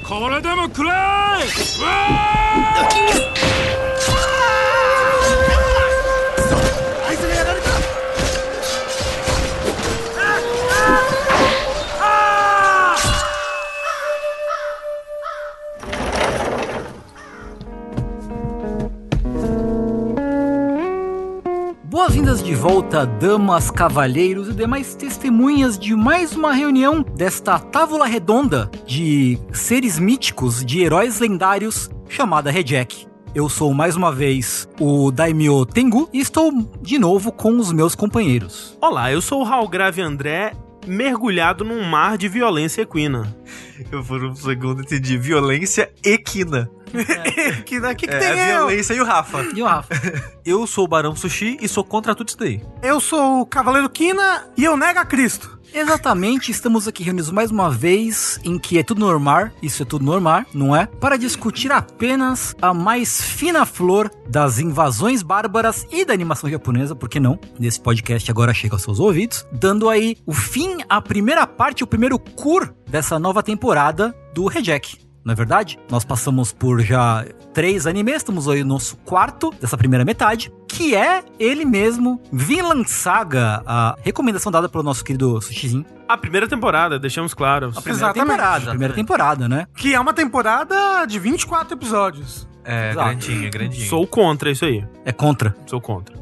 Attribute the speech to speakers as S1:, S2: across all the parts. S1: をくれうわー
S2: あいつがやられた
S3: Boas-vindas de volta, damas, cavalheiros e demais testemunhas de mais uma reunião desta tábula redonda de seres míticos, de heróis lendários, chamada Rejack. Eu sou mais uma vez o Daimyo Tengu e estou de novo com os meus companheiros.
S4: Olá, eu sou o Raul Grave André, mergulhado num mar de violência equina.
S5: Eu por um segundo entendi. Violência equina.
S4: Equina, o que, que
S5: É,
S4: tem
S5: a
S4: eu?
S5: violência e o Rafa.
S3: E o Rafa?
S5: Eu sou o Barão Sushi e sou contra tudo isso daí.
S4: Eu sou o Cavaleiro Quina e eu nego a Cristo.
S3: Exatamente, estamos aqui reunidos mais uma vez em que é tudo normal, isso é tudo normal, não é? Para discutir apenas a mais fina flor das invasões bárbaras e da animação japonesa, por que não? Nesse podcast agora chega aos seus ouvidos, dando aí o fim à primeira parte, o primeiro cur dessa nova temporada do Rejack. Não é verdade? Nós passamos por já três animes, estamos aí no nosso quarto dessa primeira metade, que é ele mesmo, Vinland Saga, a recomendação dada pelo nosso querido Sushizinho.
S4: A primeira temporada, deixamos claro.
S3: A primeira
S2: Exatamente.
S3: temporada. a Primeira temporada, né?
S2: Que é uma temporada de 24 episódios.
S5: É,
S3: Exato.
S5: grandinho, grandinho.
S4: Sou contra isso aí.
S3: É contra.
S4: Sou contra.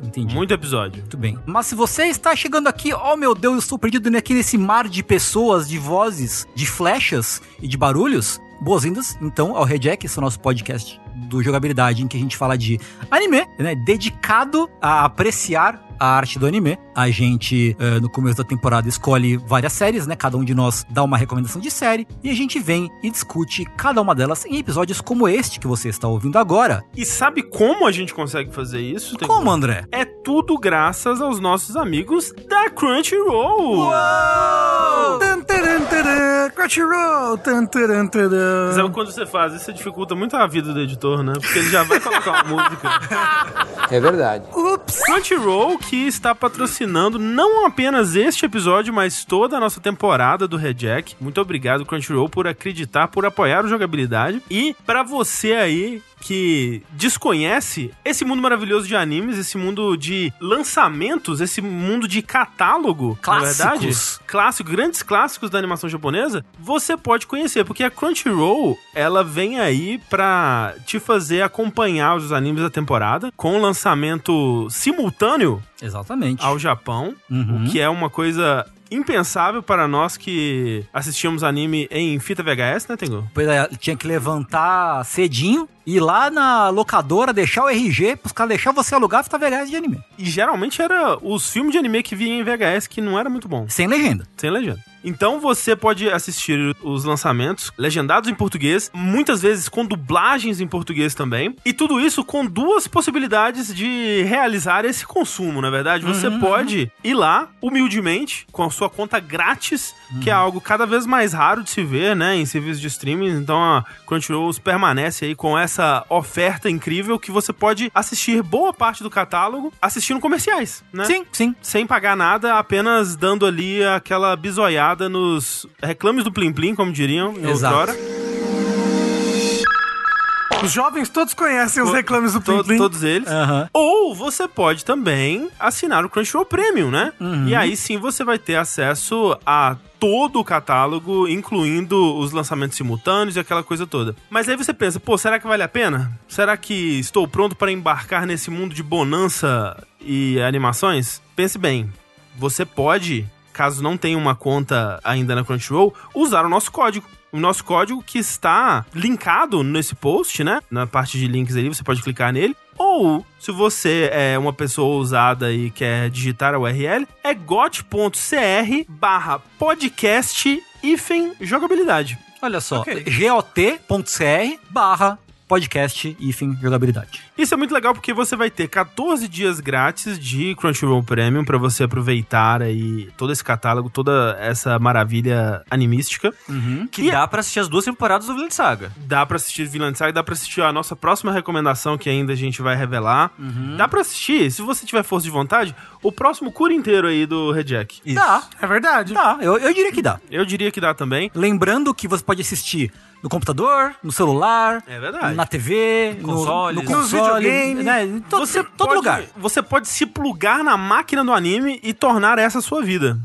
S3: Entendi.
S4: Muito episódio.
S3: Muito bem. Mas se você está chegando aqui, oh meu Deus, eu estou perdido aqui nesse mar de pessoas, de vozes, de flechas e de barulhos, boas-vindas então ao Rejack, esse é o nosso podcast do jogabilidade em que a gente fala de anime, né? Dedicado a apreciar a arte do anime. A gente, eh, no começo da temporada, escolhe várias séries, né? Cada um de nós dá uma recomendação de série e a gente vem e discute cada uma delas em episódios como este que você está ouvindo agora.
S4: E sabe como a gente consegue fazer isso? Tem-
S3: Como, André?
S4: É tudo graças aos nossos amigos da Crunchyroll.
S2: Tan, taran, taran, Crunchyroll, tan, taran, taran.
S4: Sabe é quando você faz isso, você dificulta muito a vida do editor, né? Porque ele já vai colocar uma música.
S6: É verdade.
S2: Ups!
S4: Crunchyroll que está patrocinando não apenas este episódio, mas toda a nossa temporada do Rejack. Muito obrigado, Crunchyroll, por acreditar, por apoiar o jogabilidade. E pra você aí que desconhece esse mundo maravilhoso de animes, esse mundo de lançamentos, esse mundo de catálogo, na
S3: Clássicos.
S4: verdade, clássico, grandes clássicos da animação japonesa, você pode conhecer, porque a Crunchyroll, ela vem aí pra te fazer acompanhar os animes da temporada com o lançamento simultâneo
S3: Exatamente.
S4: ao Japão,
S3: Uhum.
S4: o que é uma coisa impensável para nós que assistíamos anime em fita VHS, né, Tengu?
S3: Pois é, tinha que levantar cedinho, ir lá na locadora, deixar o RG, pros caras deixar você alugar a fita VHS de anime.
S4: E geralmente era os filmes de anime que vinha em VHS que não era muito bom.
S3: Sem legenda.
S4: Sem legenda. Então você pode assistir os lançamentos legendados em português, muitas vezes com dublagens em português também. E tudo isso com duas possibilidades de realizar esse consumo, na verdade. Você pode ir lá, humildemente, com a sua conta grátis, que é algo cada vez mais raro de se ver, né, em serviços de streaming. Então a Crunchyroll permanece aí com essa oferta incrível que você pode assistir boa parte do catálogo assistindo comerciais, né?
S3: Sim, sim.
S4: sem pagar nada, apenas dando ali aquela bisoiada nos reclames do Plim Plim, como diriam em
S3: Exato.
S4: outrora.
S2: Os jovens todos conhecem os reclames do Plim
S4: Todos-
S2: Plim.
S4: Todos eles.
S3: Aham.
S4: Ou você pode também assinar o Crunchyroll Premium, né? E aí sim você vai ter acesso a todo o catálogo, incluindo os lançamentos simultâneos e aquela coisa toda. Mas aí você pensa, pô, será que vale a pena? Será que estou pronto para embarcar nesse mundo de bonança e animações? Pense bem, você pode, caso não tenha uma conta ainda na Crunchyroll, usar o nosso código. O nosso código que está linkado nesse post, né? Na parte de links ali, você pode clicar nele. Ou, se você é uma pessoa ousada e quer digitar a URL, é got.cr barra podcast hífen jogabilidade.
S3: Olha só, got.cr barra podcast hífen jogabilidade.
S4: Isso é muito legal porque você vai ter 14 dias grátis de Crunchyroll Premium pra você aproveitar aí todo esse catálogo, toda essa maravilha animística.
S5: Que dá pra assistir as duas temporadas do Vinland Saga.
S4: Dá pra assistir Vinland Saga, dá pra assistir a nossa próxima recomendação que ainda a gente vai revelar. Dá pra assistir, se você tiver força de vontade, o próximo cura inteiro aí do Rejack.
S5: Isso.
S3: Dá,
S2: É verdade.
S3: dá. Eu, eu diria que dá.
S4: Eu diria que dá também.
S3: Lembrando que você pode assistir no computador, no celular,
S4: É verdade.
S3: na TV, no,
S5: Consoles.
S3: no
S5: Nos
S3: console,
S2: videogames.
S3: né, em todo,
S4: Você
S3: todo
S4: pode-
S3: lugar.
S4: Você pode se plugar na máquina do anime e tornar essa a sua vida.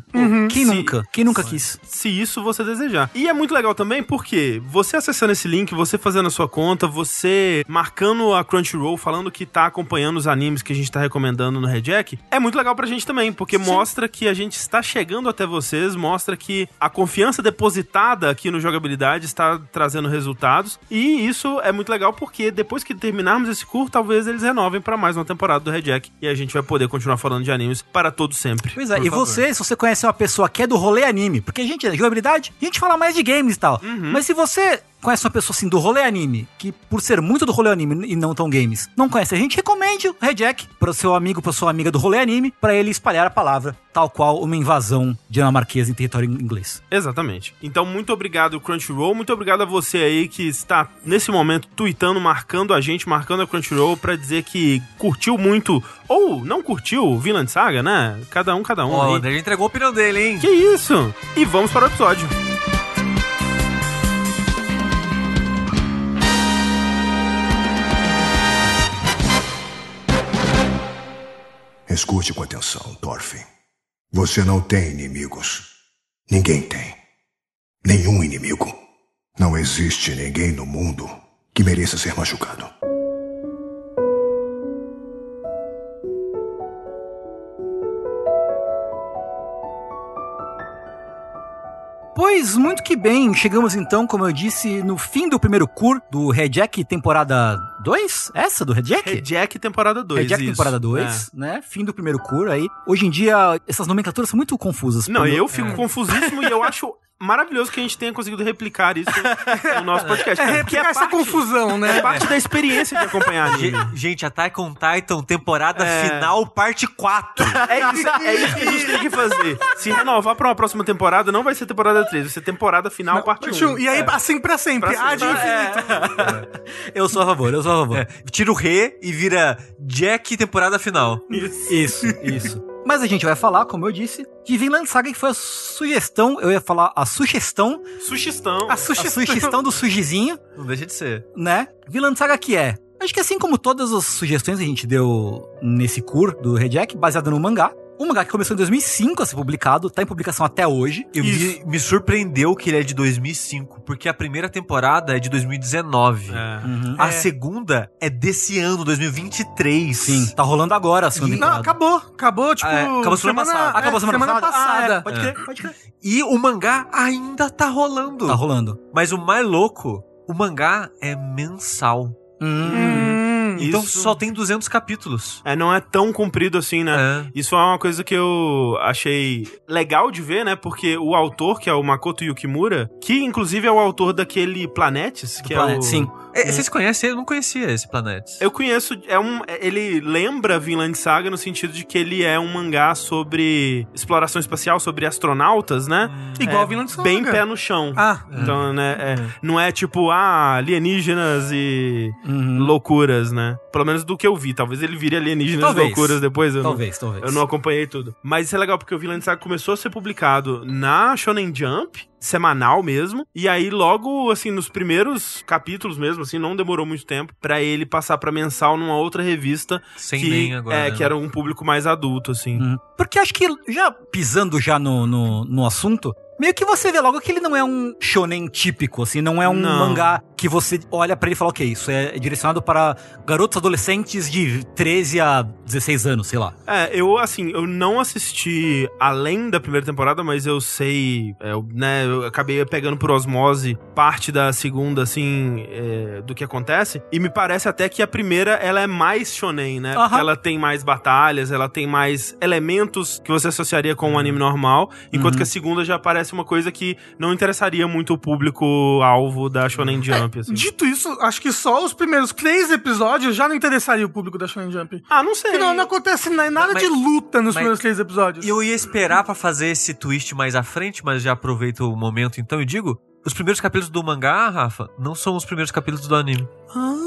S3: Quem
S4: Se-
S3: nunca? Quem nunca quis?
S4: se isso você desejar. E é muito legal também porque você acessando esse link, você fazendo a sua conta, você marcando a Crunchyroll, falando que tá acompanhando os animes que a gente tá recomendando no Rejack, é muito legal pra gente também, porque mostra que a gente está chegando até vocês, mostra que a confiança depositada aqui no Jogabilidade está trazendo resultados, e isso é muito legal porque depois que terminarmos esse curso, talvez eles renovem pra mais uma temporada do Rejack, e a gente vai poder continuar falando de animes para todo sempre.
S3: Pois é, e você, se você conhece uma pessoa que é do rolê anime, porque a gente, na jogabilidade, a gente fala mais de games e tal. Mas se você conhece uma pessoa assim do rolê anime, que por ser muito do rolê anime e não tão games, não conhece a gente, recomende o Rejack para o seu amigo, para sua amiga do rolê anime, para ele espalhar a palavra, tal qual uma invasão dinamarquesa em território inglês.
S4: Exatamente. Então, muito obrigado, Crunchyroll. Muito obrigado a você aí que está, nesse momento, tweetando, marcando a gente, marcando a Crunchyroll pra dizer que curtiu muito, ou não curtiu, o Vinland Saga, né? Cada um, cada um.
S5: Ó, o
S4: aí.
S5: André já entregou a opinião dele, hein?
S4: Que isso? E vamos para o episódio.
S7: Escute com atenção, Thorfinn. Você não tem inimigos. Ninguém tem. Nenhum inimigo. Não existe ninguém no mundo que mereça ser machucado.
S3: Pois muito que bem, chegamos então, como eu disse, no fim do primeiro cur do Rejack temporada 2? Essa do Rejack?
S4: Jack temporada 2.
S3: Rejack
S4: isso.
S3: É, temporada
S5: É.
S3: 2, né? Fim do primeiro cur aí. Hoje em dia, essas nomenclaturas são muito confusas.
S4: É. Não,
S3: Quando-
S4: eu fico confusíssimo e eu acho maravilhoso que a gente tenha conseguido replicar isso no nosso podcast.
S2: É
S4: porque
S2: replicar essa
S4: parte-
S2: confusão,
S4: É
S2: né?
S4: parte da experiência de acompanhar anime.
S5: Ge- Gente, Attack on Titan, temporada
S4: É.
S5: final, parte 4.
S4: É isso, é isso que a gente tem que fazer. Se renovar pra uma próxima temporada, não vai ser temporada 3, vai ser temporada final, parte 1.
S2: E aí, assim pra sempre.
S4: Pra
S2: Ah, de
S4: sempre.
S2: infinito.
S3: Eu sou a favor, eu sou a favor.
S5: Tira o Rê e vira Jack, temporada final.
S4: É.
S3: Isso, isso. Mas a gente vai falar, como eu disse, de Vinland Saga, que foi a sugestão, eu ia falar a sugestão,
S4: Sugestão.
S3: a sugestão, do sujizinho,
S5: Não deixa de ser.
S3: né? Vinland Saga que é. Acho que assim como todas as sugestões que a gente deu nesse cur do Rejack, baseada no mangá, um mangá que começou em 2005 a ser publicado, tá em publicação até hoje.
S5: Eu me, me surpreendeu que ele é de 2005, porque a primeira temporada é de 2019.
S4: É.
S3: Uhum.
S5: A segunda é desse ano, 2023.
S3: Sim, tá rolando agora a segunda
S2: Não,
S3: temporada.
S2: acabou. Acabou, tipo.
S5: É, acabou semana passada.
S2: é,
S3: Acabou semana, passada? Ah, é,
S2: passada.
S3: pode crer, pode crer.
S5: E o mangá ainda tá rolando.
S3: Tá rolando.
S5: Mas o mais louco, o mangá é mensal.
S2: Hum.
S5: Então
S4: Isso.
S5: só tem 200 capítulos.
S4: É, não é tão comprido assim, né?
S5: É.
S4: Isso é uma coisa que eu achei legal de ver, né? Porque o autor, que é o Makoto Yukimura, que inclusive é o autor daquele Planetes, que é
S3: Planet,
S4: o...
S3: Sim.
S5: É, Vocês conhecem ele? Eu não conhecia esse planeta.
S4: Eu conheço, é um, ele lembra Vinland Saga no sentido de que ele é um mangá sobre exploração espacial, sobre astronautas, né?
S2: Igual
S4: É,
S2: a Vinland Saga.
S4: Bem pé no chão.
S5: Ah,
S4: Então, né, é, não é tipo, ah, alienígenas e
S3: Uhum.
S4: loucuras, né? Pelo menos do que eu vi. Talvez ele vire alienígenas
S3: Talvez.
S4: e loucuras depois. Eu
S3: Talvez, talvez.
S4: Não, eu não acompanhei tudo. Mas isso é legal, porque o Vinland Saga começou a ser publicado na Shonen Jump, semanal mesmo. E aí, logo, assim, nos primeiros capítulos mesmo, assim, não demorou muito tempo pra ele passar pra mensal numa outra revista.
S5: sem
S4: que,
S5: nem agora.
S4: é,
S5: né?
S4: que era um público mais adulto, assim.
S3: Uhum. Porque acho que, já pisando já no, no, no assunto, meio que você vê logo que ele não é um shonen típico, assim, não é um
S4: Não.
S3: mangá que você olha pra ele e fala, ok, isso é direcionado para garotos adolescentes de 13 a 16 anos, sei lá.
S4: É, eu, assim, eu não assisti além da primeira temporada, mas eu sei, é, eu, né, eu acabei pegando por osmose parte da segunda, assim, é, do que acontece, e me parece até que a primeira, ela é mais shonen, né,
S3: Aham.
S4: porque ela tem mais batalhas, ela tem mais elementos que você associaria com um anime normal, enquanto que a segunda já parece parece uma coisa que não interessaria muito o público-alvo da Shonen Jump, assim.
S2: Dito isso, acho que só os primeiros três episódios já não interessaria o público da Shonen Jump.
S4: Ah, não sei.
S2: Porque não, não acontece na- nada
S5: Mas-
S2: de luta nos
S5: mas-
S2: primeiros três episódios.
S5: E eu ia esperar pra fazer esse twist mais à frente, mas já aproveito o momento então e digo: os primeiros capítulos do mangá, Rafa, não são os primeiros capítulos do anime.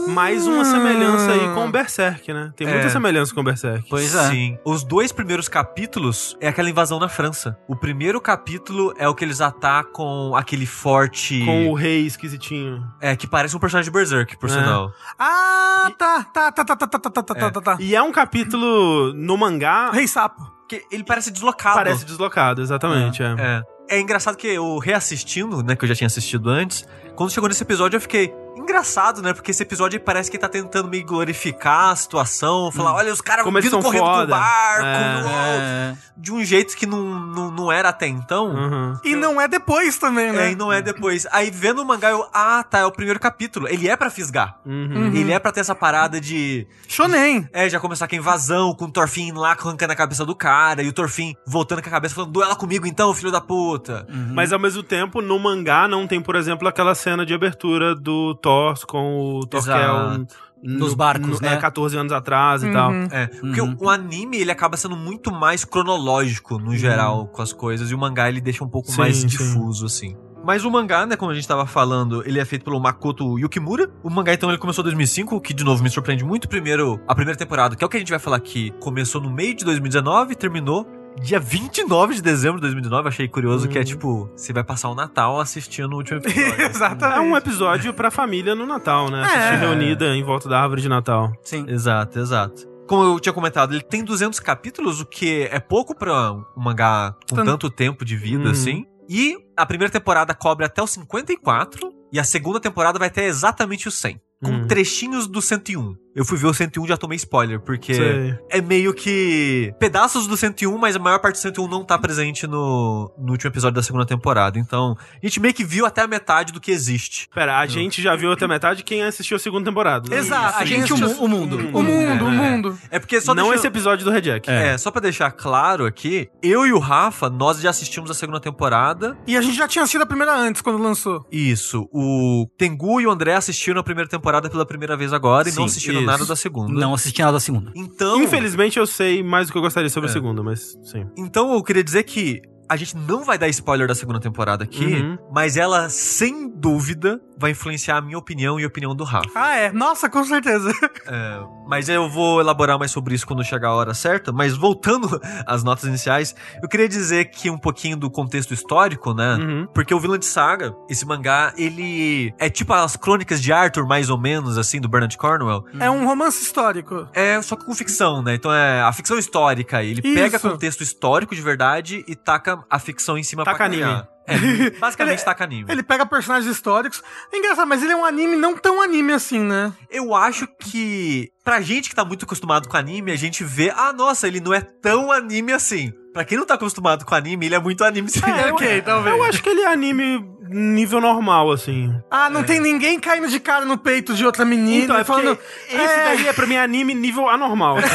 S4: Mais uma semelhança aí com o Berserk, né? Tem muita
S5: É.
S4: semelhança com o Berserk.
S3: Pois é.
S5: Sim. Os dois primeiros capítulos é aquela invasão na França. O primeiro capítulo é o que eles atacam aquele forte.
S4: Com o rei esquisitinho.
S5: É, que parece um personagem de Berserk, por
S4: É.
S5: sinal.
S2: Ah, tá, tá, tá, tá, tá, tá, tá, tá, tá, tá,
S5: É.
S2: tá, tá.
S4: E é um capítulo no mangá
S2: Rei Sapo.
S5: Que ele parece deslocado.
S4: parece deslocado, exatamente. é.
S5: É. É engraçado que eu reassistindo, né, que eu já tinha assistido antes, quando chegou nesse episódio eu fiquei engraçado, né? Porque esse episódio ele parece que tá tentando meio glorificar a situação, falar, olha, os caras
S4: Hum. Como eles
S5: vindo
S4: são
S5: correndo pro
S4: foda."
S5: barco,
S4: É.
S5: uau, de um jeito que não, não, não era até então.
S4: Uhum.
S2: E não é depois também,
S5: É, e
S2: né?
S5: não é depois. Aí vendo o mangá, eu. Ah, tá, é o primeiro capítulo. Ele é pra fisgar.
S4: Uhum.
S5: Ele é pra ter essa parada de.
S2: Shonen.
S5: É, já começar com a invasão, com o Torfin lá arrancando a cabeça do cara, e o Torfin voltando com a cabeça falando, duela comigo então, filho da puta.
S4: Uhum. Mas ao mesmo tempo, no mangá não tem, por exemplo, aquela cena de abertura do Thor com o Torquel.
S5: Exato.
S3: Nos barcos,
S4: é,
S3: né?
S4: 14 anos atrás e tal.
S5: É, porque
S4: Uhum.
S5: o- o anime ele acaba sendo muito mais cronológico no geral com as coisas e o mangá ele deixa um pouco
S4: Uhum. Sim,
S5: mais
S4: sim.
S5: difuso assim. Mas o mangá, né, como a gente tava falando, ele é feito pelo Makoto Yukimura. O mangá então ele começou em 2005, o que de novo me surpreende muito. Primeiro, a primeira temporada, que é o que a gente vai falar aqui, começou no meio de 2019 e terminou dia 29 de dezembro de 2019. Achei curioso
S4: Uhum.
S5: que é tipo, você vai passar o Natal assistindo o último episódio.
S4: É um
S2: Exatamente.
S4: episódio pra família no Natal, né?
S2: É.
S4: Assistir reunida em volta da árvore de Natal.
S3: Sim.
S5: Exato, exato. Como eu tinha comentado, ele tem 200 capítulos, o que é pouco pra um mangá com
S2: Tan-
S5: tanto tempo de vida,
S4: Uhum.
S5: assim. E a primeira temporada cobre até o 54, e a segunda temporada vai até exatamente o 100. Com
S4: Uhum.
S5: trechinhos do 101. Eu fui ver o 101 e um, já tomei spoiler, porque
S4: Sei.
S5: é meio que pedaços do 101, mas a maior parte do 101 não tá presente no, no último episódio da segunda temporada. Então, a gente meio que viu até a metade do que existe.
S4: Pera, a gente já viu até metade quem assistiu a segunda temporada. né?
S2: Exato.
S3: A gente, o, mu- o mundo.
S2: O mundo, o mundo.
S5: É porque só
S4: não
S5: deixa-
S4: esse episódio do Red Jack.
S5: É. só pra deixar claro aqui, eu e o Rafa, nós já assistimos a segunda temporada.
S2: E a gente já tinha assistido a primeira antes, quando lançou.
S5: Isso, o Tengu e o André assistiram a primeira temporada pela primeira vez agora e
S4: Sim,
S5: não assistiram
S4: isso.
S5: nada da segunda.
S3: Não assisti nada da segunda.
S5: Então,
S4: Infelizmente eu sei mais do que eu gostaria sobre a
S5: É.
S4: segunda, mas sim.
S5: então eu queria dizer que a gente não vai dar spoiler da segunda temporada aqui,
S4: Uhum.
S5: mas ela sem dúvida vai influenciar a minha opinião e a opinião do Rafa.
S2: Ah, é. Nossa, com certeza.
S5: É, mas eu vou elaborar mais sobre isso quando chegar a hora certa. Mas voltando às notas iniciais, eu queria dizer que um pouquinho do contexto histórico, né?
S4: Uhum.
S5: Porque o Vinland Saga, esse mangá, ele é tipo as crônicas de Arthur, mais ou menos, assim, do Bernard Cornwell.
S2: É um romance histórico.
S5: É só que com ficção, né? Então é a ficção histórica. aí. Ele pega
S2: Isso.
S5: contexto histórico de verdade e taca a ficção em cima
S4: Taca
S5: pra
S4: anime.
S5: cagar. É, basicamente
S2: Ele-
S5: taca anime.
S2: Ele pega personagens históricos. É engraçado, mas ele é um anime não tão anime assim, né?
S5: Eu acho que, pra gente que tá muito acostumado com anime, a gente vê, ah, nossa, ele não é tão anime assim. Pra quem não tá acostumado com anime, ele é muito anime sim.
S4: eu- Eu acho que ele é anime nível normal, assim.
S2: Ah,
S5: É.
S2: não tem ninguém caindo de cara no peito de outra menina
S4: Então, é porque
S2: falando.
S4: esse daí é pra mim anime nível anormal. assim.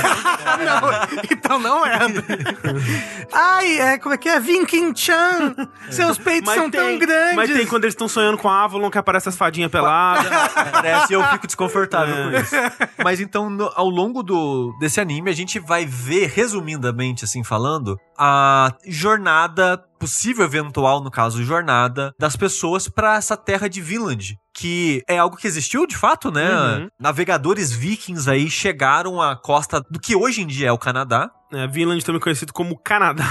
S2: Ah, não. então não é. Ai, é, como é que é? Vinkin Chan! Seus peitos são tão grandes.
S4: É. mas tem quando eles estão sonhando com a Avalon que aparece as fadinhas peladas.
S5: Parece e Né? Assim, eu fico desconfortável com isso. Mas então, no- ao longo do, desse anime, a gente vai ver, resumidamente assim falando, a jornada, possível eventual, no caso, jornada, das pessoas pra essa terra de Vinland. Que é algo que existiu de fato, né?
S4: Uhum.
S5: Navegadores vikings aí chegaram à costa do que hoje em dia é o Canadá.
S4: é, Vinland também conhecido como Canadá.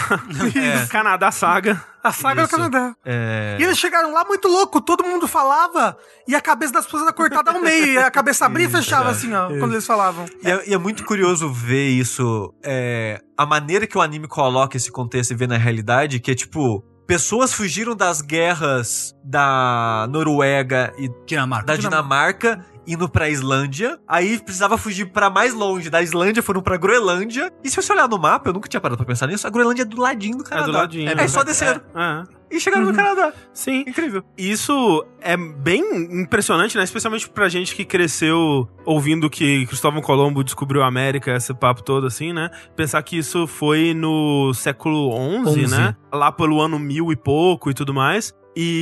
S5: É.
S4: Canadá Saga.
S2: A saga
S5: Isso.
S2: do Canadá.
S5: É,
S2: E eles chegaram lá muito louco, todo mundo falava e a cabeça das pessoas era cortada ao meio. E a cabeça abria e
S4: é.
S2: fechava assim, ó, quando eles falavam.
S5: E é, e é muito curioso ver isso, é, a maneira que o anime coloca esse contexto e vê na realidade, que é tipo, pessoas fugiram das guerras da Noruega e
S3: Dinamarca.
S5: da Dinamarca indo pra Islândia, aí precisava fugir pra mais longe, da Islândia foram pra Groenlândia, e se você olhar no mapa, eu nunca tinha parado pra pensar nisso, a Groenlândia é do ladinho do Canadá.
S4: ladinho,
S5: É,
S4: né?
S5: só descer.
S4: É.
S5: e chegaram no Canadá.
S4: Sim.
S5: Incrível.
S4: Isso é bem impressionante, né? Especialmente pra gente que cresceu ouvindo que Cristóvão Colombo descobriu a América, esse papo todo assim, né? Pensar que isso foi no século XI,
S3: Onze.
S4: né? Lá pelo ano mil e pouco e tudo mais.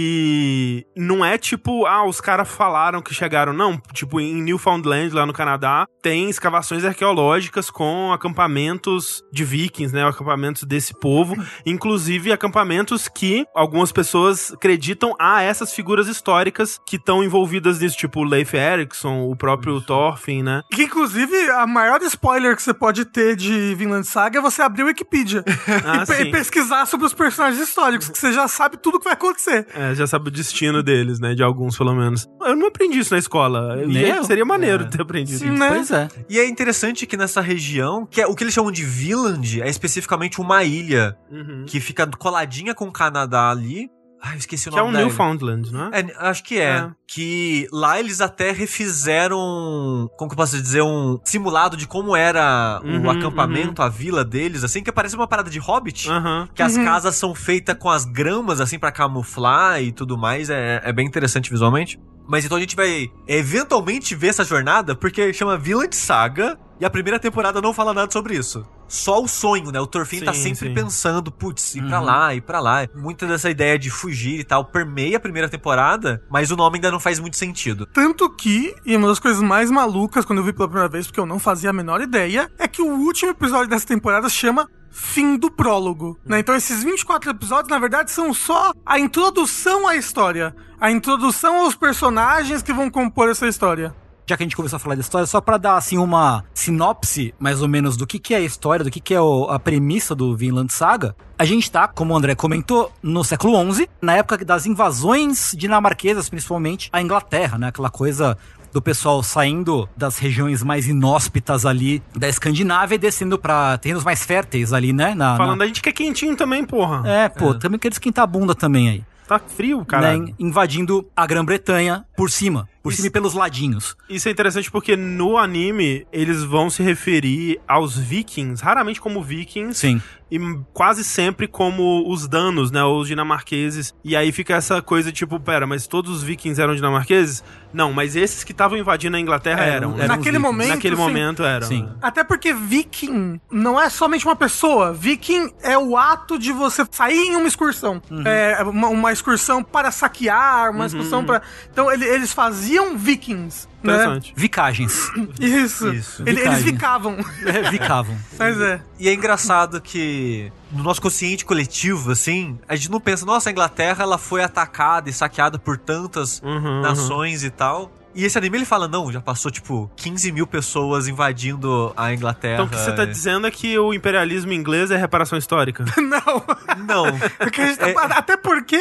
S4: E não é tipo, ah, os caras falaram que chegaram. Não, tipo, em Newfoundland, lá no Canadá, tem escavações arqueológicas com acampamentos de vikings, né? Acampamentos desse povo. Inclusive acampamentos que algumas pessoas acreditam a essas figuras históricas que estão envolvidas nisso, tipo o Leif Erikson, o próprio Thorfinn, né?
S2: Que, inclusive, a maior spoiler que você pode ter de Vinland Saga é você abrir o Wikipedia
S4: Ah,
S2: e, pe-
S4: sim.
S2: e pesquisar sobre os personagens históricos, que você já sabe tudo o que vai acontecer.
S4: É, já sabe o destino deles, né? De alguns, pelo menos. Eu não aprendi isso na escola. E
S3: Nem eu.
S4: Seria maneiro
S5: É.
S4: ter aprendido
S2: Sim,
S4: isso.
S2: né?
S3: Pois é.
S5: E é interessante que nessa região, que é o que eles chamam de Vinland, é especificamente uma ilha
S4: Uhum.
S5: que fica coladinha com o Canadá ali. Ai, eu esqueci o
S4: Que é
S5: nome
S4: um
S5: da ilha.
S4: Newfoundland, né?
S5: É, acho que é.
S4: É.
S5: Que lá eles até refizeram, como que eu posso dizer, um simulado de como era o
S4: Uhum,
S5: acampamento, a vila deles, assim, que parece uma parada de Hobbit.
S4: Aham.
S5: Que as casas são feitas com as gramas, assim, pra camuflar e tudo mais. É, é bem interessante visualmente. Mas então a gente vai eventualmente ver essa jornada, porque chama Village Saga, e a primeira temporada não fala nada sobre isso. Só o sonho, né? O Thorfinn tá
S4: Sim,
S5: sempre
S4: sim.
S5: pensando, putz, ir pra
S3: Uhum.
S5: lá, ir pra lá. Muita dessa ideia de fugir e tal permeia a primeira temporada, mas o nome ainda não faz muito sentido.
S2: Tanto que, e uma das coisas mais malucas quando eu vi pela primeira vez, porque eu não fazia a menor ideia, é que o último episódio dessa temporada chama Fim do Prólogo. Né? Então esses 24 episódios, na verdade, são só a introdução à história. A introdução aos personagens que vão compor essa história.
S3: Já que a gente começou a falar de história, só pra dar assim uma sinopse mais ou menos do que, que é a história, do que, que é o- a premissa do Vinland Saga, a gente tá, como o André comentou, no século XI, na época das invasões dinamarquesas, principalmente à Inglaterra, né? Aquela coisa do pessoal saindo das regiões mais inóspitas ali da Escandinávia e descendo pra terrenos mais férteis ali, né? Na, na-
S4: Falando, a gente quer quentinho também, porra.
S3: É, pô, também quero esquentar a bunda também aí.
S4: Tá frio, cara.
S3: né, invadindo a Grã-Bretanha por cima, por
S4: Isso-
S3: cima e pelos ladinhos.
S4: Isso é interessante porque no anime eles vão se referir aos vikings, raramente como vikings,
S3: Sim.
S4: e quase sempre como os danos, né? Os dinamarqueses. E aí fica essa coisa tipo, pera, mas todos os vikings eram dinamarqueses? Não, mas esses que estavam invadindo a Inglaterra
S3: Eram,
S4: eram. né?
S3: eram. vikings.
S2: Naquele momento.
S4: Naquele
S2: sim.
S4: momento eram. né?
S3: Sim. Né?
S2: Até porque viking não é somente uma pessoa. Viking é o ato de você sair em uma excursão. É uma, uma excursão para saquear, uma excursão para. Então ele- eles faziam vikings. Né?
S4: Interessante.
S3: Vicagens.
S2: Isso.
S5: Isso.
S2: Ele- eles
S3: Vicagem.
S2: ficavam.
S3: É, Vicavam.
S2: Mas é.
S5: E é engraçado que no nosso consciente coletivo, assim, a gente não pensa, nossa, a Inglaterra ela foi atacada e saqueada por tantas
S4: Uhum, uhum.
S5: nações e tal. E esse anime ele fala, não, já passou tipo 15 mil pessoas invadindo a Inglaterra.
S4: Então o que você tá
S5: É.
S4: dizendo é que o imperialismo inglês é reparação histórica.
S2: Não.
S5: Não.
S2: Porque a gente tá-
S4: é.
S2: Até porque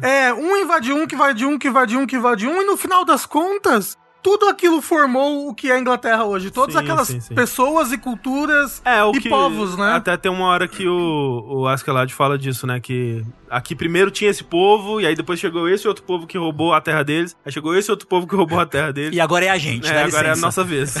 S2: é, um invade um, que invade um, que invade um, que invade um, e no final das contas, tudo aquilo formou o que é a Inglaterra hoje. Todas
S4: Sim,
S2: aquelas
S4: sim, sim.
S2: pessoas e culturas
S4: É, o
S2: e
S4: que.
S2: povos, né?
S4: Até tem uma hora que o, o Askeladd fala disso, né? Que aqui primeiro tinha esse povo, e aí depois chegou esse outro povo que roubou a terra deles, aí chegou esse outro povo que roubou a terra deles.
S3: E agora é a gente,
S4: é,
S3: dá
S4: agora é a
S3: licença.
S4: nossa vez.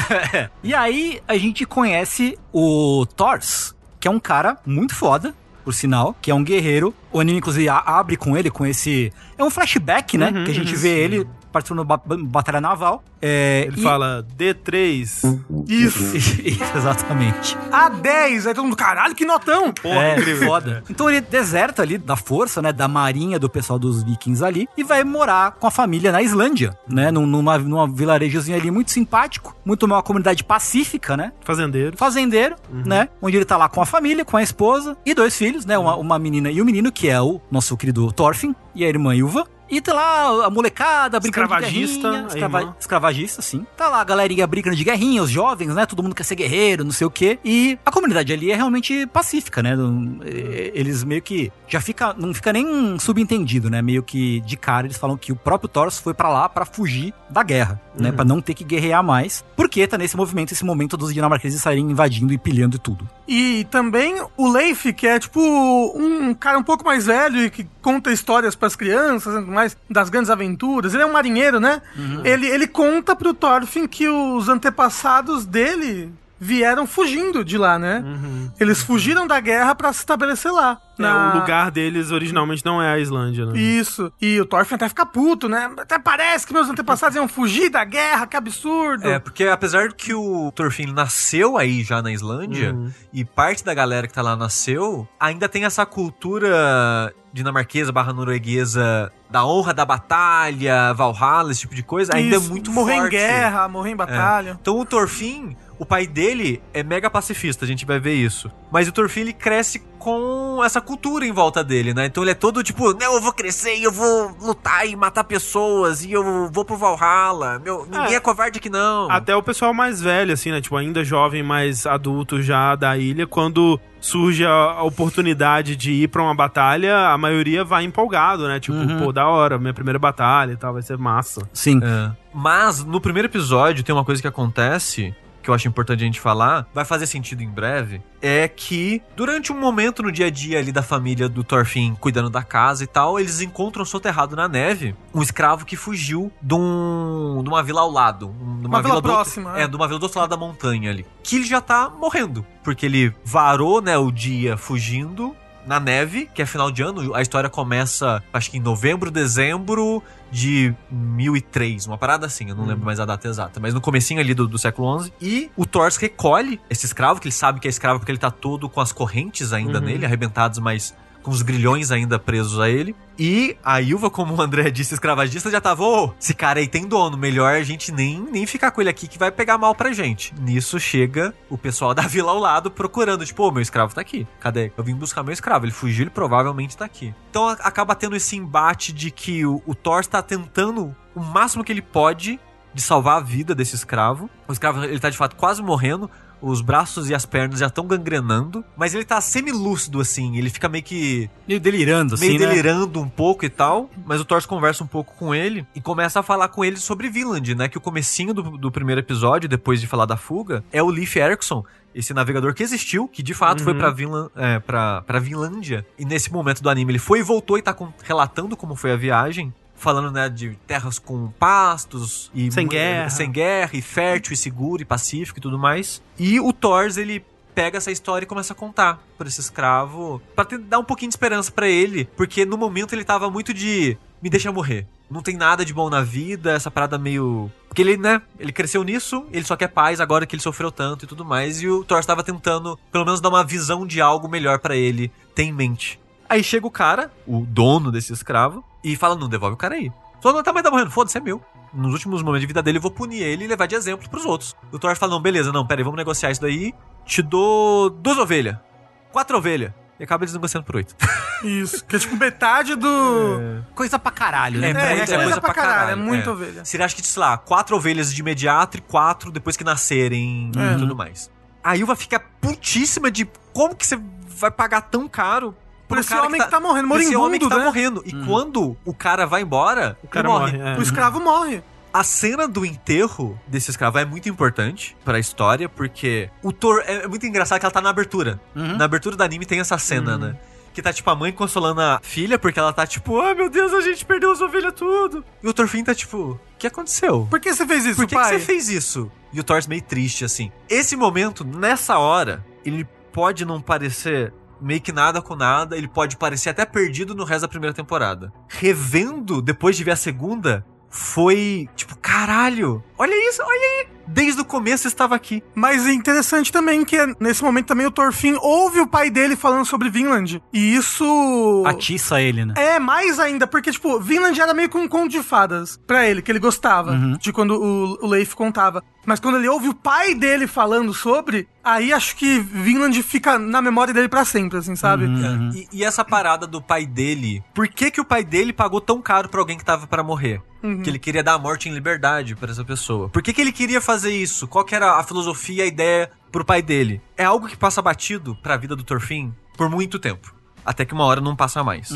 S3: E aí a gente conhece o Thors, que é um cara muito foda, por sinal, que é um guerreiro. O anime, inclusive, a- abre com ele, com esse. É um flashback, né?
S4: Uhum,
S3: que a gente
S4: uhum,
S3: vê ele participando da ba- batalha naval. É,
S4: Ele
S3: e-
S4: fala D3.
S2: Isso.
S3: Exatamente.
S2: A 10. Aí todo mundo, caralho, que notão.
S4: Porra,
S3: é,
S4: incrível.
S3: foda. Então ele deserta ali da força, né, da marinha do pessoal dos vikings ali e vai morar com a família na Islândia, né, num- numa, numa vilarejozinha ali muito simpático, muito uma comunidade pacífica, né,
S4: Fazendeiro.
S3: fazendeiro,
S4: Uhum.
S3: né, onde ele tá lá com a família, com a esposa e dois filhos, né,
S4: Uhum.
S3: uma, uma menina e um menino, que é o nosso querido Thorfinn e a irmã Ilva. E tá lá a molecada brincando de
S4: Escravagista,
S3: guerrinha,
S4: a
S3: escrava-
S4: irmã.
S3: escravagista, sim. Tá lá a galerinha brincando de guerrinha, os jovens, né? Todo mundo quer ser guerreiro, não sei o quê. E a comunidade ali é realmente pacífica, né? Não- é- Eles meio que já fica, não fica nem subentendido, né? Meio que de cara eles falam que o próprio Thor foi pra lá pra fugir da guerra, né?
S5: Uhum.
S3: Pra não ter que guerrear mais, porque tá nesse movimento, esse momento dos dinamarqueses saírem invadindo e pilhando e tudo.
S2: E também o Leif, que é tipo um cara um pouco mais velho e que conta histórias pras crianças, e tudo mais das grandes aventuras. Ele é um
S5: Uhum.
S2: marinheiro, né? Ele, ele conta pro Thorfinn que os antepassados dele vieram fugindo de lá, né?
S5: Uhum.
S2: Eles fugiram da guerra pra se estabelecer lá. na-
S4: É, o lugar deles originalmente não é a Islândia, né?
S2: Isso. E o Thorfinn até fica puto, né? Até parece que meus antepassados iam fugir da guerra, que absurdo.
S5: É, porque apesar de que o Thorfinn nasceu aí já na Islândia,
S4: Uhum.
S5: e parte da galera que tá lá nasceu, ainda tem essa cultura dinamarquesa barra norueguesa da honra da batalha, Valhalla, esse tipo de coisa, ainda
S2: Isso.
S5: é muito
S2: Morrer
S5: forte.
S2: em guerra, morrer em batalha.
S5: Então o Thorfinn, o pai dele é mega pacifista, a gente vai ver isso. Mas o Thorfinn ele cresce com essa cultura em volta dele, né? Então ele é todo tipo, não, eu vou crescer, e eu vou lutar e matar pessoas e eu vou pro Valhalla. Meu, ninguém é,
S4: É.
S5: covarde aqui não.
S4: Até o pessoal mais velho, assim, né? Tipo, ainda jovem, mais adulto já da ilha, quando surge a oportunidade de ir pra uma batalha, a maioria vai empolgado, né? Tipo, pô, da hora, minha primeira batalha e tal, vai ser massa.
S3: Sim.
S5: É. Mas no primeiro episódio tem uma coisa que acontece que eu acho importante a gente falar, vai fazer sentido em breve, é que durante um momento no dia a dia ali da família do Thorfinn cuidando da casa e tal, eles encontram soterrado na neve um escravo que fugiu de, um- de uma vila ao lado, um- de uma,
S2: vila
S5: do outro-
S2: próxima,
S5: é,
S2: é.
S5: de uma vila do outro lado da montanha ali, que ele já tá morrendo, porque ele varou, né, o dia fugindo na neve, que é final de ano, a história começa, acho que em novembro, dezembro, de 1003, uma parada assim, eu não lembro mais a data exata, mas no comecinho ali do, do século XI, e o Thors recolhe esse escravo, que ele sabe que é escravo porque ele tá todo com as correntes ainda nele, arrebentados, mas com os grilhões ainda presos a ele. E a Ilva, como o André disse, escravagista, já tava, ô, esse cara aí tem dono, melhor a gente nem, nem ficar com ele aqui que vai pegar mal pra gente. Nisso chega o pessoal da vila ao lado procurando, tipo, ô, meu escravo tá aqui, cadê? Eu vim buscar meu escravo, ele fugiu, ele provavelmente tá aqui. Então a- acaba tendo esse embate de que o, o Thor tá tentando o máximo que ele pode de salvar a vida desse escravo. O escravo, ele tá de fato quase morrendo, os braços e as pernas já estão gangrenando, mas ele tá semilúcido, assim, ele fica meio que
S3: Meio delirando, assim,
S5: meio
S3: né?
S5: delirando um pouco e tal, mas o Thor conversa um pouco com ele e começa a falar com ele sobre Vinland, né? Que o comecinho do, do primeiro episódio, depois de falar da fuga, é o Leif Erikson, esse navegador que existiu, que de fato foi pra,
S4: Uhum.
S5: Vinland, é, pra, pra Vinlândia. E nesse momento do anime ele foi e voltou e tá con- relatando como foi a viagem. Falando, né, de terras com pastos e... é,
S4: Sem guerra.
S5: Sem guerra, e fértil, e seguro, e pacífico e tudo mais. E o Thors, ele pega essa história e começa a contar pra esse escravo, pra tentar dar um pouquinho de esperança pra ele, porque no momento ele tava muito de me deixa morrer. Não tem nada de bom na vida, essa parada meio. Porque ele, né? Ele cresceu nisso, ele só quer paz agora que ele sofreu tanto e tudo mais. E o Thor tava tentando, pelo menos, dar uma visão de algo melhor pra ele ter em mente. Aí chega o cara, o dono desse escravo, e fala: Não, devolve o cara aí. Só não tá mais tá morrendo, foda-se, é meu. Nos últimos momentos de vida dele, eu vou punir ele e levar de exemplo pros outros. O Thor fala: Não, beleza, não, peraí, vamos negociar isso daí. Te dou duas ovelhas, quatro ovelhas. E acaba eles negociando por oito.
S2: Isso. Que é tipo metade do.
S4: É.
S3: Coisa pra caralho, né?
S5: É,
S2: É,
S5: muita
S2: é coisa
S5: coisa
S2: pra
S5: pra
S2: caralho,
S5: caralho,
S2: é muita
S5: é.
S2: ovelha.
S5: Seria, acho que, sei lá, quatro ovelhas de imediato e quatro depois que nascerem
S2: É.
S5: e tudo mais. A Ilva fica putíssima de como que você vai pagar tão caro um
S2: Por esse homem que tá morrendo,
S5: por esse homem que
S2: moribundo,
S5: tá
S2: né?
S5: morrendo. E quando o cara vai embora, o
S4: cara morre, é.
S2: O escravo morre.
S5: a cena do enterro desse escravo é muito importante pra história, porque o Thor. É é muito engraçado que ela tá na abertura.
S2: Uhum.
S5: Na abertura do anime tem essa cena, né? Que tá, tipo, a mãe consolando a filha, porque ela tá, tipo, ah, meu Deus, a gente perdeu as ovelhas tudo. E o Thorfinn tá, tipo, o que aconteceu?
S2: Por que você fez isso,
S5: Por que, que
S2: pai?
S5: você fez isso? E o Thor meio triste, assim. Esse momento, nessa hora, ele pode não parecer meio que nada com nada, ele pode parecer até perdido no resto da primeira temporada. Revendo, depois de ver a segunda, foi tipo, caralho, olha isso, olha aí. Desde o começo eu estava aqui.
S2: Mas é interessante também que nesse momento também o Thorfinn ouve o pai dele falando sobre Vinland. E isso.
S3: Atiça ele, né?
S2: É, mais ainda, porque, tipo, Vinland era meio que um conto de fadas pra ele, que ele gostava,
S5: Uhum.
S2: de quando o, o Leif contava. Mas quando ele ouve o pai dele falando sobre, aí acho que Vinland fica na memória dele pra sempre, assim, sabe?
S5: E, e essa parada do pai dele, por que que o pai dele pagou tão caro pra alguém que tava pra morrer? Que ele queria dar a morte em liberdade pra essa pessoa. Por que que ele queria fazer isso? Qual que era a filosofia, a ideia pro pai dele? É algo que passa batido pra vida do Thorfinn por muito tempo. Até que uma hora não passa mais.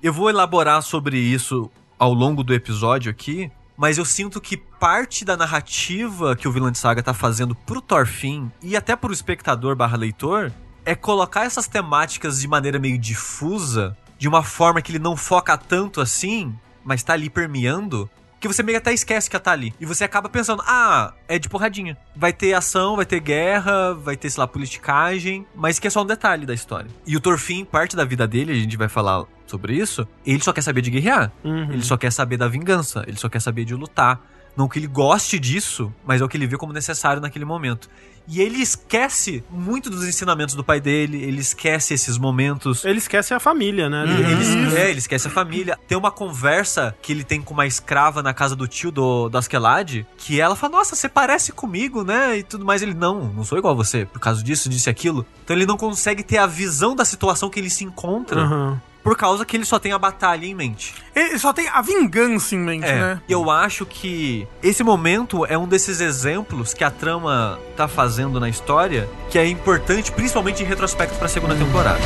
S5: Eu vou elaborar sobre isso ao longo do episódio aqui, mas eu sinto que parte da narrativa que o Vilã de Saga tá fazendo pro Thorfinn e até pro espectador barra leitor é colocar essas temáticas de maneira meio difusa, de uma forma que ele não foca tanto assim, mas tá ali permeando, que você meio que até esquece que ela tá ali. E você acaba pensando, ah, é de porradinha. Vai ter ação, vai ter guerra, vai ter, sei lá, politicagem, mas que é só um detalhe da história. E o Torfin, parte da vida dele, a gente vai falar sobre isso, ele só quer saber de guerrear.
S4: Uhum.
S5: Ele só quer saber da vingança, ele só quer saber de lutar. Não que ele goste disso, mas é o que ele vê como necessário naquele momento. E ele esquece muito dos ensinamentos do pai dele, ele esquece esses momentos.
S4: Ele esquece a família, né?
S5: Ele, esque- é, ele esquece a família. Tem uma conversa que ele tem com uma escrava na casa do tio do, do Askeladd, que ela fala, nossa, você parece comigo, né? E tudo mais. Ele, não, não sou igual a você, por causa disso, disso e aquilo. Então ele não consegue ter a visão da situação que ele se encontra,
S4: Aham.
S5: por causa que ele só tem a batalha em mente.
S2: Ele só tem a vingança em mente,
S5: É,
S2: né?
S5: eu acho que esse momento é um desses exemplos que a trama tá fazendo na história, que é importante, principalmente em retrospecto pra segunda temporada.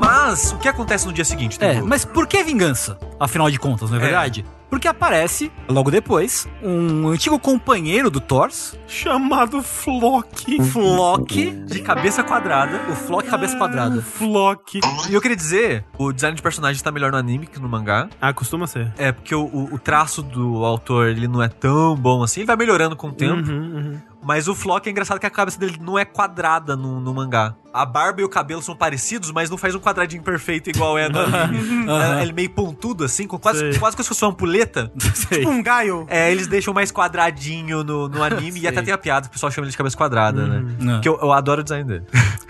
S5: Mas o que acontece no dia seguinte,
S3: É,
S5: Tengu?
S3: mas por que vingança? Afinal de contas, não é,
S5: É.
S3: verdade? Porque aparece, logo depois, um antigo companheiro do Thors,
S4: Chamado Flock.
S3: Flock, de cabeça quadrada. O Flock cabeça quadrada.
S4: Flock.
S5: E eu queria dizer, o design de personagem tá melhor no anime que no mangá.
S4: Ah, costuma ser.
S5: É, porque o, o- o traço do autor, ele não é tão bom assim. Ele vai melhorando com o tempo.
S4: Uhum, uhum.
S5: Mas o Flock é engraçado que a cabeça dele não é quadrada no, no mangá. A barba e o cabelo são parecidos, mas não faz um quadradinho perfeito igual é no anime. É, Ele é meio pontudo assim, com quase,
S4: Sei.
S5: quase como se fosse uma ampuleta.
S2: Tipo um gaio.
S5: É, eles deixam mais quadradinho no, no anime. e até tem a piada, o pessoal chama ele de cabeça quadrada, né?
S3: Não.
S5: Que eu, eu adoro o design dele.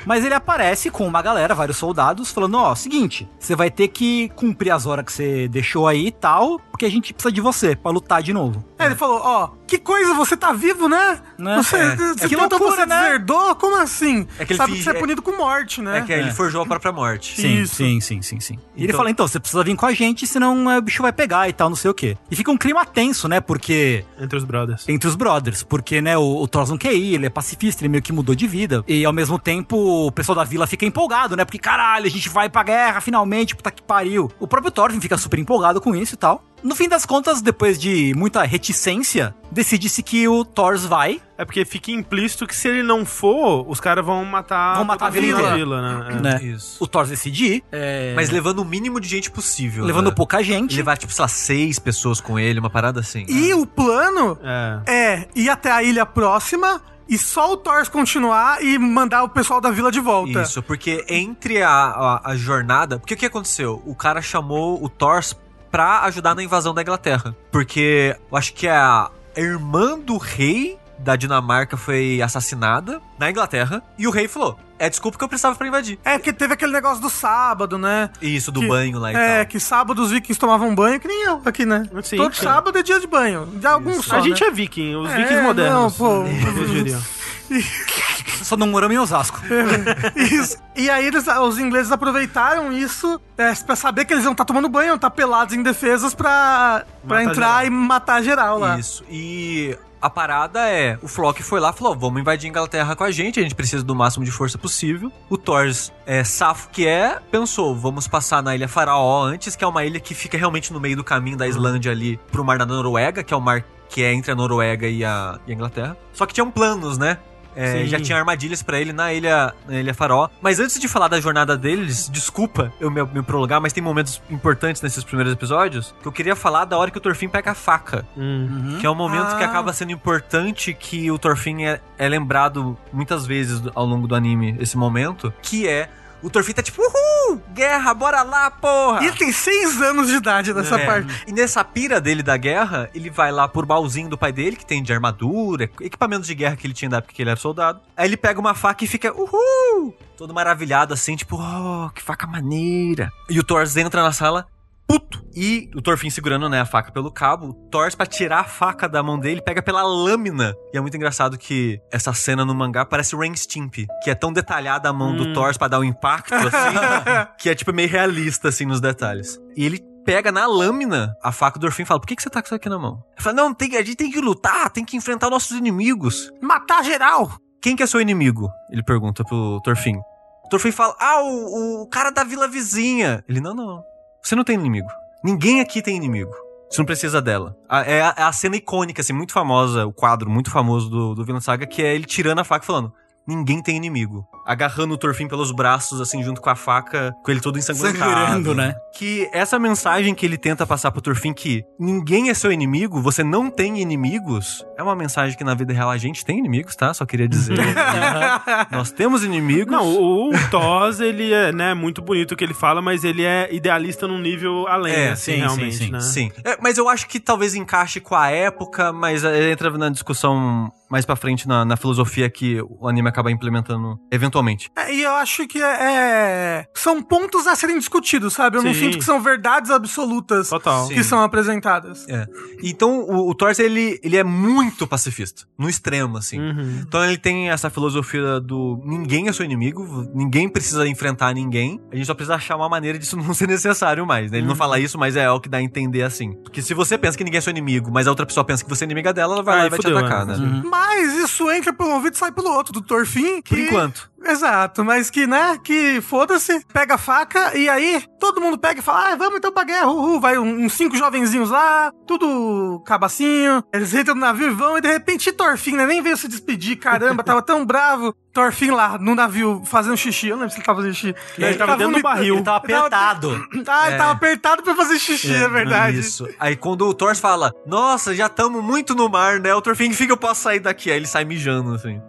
S3: Mas ele aparece com uma galera, vários soldados, falando: ó, seguinte, você vai ter que cumprir as horas que você deixou aí e tal, porque a gente precisa de você pra lutar de novo.
S2: É, ele falou, ó, que coisa, você tá vivo, né?
S3: Né?
S2: Você,
S3: É.
S2: você
S3: É, que
S2: tanto
S3: loucura,
S2: você
S3: né?
S2: deserdou? Como assim?
S5: É que ele
S2: Sabe
S5: finge-
S2: que você é
S5: é-
S2: punido com morte, né?
S5: É, que ele forjou a própria morte.
S3: Sim,
S2: Isso.
S3: sim, sim, sim, sim. E ele
S5: Então-
S3: fala, então, você precisa vir com a gente, senão é, o bicho vai pegar e tal, não sei o quê. E fica um clima tenso, né? Porque.
S4: Entre os brothers.
S3: Entre os brothers, porque, né, o, o Thors não quer ir, ele é pacifista, ele meio que mudou de vida. E ao mesmo tempo, o pessoal da vila fica empolgado, né? Porque, caralho, a gente vai pra guerra, finalmente, puta que pariu. O próprio Thorfinn fica super empolgado com isso e tal. No fim das contas, depois de muita reticência, decide-se que o Thors vai,
S4: É porque fica implícito que se ele não for, os caras vão matar,
S3: Vão matar
S4: toda
S3: a vila.
S4: vila, né? É.
S3: né?
S5: Isso.
S3: O Thors decide ir, é,
S5: Mas levando o mínimo de gente possível.
S3: levando
S5: né?
S3: pouca gente.
S5: Levar, tipo, sei lá, seis pessoas com ele, uma parada assim.
S2: E o plano
S4: É.
S2: é ir até a ilha próxima e só o Thor continuar e mandar o pessoal da vila de volta.
S5: Isso, porque entre a, a, a jornada. Porque o que aconteceu? O cara chamou o Thors pra ajudar na invasão da Inglaterra. Porque eu acho que a irmã do rei da Dinamarca foi assassinada na Inglaterra. E o rei falou: É desculpa que eu precisava pra invadir.
S2: É, porque teve aquele negócio do sábado, né?
S5: Isso, do
S2: Que-
S5: banho lá e
S2: É,
S5: tal.
S2: que sábado os vikings tomavam banho, que nem eu aqui, né?
S4: Sim,
S2: Todo
S4: sim.
S2: sábado é dia de banho. De alguns só,
S4: A gente
S2: né?
S4: é viking, os
S2: É,
S4: vikings modernos. né,
S2: não, pô.
S4: eu diria.
S3: Só não moramos em Osasco.
S2: Isso. E aí eles, os ingleses aproveitaram isso é, pra saber que eles iam estar tomando banho, iam estar pelados em defesas pra, pra
S4: Matar
S2: entrar
S4: geral.
S2: e matar geral lá.
S5: Isso. E a parada é, o Flock foi lá e falou, "Ó, vamos invadir a Inglaterra com a gente, a gente precisa do máximo de força possível. O Thors, é, safo que é, pensou, vamos passar na Ilha Faraó antes, que é uma ilha que fica realmente no meio do caminho da Islândia ali pro mar da Noruega, que é o mar que é entre a Noruega e a, e a Inglaterra. Só que tinham planos, né? É,
S4: Sim.
S5: já tinha armadilhas pra ele na ilha, na ilha Farol. Mas antes de falar da jornada deles, desculpa eu me, me prolongar, mas tem momentos importantes nesses primeiros episódios que eu queria falar da hora que o Torfin pega a faca.
S4: Hum.
S5: Que é um momento que
S2: Ah.
S5: acaba sendo importante que o Thorfinn é, é lembrado muitas vezes do- ao longo do anime, esse momento, que é o Thorfinn tá tipo, uhul, guerra, bora lá, porra!
S2: E ele tem seis anos de idade nessa
S5: É.
S2: parte.
S5: E nessa pira dele da guerra, ele vai lá por baúzinho do pai dele, que tem de armadura, equipamentos de guerra que ele tinha da época que ele era soldado. Aí ele pega uma faca e fica, uhul! Todo maravilhado assim, tipo, oh, que faca maneira. E o Thors entra na sala, puto. E o Thorfinn segurando, né, a faca pelo cabo, torce pra tirar a faca da mão dele, pega pela lâmina. E é muito engraçado que essa cena no mangá parece Rain Stimp, que é tão detalhada a mão
S2: Hum.
S5: do Thor pra dar um impacto, assim, que é tipo meio realista, assim, nos detalhes. E ele pega na lâmina a faca do Thorfinn e fala, por que, que você tá com isso aqui na mão? Ele fala, não, tem, a gente tem que lutar, tem que enfrentar nossos inimigos.
S2: Matar geral!
S5: Quem que é seu inimigo? Ele pergunta pro Thorfinn. O Thorfinn fala, ah, o, o cara da vila vizinha. Ele, não, não, você não tem inimigo. Ninguém aqui tem inimigo. Você não precisa dela. A- é, a, é a cena icônica, assim, muito famosa, o quadro muito famoso do, do Vinland Saga, que é ele tirando a faca e falando: Ninguém tem inimigo. Agarrando o Thorfinn pelos braços, assim, junto com a faca, com ele todo ensanguentado.
S3: Sangrando, né?
S5: Que essa mensagem que ele tenta passar pro Thorfinn, que ninguém é seu inimigo, você não tem inimigos, é uma mensagem que na vida real a gente tem inimigos, tá? Só queria dizer. Nós temos inimigos.
S4: Não, o, o Thos, ele é né, muito bonito o que ele fala, mas ele é idealista num nível além,
S5: É,
S4: assim,
S5: sim, sim,
S4: realmente,
S3: sim,
S4: né?
S5: Sim. É, mas eu acho que talvez encaixe com a época, mas é, entra na discussão mais pra frente na, na filosofia que o anime acaba implementando eventualmente.
S2: É, e eu acho que é, é- São pontos a serem discutidos, sabe? Eu não
S4: Sim.
S2: sinto que são verdades absolutas
S4: Total.
S2: que
S5: Sim.
S2: são apresentadas.
S5: É. Então, o, o Thor's, ele, ele é muito pacifista. No extremo, assim.
S4: Uhum.
S5: Então ele tem essa filosofia do ninguém é seu inimigo, ninguém precisa enfrentar ninguém. A gente só precisa achar uma maneira disso não ser necessário mais.
S4: Hum.
S5: Né? Ele não fala isso, mas é o que dá a entender assim. Porque se você pensa que ninguém é seu inimigo, mas a outra pessoa pensa que você é inimiga dela, ela vai
S4: Aí
S5: lá e vai
S4: fudeu,
S5: te atacar,
S4: é.
S5: né?
S2: Mas isso entra por um ouvido e sai pelo outro, do Torfim.
S5: Por
S2: que-
S5: enquanto.
S2: Exato, mas que, né, que foda-se, pega a faca e aí todo mundo pega e fala, ah, vamos então pra guerra, uhul, vai um- uns cinco jovenzinhos lá, tudo cabacinho, eles entram no navio e vão, e de repente Torfin, né, nem veio se despedir, caramba, tava tão bravo, Torfin lá no navio fazendo xixi, eu não lembro se ele tava fazendo xixi.
S4: Ele tava dentro do
S2: vomitando.
S4: barril.
S2: Ele
S4: Ele
S2: tava
S3: apertado.
S2: Ah, ele tava apertado pra fazer xixi, é, verdade.
S5: Isso. Aí quando o Thor fala, nossa, já tamo muito no mar, né? O Thor fica, eu posso sair daqui. Aí ele sai mijando, assim.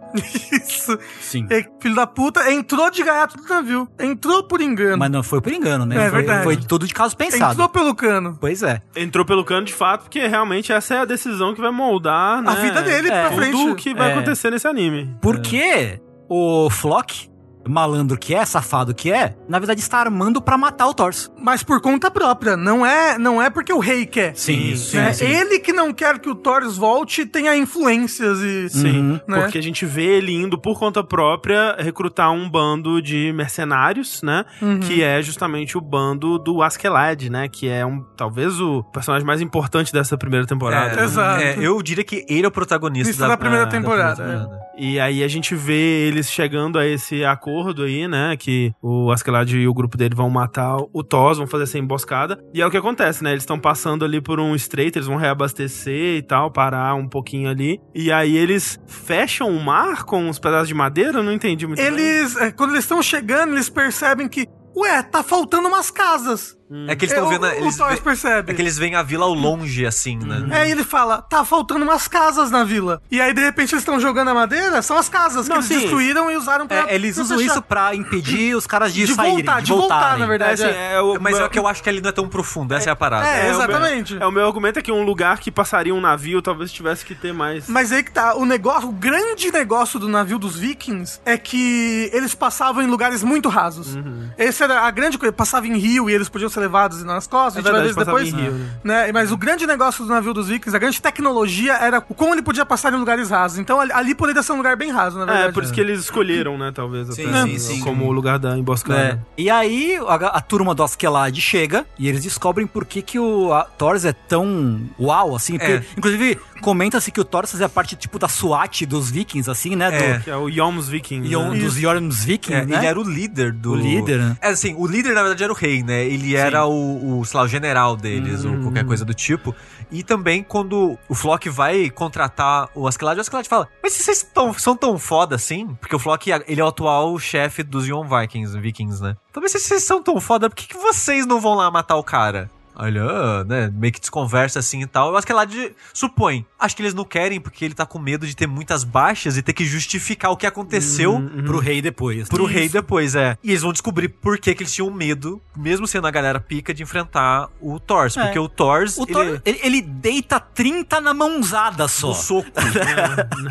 S2: Isso.
S3: Sim.
S2: E, filho da puta, entrou de gaiato no navio, entrou por engano,
S3: Mas não foi por engano, né?
S2: É
S3: foi,
S2: verdade.
S3: foi tudo de caso pensado.
S2: entrou pelo cano.
S3: Pois é.
S4: Entrou pelo cano de fato, porque realmente essa é a decisão que vai moldar né,
S2: A vida dele
S3: É,
S2: pra frente.
S4: tudo o que vai
S3: É.
S4: acontecer nesse anime.
S3: Porque o Flock, malandro que é, safado que é, na verdade está armando pra matar o Thor.
S2: mas por conta própria. Não é, não é porque o rei quer.
S3: Sim,
S2: né? Ele que não quer que o Thor volte tenha influências e.
S4: Sim,
S2: né?
S4: porque a gente vê ele indo por conta própria recrutar um bando de mercenários, né?
S2: Uhum.
S4: Que é justamente o bando do Askeladd, né? Que é um talvez o personagem mais importante dessa primeira temporada. né?
S2: Exato.
S5: É, eu diria que ele é o protagonista
S2: Isso da primeira temporada, é.
S4: E aí a gente vê eles chegando a esse acordo aí, né? Que o Askeladd e o grupo dele vão matar o Thos, vão fazer essa emboscada. E é o que acontece, né? Eles estão passando ali por um estreito, eles vão reabastecer e tal, parar um pouquinho ali. E aí eles fecham o mar com uns pedaços de madeira? Eu não entendi muito bem.
S2: Eles, é, quando eles estão chegando, eles percebem que, ué, tá faltando umas casas.
S5: É que eles estão
S2: É,
S5: vendo.
S2: o,
S5: Eles
S2: o Thor
S5: ve-
S2: percebe.
S5: É que eles veem a vila ao longe, assim, né?
S2: É, e ele fala, tá faltando umas casas na vila. E aí, de repente, eles estão jogando a madeira, são as casas
S4: Não,
S2: que eles
S4: sim.
S2: destruíram e usaram pra.
S3: É, eles
S2: pra
S3: usam
S2: fechar.
S3: isso pra impedir os caras de,
S2: De
S3: saírem,
S2: voltar, de voltar,
S3: voltarem.
S2: na verdade. é.
S4: o,
S5: Mas é o que eu acho que ele não é tão profundo, essa é a parada.
S2: É,
S4: o meu-
S2: exatamente.
S4: É, o meu argumento é que um lugar que passaria um navio talvez tivesse que ter mais.
S2: Mas aí que tá, o negócio, o grande negócio do navio dos vikings é que eles passavam em lugares muito rasos.
S4: Uhum.
S2: Essa era a grande coisa, passava em rio e eles podiam ser levados nas costas,
S4: É
S2: a gente vai ver
S4: verdade,
S2: isso
S4: passava
S2: depois.
S4: em rio,
S2: né? Mas o grande negócio do navio dos vikings, a grande tecnologia era o como ele podia passar em lugares rasos. Então ali, ali poderia ser um lugar bem raso, na
S4: É,
S2: verdade.
S4: por isso que eles escolheram, né, talvez,
S5: Sim,
S4: até,
S5: sim, sim.
S4: como o lugar da emboscada.
S3: É. E aí a, a turma do Askeladd chega e eles descobrem por que, que o a- Thors é tão uau, assim. porque,
S5: É.
S3: Inclusive, comenta-se que o Thor fazia parte, tipo, da SWAT dos vikings, assim, né?
S5: É.
S3: Do,
S4: Que é o Yom's Viking.
S5: Yom-
S4: né?
S3: Dos Yorms vikings,
S5: É,
S3: né?
S5: Ele era o líder do.
S3: O líder, né?
S5: É assim, o líder na verdade era o rei, né? Ele era o, o, sei lá, o general deles,
S2: Hum.
S5: ou qualquer coisa do tipo. E também quando o Flock vai contratar o Askeladd, o Askeladd fala: Mas vocês tão- são tão foda assim? Porque o Flock ele é o atual chefe dos Yon Vikings, Vikings, né? Então, mas se vocês são tão foda, por que, que vocês não vão lá matar o cara? Olha, ah, né? Meio que desconversa assim e tal. Eu acho que ela de- supõe. Acho que eles não querem porque ele tá com medo de ter muitas baixas e ter que justificar o que aconteceu
S3: Pro rei depois.
S5: pro
S3: Uhum, Isso.
S5: rei depois, é. E eles vão descobrir por que, que eles tinham medo, mesmo sendo a galera pica, de enfrentar o Thors. Porque o Thors.
S3: É. O Thor, ele... Ele, deita 30 na mãozada só.
S5: o soco.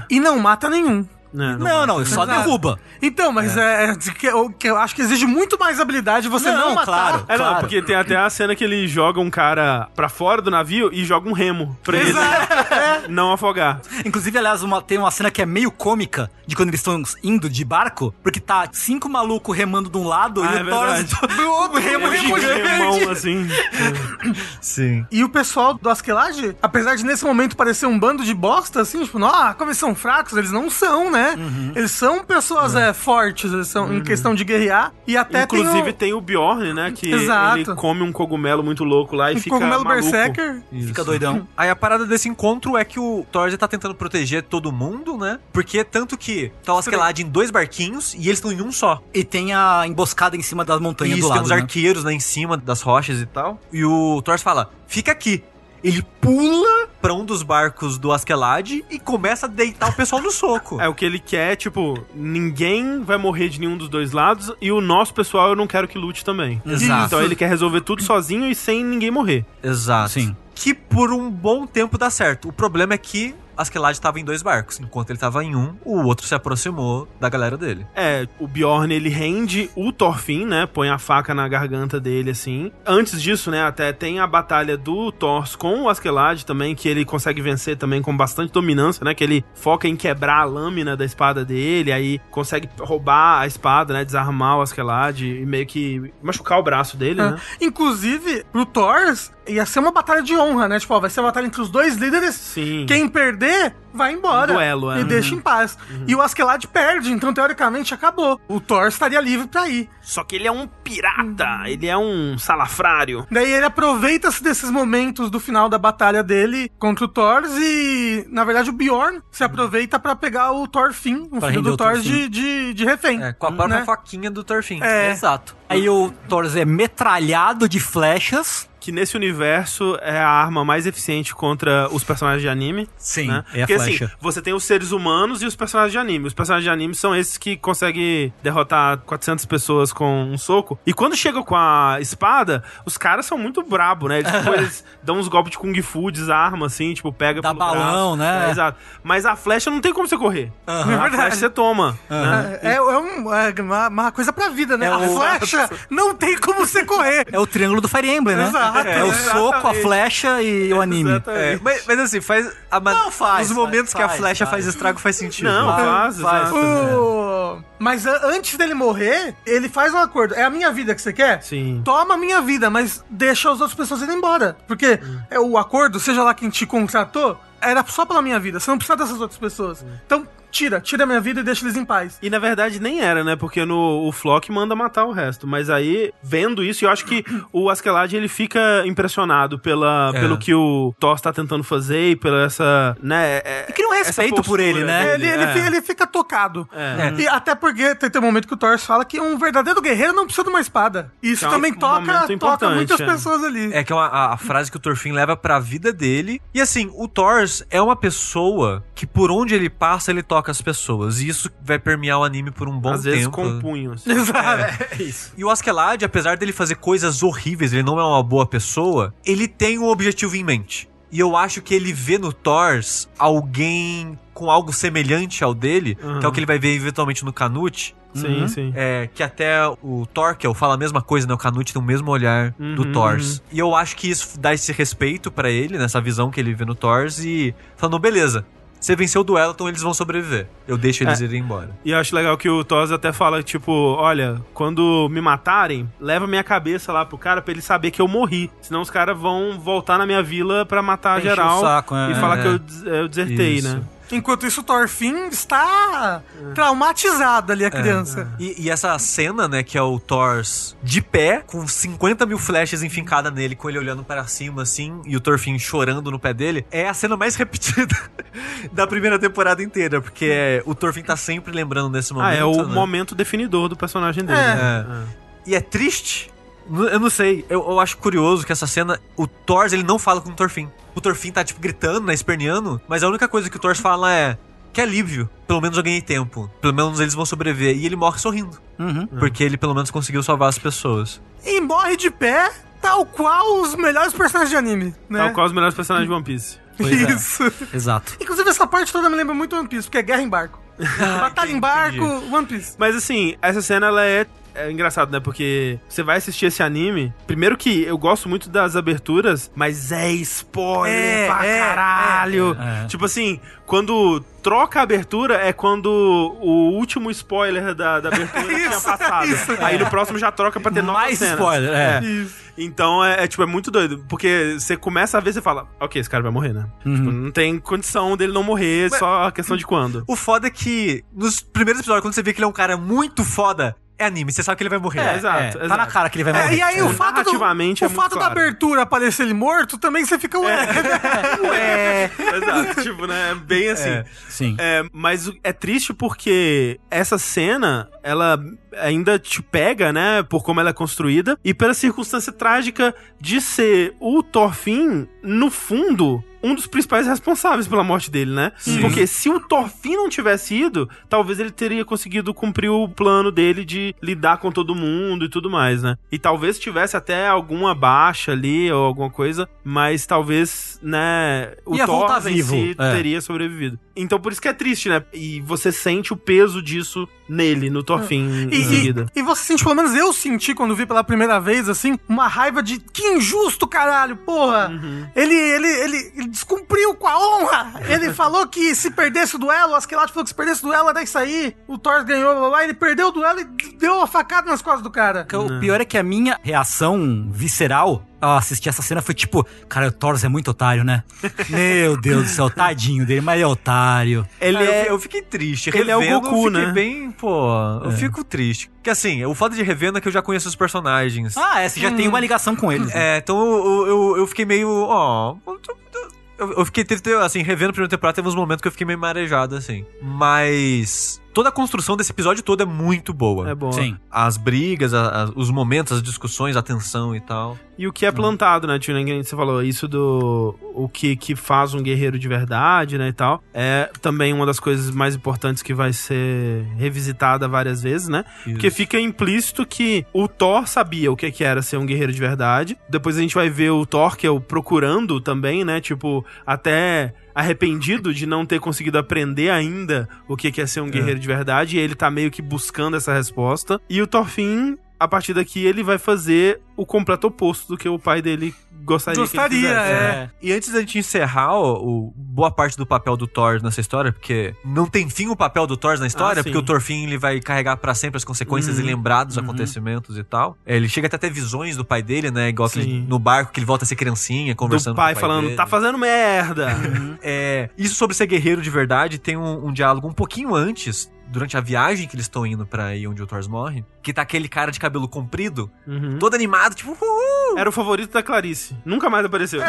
S2: E não mata nenhum.
S4: Né, não-
S3: Não, não, ele só
S2: Exato.
S3: derruba.
S2: Então, mas é, é de que, eu, que eu acho que exige muito mais habilidade você não, matar.
S3: claro.
S4: É, não,
S3: claro.
S4: porque tem até a cena que ele joga um cara pra fora do navio e joga um remo pra ele não afogar.
S3: Inclusive, aliás, uma- tem uma cena que é meio cômica de quando eles estão indo de barco, porque tá cinco malucos remando de um lado
S4: Ah,
S3: e
S4: é
S3: o Thor
S4: verdade.
S3: do outro
S2: Um
S3: remo gigante.
S4: remão, assim.
S5: Sim.
S2: E o pessoal do Askeladd, apesar de nesse momento parecer um bando de bosta, assim, tipo, ah, como eles são fracos, eles não são, né? né?
S4: Uhum.
S2: Eles são pessoas é, fortes, eles são em questão de guerrear. E até tem o-
S4: Inclusive tem o... Bjorn, né? Que
S2: Exato.
S4: ele come um cogumelo muito louco lá e
S2: um
S4: fica
S2: cogumelo
S4: maluco.
S2: berserker.
S3: Fica doidão.
S5: Aí a parada desse encontro é que o Thor já tá tentando proteger todo mundo, né? Porque tanto que tá o Askeladd em dois barquinhos e eles estão em um só.
S3: E tem a emboscada em cima das
S5: E
S3: montanhas do
S5: isso, tem
S3: lado.
S5: uns
S3: né?
S5: arqueiros lá em cima das rochas e tal. E o Thor fala, fica aqui. Ele pula pra um dos barcos do Askeladd e começa a deitar o pessoal no soco.
S4: É o que ele quer, tipo, ninguém vai morrer de nenhum dos dois lados e o nosso pessoal eu não quero que lute também.
S5: Exato.
S4: Então ele quer resolver tudo sozinho e sem ninguém morrer.
S5: Exato.
S3: Sim.
S5: Que por um bom tempo dá certo. O problema é que Askeladd tava em dois barcos. Enquanto ele tava em um, o outro se aproximou da galera dele.
S4: É, o Bjorn ele rende o Thorfinn, né? Põe a faca na garganta dele assim. Antes disso, né, até tem a batalha do Thor com o Askeladd também, que ele consegue vencer também com bastante dominância, né? Que ele foca em quebrar a lâmina da espada dele, aí consegue roubar a espada, né, desarmar o Askeladd e meio que machucar o braço dele,
S2: Ah.
S4: né?
S2: Inclusive, pro Thor, ia ser uma batalha de honra, né? Tipo, ó, vai ser uma batalha entre os dois líderes.
S4: Sim.
S2: Quem perder, vai embora.
S4: Um duelo, é.
S2: E
S4: Uhum.
S2: deixa em paz. E o Askeladd perde, então teoricamente acabou. O Thor estaria livre pra ir.
S4: Só que ele é um pirata, ele é um salafrário.
S2: Daí ele aproveita-se desses momentos do final da batalha dele contra o Thor e, na verdade, o Bjorn se aproveita pra pegar o Thorfinn, o filho
S3: render
S2: do
S3: o
S2: Thor,
S3: Thorfinn.
S2: de, de, de refém.
S5: É, com a própria
S2: né?
S5: faquinha do Thorfinn.
S2: É.
S3: Exato. Aí o Thor é metralhado de flechas.
S4: Que nesse universo é a arma mais eficiente contra os personagens de anime.
S3: Sim,
S4: né?
S3: é a
S4: Porque,
S3: flecha.
S4: assim, você tem os seres humanos e os personagens de anime. Os personagens de anime são esses que conseguem derrotar 400 pessoas com um soco. E quando chega com a espada, os caras são muito brabo, né? Eles, tipo, eles dão uns golpes de kung fu, desarma, assim, tipo, pega
S3: Dá
S4: pelo
S3: balão,
S4: braço.
S3: né?
S4: É, exato. Mas a flecha não tem como você correr. A flecha você toma. né?
S2: É, é um- é uma, uma coisa pra vida, né?
S3: É
S2: a
S5: um
S3: o-
S2: flecha não tem como você correr.
S3: É o triângulo do Fire Emblem, né?
S2: Exato,
S3: é o soco, a
S4: exatamente.
S3: flecha e o anime.
S5: É, mas, mas assim, faz. A ma-
S3: Não, faz,
S5: Os momentos
S3: faz,
S5: que a
S3: faz,
S5: flecha
S3: faz.
S5: faz estrago faz
S3: É,
S5: sentido.
S4: Não, faz,
S5: faz.
S4: exato.
S2: O- Mas a- antes dele morrer, ele faz um acordo. É a minha vida que você quer?
S4: Sim.
S2: Toma a minha vida, mas deixa as outras pessoas irem embora. Porque
S4: Hum.
S2: é o acordo, seja lá quem te contratou, era só pela minha vida. Você não precisa dessas outras pessoas.
S4: Hum.
S2: Então, tira, tira a minha vida e deixa eles em paz.
S4: E na verdade nem era, né? Porque no, o Flock manda matar o resto. Mas aí, vendo isso, eu acho que o Askeladd ele fica impressionado pela,
S5: É.
S4: pelo que o Thor está tentando fazer e pela essa. Né, é-
S3: E cria um
S4: essa
S3: respeito por ele,
S4: postura
S3: né?
S2: Ele, ele,
S4: é.
S2: fi- ele fica tocado.
S4: É.
S2: E até porque tem, tem um momento que o Thor fala que um verdadeiro guerreiro não precisa de uma espada. Isso
S4: Que é um
S2: também
S4: momento
S2: toca, toca
S4: importante,
S2: muitas
S4: é.
S2: pessoas ali.
S5: É que é uma- a, a frase que o Thorfinn leva pra vida dele. E assim, o Thor é uma pessoa que por onde ele passa, ele toca as pessoas. E isso vai permear o anime por um bom
S4: Às
S5: tempo. É.
S4: vezes assim. com punhos.
S2: Exato.
S5: E o Askeladd, apesar dele fazer coisas horríveis, ele não é uma boa pessoa, ele tem um objetivo em mente. E eu acho que ele vê no Thor alguém com algo semelhante ao dele, que é o que ele vai ver eventualmente no Canute.
S4: Sim, sim.
S5: É, que até o Torkel fala a mesma coisa, né? O Canute tem o mesmo olhar
S4: Uhum,
S5: do Thor. E eu acho que isso dá esse respeito pra ele, nessa visão que ele vê no Thor, e falando, beleza, você venceu o duelo, então eles vão sobreviver. Eu deixo
S4: É.
S5: eles irem embora.
S4: E eu acho legal que o Thor até fala, tipo, olha, quando me matarem, leva minha cabeça lá pro cara pra ele saber que eu morri. Senão os caras vão voltar na minha vila pra matar
S3: Encher o
S4: geral
S3: saco, é.
S4: e falar
S5: É.
S4: que eu, des- eu desertei,
S5: Isso.
S4: né?
S2: Enquanto isso, o Thorfinn está traumatizado
S4: É.
S2: ali, a criança.
S5: E, e essa cena, né, que é o Thor de pé, com 50 mil flechas enfincadas nele, com ele olhando para cima, assim, e o Thorfinn chorando no pé dele, é a cena mais repetida da primeira temporada inteira, porque é, o Thorfinn tá sempre lembrando desse momento.
S4: Ah, é o
S5: né?
S4: momento definidor do personagem dele.
S2: É.
S4: né?
S5: É. E é triste? N- Eu não sei. Eu, eu acho curioso que essa cena, o Thor, ele não fala com o Thorfinn. O Thorfinn tá, tipo, gritando, né, esperneando, mas a única coisa que o Thor fala é que alívio. Pelo menos eu ganhei tempo. Pelo menos eles vão sobreviver. E ele morre sorrindo.
S3: Uhum.
S5: Porque ele pelo menos conseguiu salvar as pessoas.
S4: É.
S2: E morre de pé, tal qual os melhores personagens de anime, né?
S4: É. Tal qual os melhores personagens de One Piece.
S3: é.
S2: Isso.
S3: Exato.
S2: Inclusive, essa parte toda me lembra muito One Piece, porque é guerra em barco.
S4: Ah,
S2: Batalha em barco, One Piece.
S4: Mas assim, essa cena ela é, é engraçada, né? Porque você vai assistir esse anime. Primeiro que eu gosto muito das aberturas, mas é spoiler
S2: É,
S4: pra
S2: é,
S4: caralho.
S3: é, é.
S4: Tipo assim, quando troca a abertura é quando o último spoiler da, da abertura tinha passado. Aí no próximo já troca pra ter nova
S3: Mais
S4: cena.
S3: spoiler, é.
S4: é. Então é, é, tipo, é muito doido. Porque você começa a ver você fala, ok, esse cara vai morrer, né? Tipo, não tem condição dele não morrer, é só a questão de quando.
S5: O foda é que nos primeiros episódios, quando você vê que ele é um cara muito foda, é anime, você sabe que ele vai morrer.
S4: É, exato,
S3: É, tá
S4: exato.
S3: na cara que ele vai
S2: É,
S3: morrer.
S2: e aí o
S4: É,
S2: fato, do,
S4: narrativamente é
S2: o
S4: muito
S2: fato da
S4: claro. É.
S2: abertura aparecer ele morto também você fica ué.
S4: Ué! Exato, tipo, né? Bem assim.
S5: É.
S3: Sim.
S4: É, mas o- é triste porque essa cena, ela ainda te pega, né, por como ela é construída e pela circunstância trágica de ser o Thorfinn, no fundo, um dos principais responsáveis pela morte dele, né? Porque se o Thorfinn não tivesse ido, talvez ele teria conseguido cumprir o plano dele de lidar com todo mundo e tudo mais, né? E talvez tivesse até alguma baixa ali ou alguma coisa, mas talvez, né, o
S3: Ia
S4: Thor
S3: voltar
S4: em
S3: vivo,
S4: si
S3: é.
S4: teria sobrevivido. Então por isso que é triste, né? E você sente o peso disso nele, no Thorfinn
S2: E,
S4: em
S2: e,
S4: seguida.
S2: e você sente, pelo menos eu senti quando vi pela primeira vez, assim, uma raiva de que injusto, caralho,
S4: Hum.
S2: porra! Ele, ele, ele, ele descumpriu com a honra! Ele falou que se perdesse o duelo, o Askelat falou que se perdesse o duelo, daí sair, o Thor ganhou, blá, blá, blá, ele perdeu o duelo e deu uma facada nas costas do cara.
S3: Que O pior é que a minha reação visceral ao assistir essa cena foi tipo, cara, o Thors é muito otário, né? Meu Deus do céu, tadinho dele, mas ele é otário.
S4: Ele
S5: Cara, eu
S4: é.
S5: fi- eu fiquei triste.
S4: ele é o
S5: Revendo,
S4: Goku,
S5: eu fiquei
S4: né? É.
S5: bem, pô. Eu fico triste. Que assim, o foda de revendo é que eu já conheço os personagens.
S3: Ah, é, você já tem uma ligação com né? ele.
S5: É, então eu, eu, eu fiquei meio. Ó. eu, eu fiquei. Teve, teve, assim, revendo a primeira temporada, teve uns momentos que eu fiquei meio marejado, assim. Mas. Toda a construção desse episódio todo é muito boa.
S4: É bom.
S3: Sim.
S5: As brigas, a- a- os momentos, as discussões, a tensão e tal.
S4: E o que é plantado, né, Tio Ninguém? Você falou isso do. O que, que faz um guerreiro de verdade, né, e tal. É também uma das coisas mais importantes que vai ser revisitada várias vezes, né? Porque fica implícito que o Thor sabia o que, que era ser um guerreiro de verdade. Depois a gente vai ver o Thor, que é o procurando também, né? Tipo, até arrependido de não ter conseguido aprender ainda o que, que é ser um guerreiro de verdade. E ele tá meio que buscando essa resposta. E o Thorfinn, a partir daqui, ele vai fazer o completo oposto do que o pai dele gostaria, que
S2: Gostaria,
S4: ele fizesse.
S2: é.
S5: E antes da gente encerrar o, o- boa parte do papel do Thor nessa história, porque não tem fim o papel do Thor na história,
S4: Ah, sim. Uhum.
S5: porque o Thorfinn ele vai carregar pra sempre as consequências e lembrar dos acontecimentos e tal. É, Ele chega até a ter visões do pai dele, né? Igual aquele-
S4: Sim.
S5: no barco que ele volta a ser criancinha,
S4: Do
S5: conversando
S4: pai
S5: com o pai
S4: falando,
S5: dele.
S4: tá fazendo merda.
S5: É, isso sobre ser guerreiro de verdade tem um, um diálogo um pouquinho antes, durante a viagem que eles estão indo pra aí onde o Thor morre, que tá aquele cara de cabelo comprido,
S4: Uhum.
S5: todo animado, tipo, uhul!
S4: Era o favorito da Clarice. Nunca mais apareceu.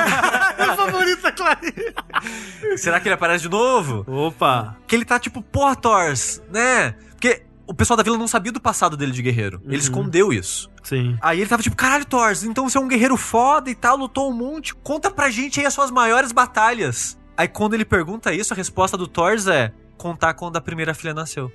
S2: Meu favorito é Clarice.
S5: será que ele aparece de novo?
S4: Opa!
S5: Que ele tá tipo, porra, Thors, né? Porque o pessoal da vila não sabia do passado dele de guerreiro. Ele escondeu isso.
S4: Sim.
S5: Aí ele tava tipo, caralho, Thors, então você é um guerreiro foda e tal, lutou um monte. Conta pra gente aí as suas maiores batalhas. Aí quando ele pergunta isso, a resposta do Thors é contar quando a primeira filha nasceu.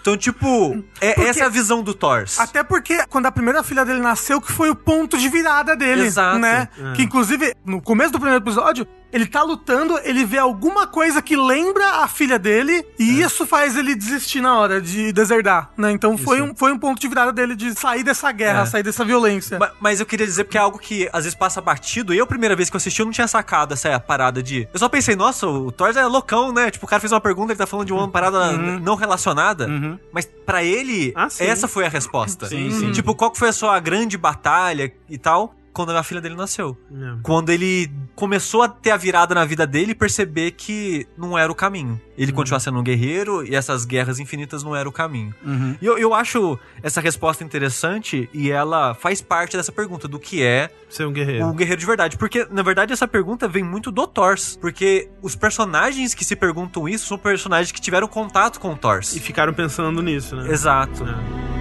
S5: Então, tipo, é, essa é a visão do Thors.
S2: Até porque quando a primeira filha dele nasceu, que foi o ponto de virada dele,
S5: Exato.
S2: né?
S4: É.
S2: Que inclusive, no começo do primeiro episódio, ele tá lutando, ele vê alguma coisa que lembra a filha dele, e isso faz ele desistir na hora de deserdar, né? Então foi um, foi um ponto de virada dele de sair dessa guerra,
S5: É.
S2: sair dessa violência.
S5: Ma- Mas, eu queria dizer porque é algo que às vezes passa batido. E eu, a primeira vez que eu assisti, eu não tinha sacado essa parada de. Eu só pensei, nossa, o Thor é loucão, né? Tipo, o cara fez uma pergunta, ele tá falando de uma parada não relacionada. Mas pra ele,
S4: Uhum. Ah, sim.
S5: essa foi a resposta.
S4: Sim, sim.
S5: Tipo, qual que foi a sua grande batalha e tal? Quando a filha dele nasceu.
S4: É.
S5: Quando ele começou a ter a virada na vida dele e perceber que não era o caminho.
S4: Uhum.
S5: Ele continua sendo um guerreiro e essas guerras infinitas não era o caminho.
S4: Uhum.
S5: E eu, eu acho essa resposta interessante e ela faz parte dessa pergunta do que é
S4: Ser um guerreiro.
S5: o guerreiro de verdade. Porque, na verdade, essa pergunta vem muito do Thors. Porque os personagens que se perguntam isso são personagens que tiveram contato com o Thors.
S4: E ficaram pensando nisso, né?
S5: Exato.
S4: É.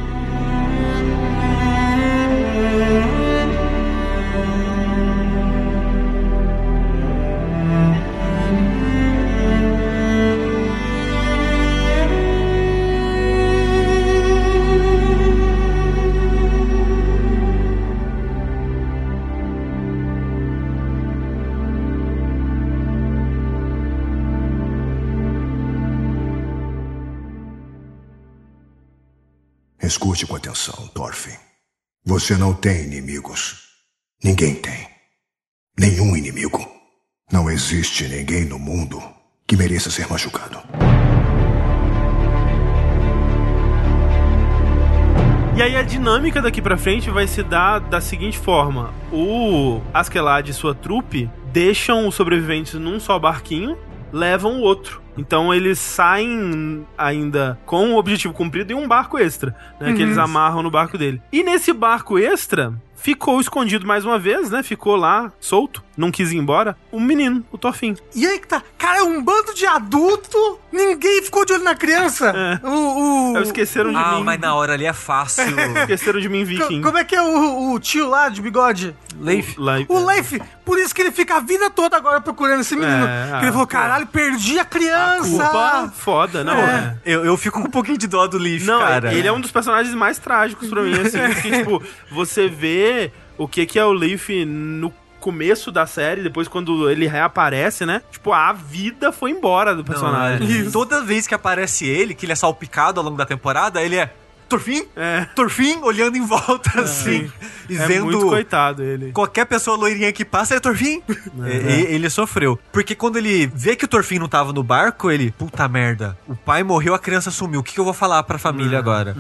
S7: Escute com atenção, Thorfinn. Você não tem inimigos. Ninguém tem. Nenhum inimigo. Não existe ninguém no mundo que mereça ser machucado.
S4: E E aí a dinâmica daqui pra frente vai se dar da seguinte forma: o Askeladd e sua trupe deixam os sobreviventes num só barquinho, levam o outro. Então eles saem ainda com o objetivo cumprido em um barco extra, né? Que eles amarram no barco dele. E nesse barco extra ficou escondido mais uma vez, né? Ficou lá solto, não quis ir embora. Um menino, o Torfin.
S2: E aí que tá. Cara, é um bando de adulto. Ninguém ficou de olho na criança. O, o-
S4: Eu esqueceram de
S5: Ah,
S4: mim.
S5: mas na hora ali é fácil.
S4: Esqueceram de mim,
S2: co-
S4: Viking.
S2: Como é que é o, o tio lá de bigode?
S3: Leif.
S4: Lá-
S2: O Leif, por isso que ele fica a vida toda agora procurando esse menino.
S4: É,
S2: que ele
S4: a
S2: falou, caralho, perdi a criança.
S4: Culpa, foda, não. é.
S5: eu, eu fico com um pouquinho de dó do Leaf,
S4: Não,
S5: cara.
S4: ele é um dos personagens mais trágicos pra mim, assim, porque, tipo, você vê o que que é o Leaf no começo da série, depois quando ele reaparece, né? Tipo, a vida foi embora do
S5: Não, é.
S4: personagem.
S5: Toda vez que aparece ele, que ele é salpicado ao longo da temporada, ele é Torfim,
S4: É.
S5: Torfim, olhando em volta, assim, e
S4: É muito
S5: vendo
S4: coitado ele.
S5: qualquer pessoa loirinha que passa, é Torfim. E- e- Ele sofreu. Porque quando ele vê que o Torfim não tava no barco, ele, puta merda, o pai morreu, a criança sumiu, o que, que eu vou falar pra
S4: Uhum.
S5: família agora?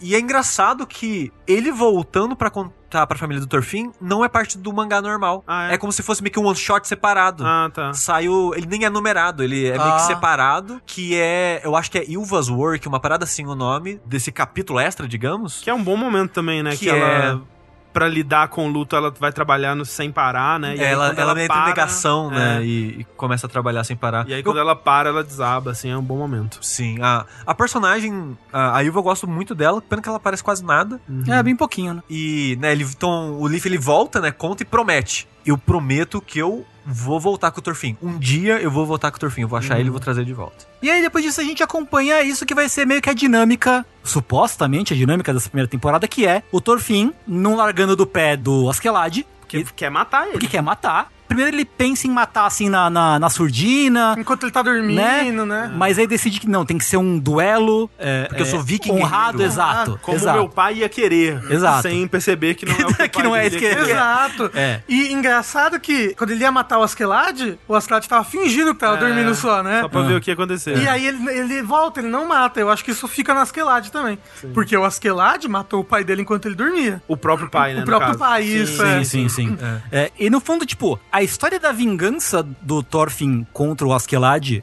S5: E é engraçado que ele voltando pra contar pra família do Torfim não é parte do mangá normal.
S4: Ah,
S5: é?
S4: é?
S5: como se fosse meio que um one shot separado
S4: Ah, tá.
S5: saiu. Ele nem é numerado, ele é
S4: Ah.
S5: meio que separado, que é. Eu acho que é Ilva's Work, uma parada assim o nome desse capítulo extra, digamos.
S4: Que é um bom momento também, né?
S5: Que
S4: Que,
S5: é-
S4: ela, pra lidar com o luto, ela vai trabalhando sem parar, né? E aí,
S5: É, ela
S4: quando
S5: ela, entra
S4: para-
S5: em negação, né?
S4: é.
S5: E, e começa a trabalhar sem parar.
S4: E aí,
S5: Eu-
S4: quando ela para, ela desaba, assim, é um bom momento.
S5: Sim, a, a personagem, a, a Ilva, eu gosto muito dela, pena que ela aparece quase nada.
S4: Uhum.
S3: É, bem pouquinho, né?
S5: E, né, ele, então, o Leaf ele volta, né, conta e promete. Eu prometo que eu vou voltar com o Torfin. Um dia eu vou voltar com o Torfin, eu vou achar ele e
S4: Uhum.
S5: vou trazer ele de volta.
S3: E aí, depois disso, a gente acompanha isso que vai ser meio que a dinâmica, supostamente a dinâmica dessa primeira temporada, que é o Torfin não largando do pé do Askeladd,
S4: Que quer matar ele.
S3: porque quer matar. Primeiro ele pensa em matar, assim, na, na, na surdina,
S2: Enquanto ele tá dormindo, né?
S3: mas aí decide que não, tem que ser um duelo é,
S5: Porque eu
S3: é,
S5: sou viking
S3: honrado,
S5: guerreiro.
S3: exato.
S4: Como
S3: exato.
S4: meu pai ia querer.
S3: Exato.
S4: Sem perceber que não é o que, o
S3: Que não
S4: pai
S3: é
S4: dele
S3: isso que ele
S4: queria.
S2: Exato.
S3: É.
S2: E engraçado que quando ele ia matar o Askeladd, o Askeladd tava fingindo que tava dormindo só,
S4: É,
S2: né?
S4: Só pra ver o que ia acontecer.
S2: E aí ele, ele volta, ele não mata. Eu acho que isso fica no Askeladd também. Porque o Askeladd matou o pai dele enquanto ele dormia.
S4: O próprio pai, né?
S2: o
S4: no
S2: próprio
S4: caso.
S2: pai, isso, é.
S3: Sim, sim, sim. É, e no fundo, tipo, a história da vingança do Thorfinn contra o Askeladd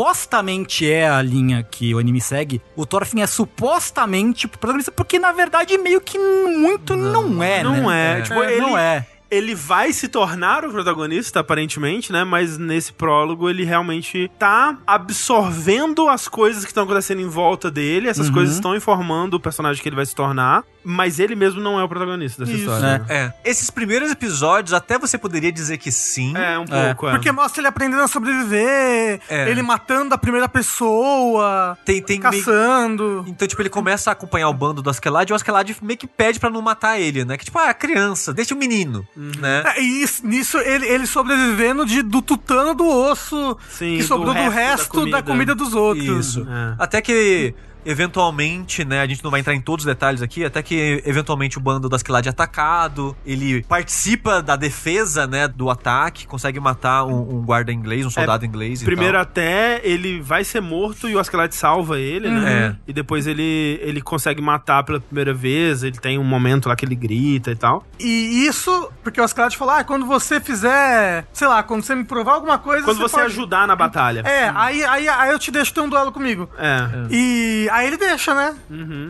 S3: supostamente é a linha que o anime segue. O Thorfinn é supostamente o protagonista, porque na verdade meio que muito não, é, né?
S4: não é. Tipo, ele-
S3: Não é.
S4: Ele vai se tornar o protagonista, aparentemente, né? Mas nesse prólogo ele realmente tá absorvendo as coisas que estão acontecendo em volta dele.
S2: Uhum.
S4: Essas coisas estão informando o personagem que ele vai se tornar. Mas ele mesmo não é o protagonista dessa história. né?
S5: É. Esses primeiros episódios, até você poderia dizer que sim.
S4: É, um pouco. É.
S2: Porque mostra ele aprendendo a sobreviver,
S5: É.
S2: ele matando a primeira pessoa,
S5: Tem, tem meio-
S2: caçando.
S5: Então, tipo, ele começa a acompanhar o bando do Askeladd e o Askeladd meio que pede pra não matar ele, né? Que tipo, ah, criança, deixa o menino,
S4: Uhum.
S5: né?
S2: É, e isso- nisso ele, ele sobrevivendo de, do tutano do osso
S4: Sim,
S2: que
S4: do
S2: sobrou do resto, da, comida. dos outros.
S5: Isso.
S4: É.
S5: Até que, eventualmente, né? A gente não vai entrar em todos os detalhes aqui, até que, eventualmente, o bando do Askeladd é atacado, ele participa da defesa, né, do ataque, consegue matar um, um guarda inglês,
S4: É,
S5: um soldado inglês e
S4: Primeiro
S5: tal.
S4: até ele vai ser morto e o Askeladd salva ele,
S5: Uhum. É.
S4: né? E depois ele, ele consegue matar pela primeira vez, ele tem um momento lá que ele grita e tal.
S2: Então E isso, porque o Askeladd falou, ah, quando você fizer, sei lá, quando você me provar alguma coisa...
S4: Quando você
S2: pode-
S4: ajudar na batalha.
S2: É, aí, aí, aí eu te deixo ter um duelo comigo.
S4: É.
S2: E aí ele deixa, né?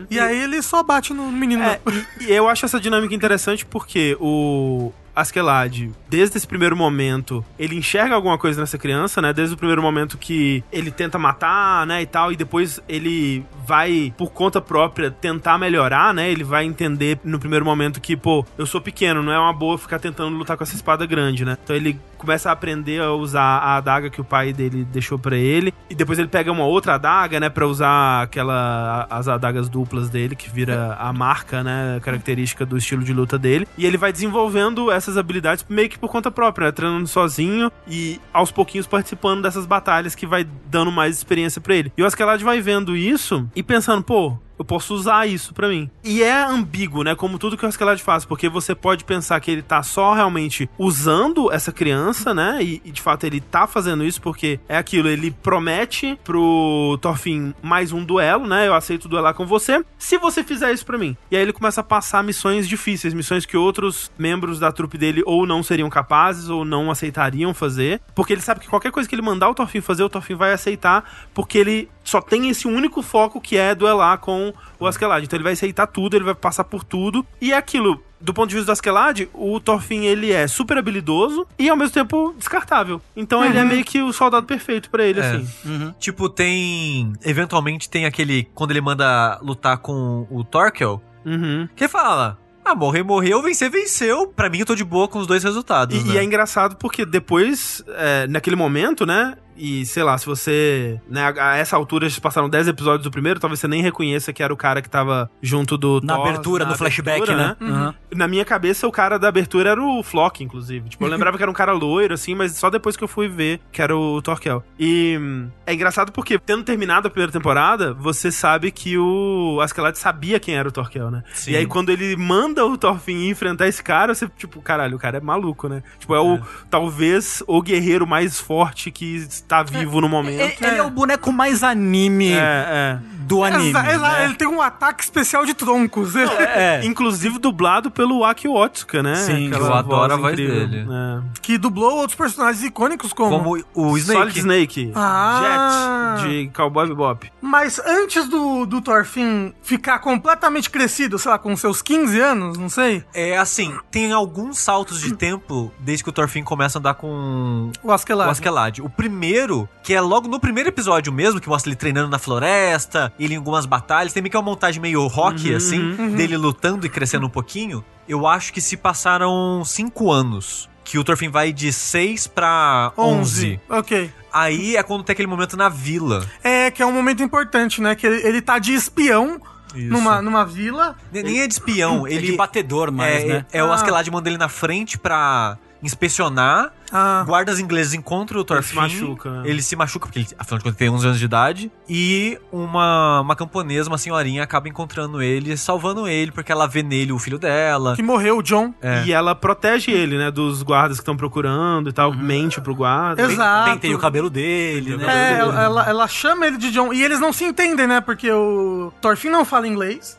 S2: E, aí ele só bate no menino.
S4: É,
S2: né?
S4: e, e eu acho essa dinâmica interessante porque o Askeladd, desde esse primeiro momento, ele enxerga alguma coisa nessa criança, né? Desde o primeiro momento que ele tenta matar, né, e tal, e depois ele vai, por conta própria, tentar melhorar, né? Ele vai entender no primeiro momento que, pô, eu sou pequeno, não é uma boa ficar tentando lutar com essa espada grande, né? Então ele começa a aprender a usar a adaga que o pai dele deixou pra ele, e depois ele pega uma outra adaga, né, Pra usar aquela as adagas duplas dele que vira a marca, né, característica do estilo de luta dele, e ele vai desenvolvendo essas habilidades meio que por conta própria, né, treinando sozinho e aos pouquinhos participando dessas batalhas que vai dando mais experiência pra ele. E o Askeladd vai vendo isso e pensando, pô, eu posso usar isso pra mim. E é ambíguo, né? Como tudo que o Escalade faz, porque você pode pensar que ele tá só realmente usando essa criança, né? E, e, de fato ele tá fazendo isso porque é aquilo, ele promete pro Thorfinn mais um duelo, né? Eu aceito duelar com você, se você fizer isso pra mim. E aí ele começa a passar missões difíceis, missões que outros membros da trupe dele ou não seriam capazes ou não aceitariam fazer, porque ele sabe que qualquer coisa que ele mandar o Thorfinn fazer, o Thorfinn vai aceitar, porque ele só tem esse único foco que é duelar com o Askeladd. Então ele vai aceitar tudo, ele vai passar por tudo. E é aquilo, do ponto de vista do Askeladd, o Thorfinn ele é super habilidoso e ao mesmo tempo descartável. Então ele é meio que o soldado perfeito pra ele,
S5: É.
S4: assim.
S5: Tipo, tem. Eventualmente tem aquele. Quando ele manda lutar com o Torkel,
S4: Uhum.
S5: que ele fala: Ah, morrer, morreu, vencer, venceu. Pra mim, eu tô de boa com os dois resultados.
S4: E,
S5: né?
S4: e é engraçado porque depois, é, naquele momento, né? E sei lá, se você. Né, a, a essa altura já passaram 10 episódios do primeiro, talvez você nem reconheça que era o cara que tava junto do.
S3: Na
S4: Thor,
S3: abertura,
S4: na
S3: no flashback,
S4: abertura,
S3: né? Uhum.
S4: Na minha cabeça, o cara da abertura era o Flock, inclusive. Tipo, eu lembrava que era um cara loiro, assim, mas só depois que eu fui ver que era o Torquel. E hum, é engraçado porque, tendo terminado a primeira temporada, você sabe que o Askeladd sabia quem era o Torquel, né?
S5: Sim.
S4: E aí, quando ele manda o Thorfinn enfrentar esse cara, você, tipo, caralho, o cara é maluco, né? Tipo, é o, talvez, o guerreiro mais forte que está vivo no momento.
S3: É, Ele, ele é o boneco mais anime
S4: É, é.
S3: do anime.
S2: Exa- exa-
S3: né?
S2: Ele tem um ataque especial de troncos.
S3: É.
S4: Inclusive dublado pelo Aki Otsuka, né?
S3: Sim,
S4: Aquela
S5: eu adoro
S4: voz
S5: a voz
S4: incrível.
S5: dele.
S4: É.
S2: Que dublou outros personagens icônicos como...
S5: Como o Snake.
S4: Solid Snake.
S2: Ah.
S4: Jet, de Cowboy Bebop.
S2: Mas antes do, do Thorfinn ficar completamente crescido, sei lá, com seus 15 anos, não sei,
S5: É assim, tem alguns saltos de tempo desde que o Thorfinn começa a andar com
S2: o Askeladd.
S5: o Askeladd. O primeiro, que é logo no primeiro episódio mesmo, que mostra ele treinando na floresta, ele em algumas batalhas, tem meio que uma montagem meio rock,
S3: Uhum,
S5: assim, dele lutando e crescendo um pouquinho. Eu acho que se passaram cinco anos. Que o Thorfinn vai de 6 pra 11.
S2: Ok.
S5: Aí é quando tem aquele momento na vila.
S2: É, que é um momento importante, né? Que ele, ele tá de espião numa, numa vila.
S5: Nem nem é de espião,
S3: É
S5: ele
S3: de batedor mais,
S5: é,
S3: né?
S5: é o
S2: Ah.
S5: Askeladd manda ele na frente pra inspecionar.
S2: Ah,
S5: Guardas ingleses encontram o Thorfinn.
S4: se machuca, né?
S5: Ele se machuca, porque ele, afinal de contas, tem 11 anos de idade. E uma, uma camponesa, uma senhorinha, acaba encontrando ele, salvando ele, porque ela vê nele o filho dela.
S2: que morreu o John.
S5: É.
S4: E ela protege ele, né? Dos guardas que estão procurando e tal.
S5: Uhum.
S4: Mente pro guarda.
S2: Exato.
S3: Pentei o cabelo dele, né?
S2: É, ela, ela- ela chama ele de John. E eles não se entendem, né? Porque o Thorfinn não fala inglês.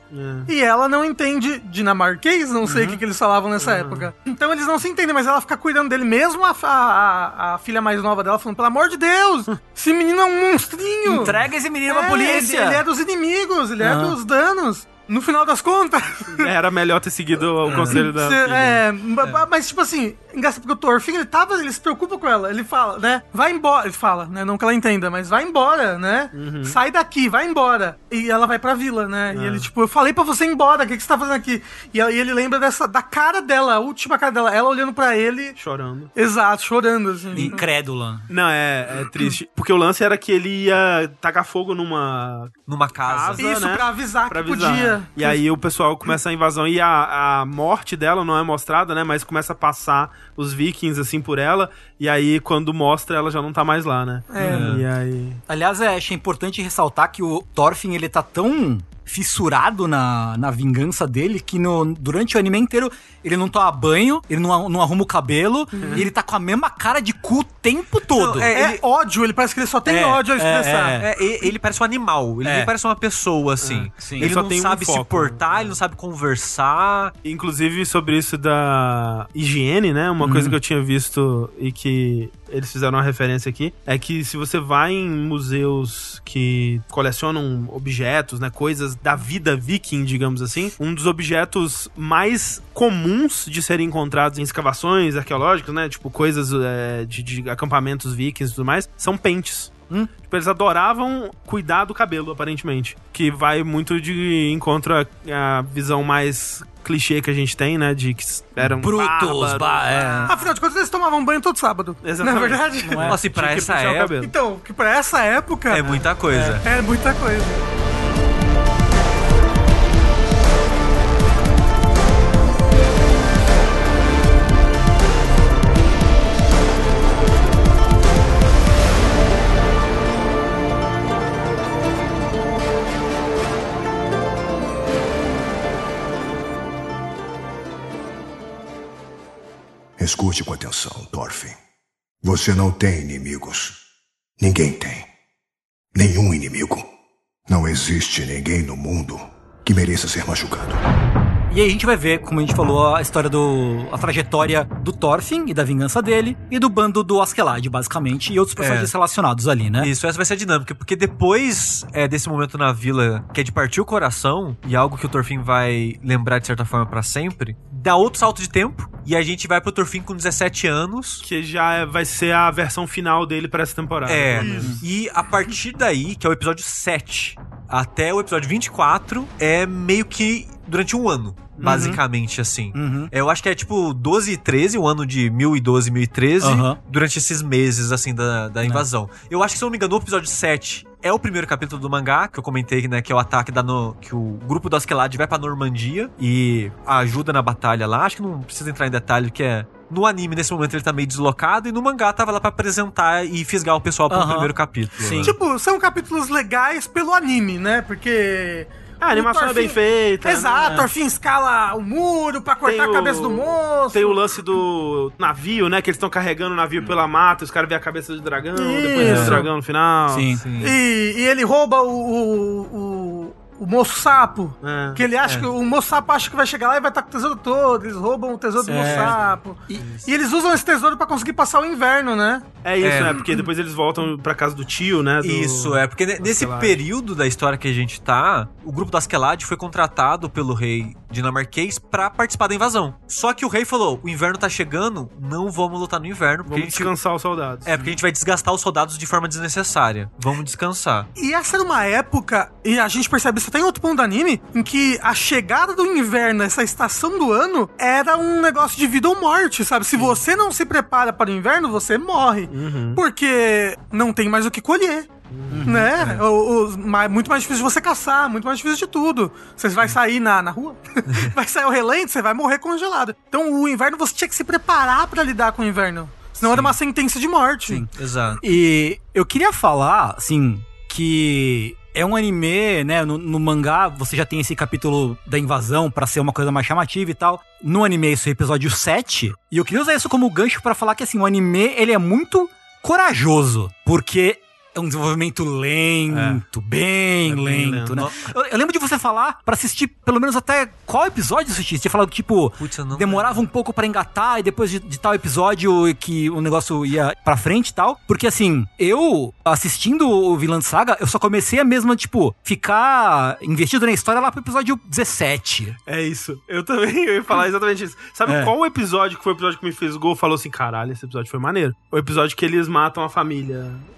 S2: E ela não entende dinamarquês, não sei o que,
S3: Uhum.
S2: que eles falavam nessa época. Então eles não se entendem, mas ela fica cuidando dele. Mesmo a, a- a- a filha mais nova dela falando, pelo amor de Deus, esse menino é um monstrinho.
S3: Entrega esse menino
S2: É,
S3: pra polícia!
S2: Ele, ele é dos inimigos, ele é
S3: Ah.
S2: dos danos. No final das contas.
S4: É. Era melhor ter seguido o conselho da.
S2: cê-
S4: filha.
S2: é, ma- ma- Mas, tipo assim, engraçado porque o Thorfinn, ele tava. Ele se preocupa com ela. Ele fala, né? Vai embora. Ele fala, né? Não que ela entenda, mas vai embora, né? Sai daqui, vai embora. E ela vai pra vila, né? E ele, tipo, eu falei pra você ir embora, o que, que você tá fazendo aqui? E, ela- e ele lembra dessa, da cara dela, a última cara dela, ela olhando pra ele.
S4: Chorando.
S2: Exato, chorando, assim.
S3: é Incrédula.
S4: Não, é, é triste. Porque o lance era que ele ia tacar fogo numa
S5: Numa casa.
S4: Casa.
S2: Isso,
S4: né?
S2: pra avisar
S4: pra
S2: que
S4: avisar.
S2: podia.
S4: E aí o pessoal começa a invasão e a, a morte dela não é mostrada, né? Mas começa a passar os vikings assim por ela. E aí quando mostra, ela já não tá mais lá, né?
S2: É.
S4: E aí.
S3: Aliás, é, acho importante ressaltar que o Thorfinn, ele tá tão fissurado na, na vingança dele que no, durante o anime inteiro ele não toma banho, ele não, a- não arruma o cabelo e ele tá com a mesma cara de cu o tempo todo.
S5: Não, é,
S2: É
S5: ele-
S2: ódio, ele parece que ele só tem
S3: É,
S2: ódio
S3: é,
S2: a expressar.
S3: é.
S5: É, e- ele parece um animal, ele
S3: É.
S5: nem parece uma pessoa, assim.
S3: sim.
S5: Ele,
S4: Ele só
S5: não
S4: tem um
S5: sabe se
S4: foco,
S5: portar, ele não sabe conversar.
S4: Inclusive sobre isso da higiene, né? Uma coisa que eu tinha visto e que eles fizeram uma referência aqui é que se você vai em museus que colecionam objetos, né, coisas da vida viking, digamos assim, um dos objetos mais comuns de serem encontrados em escavações arqueológicas, né, tipo coisas é, de, de acampamentos vikings e tudo mais, são pentes. Tipo, eles adoravam cuidar do cabelo, aparentemente. Que vai muito de encontro à à visão mais clichê que a gente tem, né? De que eram
S3: Brutos,
S4: bárbaros.
S3: bah, é.
S2: Afinal de contas, eles tomavam banho todo sábado.
S4: Exatamente. é
S2: Na verdade.
S5: é Nossa, e pra
S4: Tinha que
S5: essa
S4: puxar o
S5: época,
S4: cabelo.
S2: Então, que pra essa época
S5: é muita coisa.
S2: é muita coisa.
S7: escute com atenção, Thorfinn. Você não tem inimigos. Ninguém tem. Nenhum inimigo. Não existe ninguém no mundo que mereça ser machucado.
S3: E aí a gente vai ver, como a gente falou, a história do. a trajetória do Thorfinn e da vingança dele, e do bando do Askeladd, basicamente, e outros personagens relacionados ali, né?
S5: Isso, essa vai ser a dinâmica, porque depois é, desse momento na vila, que é de partir o coração, e algo que o Torfin vai lembrar de certa forma pra sempre, dá outro salto de tempo, e a gente vai pro Torfin com 17 anos.
S4: Que já é- vai ser a versão final dele pra essa temporada. Né?
S5: É, e a partir daí, que é o episódio 7, até o episódio 24, é meio que durante um ano, basicamente, assim.
S3: Uhum.
S5: É, Eu acho que é tipo 12 e 13, o ano de 1012, 1013,
S3: Aham. Né.
S5: durante esses meses, assim, da, da invasão. Eu acho que, se eu não me engano, o episódio 7 é o primeiro capítulo do mangá, que eu comentei, né, que é o ataque da... No, que o grupo do Askeladd vai pra Normandia e ajuda na batalha lá. Acho que não precisa entrar em detalhe, que é... No anime, nesse momento, ele tá meio deslocado, e no mangá tava lá pra apresentar e fisgar o pessoal pro
S3: Aham.
S5: primeiro capítulo.
S3: Sim.
S5: né?
S2: Tipo, são capítulos legais pelo anime, né? Porque.
S4: A animação
S2: o
S4: é bem
S2: Thorfinn-
S4: feita.
S2: Exato,
S4: né?
S2: Thorfinn escala o muro pra cortar
S4: Tem
S2: a cabeça
S4: o-
S2: do moço.
S4: Tem o lance do navio, né? Que eles estão carregando o navio pela mata, os caras vêem a cabeça do dragão, depois vê
S2: Isso.
S4: o dragão no final.
S3: Sim.
S5: Sim.
S2: E, e ele rouba o, o, o- o moço sapo.
S4: É.
S2: Que ele acha que o moço sapo acha que vai chegar lá e vai estar com o tesouro todo. Eles roubam o tesouro
S4: É.
S2: do moço
S3: Certo.
S2: sapo. E, e eles usam esse tesouro pra conseguir passar o inverno, né?
S4: É isso,
S5: É.
S4: né? Porque depois eles voltam pra casa do tio, né? do-
S5: Isso, é, porque ne- nesse
S4: Askeladd.
S5: período da história que a gente tá, o grupo da Askeladd foi contratado pelo rei dinamarquês pra participar da invasão. Só que o rei falou: o inverno tá chegando, não vamos lutar no inverno, porque
S4: Vamos
S5: a gente.
S4: descansar os soldados.
S5: É, porque a gente vai desgastar os soldados de forma desnecessária. Vamos descansar.
S2: E essa era uma época, e a gente percebe isso até em outro ponto do anime, em que a chegada do inverno, essa estação do ano, era um negócio de vida ou morte, sabe? Se você não se prepara para o inverno, você morre. Porque não tem mais o que colher. Né? O- os- ma- muito mais difícil de você caçar, muito mais difícil de tudo. Você vai sair na, na rua, vai sair ao relento, você vai morrer congelado. Então o inverno você tinha que se preparar para lidar com o inverno. Senão era uma sentença de morte.
S5: Exato.
S3: E eu queria falar, assim, que é um anime, né? No, no mangá você já tem esse capítulo da invasão pra ser uma coisa mais chamativa e tal. No anime isso é episódio 7. E eu queria usar isso como gancho pra falar que, assim, o anime, ele é muito corajoso. Porque é um desenvolvimento lento, bem,
S4: É bem
S3: lento,
S4: lento.
S3: né? Eu, eu lembro de você falar pra assistir pelo menos até qual episódio você assistia. Você falava, tipo,
S5: Putz, eu não. né?
S3: demorava um pouco pra engatar e depois de, de tal episódio que o negócio ia pra frente e tal. Porque assim, eu assistindo o Vilã de Saga, eu só comecei a mesma, tipo, ficar investido na história lá pro episódio 17.
S4: É isso. Eu também eu ia falar exatamente isso. Sabe
S3: É.
S4: qual o episódio que foi o episódio que me fez gol? Falou assim, caralho, esse episódio foi maneiro. O episódio que eles matam a famha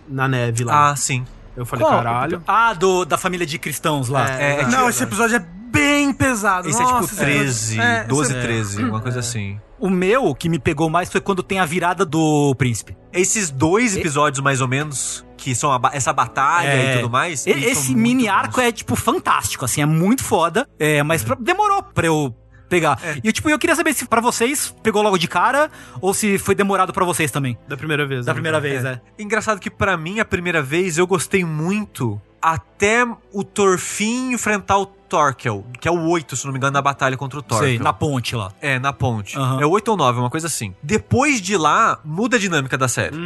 S4: na neve lá.
S5: Ah, sim.
S4: eu falei, caralho.
S3: Ah, do, da família de cristãos lá.
S5: Então. É, é,
S2: Não, esse episódio é bem pesado.
S5: esse é
S2: Nossa,
S5: tipo 13,
S2: é,
S5: 12,
S2: esse é-
S5: 13, uma coisa assim.
S3: O meu, que me pegou mais, foi quando tem a virada do príncipe.
S5: Esses dois episódios, mais ou menos, que são a ba- essa batalha
S3: É.
S5: e tudo mais.
S3: E-
S5: eles são
S3: Esse
S5: muito
S3: mini
S5: bons.
S3: arco é, tipo, fantástico, assim, é muito foda. É, mas pra- demorou pra eu pegar.
S5: É.
S3: E eu, tipo, eu queria saber se pra vocês pegou logo de cara ou se foi demorado pra vocês também.
S4: Da primeira vez.
S3: Da
S4: né?
S3: primeira vez, é.
S5: Engraçado que pra mim, a primeira vez, eu gostei muito até o Torfin enfrentar o Torkel, que é o 8, se não me engano, na batalha contra o Torkel.
S3: Sei, na ponte lá.
S5: É, na ponte.
S3: Aham.
S5: É 8 ou 9, uma coisa assim. Depois de lá, muda a dinâmica da série.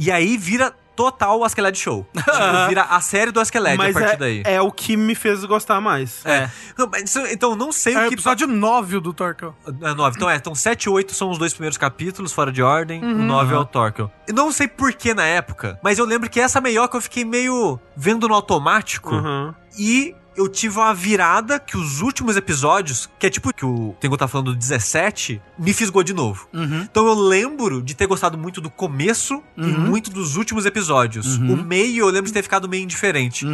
S5: E aí vira total Askeladd Show. tipo, vira a série do Askeladd a
S4: Mas
S5: partir
S4: é,
S5: daí.
S4: é o que me fez gostar mais.
S5: É. Não, mas isso- Então, não sei
S2: É o
S5: o que...
S2: episódio 9 do Torkel.
S5: É 9. Então é, então 7 e 8 são os dois primeiros capítulos, fora de ordem. O 9 é o Torkel. Eu não sei por que na época, mas eu lembro que essa meioca eu fiquei meio vendo no automático.
S4: Uhum.
S5: E eu tive uma virada que os últimos episódios, que é tipo que o Tengu tá falando do 17, me fisgou de novo. Então eu lembro de ter gostado muito do começo e muito dos últimos episódios. O meio eu lembro de ter ficado meio indiferente.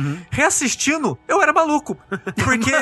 S5: Reassistindo, eu era maluco. Porque,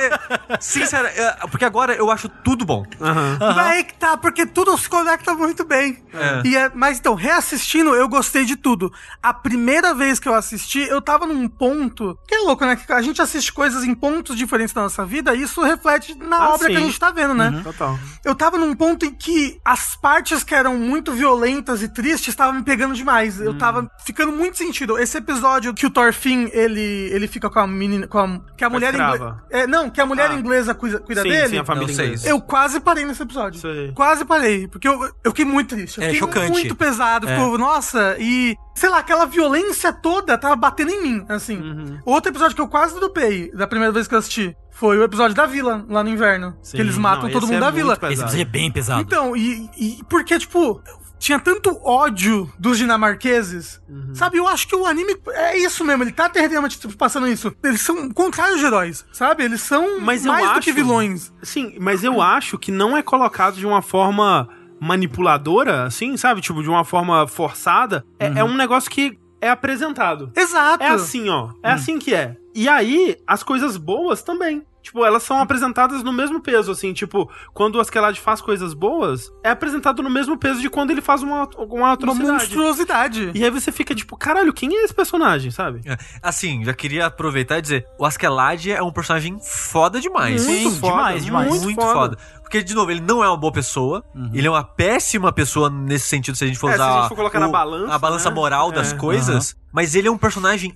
S5: sincera, é, porque agora eu acho tudo bom.
S4: Aham.
S2: Mas Aí que tá, porque tudo se conecta muito bem.
S5: É.
S2: E é- mas então, reassistindo, eu gostei de tudo. A primeira vez que eu assisti, eu tava num ponto. Que é louco, né? Que a gente assiste coisas em em pontos diferentes da nossa vida, e isso reflete na
S4: Ah,
S2: obra que a
S4: sim.
S2: gente tá vendo, né?
S5: Uhum.
S4: Total.
S2: Eu tava num ponto em que as partes que eram muito violentas e tristes estavam me pegando demais.
S4: Hum.
S2: Eu tava ficando muito sentido. Esse episódio que o Thorfinn, ele, ele fica com a menina. Com a, que a mulher
S4: escrava.
S2: inglesa. É, não, que a mulher
S4: Ah.
S2: inglesa cuida, cuida
S4: sim,
S2: dele.
S4: sim, a família
S5: Não sei
S4: inglesa.
S5: isso.
S2: Eu quase parei nesse episódio.
S4: Isso aí.
S2: Quase parei, porque eu, eu fiquei muito triste. Eu
S3: É,
S2: fiquei
S3: chocante.
S2: muito pesado.
S4: É.
S2: Ficou, nossa, e sei lá, aquela violência toda tava batendo em mim, assim.
S4: Uhum.
S2: Outro episódio que eu quase dopei da primeira vez que eu assisti foi o episódio da vila, lá no inverno.
S4: Sim.
S2: que eles matam
S4: Não,
S2: todo
S4: esse
S2: mundo
S4: é
S2: da
S4: muito
S2: vila.
S4: pesado.
S3: Esse episódio é bem pesado.
S2: Então, e, e porque, tipo, tinha tanto ódio dos dinamarqueses,
S4: Uhum.
S2: sabe? Eu acho que o anime é isso mesmo, ele tá eternamente tipo, passando isso. Eles são contrários de heróis, sabe? Eles são
S4: Mas eu
S2: mais do
S4: acho-
S2: que vilões.
S4: Sim, mas eu acho que não é colocado de uma forma manipuladora, assim, sabe? Tipo, de uma forma forçada. É, é um negócio que é apresentado.
S2: Exato.
S4: É assim, ó. É assim que é. E aí, as coisas boas também. Tipo, elas são apresentadas no mesmo peso, assim. Tipo, quando o Askeladd faz coisas boas, é apresentado no mesmo peso de quando ele faz uma, uma
S2: Uma
S4: atrocidade.
S2: monstruosidade.
S4: E aí você fica tipo, caralho, quem é esse personagem, sabe?
S5: É, Assim, já queria aproveitar e dizer, o Askeladd é um personagem foda demais.
S4: Muito foda,
S5: demais, demais. Muito,
S4: muito
S5: foda.
S4: foda.
S5: Porque, de novo, ele não é uma boa pessoa.
S3: Uhum.
S5: Ele é uma péssima pessoa nesse sentido, se a gente for
S4: É, se
S5: usar
S4: a gente for colocar na balança,
S5: a balança
S4: né?
S5: moral
S4: É.
S5: das
S3: Uhum.
S5: coisas. Mas ele é um personagem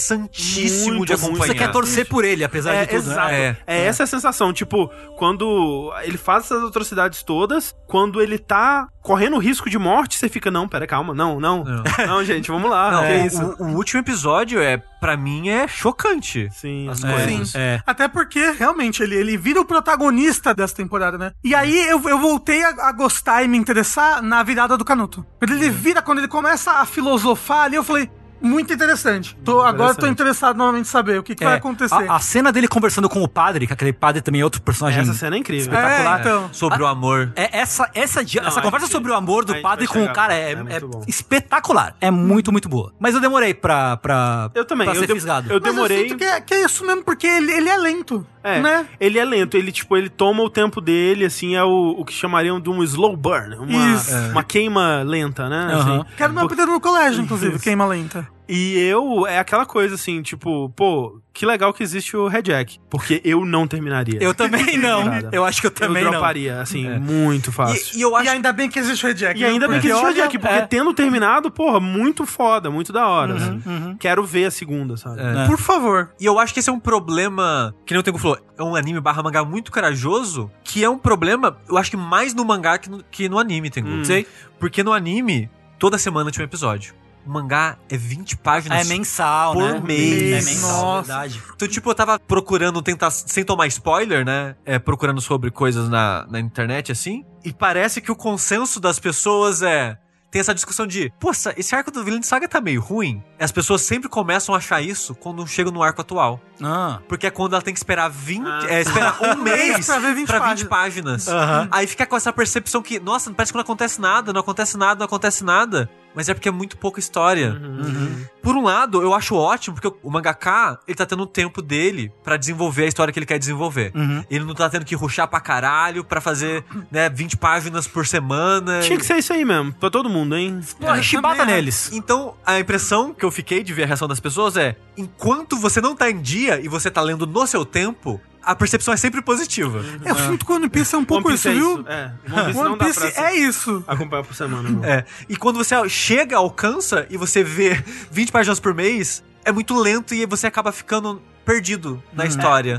S5: interessantíssimo
S4: Muito é.
S5: de
S4: bom.
S5: acompanhar.
S4: Você
S3: Quer torcer por ele, apesar
S4: É,
S3: de tudo. né?
S4: exato.
S5: É.
S4: É, essa a sensação. Tipo, quando ele faz essas atrocidades todas, quando ele tá correndo risco de morte, você fica, não, pera, calma, não, não. Não, gente, vamos lá.
S5: Não,
S4: que
S5: o,
S4: é isso?
S5: o- o último episódio, é para mim, é chocante.
S4: Sim,
S5: As
S4: é.
S5: coisas.
S2: Sim. Até porque, realmente, ele, ele vira o protagonista dessa temporada, né? E aí eu, eu voltei a, a gostar e me interessar na virada do Canuto. Quando
S4: É.
S2: ele vira, quando ele começa a filosofar ali, eu falei. Muito interessante. Tô, Agora eu tô
S4: interessante. Ah,
S2: interessado novamente em saber o que, que vai
S3: É,
S2: acontecer.
S3: A, a cena dele conversando com o padre, que aquele padre também é outro personagem.
S4: Essa cena é incrível.
S2: é, então.
S5: Sobre o amor.
S3: É, essa essa, dia-
S4: Não,
S3: essa
S4: a
S3: conversa
S4: gente-
S3: sobre o amor
S4: a
S3: do
S4: gente
S3: padre
S4: vai
S3: com o
S4: chegar
S3: cara
S4: lá.
S3: é,
S4: É muito
S3: é
S4: bom.
S3: espetacular. É muito, muito boa. Mas eu demorei pra, pra,
S4: Eu também,
S3: pra
S4: eu
S3: ser
S4: de-
S3: fisgado.
S4: eu-
S2: Mas
S4: demorei.
S2: eu sinto que é, que é isso mesmo, porque ele, ele é lento,
S4: É,
S2: né?
S4: ele é lento, ele tipo, ele toma o tempo dele, assim, é o, o que chamariam de um slow burn, uma,
S2: Isso.
S4: é, uma queima lenta, né? assim.
S3: Aham.
S2: Quero meu apelido no colégio, inclusive, queima lenta.
S4: E eu, é aquela coisa assim, tipo, pô, que legal que existe o Red Jack, porque eu não terminaria.
S3: Eu também não.
S4: Nada.
S3: Eu acho que eu também
S4: eu
S3: não. É.
S4: droparia, assim, muito fácil.
S5: E, e eu
S2: E
S5: acho
S2: ainda bem que existe o Reject.
S4: E ainda bem que existe o Red Jack, porque
S3: é.
S4: tendo terminado, porra, muito foda, muito da
S3: Uhum,
S4: hora. assim. Quero ver a segunda, sabe?
S3: É.
S2: Por favor.
S5: E eu acho que esse é um problema, que nem o Tengu falou, é um anime barra mangá muito corajoso, que é um problema, eu acho que mais no mangá que no, que no anime, Tengu. Sei? Porque no anime, toda semana tinha um episódio. O mangá é 20 páginas.
S3: É mensal,
S5: Por
S3: né?
S5: mês.
S3: É mensal,
S2: Nossa.
S3: verdade.
S5: Então, tipo, eu tava procurando tentar, sem tomar spoiler, né? É, procurando sobre coisas na, na internet, assim. E parece que o consenso das pessoas é. Tem essa discussão de, poxa, esse arco do Villain Saga tá meio ruim. E As pessoas sempre começam a achar isso quando chegam no arco atual.
S3: Ah.
S5: Porque é quando ela tem que esperar 20.
S4: Ah.
S5: É, esperar um mês
S2: pra ver 20 páginas.
S5: páginas. Aí fica com essa percepção que, nossa, parece que não acontece nada, não acontece nada, não acontece nada. Mas é porque é muito pouca história.
S3: Uhum.
S5: Por um lado, eu acho ótimo, porque o mangaká, ele tá tendo o tempo dele pra desenvolver a história que ele quer desenvolver.
S3: Uhum.
S5: Ele não tá tendo que ruxar pra caralho pra fazer, né, 20 páginas por semana. É,
S4: Tinha que ser isso aí mesmo, pra todo mundo, hein? É.
S3: Porra, chibata
S2: também,
S3: neles.
S5: Então, a impressão que eu fiquei de ver a reação das pessoas é: enquanto você não tá em dia e você tá lendo no seu tempo, a percepção é sempre positiva.
S2: Eu sinto que o One Piece é um pouco
S4: One
S2: isso,
S4: Piece é
S2: viu?
S4: isso, É, One Piece não
S2: One
S4: dá
S2: Piece
S4: pra
S2: é isso.
S4: acompanhar por semana, não.
S5: É. E quando você chega, alcança e você vê 20 páginas por mês, é muito lento e você acaba ficando perdido na história.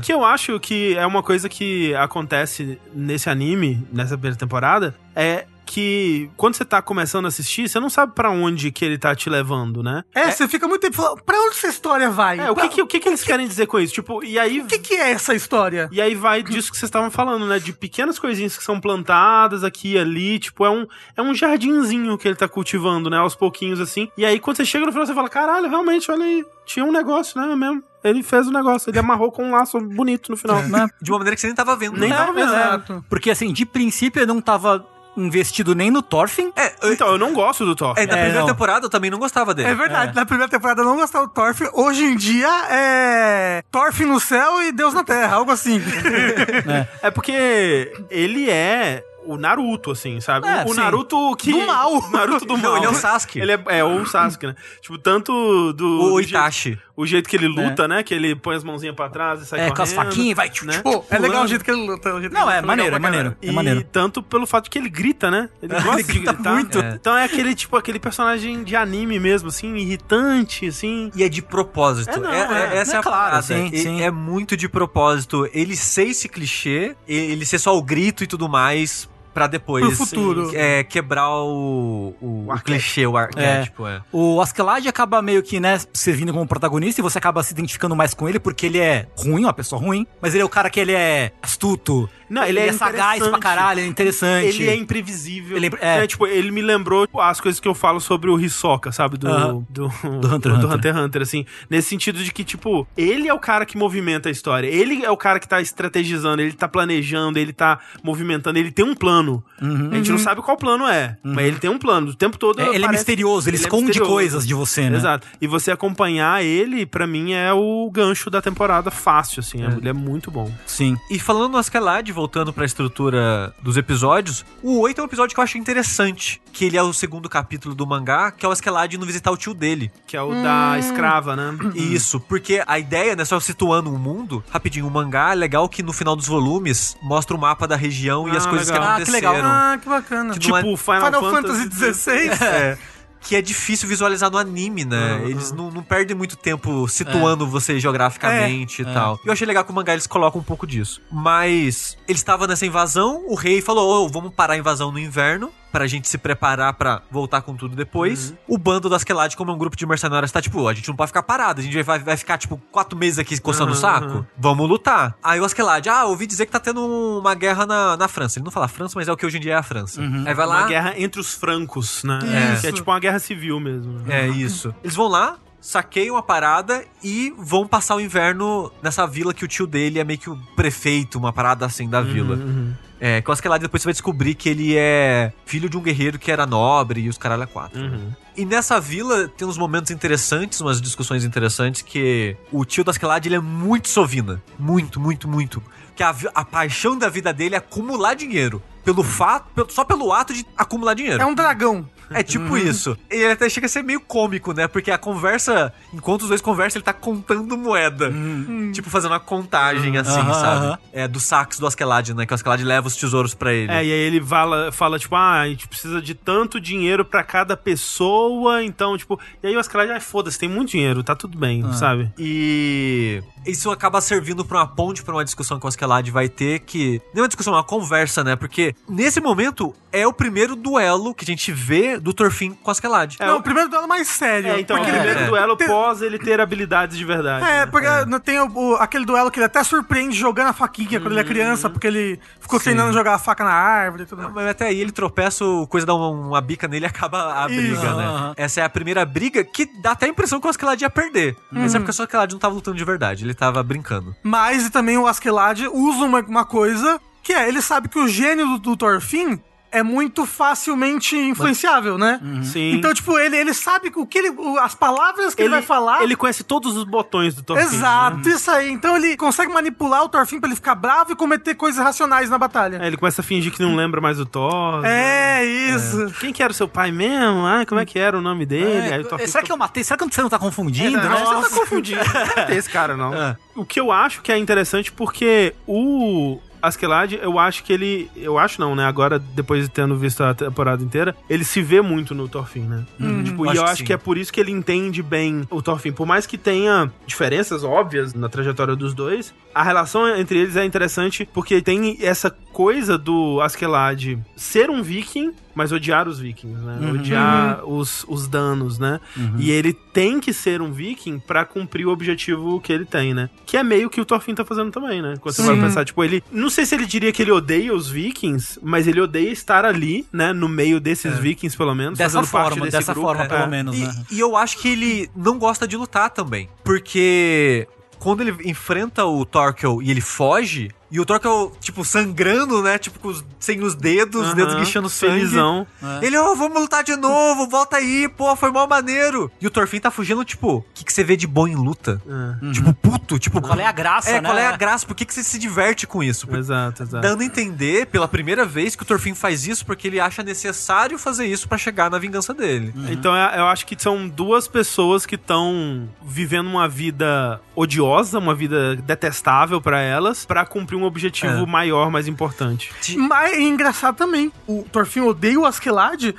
S4: que eu acho que é uma coisa que acontece nesse anime, nessa primeira temporada, é que quando você tá começando a assistir, você não sabe pra onde que ele tá te levando, né?
S2: É, você fica muito tempo falando, pra onde essa história vai?
S4: É, o que
S2: Pra-
S4: que, o que que eles querem dizer com isso? Tipo, e aí...
S2: o que que é essa história?
S4: E aí vai disso que vocês estavam falando, né? De pequenas coisinhas que são plantadas aqui e ali. Tipo, é um, é um jardinzinho que ele tá cultivando, né? Aos pouquinhos, assim. E aí, quando você chega no final, você fala, caralho, realmente, olha aí. Tinha um negócio, né? Mesmo. Ele fez o negócio. Ele amarrou com um laço bonito no final.
S5: De uma maneira que você nem tava vendo.
S4: Nem
S5: né?
S4: tava vendo.
S2: Exato.
S3: É, Porque assim, de princípio eu não tava investido nem no Thorfinn.
S5: É, eu-
S4: Então, eu não gosto do Thor.
S5: é, na
S3: É,
S5: primeira
S3: não.
S5: temporada eu também não gostava dele.
S2: É verdade, na primeira temporada eu não gostava do Torf, hoje em dia é Torf no céu e Deus na terra, algo assim.
S4: É porque ele é o Naruto, assim, sabe?
S5: É,
S4: o
S5: sim.
S4: Naruto que.
S2: Do mal.
S4: Naruto do mal.
S5: Não, ele é o Sasuke.
S4: Ele é, é, ou o Sasuke, né? Tipo, tanto do.
S5: O
S4: do jeito-
S5: Itachi. É.
S4: o jeito que ele luta, né? Que ele põe as mãozinhas pra trás e sai
S3: É,
S4: correndo.
S3: com as faquinhas, vai. tchu,
S4: né?
S3: tchu.
S2: Pô, é legal o jeito que ele luta. o jeito que
S3: Não,
S2: ele
S3: é maneiro,
S2: luta, legal
S3: é
S2: pra
S3: maneiro.
S2: caralho.
S3: É maneiro. É.
S4: E tanto pelo fato que ele grita, né? Ele gosta de
S5: grita
S4: gritar.
S5: muito.
S4: É. Então é aquele, tipo, aquele personagem de anime mesmo, assim, irritante, assim.
S5: E é de propósito.
S4: É, não,
S5: É- é-
S4: é.
S5: Essa é,
S3: É
S5: a
S3: claro,
S5: parada.
S3: sim,
S5: E-
S3: sim.
S5: É muito de propósito. Ele ser esse clichê, e- ele ser só o grito e tudo mais, pra depois...
S2: Pro futuro.
S5: É, quebrar o, o, o clichê, o arquétipo, é.
S3: O Askeladd acaba meio que, né, servindo como protagonista e você acaba se identificando mais com ele porque ele é ruim, uma pessoa ruim, mas ele é o cara que ele é astuto,
S4: Não, ele, é
S3: sagaz pra
S4: interessante.
S3: caralho, ele é interessante.
S4: Ele é imprevisível.
S3: Ele é impre- é.
S4: Né, tipo, ele me lembrou tipo, as coisas que eu falo sobre o Hisoka, sabe? Do,
S3: Aham.
S4: do,
S3: Do Hunter x
S4: do
S3: Hunter.
S4: Hunter x Hunter, assim. Nesse sentido de que, tipo, ele é o cara que movimenta a história. Ele é o cara que tá estrategizando, ele tá planejando, ele tá movimentando, ele tem um plano. A gente não sabe qual plano é, mas ele tem um plano. O tempo todo.
S3: Uhum. É, ele é
S4: parece-
S3: misterioso, ele,
S4: é
S3: esconde
S4: misterioso.
S3: coisas de você, né?
S4: Exato. E você acompanhar ele, pra mim, é o gancho da temporada fácil, assim. É. Ele é muito bom.
S3: Sim.
S5: E falando no Askeladd, voltando pra estrutura dos episódios, o 8 é um episódio que eu acho interessante, que ele é o segundo capítulo do mangá, que é o Askeladd indo visitar o tio dele.
S4: Que é o da escrava, né?
S5: Isso, porque a ideia, né, só situando o mundo, rapidinho, o mangá é legal que no final dos volumes mostra o mapa da região e
S4: Ah,
S5: as coisas
S4: legal.
S5: que
S3: Ah, que legal.
S5: aconteceram.
S2: Ah, que bacana.
S5: Que
S4: Tipo,
S5: não
S4: Final,
S5: é-
S2: Final
S4: Fantasy
S2: Fantasy XVI?
S5: É. Que é difícil visualizar no anime, né?
S4: Uhum. É.
S5: Eles não, não perdem muito tempo situando você geograficamente e
S3: É.
S5: tal. E eu achei legal que o mangá eles colocam um pouco disso. Mas ele estava nessa invasão, o rei falou: "Ô, vamos parar a invasão no inverno. Pra gente se preparar pra voltar com tudo
S4: Uhum.
S5: depois. O bando do Askeladd, como é um grupo de mercenários, tá tipo, a gente não pode ficar parado, a gente vai, vai ficar, tipo, quatro meses aqui coçando o
S4: Uhum,
S5: saco.
S4: uhum.
S5: Vamos lutar. Aí o Askeladd, ah, ouvi dizer que tá tendo uma guerra na, na França. Ele não fala França, mas é o que hoje em dia é a França. Aí vai lá.
S4: Uhum. Uma guerra entre os francos, né?
S2: Isso.
S4: Que é tipo uma guerra civil mesmo. né?
S5: É isso. Eles vão lá, saqueiam a parada e vão passar o inverno nessa vila que o tio dele é meio que o prefeito, uma parada assim da vila.
S4: Uhum.
S5: É, que eu acho que lá depois você vai descobrir que ele é filho de um guerreiro que era nobre e os caralho a quatro.
S4: Uhum.
S5: E nessa vila tem uns momentos interessantes, umas discussões interessantes, que o tio da Askelad, ele é muito sovina. Muito, muito, muito. Que a, vi- a paixão da vida dele é acumular dinheiro. Pelo fato, pelo- só pelo ato de acumular dinheiro.
S2: É um dragão.
S5: É tipo isso. E ele até chega a ser meio cômico, né? Porque a conversa, enquanto os dois conversam, ele tá contando moeda. Tipo, fazendo uma contagem, assim,
S3: Aham,
S5: sabe?
S3: aham.
S5: É do sax do Askeladd, né? Que o Askeladd leva os tesouros pra ele.
S4: É, e aí ele fala, fala, tipo, ah, a gente precisa de tanto dinheiro pra cada pessoa, então, tipo... E aí o Ascalad, ah, foda-se, tem muito dinheiro, tá tudo bem,
S2: Ah.
S4: sabe?
S5: E isso acaba servindo pra uma ponte pra uma discussão que o Askeladd vai ter, que nem uma discussão, é uma conversa, né? Porque nesse momento é o primeiro duelo que a gente vê do Torfin com É, o Askeladd.
S2: não, o primeiro duelo mais sério.
S4: É, então,
S2: porque
S4: o
S2: ele-
S4: primeiro
S5: é.
S4: duelo
S2: Tem-
S4: pós ele ter habilidades de verdade.
S2: É,
S4: né?
S2: porque não tem o, o- aquele duelo que ele até surpreende jogando a faquinha quando ele é criança, porque ele ficou treinando jogar a faca na árvore e tudo mais.
S5: Mas até aí ele tropeça, o coisa dá uma, uma bica nele e acaba a
S2: Isso.
S5: briga, né?
S3: Aham.
S5: Essa é a primeira briga que dá até a impressão que o Askeladd ia perder.
S3: Uhum.
S5: Mas é porque o Askeladd não tava lutando de verdade, ele tava brincando.
S2: Mas e também o Askeladd usa uma, uma coisa que é, ele sabe que o gênio do, do Thorfinn é muito facilmente influenciável, né?
S4: Sim.
S2: Então, tipo, ele, ele sabe o que ele. o- as palavras que ele, vai falar.
S4: Ele conhece todos os botões do
S2: né?
S4: Thorfinn.
S2: Exato, isso aí. Então ele consegue manipular o Thorfinn pra ele ficar bravo e cometer coisas racionais na
S4: né? É,
S2: batalha.
S4: ele começa a fingir que não lembra mais do Thor. né?
S2: É, isso.
S4: Quem que era o seu pai mesmo? Ah, como é que era o nome dele? Aí o
S3: É,
S4: Thorfinn
S3: será que eu matei? Será que você não tá confundindo?
S4: Não,
S3: né?
S4: você tá confundindo. Não tem esse cara, não. O que eu acho que é interessante porque o Askeladd, eu acho que ele... Eu acho não, né? Agora, depois de tendo visto a temporada inteira, ele se vê muito no Thorfinn, né? Tipo, e
S5: Uhum. acho
S4: eu
S5: que
S4: acho
S5: sim.
S4: que é por isso que ele entende bem o Thorfinn. Por mais que tenha diferenças óbvias na trajetória dos dois, a relação entre eles é interessante porque tem essa coisa do Askeladd ser um viking, mas odiar os vikings, né?
S5: Uhum.
S4: Odiar os, os danos, né? E ele tem que ser um viking pra cumprir o objetivo que ele tem, né? Que é meio que o Thorfinn tá fazendo também, né? Quando você vai pensar, tipo, ele. Não sei se ele diria que ele odeia os vikings, mas ele odeia estar ali, né? No meio desses vikings, pelo menos.
S3: É. Dessa
S4: fazendo parte
S3: forma,
S4: desse
S3: dessa
S4: grupo.
S3: forma,
S4: É.
S3: pelo menos,
S5: E,
S3: né?
S5: e eu acho que ele não gosta de lutar também. Porque quando ele enfrenta o Torkel e ele foge, E o Troca, tipo, sangrando, né? Tipo, com os- sem os dedos, os
S4: Aham,
S5: dedos guichando sangue.
S4: felizão.
S3: É.
S5: Ele, ô, vamos lutar de novo, volta aí, pô, foi mal maneiro. E o Torfin tá fugindo, tipo, o que, que você vê de bom em luta?
S4: É.
S5: Tipo, puto, tipo...
S3: Uhum. Qual é a graça,
S5: É,
S3: né?
S5: qual é a graça? Por que, que você se diverte com isso? Por-
S4: Exato, exato.
S5: Dando a entender, pela primeira vez, que o Torfin faz isso porque ele acha necessário fazer isso pra chegar na vingança dele.
S3: Uhum.
S4: Então é- eu acho que são duas pessoas que estão vivendo uma vida odiosa, uma vida detestável pra elas, pra cumprir um objetivo
S5: É.
S4: maior, mais importante.
S2: Mas é engraçado também. O Torfin odeia o Askeladd,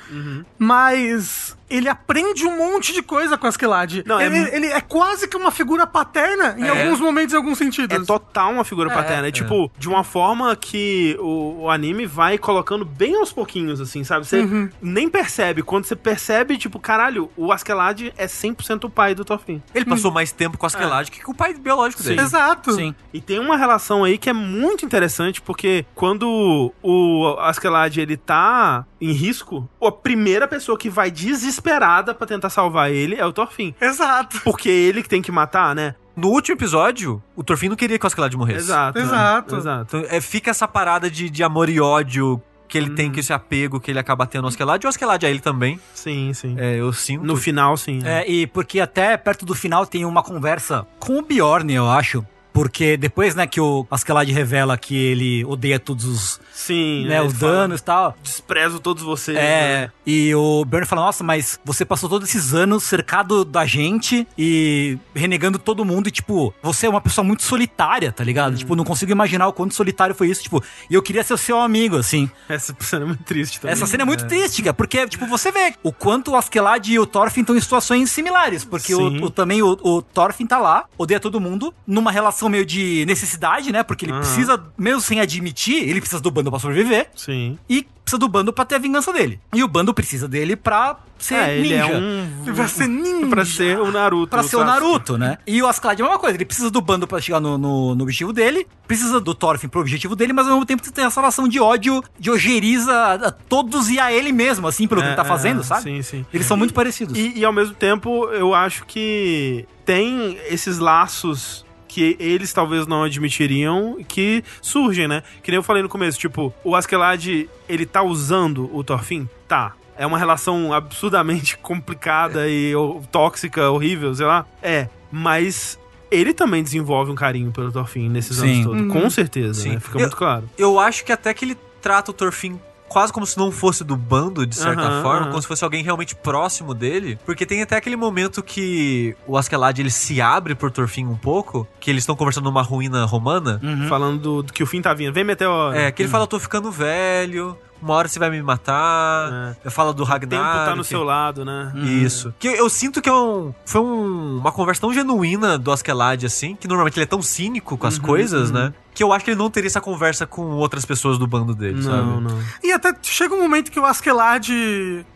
S2: mas ele aprende um monte de coisa com o Askeladd.
S4: Não, é
S2: ele,
S4: mu-
S2: ele é quase que uma figura paterna em alguns momentos, em alguns sentidos.
S4: É total uma figura paterna. É tipo, de uma forma que o, o anime vai colocando bem aos pouquinhos, assim, sabe? Você
S2: Uhum.
S4: nem percebe. Quando você percebe, tipo, caralho, o Askeladd é 100% o pai do Thorfinn.
S5: Ele passou mais tempo com Askeladd que com o pai biológico dele.
S2: Exato.
S3: É. Sim.
S4: E tem uma relação aí que é muito interessante, porque quando o Askeladd, ele tá em risco, a primeira pessoa que vai desesperada pra tentar salvar ele é o Thorfinn.
S2: Exato.
S4: Porque é ele que tem que matar, né?
S5: No último episódio, o Torfin não queria que o Askeladd morresse.
S4: Exato. né?
S2: Exato.
S4: Exato.
S5: Então, é, fica essa parada de, de amor e ódio que ele
S3: Uhum.
S5: tem, que esse apego que ele acaba tendo ao Askeladd. E o Askeladd é ele também,
S4: Sim, sim.
S5: é, eu sinto.
S4: No final, sim.
S3: É, e porque até perto do final tem uma conversa com o Bjorn, eu acho. Porque depois, né, que o Askeladd revela que ele odeia todos os,
S4: Sim. é
S3: né,
S4: ele
S3: os
S4: fala,
S3: danos e tal.
S4: Desprezo todos vocês. né?
S3: É, e o Bjorn fala, nossa, mas você passou todos esses anos cercado da gente e renegando todo mundo e, tipo, você é uma pessoa muito solitária, tá ligado? Tipo, não consigo imaginar o quanto solitário foi isso, tipo, e eu queria ser o seu amigo, assim.
S4: Essa cena é muito triste também.
S3: Essa cena é muito triste, cara, porque, tipo, você vê o quanto o Askeladd e o Thorfinn estão em situações similares, porque
S4: Sim.
S3: o, o- também o, o Thorfinn tá lá, odeia todo mundo, numa relação meio de necessidade, né, porque ele precisa, mesmo sem admitir, ele precisa do bando pra sobreviver,
S4: Sim.
S3: e precisa do bando pra ter a vingança dele. E o bando precisa dele pra ser
S4: É, ele
S3: ninja.
S4: é um.
S2: Vai ser ninja.
S4: Pra ser o Naruto. tá?
S3: Pra ser o
S4: sabe?
S3: Naruto, né? E o Askeladd é a mesma coisa. Ele precisa do bando pra chegar no, no, no objetivo dele, precisa do Thorfinn pro objetivo dele, mas ao mesmo tempo você tem essa relação de ódio, de ojeriza a a todos e a ele mesmo, assim, pelo que
S4: É,
S3: ele tá
S4: é,
S3: fazendo, sabe?
S4: Sim, sim.
S3: Eles são muito parecidos.
S4: E, e ao mesmo tempo, eu acho que tem esses laços que eles talvez não admitiriam que surgem, né? Que nem eu falei no começo, tipo, o Askeladd, ele tá usando o Thorfinn? Tá. É uma relação absurdamente complicada e ou, tóxica, horrível, sei lá. É, mas ele também desenvolve um carinho pelo Thorfinn nesses anos
S3: Sim.
S4: todos, com certeza,
S5: Uhum. Sim.
S4: né? Fica
S5: Eu-
S4: muito claro.
S5: Eu acho que até que ele trata o Torfin quase como se não fosse do bando, de certa
S4: Aham,
S5: forma,
S4: aham.
S5: como se fosse alguém realmente próximo dele. Porque tem até aquele momento que o Askeladd ele se abre pro Torfin um pouco, que eles estão conversando numa ruína romana.
S4: Hum, Falando do, do que o fim tá vindo. Vem meteoro.
S5: Uhum. É, que ele fala, eu tô ficando velho, uma hora você vai me matar. Eu falo do
S4: É. O tempo
S5: Ragnar.
S4: tá no seu lado, né?
S5: Isso. Que eu, eu sinto que é um, foi um- uma conversa tão genuína do Askeladd, assim, que normalmente ele é tão cínico com as
S4: Uhum,
S5: coisas, né? Que eu acho que ele não teria essa conversa com outras pessoas do bando dele,
S4: Não,
S5: sabe?
S4: não.
S2: E até chega um momento que o Askeladd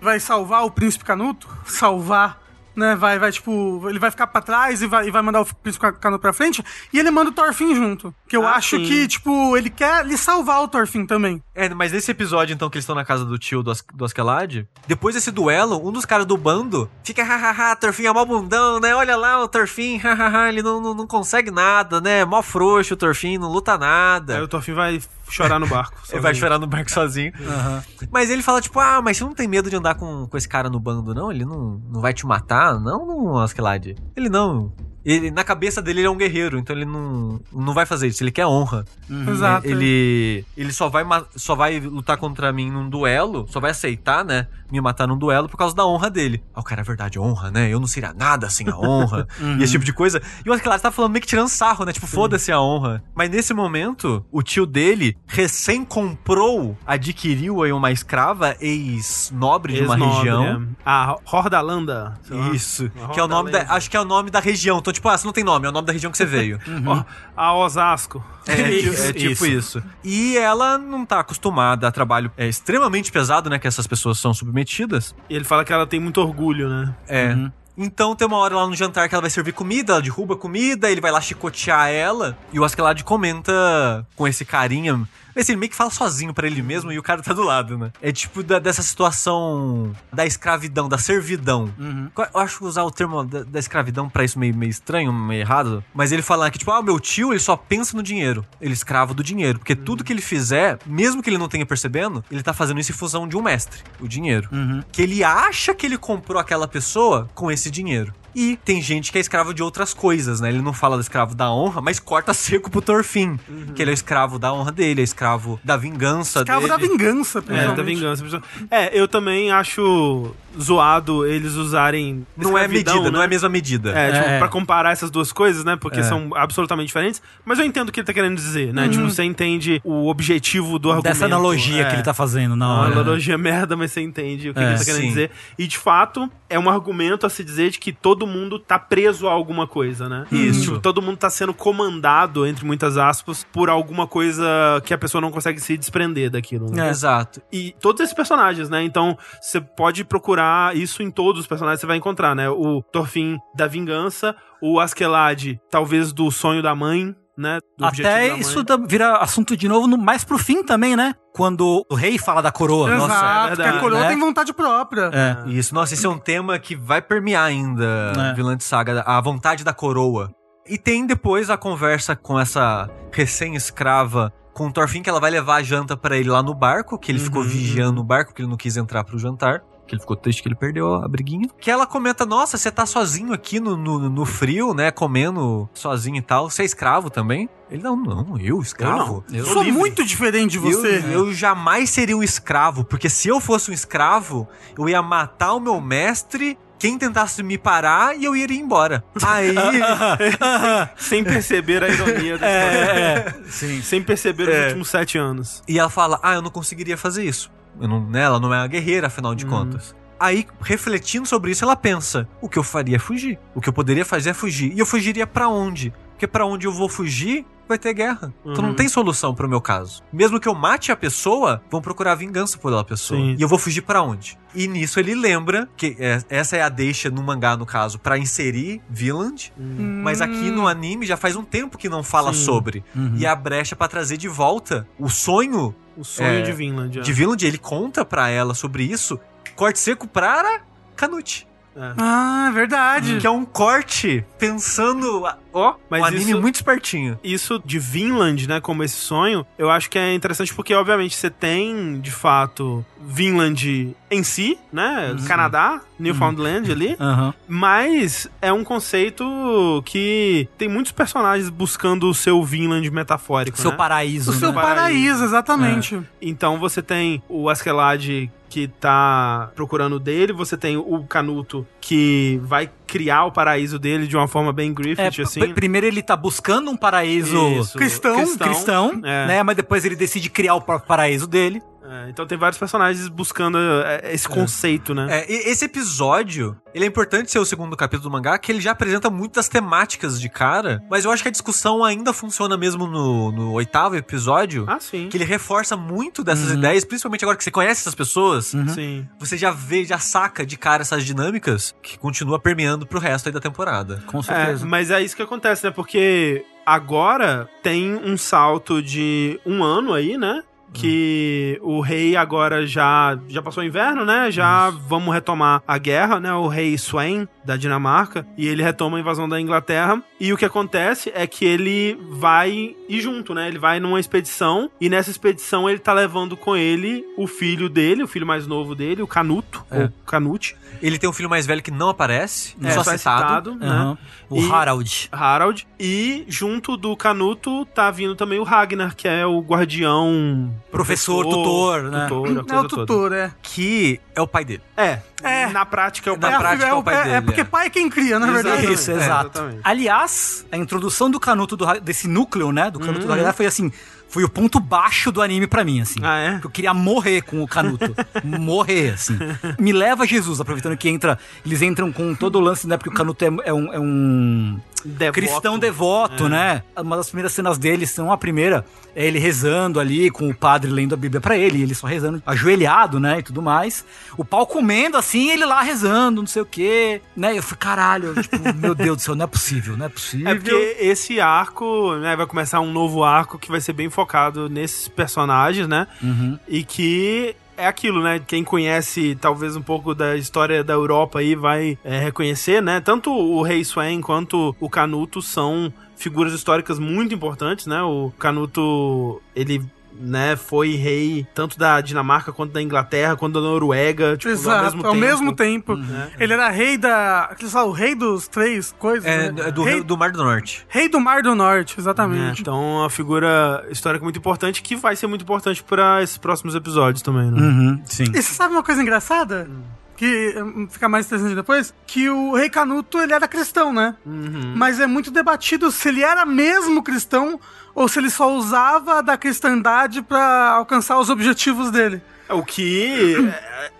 S2: vai salvar o príncipe Canuto. Salvar, né? Vai, vai, tipo, ele vai ficar pra trás e vai, e vai mandar o príncipe Canuto pra frente. E ele manda o Thorfinn junto. Que eu
S4: Ah,
S2: acho
S4: sim.
S2: que, tipo, ele quer lhe salvar o Thorfinn também.
S5: É, mas nesse episódio, então, que eles estão na casa do tio do, As do Askeladd, depois desse duelo, um dos caras do bando fica, hahaha, Torfin é mó bundão, né? Olha lá o Torfin, hahaha, ele não, não, não consegue nada, né? Mó frouxo o Torfin, não luta nada.
S4: Aí o Thorfinn vai chorar no barco.
S5: Ele vai
S4: sozinho.
S5: chorar no barco sozinho. Mas ele fala, tipo, ah, mas você não tem medo de andar com, com esse cara no bando, não? Ele não, não vai te matar? Não, não, Askeladd. Ele não. Ele, na cabeça dele, ele é um guerreiro, então ele não, não vai fazer isso. Ele quer honra.
S4: Uhum.
S2: Exato.
S5: Ele, ele só, vai, ma- só vai lutar contra mim num duelo, só vai aceitar, né? Me matar num duelo por causa da honra dele. Ah, o cara, é verdade, honra, né? Eu não seria nada sem a honra.
S4: Uhum.
S5: E esse tipo de coisa. E o Askeladd tá falando meio que tirando sarro, né? Tipo, foda-se a honra. Mas nesse momento, o tio dele recém comprou, adquiriu aí uma escrava ex-nobre de uma
S4: Ex-nobre,
S5: região.
S4: é. A Hordalanda. sei lá.
S5: Isso.
S4: Uma
S5: Que é o nome da,
S4: Hordaleza.
S5: acho que é o nome da região. Então, tipo, ah, você não tem nome, é o nome da região que você veio.
S4: Ó, A Osasco.
S5: Uhum. É, é tipo isso. E ela não tá acostumada a trabalho é, extremamente pesado, né? Que essas pessoas são submetidas.
S4: E ele fala que ela tem muito orgulho, né?
S5: É. Então tem uma hora lá no jantar que ela vai servir comida, ela derruba comida, ele vai lá chicotear ela. E o Askeladd comenta com esse carinha. Assim, ele meio que fala sozinho pra ele mesmo e o cara tá do lado, né? É tipo da- dessa situação da escravidão, da servidão. Qual- Eu acho que usar o termo da, da escravidão pra isso meio, meio estranho, meio errado. Mas ele fala que, tipo, ah, o meu tio, ele só pensa no dinheiro. Ele é escravo do dinheiro. Porque tudo que ele fizer, mesmo que ele não tenha percebendo, ele tá fazendo isso em função de um mestre, o dinheiro.
S4: Uhum.
S5: Que ele acha que ele comprou aquela pessoa com esse dinheiro. E tem gente que é escravo de outras coisas, né? Ele não fala do escravo da honra, mas corta seco pro Torfin.
S4: Uhum.
S5: Que ele é o escravo da honra dele, é escravo da vingança
S2: Escravo
S5: dele.
S2: da vingança,
S4: É,
S2: principalmente.
S4: da vingança. pessoal. É, eu também acho zoado eles usarem.
S5: Não é
S4: escravidão,
S5: medida,
S4: né?
S5: não é a mesma medida.
S4: É, tipo,
S3: É.
S4: pra comparar essas duas coisas, né? Porque são absolutamente diferentes. Mas eu entendo o que ele tá querendo dizer,
S5: Uhum.
S4: né? Tipo, você entende o objetivo do argumento.
S3: Dessa analogia
S4: É.
S3: que ele tá fazendo na
S4: Uma
S3: hora.
S4: analogia é merda, mas você entende o que
S5: É,
S4: ele tá querendo
S5: sim.
S4: dizer. E, de fato, é um argumento a se dizer de que todo mundo tá preso a alguma coisa, né?
S5: Isso.
S4: Tipo, todo mundo tá sendo comandado, entre muitas aspas, por alguma coisa que a pessoa não consegue se desprender daquilo,
S5: É.
S4: né?
S5: Exato.
S4: E todos esses personagens, né? Então, você pode procurar isso em todos os personagens que você vai encontrar, né? O Torfin da vingança, o Askeladd, talvez do sonho da mãe, né? Do objetivo da
S3: Até
S4: mãe.
S3: isso da- vira assunto de novo, no, mais pro fim também, né? Quando o rei fala da coroa.
S2: Exato,
S3: Nossa,
S4: é
S2: porque
S4: verdade,
S2: a coroa
S3: né?
S2: tem vontade própria.
S3: é.
S5: Isso, nossa, esse é um tema que vai permear ainda
S3: É.
S5: Vilã de Saga, a vontade da coroa. E tem depois a conversa com essa recém-escrava com o Thorfinn, que ela vai levar a janta pra ele lá no barco, que ele ficou vigiando o barco, que ele não quis entrar pro jantar. Que ele ficou triste que ele perdeu a briguinha. Que ela comenta: Nossa, você tá sozinho aqui no, no, no frio, né? Comendo sozinho e tal. Você é escravo também? Ele: Não, não, eu, escravo.
S2: Eu sou é muito diferente de você.
S5: Eu, eu jamais seria um escravo, porque se eu fosse um escravo, eu ia matar o meu mestre, quem tentasse me parar e eu iria embora. Aí.
S4: Sem perceber a ironia da história.
S3: Sim.
S4: Sem perceber
S5: É.
S4: os últimos sete anos.
S5: e ela fala: Ah, eu não conseguiria fazer isso. Eu não, né, ela não é uma guerreira, afinal de contas. Aí, refletindo sobre isso, ela pensa: o que eu faria é fugir. O que eu poderia fazer é fugir. E eu fugiria pra onde? Porque pra onde eu vou fugir, vai ter guerra. Então não tem solução pro meu caso. Mesmo que eu mate a pessoa, vão procurar vingança por ela pessoa.
S4: Sim.
S5: E eu vou fugir pra onde? E nisso ele lembra que é, essa é a deixa no mangá, no caso, pra inserir Villand.
S2: Hum.
S5: Mas aqui no anime já faz um tempo que não fala sobre.
S3: Uhum.
S5: E a brecha pra trazer de volta o sonho
S4: O sonho
S5: É.
S4: de Vinland. é.
S5: de Villand, ele conta pra ela sobre isso. Corte seco para Canute.
S2: Ah, é verdade.
S5: Que é um corte pensando. a- Ó,
S4: Hum. Mas
S5: um anime
S4: isso-
S5: muito espertinho.
S4: isso de Vinland, né, como esse sonho, eu acho que é interessante porque, obviamente, você tem, de fato, Vinland em si, né,
S5: Uhum.
S4: Canadá, Newfoundland ali,
S3: Aham.
S4: mas é um conceito que tem muitos personagens buscando o seu Vinland metafórico,
S3: Seu
S4: né?
S3: paraíso.
S2: é O seu
S3: né?
S2: paraíso, exatamente.
S4: Então você tem o Askeladd que tá procurando o dele, você tem o Canuto que vai criar o paraíso dele de uma forma bem
S3: É,
S4: Griffith, assim.
S3: pr- primeiro ele tá buscando um paraíso
S4: Isso.
S3: cristão,
S4: Cristão.
S3: cristão,
S4: É.
S3: né? Mas depois ele decide criar o próprio paraíso dele.
S4: É, então tem vários personagens buscando é, esse conceito, né?
S5: É, e- esse episódio, ele é importante ser o segundo capítulo do mangá, que ele já apresenta muitas temáticas de cara, mas eu acho que a discussão ainda funciona mesmo no, no oitavo episódio.
S4: Ah, sim. Uhum.
S5: Que ele reforça muito dessas ideias, principalmente agora que você conhece essas pessoas,
S4: Sim.
S5: você já vê, já saca de cara essas dinâmicas que continua permeando pro resto aí da temporada.
S3: Com
S4: É,
S3: certeza.
S4: mas é isso que acontece, né? Porque agora tem um salto de um ano aí, né? Que o rei agora já, já passou o inverno, né? Já vamos retomar a guerra, né? O rei Swain, da Dinamarca, e ele retoma a invasão da Inglaterra. E o que acontece é que ele vai ir junto, né? Ele vai numa expedição, e nessa expedição ele tá levando com ele o filho dele, o filho mais novo dele, o Canuto, ou Canute.
S5: Ele tem um filho mais velho que não aparece,
S4: É,
S5: só,
S4: só é
S5: citado.
S4: citado, né?
S3: Aham. O
S4: E-
S3: Harald.
S4: Harald. E junto do Canuto tá vindo também o Ragnar, que é o guardião.
S3: Professor, tutor, né?
S4: tutor, a
S2: É o
S4: coisa toda.
S2: tutor, é.
S5: Que é o pai dele.
S4: É,
S2: É.
S4: Na prática é o
S5: Na
S2: é, a-
S4: pai.
S5: prática,
S2: é,
S5: o pai
S2: é-
S5: dele,
S2: é porque
S5: é.
S2: pai é quem cria, na verdade.
S4: Exatamente,
S3: Isso,
S4: é,
S3: exato.
S4: exatamente.
S3: Aliás, a introdução do canuto do, Ra- desse núcleo, né? Do canuto do Ragnar foi assim: foi o ponto baixo do anime pra mim, assim.
S4: Uhum. Ah, é?
S3: Eu queria morrer com o Canuto. morrer, assim. Me leva Jesus, aproveitando que entra. Eles entram com todo o lance, né? Porque o Canuto é, é um. é um
S4: Devoto. É.
S3: Cristão devoto, né? Uma das primeiras cenas dele são a primeira, é ele rezando ali, com o padre lendo a Bíblia pra ele, e ele só rezando, ajoelhado, né? E tudo mais. O pau comendo assim, ele lá rezando, não sei o quê, né? Eu fui, caralho, tipo, meu Deus do céu, não é possível, não é possível.
S4: É porque esse arco, né, vai começar um novo arco que vai ser bem focado nesses personagens, né?
S3: Uhum.
S4: E que é aquilo, né? Quem conhece talvez um pouco da história da Europa aí vai é, reconhecer, né? Tanto o Rei Swain quanto o Canuto são figuras históricas muito importantes, né? O Canuto, ele né, foi rei tanto da Dinamarca quanto da Inglaterra, quanto da Noruega, tipo,
S2: Exato,
S4: ao mesmo tempo.
S2: tempo. Ele era rei da. aquele lá, o rei dos três coisas.
S5: É,
S2: né?
S5: do,
S2: rei,
S5: Rio- do Mar do Norte.
S2: rei do Mar do Norte,
S4: Né?
S2: exatamente.
S4: Então, é uma figura histórica muito importante que vai ser muito importante para esses próximos episódios também, né?
S3: Uhum, sim.
S2: E você sabe uma coisa engraçada? Que hum, fica mais interessante depois? Que o rei Canuto, ele era cristão, né?
S4: Uhum.
S2: Mas é muito debatido se ele era mesmo cristão ou se ele só usava da cristandade pra alcançar os objetivos dele.
S4: O que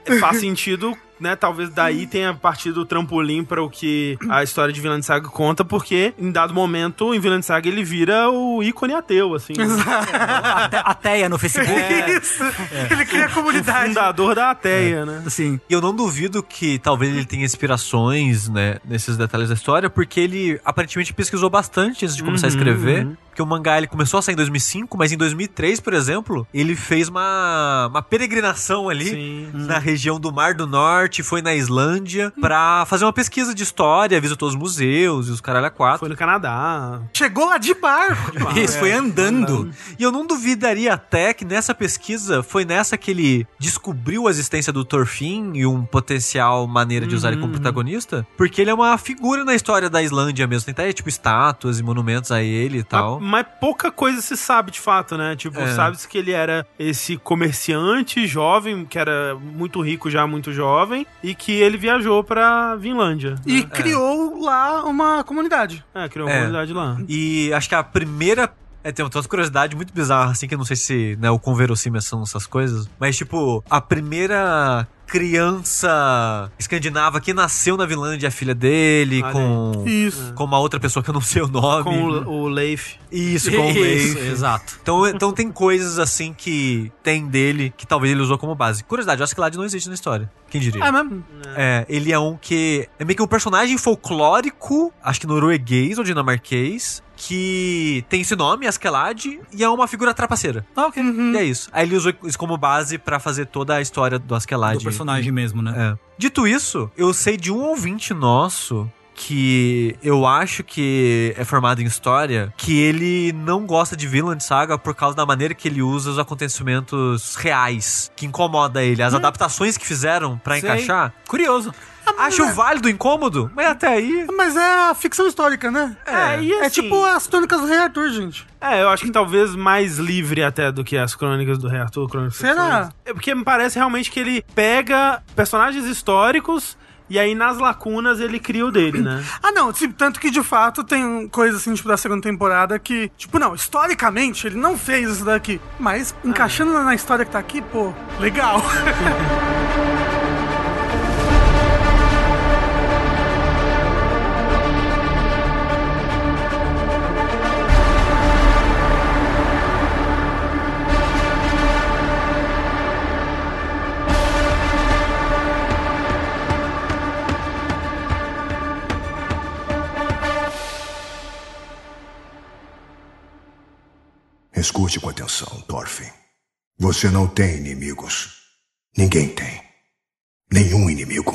S4: é, faz sentido, né? Talvez daí tenha partido o trampolim para o que a história de Vinland Saga conta, porque em dado momento, em Vinland Saga, ele vira o ícone ateu, assim.
S3: Até, ateia no Facebook.
S4: É.
S2: Isso! Ele cria comunidade.
S4: Fundador da ateia,
S5: É.
S4: né?
S3: Assim,
S5: E eu não duvido que talvez ele tenha inspirações, né, nesses detalhes da história, porque ele aparentemente pesquisou bastante antes de começar a escrever.
S2: Uhum.
S5: Porque o mangá ele começou a sair em 2005, mas em 2003, por exemplo, ele fez uma, uma peregrinação ali
S4: Sim.
S5: na região do Mar do Norte, foi na Islândia pra fazer uma pesquisa de história, visitou os museus e os caralho a quatro.
S4: Foi no Canadá.
S2: Chegou lá de barco.
S5: Isso,
S4: É,
S5: foi andando. E eu não duvidaria até que nessa pesquisa foi nessa que ele descobriu a existência do Thorfinn e um potencial maneira de usar ele como
S4: Uhum.
S5: protagonista, porque ele é uma figura na história da Islândia mesmo. Tem até, tipo, estátuas e monumentos a ele e tal.
S4: Mas, mas pouca coisa se sabe de fato, né? Tipo,
S5: É.
S4: sabe-se que ele era esse comerciante jovem, que era muito rico já, muito jovem, e que ele viajou pra Vinlândia.
S2: E criou lá uma comunidade.
S4: É, criou
S5: É.
S4: uma comunidade lá.
S5: E acho que a primeira. É, tem outra curiosidade muito bizarra, assim, que eu não sei se né, o converossímil são essas coisas, mas, tipo, a primeira criança escandinava que nasceu na Vinlândia é a filha dele,
S4: Olha
S5: com.
S2: Isso.
S5: Com uma outra pessoa que eu não sei o nome.
S4: Com o, o Leif.
S5: Isso, com o Leif.
S3: exato.
S5: Então, então tem coisas assim que tem dele que talvez ele usou como base. Curiosidade, eu acho que Lade não existe na história. Quem diria?
S2: É mesmo?
S5: É, ele é um que. É meio que um personagem folclórico, acho que norueguês ou dinamarquês, que tem esse nome, Askeladd, e é uma figura trapaceira.
S3: Ah, ok.
S5: E é isso. Aí ele usou isso como base pra fazer toda a história do Askeladd.
S3: Do personagem mesmo, né?
S5: É. Dito isso, eu sei de um ouvinte nosso que eu acho que é formado em história, que ele não gosta de Vinland Saga por causa da maneira que ele usa os acontecimentos reais, que incomoda ele, as adaptações que fizeram pra
S3: Sei.
S5: encaixar.
S3: Curioso.
S5: Acho válido o incômodo, mas até aí
S2: Mas é a ficção histórica, né?
S4: É, e
S2: É
S4: assim-
S2: tipo as crônicas do Rei Arthur, gente.
S4: É, eu acho que talvez mais livre até do que as crônicas do Rei Arthur. Crônicas
S2: Será?
S4: É porque me parece realmente que ele pega personagens históricos e aí nas lacunas ele cria o dele, né?
S2: Ah, não, tipo, tanto que de fato tem coisa assim, tipo, da segunda temporada que, tipo, não, historicamente ele não fez isso daqui. Mas encaixando na- na história que tá aqui, pô, legal.
S7: Escute com atenção, Thorfinn. Você não tem inimigos. Ninguém tem. Nenhum inimigo.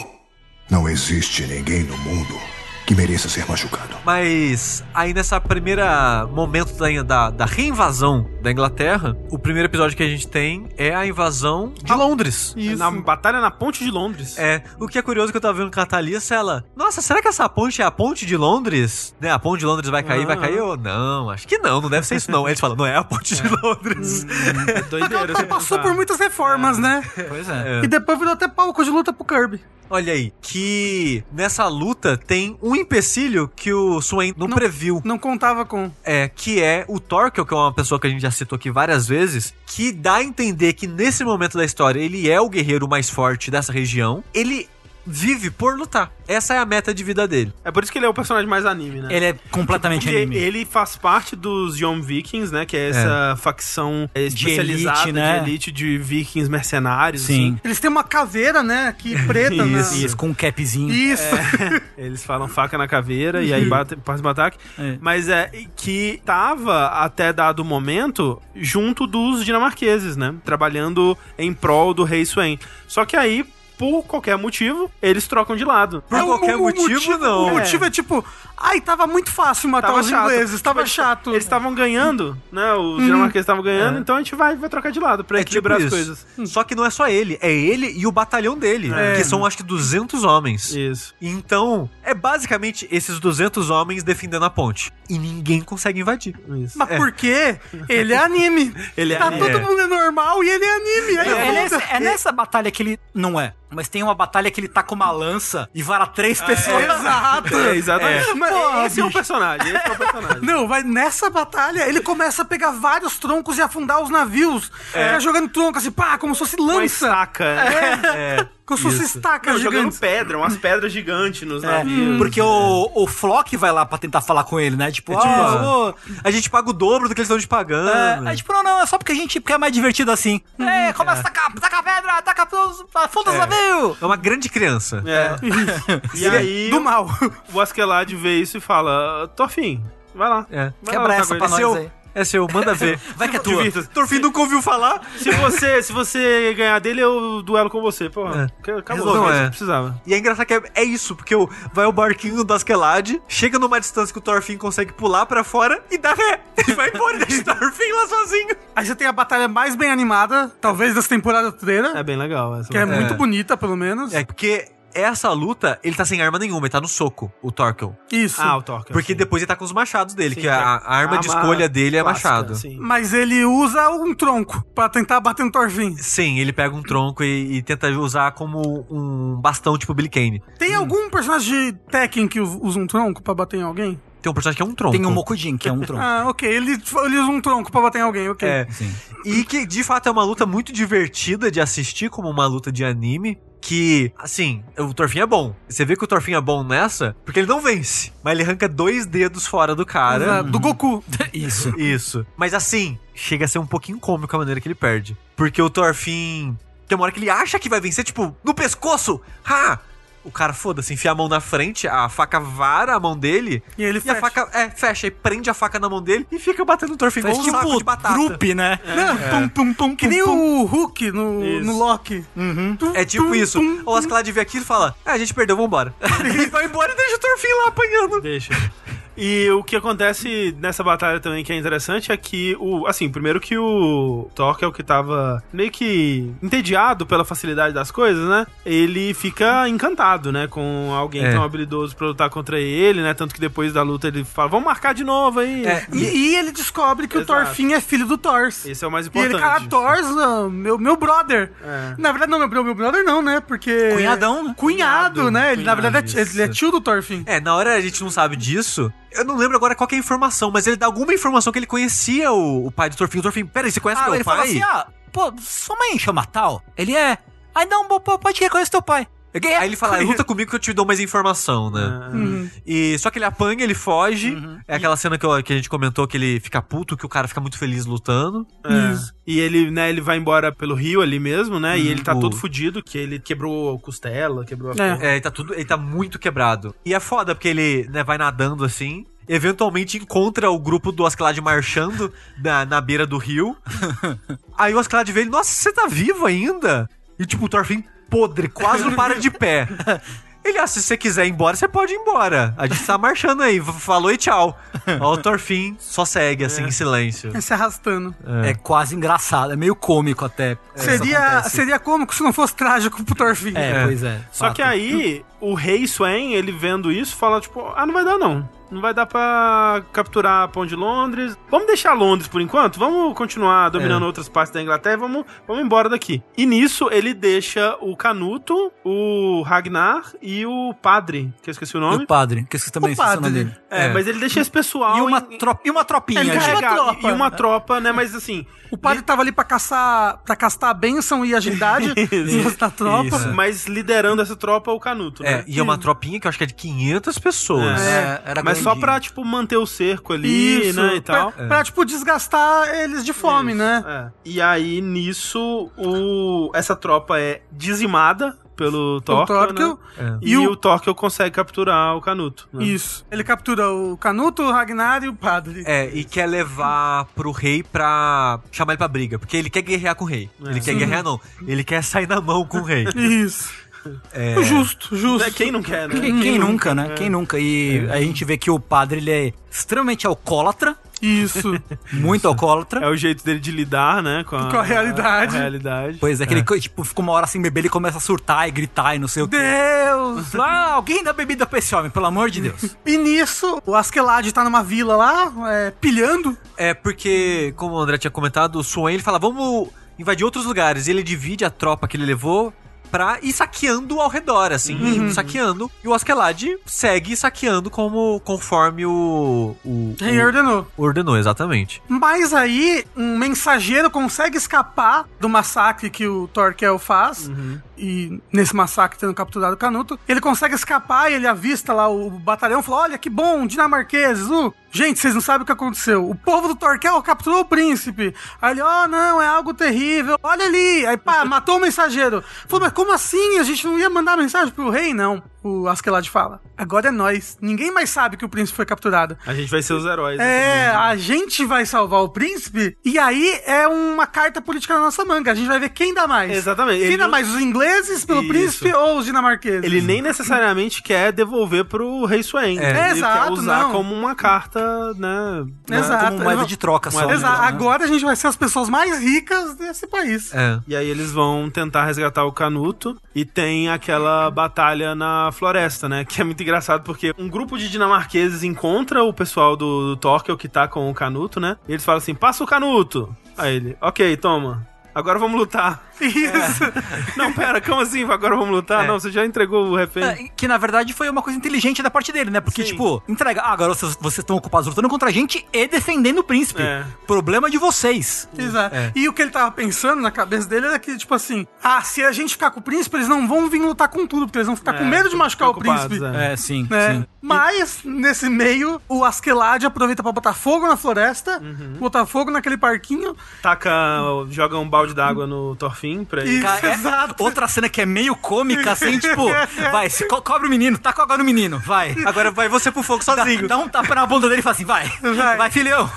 S7: Não existe ninguém no mundo que mereça ser machucado.
S5: Mas aí nessa primeira momento da, da, da reinvasão da Inglaterra, o primeiro episódio que a gente tem é a invasão de Londres.
S4: Isso. Na batalha na ponte de Londres.
S5: É, o que é curioso que eu tava vendo com a Thalissa, é ela. Nossa, será que essa ponte é a ponte de Londres? Né? A ponte de Londres vai cair, vai
S4: Ah.
S5: cair? Eu, não, acho que não, não deve ser isso, não. Aí eles falam, não é Hum, a ponte de Londres.
S4: É doideira.
S3: assim,
S2: Passou por muitas reformas, né?
S3: Pois é.
S5: É.
S2: E depois virou até palco de luta pro Kirby.
S5: Olha aí, que nessa luta tem um empecilho que o Swain não, previu.
S2: Não contava com.
S5: É, que é o Torkel, que é uma pessoa que a gente já citou aqui várias vezes, que dá a entender que nesse momento da história ele é o guerreiro mais forte dessa região. Ele vive por lutar. Essa é a meta de vida dele.
S4: É por isso que ele é o personagem mais anime, né?
S3: Ele é completamente
S4: Porque
S3: anime.
S4: ele faz parte dos Young Vikings, né? Que é essa facção especializada
S3: elite,
S4: de elite,
S3: né?
S4: de vikings mercenários. assim.
S3: Sim.
S2: Eles têm uma caveira, né? Aqui preta, né?
S4: Isso.
S3: Isso, com um capzinho.
S2: Isso.
S4: assim. Eles falam faca na caveira e aí bate, faz um ataque.
S3: É.
S4: Mas é e que tava, até dado momento, junto dos dinamarqueses, né? Trabalhando em prol do rei Swain. Só que aí, por qualquer motivo, eles trocam de lado.
S5: Por
S2: É, o-
S5: qualquer
S2: o
S5: motivo, não.
S2: O motivo é. tipo, ai, tava muito fácil matar os ingleses, tava
S4: Tipo,
S2: chato.
S4: Eles estavam ganhando, né? Os dinamarqueses estavam ganhando, então a gente vai, vai trocar de lado pra
S5: É tipo
S4: equilibrar
S5: isso.
S4: as coisas.
S5: Só que não é só ele, é ele e o batalhão dele, que são acho que 200 homens.
S4: Isso.
S5: Então, é basicamente esses 200 homens defendendo a ponte. E ninguém consegue invadir.
S4: Isso.
S2: Mas por quê? Ele é anime.
S4: Ele é
S2: tá
S4: anime.
S2: todo mundo é normal e ele é anime. Aí
S3: É,
S2: eu-
S3: nessa, é nessa batalha que ele. Não é. Mas tem uma batalha que ele tá com uma lança e vara três pessoas.
S2: Exato.
S4: É, exatamente.
S2: Mas
S4: Porra,
S2: esse
S4: esse
S2: é
S4: é
S2: o
S4: um personagem, esse é um personagem.
S2: Não, vai nessa batalha, ele começa a pegar vários troncos e afundar os navios. Fica jogando tronco assim, pá, como se fosse
S4: Uma
S2: lança. É,
S4: estaca. É.
S2: Como se fosse estaca
S4: Não, jogando
S2: gigante.
S4: pedra, umas pedras gigantes nos
S3: É,
S4: navios.
S3: porque o, o Flock vai lá pra tentar falar com ele, né? Tipo, ah, ô,
S5: É A gente paga o dobro do que eles estão te pagando.
S3: É, é tipo, não, não, é só porque a gente porque é mais divertido assim. é, começa a tacar, tacar pedra, tacar afunda os navios.
S5: É uma grande criança.
S4: É. E aí,
S2: Do mal.
S4: o Askeladd vê isso e fala, Torfim, vai lá.
S5: É.
S4: Vai
S3: Quebra
S4: lá lutar
S3: essa
S4: com
S3: pra
S4: ele."
S3: nós
S4: Seu-
S3: aí.
S5: É seu, manda ver.
S3: Vai que é tua.
S4: Divirta-se.
S5: Torfim nunca ouviu falar.
S4: Se você, se você ganhar dele, eu duelo com você. Porra,
S5: É.
S4: que- acabou.
S5: Resolveu,
S4: não,
S5: é.
S4: precisava.
S5: E é engraçado que é, é isso, porque o, vai o barquinho do Askeladd, chega numa distância que o Thorfinn consegue pular pra fora e dá ré. Ele vai embora e deixa o Thorfinn lá sozinho.
S2: Aí você tem a batalha mais bem animada, talvez dessa
S4: É
S2: temporada inteira,
S4: bem legal essa.
S2: que é, muito bonita, pelo menos.
S5: É porque essa luta, ele tá sem arma nenhuma, ele tá no soco, o Thorkel.
S2: Isso.
S4: Ah, o Torque.
S5: Porque depois ele tá com os machados dele, que a, a arma de escolha dele é machado. Sim.
S4: Sim.
S2: Mas ele usa um tronco pra tentar bater no Thorfinn.
S5: ele pega um tronco e, e tenta usar como um bastão, tipo Billy Kane.
S2: Tem algum personagem de Tekken que u- usa um tronco pra bater em alguém?
S5: Tem um personagem que é um tronco.
S3: Tem um Mokujin, que é um tronco.
S2: Ah, ok. Ele, ele usa um tronco pra bater em alguém, ok.
S5: É.
S3: Sim.
S5: E que de fato é uma luta muito divertida de assistir como uma luta de anime. Que, assim, o Torfin é bom. Você vê que o Torfin é bom nessa, porque ele não vence. Mas ele arranca dois dedos fora do cara.
S2: Usa Do Goku.
S3: Isso.
S5: Isso. Mas assim, chega a ser um pouquinho cômico a maneira que ele perde. Porque o Thorfinn. Tem uma hora que ele acha que vai vencer, tipo, no pescoço! Ha! O cara, foda-se, enfia a mão na frente, a faca vara a mão dele.
S2: E ele
S5: a
S2: fecha.
S5: faca, é, fecha e prende a faca na mão dele e fica batendo no Thorfinn igual
S3: Faz
S5: um
S3: tipo
S5: saco de batata. É.
S3: trupe, né?
S2: Não, pum, pum, pum, que nem o Hulk no, no Loki. Tum,
S5: É tipo
S2: tum,
S5: isso.
S2: tum.
S5: O Ascalad vê aquilo e fala, ah, a gente perdeu, vambora. ele vai embora e deixa o Thorfinn lá apanhando.
S4: Deixa. E o que acontece nessa batalha também que é interessante é que o. Assim, primeiro que o Thor, que é o que tava meio que entediado pela facilidade das coisas, né? Ele fica encantado, né? Com alguém
S5: É.
S4: tão habilidoso pra lutar contra ele, né? Tanto que depois da luta ele fala, vamos marcar de novo aí.
S5: É,
S2: E, e ele descobre que o
S4: Exato.
S2: Thorfinn é filho do Thors.
S4: Esse é o mais
S2: E
S4: importante.
S2: ele, cara, Thors, ah, meu, meu brother.
S4: É.
S2: Na verdade, não, meu, meu brother não, né? Porque...
S3: Cunhadão, né?
S2: Cunhado, né? Ele, na
S4: Cunhado,
S2: verdade, é ti-
S4: isso.
S2: ele é tio do Thorfinn.
S5: É, na hora a gente não sabe disso. Eu não lembro agora qual que é a informação, mas ele dá alguma informação que ele conhecia o, o pai do Thorfinn. O Thorfinn, peraí, você conhece
S3: Ah,
S5: meu
S3: ele
S5: pai?
S3: fala assim, ah, pô, sua mãe chama tal? Ele é. Ah, não, pô, pô, pode que conheço teu pai. Eu,
S5: Aí ele fala, luta comigo que eu te dou mais informação,
S4: É.
S5: né?
S2: Hum,
S5: E só que ele apanha, ele foge. É aquela cena que, eu- que a gente comentou que ele fica puto, que o cara fica muito feliz lutando.
S4: É. E ele, né, ele vai embora pelo rio ali mesmo, né? E ele tá
S5: O-
S4: todo fudido, que ele quebrou a costela, quebrou a
S2: É.
S4: perna.
S5: É, ele tá tudo, ele tá muito quebrado. E é foda porque ele, né, vai nadando assim, eventualmente encontra o grupo do Ascalad marchando na, na beira do rio. Aí o Ascalad vê ele, nossa, você tá vivo ainda? E tipo, o Thorfinn podre, quase não para de pé. Ele, ah, se você quiser ir embora, você pode ir embora. A gente tá marchando aí, v- falou e tchau. Ó, o Thorfinn só segue, assim, em silêncio.
S4: Uhum.
S2: Se arrastando.
S3: É quase engraçado, é meio cômico até.
S2: seria, seria cômico se não fosse trágico pro Thorfinn.
S3: É, pois é.
S4: Só que aí, o rei Swain, ele vendo isso, fala, tipo, ah, não vai dar não. Não vai dar pra capturar a Pão de Londres. Vamos deixar Londres por enquanto? Vamos continuar dominando outras partes da Inglaterra e vamos, vamos embora daqui. E nisso ele deixa o Canuto, o Ragnar e o Padre, que eu esqueci o
S3: E
S4: nome.
S3: o padre, que eu esqueci também,
S2: O
S3: esqueci o nome
S2: padre.
S3: dele.
S4: É, mas ele deixa esse pessoal.
S3: E uma,
S4: em-
S3: tro- e uma tropinha.
S2: Ele
S3: gente.
S2: carrega-
S4: encarregado.
S2: tropa.
S4: E uma tropa, né? Mas assim.
S2: O padre tava ali pra caçar, pra castar a bênção e a agilidade da tropa.
S4: Isso. Mas liderando essa tropa o Canuto,
S5: É,
S4: né?
S5: e é uma tropinha que eu acho que é de 500 pessoas.
S4: É.
S3: era
S4: Mas só
S3: grandinho.
S4: pra, tipo, manter o cerco ali,
S2: Isso,
S4: né? E tal.
S2: Pra, pra, tipo, desgastar eles de fome,
S4: Isso,
S2: né?
S4: é. E aí, nisso, o... essa tropa é dizimada pelo Torquil, né?
S2: Torquil.
S4: E,
S2: é. E
S4: o,
S2: o-
S4: Torquil consegue capturar o Canuto. né?
S2: Isso. Ele captura o Canuto, o Ragnar e o padre.
S5: É, e quer levar pro rei pra chamar ele pra briga. Porque ele quer guerrear com o rei.
S4: É.
S5: Ele quer guerrear, não. Ele quer sair na mão com o rei.
S2: Isso. Justo, justo.
S4: É, Quem não quer, né?
S3: Quem, quem nunca, né? Quem nunca. E a gente vê que o padre ele é extremamente alcoólatra,
S2: Isso.
S3: muito alcoólatra.
S4: É o jeito dele de lidar, né? Com a,
S2: Com a realidade.
S4: a realidade.
S3: Pois é, que ele co- tipo, fica uma hora sem beber, ele começa a surtar e gritar e não sei o quê.
S2: Deus!
S3: Ah, alguém dá bebida pra esse homem, pelo amor de Deus.
S2: E nisso, o Askeladd tá numa vila lá, é, pilhando.
S5: É, porque, como o André tinha comentado, o Swain ele fala, vamos invadir outros lugares. E ele divide a tropa que ele levou pra ir saqueando ao redor, assim,
S4: Uhum.
S5: indo saqueando. E o Askeladd segue saqueando como, conforme o, o,
S2: Rei ordenou.
S5: o ordenou, exatamente.
S2: Mas aí, um mensageiro consegue escapar do massacre que o Torquel faz.
S4: Uhum.
S2: E nesse massacre tendo capturado o Canuto. Ele consegue escapar e ele avista lá o batalhão e fala: Olha que bom, dinamarqueses. Uh, gente, vocês não sabem o que aconteceu. O povo do Torquel capturou o príncipe. Aí ele: Oh, não, é algo terrível. Olha ali. Aí pá, matou o mensageiro. Falou: Mas como assim? A gente não ia mandar mensagem pro rei, não. O Askeladd fala: Agora é nós. Ninguém mais sabe que o príncipe foi capturado.
S4: A gente vai ser os heróis. assim, né?
S2: É, a gente vai salvar o príncipe, e aí é uma carta política na nossa manga. A gente vai ver quem dá mais.
S4: Exatamente.
S2: Quem
S4: Ele
S2: dá
S4: não-
S2: mais, os ingleses pelo
S4: Isso.
S2: príncipe ou os dinamarqueses?
S4: Ele nem necessariamente quer devolver pro Rei Swain. É, ele quer
S2: Exato,
S4: usar
S2: não. É,
S4: como uma carta, né? né,
S2: Exato.
S3: Como moeda de troca só.
S2: Exa-
S3: mesmo, né?
S2: Agora a gente vai ser as pessoas mais ricas desse país.
S5: É.
S4: E aí eles vão tentar resgatar o Canuto e tem aquela batalha na floresta, né? Que é muito engraçado porque um grupo de dinamarqueses encontra o pessoal do, do Torquil que tá com o Canuto, né? E eles falam assim: passa o Canuto! Aí ele, ok, toma. Agora vamos lutar.
S2: Isso.
S4: Não, pera, como assim? Agora vamos lutar? Não, você já entregou o refém.
S3: É, Que na verdade foi uma coisa inteligente da parte dele, né? Porque,
S4: Sim.
S3: tipo, entrega. Ah, agora vocês vocês estão ocupados lutando contra a gente e defendendo o príncipe.
S4: É.
S3: Problema de vocês.
S2: Exato.
S5: É.
S2: E o que ele tava pensando na cabeça dele era que, tipo assim, ah, se a gente ficar com o príncipe, eles não vão vir lutar com tudo, porque eles vão ficar com medo de machucar o
S4: preocupados,
S2: príncipe.
S4: é.
S3: É, sim,
S2: né? Mas, nesse meio, o Askeladd aproveita pra botar fogo na floresta, botar fogo naquele parquinho,
S4: Taca, joga um balde d'água no Torfin pra ele.
S2: E-
S3: Cara, é-
S2: Exato.
S3: outra cena que é meio cômica, assim, tipo, vai, se co cobre o menino, taca agora no menino, vai. Agora vai você pro fogo sozinho. Dá, dá um tapa na bunda dele e fala assim, vai, vai,
S2: Vai.
S3: filhão.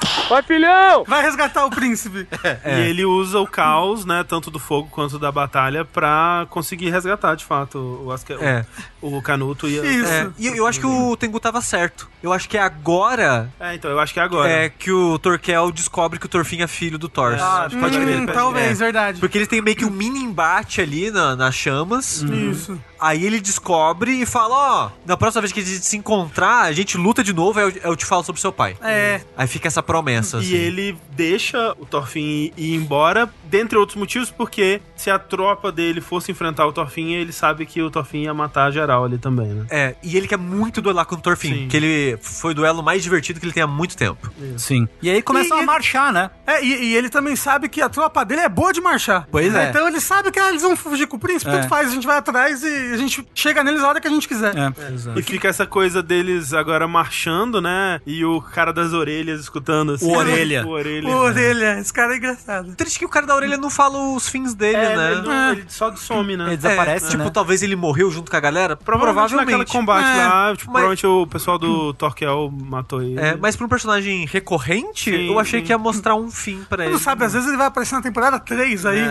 S2: vai resgatar o príncipe.
S5: é,
S4: E ele usa o caos, né, tanto do fogo quanto da batalha, pra conseguir resgatar, de fato, o, Asca- o-
S5: É.
S4: o Canuto e... a-
S2: Isso.
S5: É, e eu, eu acho que o Tengu tava certo. Eu acho que é agora
S4: É, então, eu acho que é agora.
S5: é que o Torquel descobre que o Torfin é filho do Thor.
S4: Ah, acho que pode
S2: Hum,
S4: crer, pode
S2: talvez,
S4: crer.
S2: verdade.
S5: Porque eles têm meio que um mini embate ali na- nas chamas.
S2: Uhum. Isso.
S5: Aí ele descobre e fala: Ó, na próxima vez que a gente se encontrar, a gente luta de novo. é Aí eu, eu te falo sobre seu pai.
S2: É.
S5: Aí fica essa promessa. assim.
S4: E ele deixa o Torfin ir embora, dentre outros motivos, porque se a tropa dele fosse enfrentar o Torfin, ele sabe que o Torfin ia matar geral ali também, né?
S5: É, e ele quer muito duelar com o Thorfinn,
S4: Sim.
S5: que ele foi o duelo mais divertido que ele tem há muito tempo.
S3: Sim. E aí começam
S2: E-
S3: a marchar, né?
S2: É, e, e ele também sabe que a tropa dele é boa de marchar.
S3: Pois é.
S2: Então ele sabe que ah, eles vão fugir com o príncipe,
S3: É.
S2: tanto faz, a gente vai atrás e a gente chega neles a hora que a gente quiser.
S5: É.
S3: É,
S4: E fica essa coisa deles agora marchando, né? E o cara das orelhas escutando assim.
S3: O orelha.
S4: O orelha.
S2: Ô, Orelha, esse cara é engraçado.
S5: Triste que o cara da orelha não fala os fins dele,
S4: É,
S5: né?
S4: ele, não- ele só some, né?
S3: Ele desaparece,
S5: É, tipo,
S3: né?
S5: talvez ele morreu junto com a galera.
S4: Provavelmente, naquele combate
S5: É,
S4: lá, tipo,
S5: mas-
S4: provavelmente o pessoal do Torquel matou ele.
S5: É, mas pra um personagem recorrente,
S4: Sim,
S5: eu achei
S4: sim.
S5: que ia mostrar um fim pra
S2: Você
S5: ele.
S2: não sabe, às vezes ele vai aparecer na temporada 3 aí.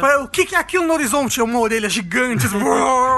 S2: Fala, O que, que é aquilo no horizonte? É uma orelha gigante. assim,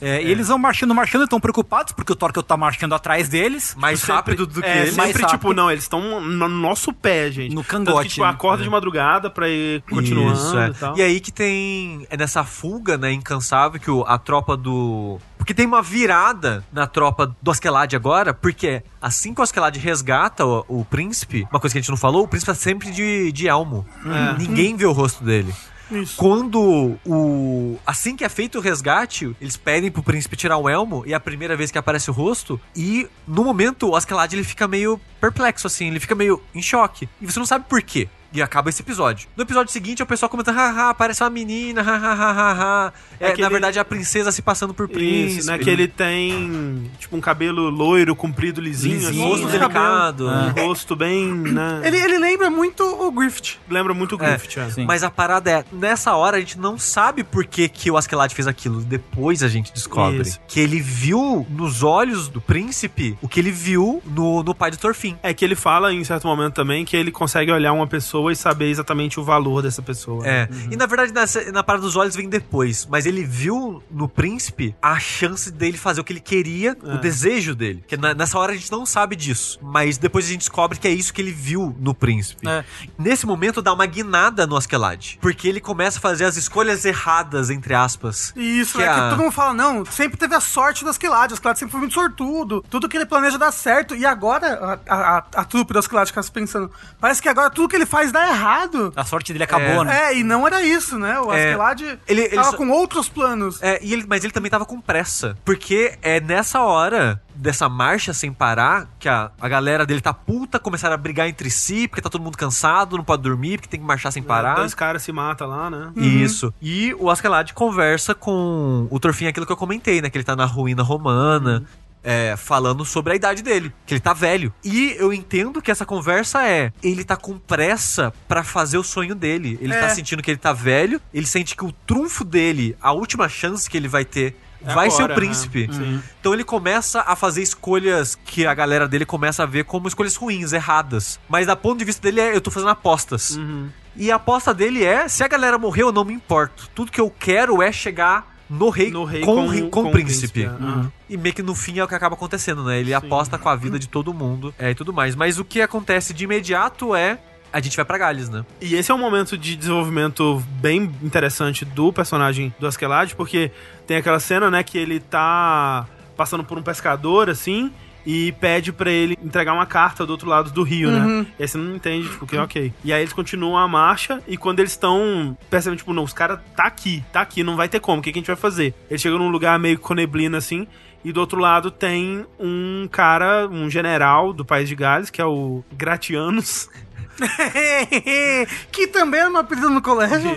S3: É, E eles vão marchando, marchando, estão preocupados, porque o Torquil tá marchando atrás deles.
S5: Mais rápido do que
S4: É,
S5: ele.
S4: sempre,
S3: Mais
S4: tipo,
S3: rápido.
S4: não, eles estão no nosso pé, gente.
S3: No
S4: Tanto
S3: cangote,
S4: que, tipo,
S3: né?
S4: acorda de madrugada pra ir continuando
S5: Isso, é.
S4: e tal.
S5: E aí que tem. É nessa fuga, né, incansável, que o- a tropa do. porque Porque tem uma virada na tropa do Askeladd agora, porque assim que o Askeladd resgata o, o príncipe, uma coisa que a gente não falou, o príncipe tá sempre de, de elmo.
S4: É.
S5: Ninguém vê o rosto dele.
S2: Isso.
S5: Quando o. Assim que é feito o resgate, eles pedem pro príncipe tirar o elmo, e é a primeira vez que aparece o rosto, e no momento o Askeladd ele fica meio perplexo, assim, ele fica meio em choque. E você não sabe por quê. E acaba esse episódio. No episódio seguinte, o pessoal comenta, haha, parece uma menina, hahaha. É,
S4: Aquele-
S5: Na verdade, é a princesa se passando por príncipe.
S4: Isso, né? Que ele tem, tipo, um cabelo loiro, comprido, lisinho,
S5: Lisinho,
S4: assim,
S5: rosto
S4: cabelo-
S5: delicado.
S4: um rosto bem,
S5: É.
S4: né?
S2: Ele, ele lembra muito o Griffith.
S4: lembra muito o Griffith, é.
S3: sim.
S5: Mas a parada é, nessa hora a gente não sabe por que, que o Askeladd fez aquilo. Depois a gente descobre
S4: Isso.
S5: que ele viu nos olhos do príncipe o que ele viu no, no pai do Torfin.
S4: É que ele fala em certo momento também que ele consegue olhar uma pessoa e saber exatamente o valor dessa pessoa.
S5: É.
S3: Uhum.
S5: E na verdade, nessa- na parada dos olhos vem depois. Mas ele viu no príncipe a chance dele fazer o que ele queria, o
S3: É.
S5: desejo dele. Que na- nessa hora a gente não sabe disso. Mas depois a gente descobre que é isso que ele viu no príncipe.
S3: É.
S5: Nesse momento dá uma guinada no Askeladd. Porque ele começa a fazer as escolhas erradas, entre aspas.
S2: E Isso,
S5: Que
S2: é
S5: a-
S2: que todo mundo fala, não, sempre teve a sorte do Askeladd, o Askeladd sempre foi muito sortudo, tudo que ele planeja dá certo, e agora a, a, a, a trupe do Askeladd fica se pensando, parece que agora tudo que ele faz dá errado.
S3: A sorte dele acabou, né?
S2: É, e não era isso, né? O
S5: É,
S2: Askeladd
S5: ele- ele
S2: tava
S5: só-
S2: com outros planos.
S5: É, e ele, mas ele também tava com pressa. Porque é nessa hora dessa marcha sem parar que a, a galera dele tá puta, começaram a brigar entre si, porque tá todo mundo cansado, não pode dormir, porque tem que marchar sem parar.
S4: Dois caras se matam lá, né?
S5: Isso. E o Askeladd conversa com o Torfin, aquilo que eu comentei, né? Que ele tá na ruína romana, é, falando sobre a idade dele, que ele tá velho. E eu entendo que essa conversa é: ele tá com pressa pra fazer o sonho dele. Ele
S4: É.
S5: tá sentindo que ele tá velho, ele sente que o trunfo dele, a última chance que ele vai ter.
S4: É
S5: Vai ser
S4: agora,
S5: o príncipe.
S4: né? Sim.
S5: Então ele começa a fazer escolhas que a galera dele começa a ver como escolhas ruins, erradas. Mas da ponto de vista dele é eu tô fazendo apostas.
S4: Uhum.
S5: E a aposta dele é: se a galera morrer, eu não me importo. Tudo que eu quero é chegar no rei,
S4: No rei
S5: com,
S4: com-
S5: o rei- com
S4: com
S5: o príncipe.
S4: príncipe, é. Uhum.
S5: E meio que no fim é o que acaba acontecendo, né? Ele aposta com a vida de todo mundo é, e tudo mais. Mas o que acontece de imediato é. A gente vai pra Gales, né?
S4: E esse é um momento de desenvolvimento bem interessante do personagem do Askeladd, porque tem aquela cena, né, que ele tá passando por um pescador, assim, e pede pra ele entregar uma carta do outro lado do rio, né? E aí você não entende, tipo, que ok. E aí eles continuam a marcha, e quando eles estão percebendo, tipo, não, os caras tá aqui, tá aqui, não vai ter como, o que, que a gente vai fazer? Eles chegam num lugar meio com neblina, assim, e do outro lado tem um cara, um general do país de Gales, que é o Gratianos.
S2: que também era uma apelido no colégio.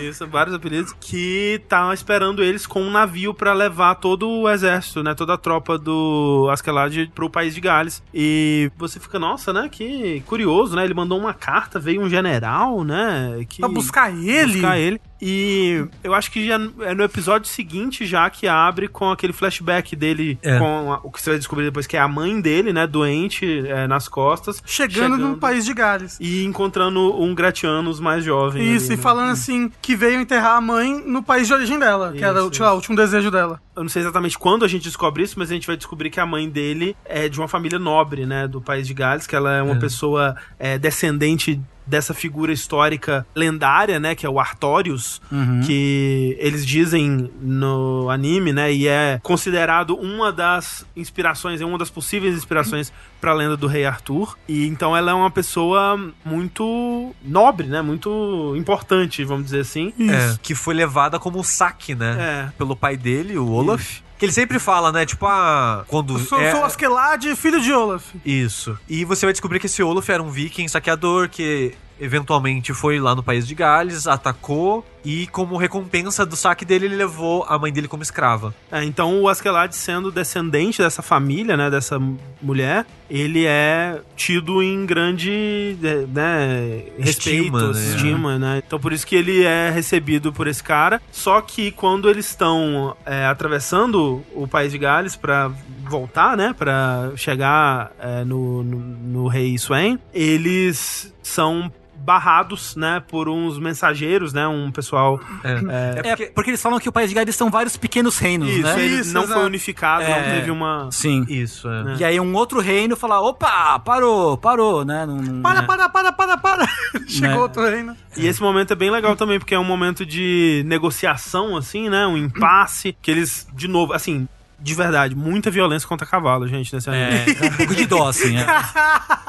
S4: Isso, vários apelidos. Que tá esperando eles com um navio pra levar todo o exército, né? Toda a tropa do Askeladd pro país de Gales. E você fica, nossa, né? Que curioso, né? Ele mandou uma carta, veio um general, né? Que
S2: Pra buscar ele.
S4: buscar ele. E eu acho que já é no episódio seguinte já que abre com aquele flashback dele
S5: É.
S4: com a- o que você vai descobrir depois que é a mãe dele, né, doente é, nas costas,
S2: Chegando, num país de Gales.
S4: e encontrando um Gratianos mais jovem.
S2: Isso,
S4: ali,
S2: e
S4: né?
S2: falando assim, que veio enterrar a mãe no país de origem dela, que era
S4: Isso,
S2: sei lá, o último desejo dela.
S4: Eu não sei exatamente quando a gente descobre isso, mas a gente vai descobrir que a mãe dele é de uma família nobre, né? Do país de Gales, que ela é uma pessoa é, descendente dessa figura histórica lendária, né? Que é o Artorius, que eles dizem no anime, né? E é considerado uma das inspirações, é uma das possíveis inspirações pra lenda do rei Arthur. E então ela é uma pessoa muito nobre, né? Muito importante, vamos dizer assim.
S5: É, que foi levada como um saque, né?
S4: É.
S5: Pelo pai dele, o Olaf. Que ele sempre fala, né? Tipo, ah. Quando.
S2: Sou,
S5: é-
S2: sou Askeladd, filho de
S4: Né?
S2: Olaf.
S5: Isso. E você vai descobrir que esse Olaf era um viking saqueador que eventualmente foi lá no país de Gales, atacou e como recompensa do saque dele ele levou a mãe dele como escrava.
S4: É, então o Askeladd sendo descendente dessa família, né, dessa m- mulher, ele é tido em grande, eh, né, respeito,
S5: Estima,
S4: estima,
S5: né?
S4: né? Então por isso que ele é recebido por esse cara. Só que quando eles estão eh, atravessando o país de Gales pra voltar, né, Pra chegar eh, no, no, no rei Swain, eles são barrados, né, por uns mensageiros, né, um pessoal
S5: É,
S3: É, porque... eles falam que o País de Gales são vários pequenos reinos,
S4: isso,
S3: né?
S4: ele
S2: Isso,
S4: não
S2: exato.
S4: foi unificado, não
S3: É.
S4: teve uma
S3: Sim.
S5: Isso, é.
S3: E aí um outro reino fala, opa, parou, parou, né? Não- não-
S2: Para, para, para, para, para.
S3: Né?
S2: Chegou outro reino.
S4: E esse momento é bem legal também, porque é um momento de negociação, assim, né? Um impasse. Que eles, de novo, assim. de verdade, muita violência contra cavalo, gente, nesse anime.
S5: É,
S3: Um pouco de dó, assim, né?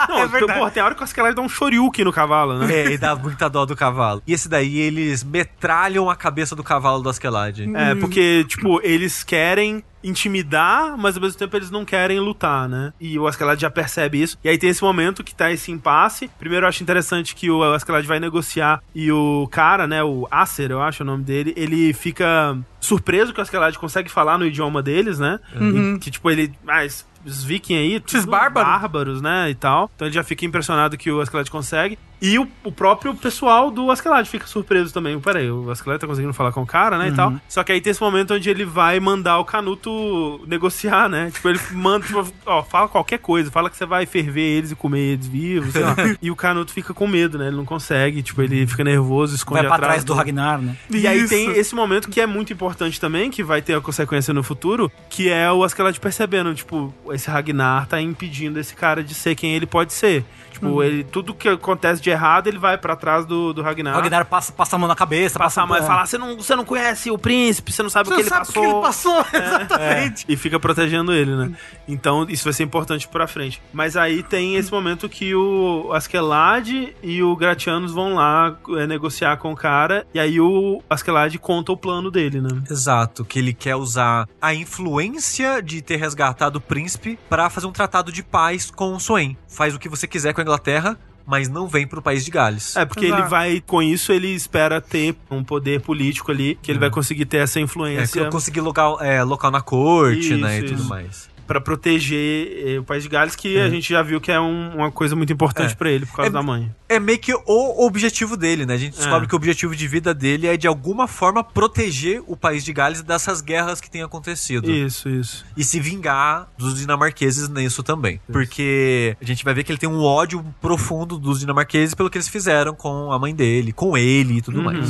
S4: Não,
S2: É verdade.
S4: porra, tem a hora que os caras dão um shoryuken no cavalo, né?
S5: é, e dá muita dó do cavalo. E esse daí, eles metralham a cabeça do cavalo do Askeladd.
S2: Hum.
S4: É, porque, tipo, eles querem intimidar, mas ao mesmo tempo eles não querem lutar, né? E o Askeladd já percebe isso. E aí tem esse momento que tá esse impasse. Primeiro eu acho interessante que o Askeladd vai negociar e o cara, né, o Acer, eu acho o nome dele, ele fica surpreso que o Askeladd consegue falar no idioma deles, né? E que, tipo, ele... Ah, es- os viking aí,
S2: Uhum. Esses
S4: tudo
S2: bárbaros.
S4: bárbaros, né, e tal. Então ele já fica impressionado que o Askeladd consegue. E o, o próprio pessoal do Askeladd fica surpreso também. Peraí, o Askeladd tá conseguindo falar com o cara, né, e
S3: Uhum.
S4: tal. Só que aí tem esse momento onde ele vai mandar o Canuto negociar, né? Tipo, ele manda, tipo, ó, fala qualquer coisa. Fala que você vai ferver eles e comer eles vivos, sei lá. e o Canuto fica com medo, né? Ele não consegue, tipo, ele fica nervoso, esconde
S3: Vai pra
S4: atrás
S3: trás do Ragnar, né?
S4: e aí tem
S2: Isso.
S4: esse momento que é muito importante também, que vai ter a consequência no futuro, que é o Askeladd percebendo, tipo, esse Ragnar tá impedindo esse cara de ser quem ele pode ser. Tipo,
S2: Uhum.
S4: ele, tudo que acontece de errado, ele vai pra trás do, do Ragnar.
S3: O Ragnar passa, passa a mão na cabeça, passa,
S4: Passar
S3: a
S4: a
S3: mão
S4: mão e falar, você não, você não conhece o príncipe, você não sabe o que
S2: um Você
S4: ele
S2: sabe o
S4: passou. É,
S2: que ele Uhum. passou? Exatamente.
S4: E fica protegendo ele, né? Então isso vai ser importante pra frente. Mas aí tem esse momento que o Askeladd e o Gratianos vão lá é, negociar com o cara. E aí o Askeladd conta o plano dele, né?
S5: Exato, que ele quer usar a influência de ter resgatado o príncipe pra fazer um tratado de paz com o Swain. Faz o que você quiser com a Inglaterra, mas não vem pro país de Gales.
S4: É, porque ele
S2: Exato.
S4: vai, com isso, ele espera ter um poder político ali, que ele vai conseguir ter essa
S5: Hum. É, que
S4: influência
S5: eu consegui local, é, local na corte, né,
S4: Isso,
S5: e tudo
S4: isso.
S5: mais.
S4: pra proteger eh, o país de Gales, que a gente já viu que é um- uma coisa muito importante
S5: É.
S4: pra ele, por causa
S5: É-
S4: da mãe.
S5: É meio que o objetivo dele, né? A gente descobre
S4: É.
S5: que o objetivo de vida dele é, de alguma forma, proteger o país de Gales dessas guerras que têm acontecido.
S4: Isso, isso.
S5: e se vingar dos dinamarqueses nisso também. Porque a gente vai ver que ele tem um ódio profundo dos dinamarqueses pelo que eles fizeram com a mãe dele, com ele e tudo
S3: Uhum.
S5: mais.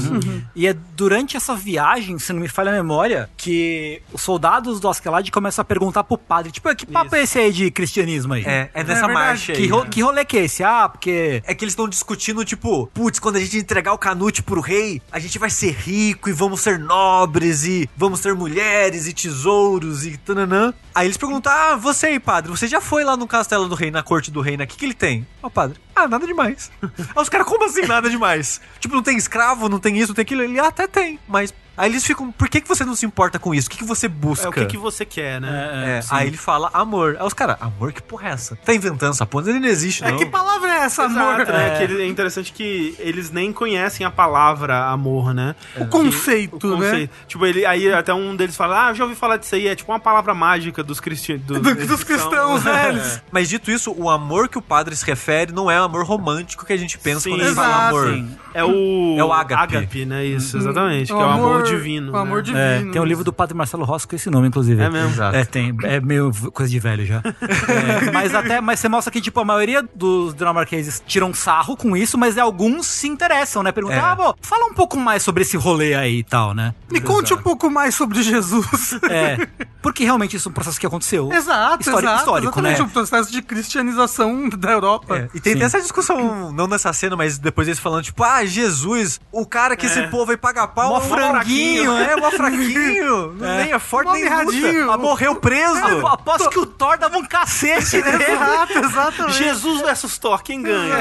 S3: E é durante essa viagem, se não me falha a memória, que os soldados do Askeladd começam a perguntar pro padre, tipo, que papo é esse aí de cristianismo aí?
S5: É, é nessa
S2: verdade,
S5: marcha aí.
S3: Que, ro
S5: né?
S3: que rolê que é esse? Ah, porque...
S5: É que eles estão discutindo, tipo, putz, quando a gente entregar o canute pro rei, a gente vai ser rico e vamos ser nobres e vamos ter mulheres e tesouros e tananã. Aí eles perguntam, ah, você aí, padre, você já foi lá no castelo do rei, na corte do rei, né? O que, que ele tem? Ó, padre, ah, nada demais. Aí os caras, como assim nada demais? Tipo, não tem escravo, não tem isso, não tem aquilo. Ele, ah, até tem, mas... Aí eles ficam, por que, que você não se importa com isso? O que, que você busca?
S4: É o que, que você quer, né?
S5: É, aí ele fala amor. Aí os caras, amor, que porra é essa? Tá inventando essa porra, ele não existe, não.
S2: É, que palavra é essa,
S4: Então,
S2: amor?
S4: Exato, né? Que ele- é interessante que eles nem conhecem a palavra amor, né?
S5: É.
S2: O conceito,
S4: O
S2: né?
S4: conceito. Tipo, ele, aí até um deles fala, ah, já ouvi falar disso aí, é tipo uma palavra mágica dos cristianos.
S2: Do- dos cristãos, né? Eles-
S5: É. Mas dito isso, o amor que o padre se refere não é o amor romântico que a gente pensa
S4: Sim,
S5: quando ele fala
S2: exato.
S5: amor.
S3: Sim.
S4: É o...
S5: É o ágape.
S4: né? Isso, exatamente. que é o amor, divino.
S2: O
S4: né?
S2: amor divino.
S3: É, tem um livro do padre Marcelo Rossi com esse nome, inclusive.
S4: É mesmo.
S5: Exato.
S3: É, tem, é meio v- coisa de velho já. É, mas até, mas você mostra que, tipo, a maioria dos dinamarqueses tiram sarro com isso, mas alguns se interessam, né? Perguntam,
S5: É.
S3: ah, bom, fala um pouco mais sobre esse rolê aí e tal, né?
S2: Me conte um pouco mais sobre Jesus.
S3: É, porque realmente isso é um processo que aconteceu.
S2: Exato,
S3: Histórico-
S2: exato.
S3: histórico,
S2: exatamente
S3: né?
S2: o processo de cristianização da Europa.
S5: É, E tem, tem essa discussão, não nessa cena, mas depois eles falando, tipo, ah, Jesus, o cara que esse povo aí paga pau,
S3: Mó
S5: é um
S3: franguinho,
S5: fraquinho, é, mó fraquinho, não nem é forte,
S2: Mó
S5: nem
S2: mirradinho.
S5: luta, ah, morreu preso.
S3: Ah, Aposto que o Thor dava um cacete
S2: né?
S3: nele.
S2: Exato, exatamente.
S4: Jesus versus Thor, quem ganha?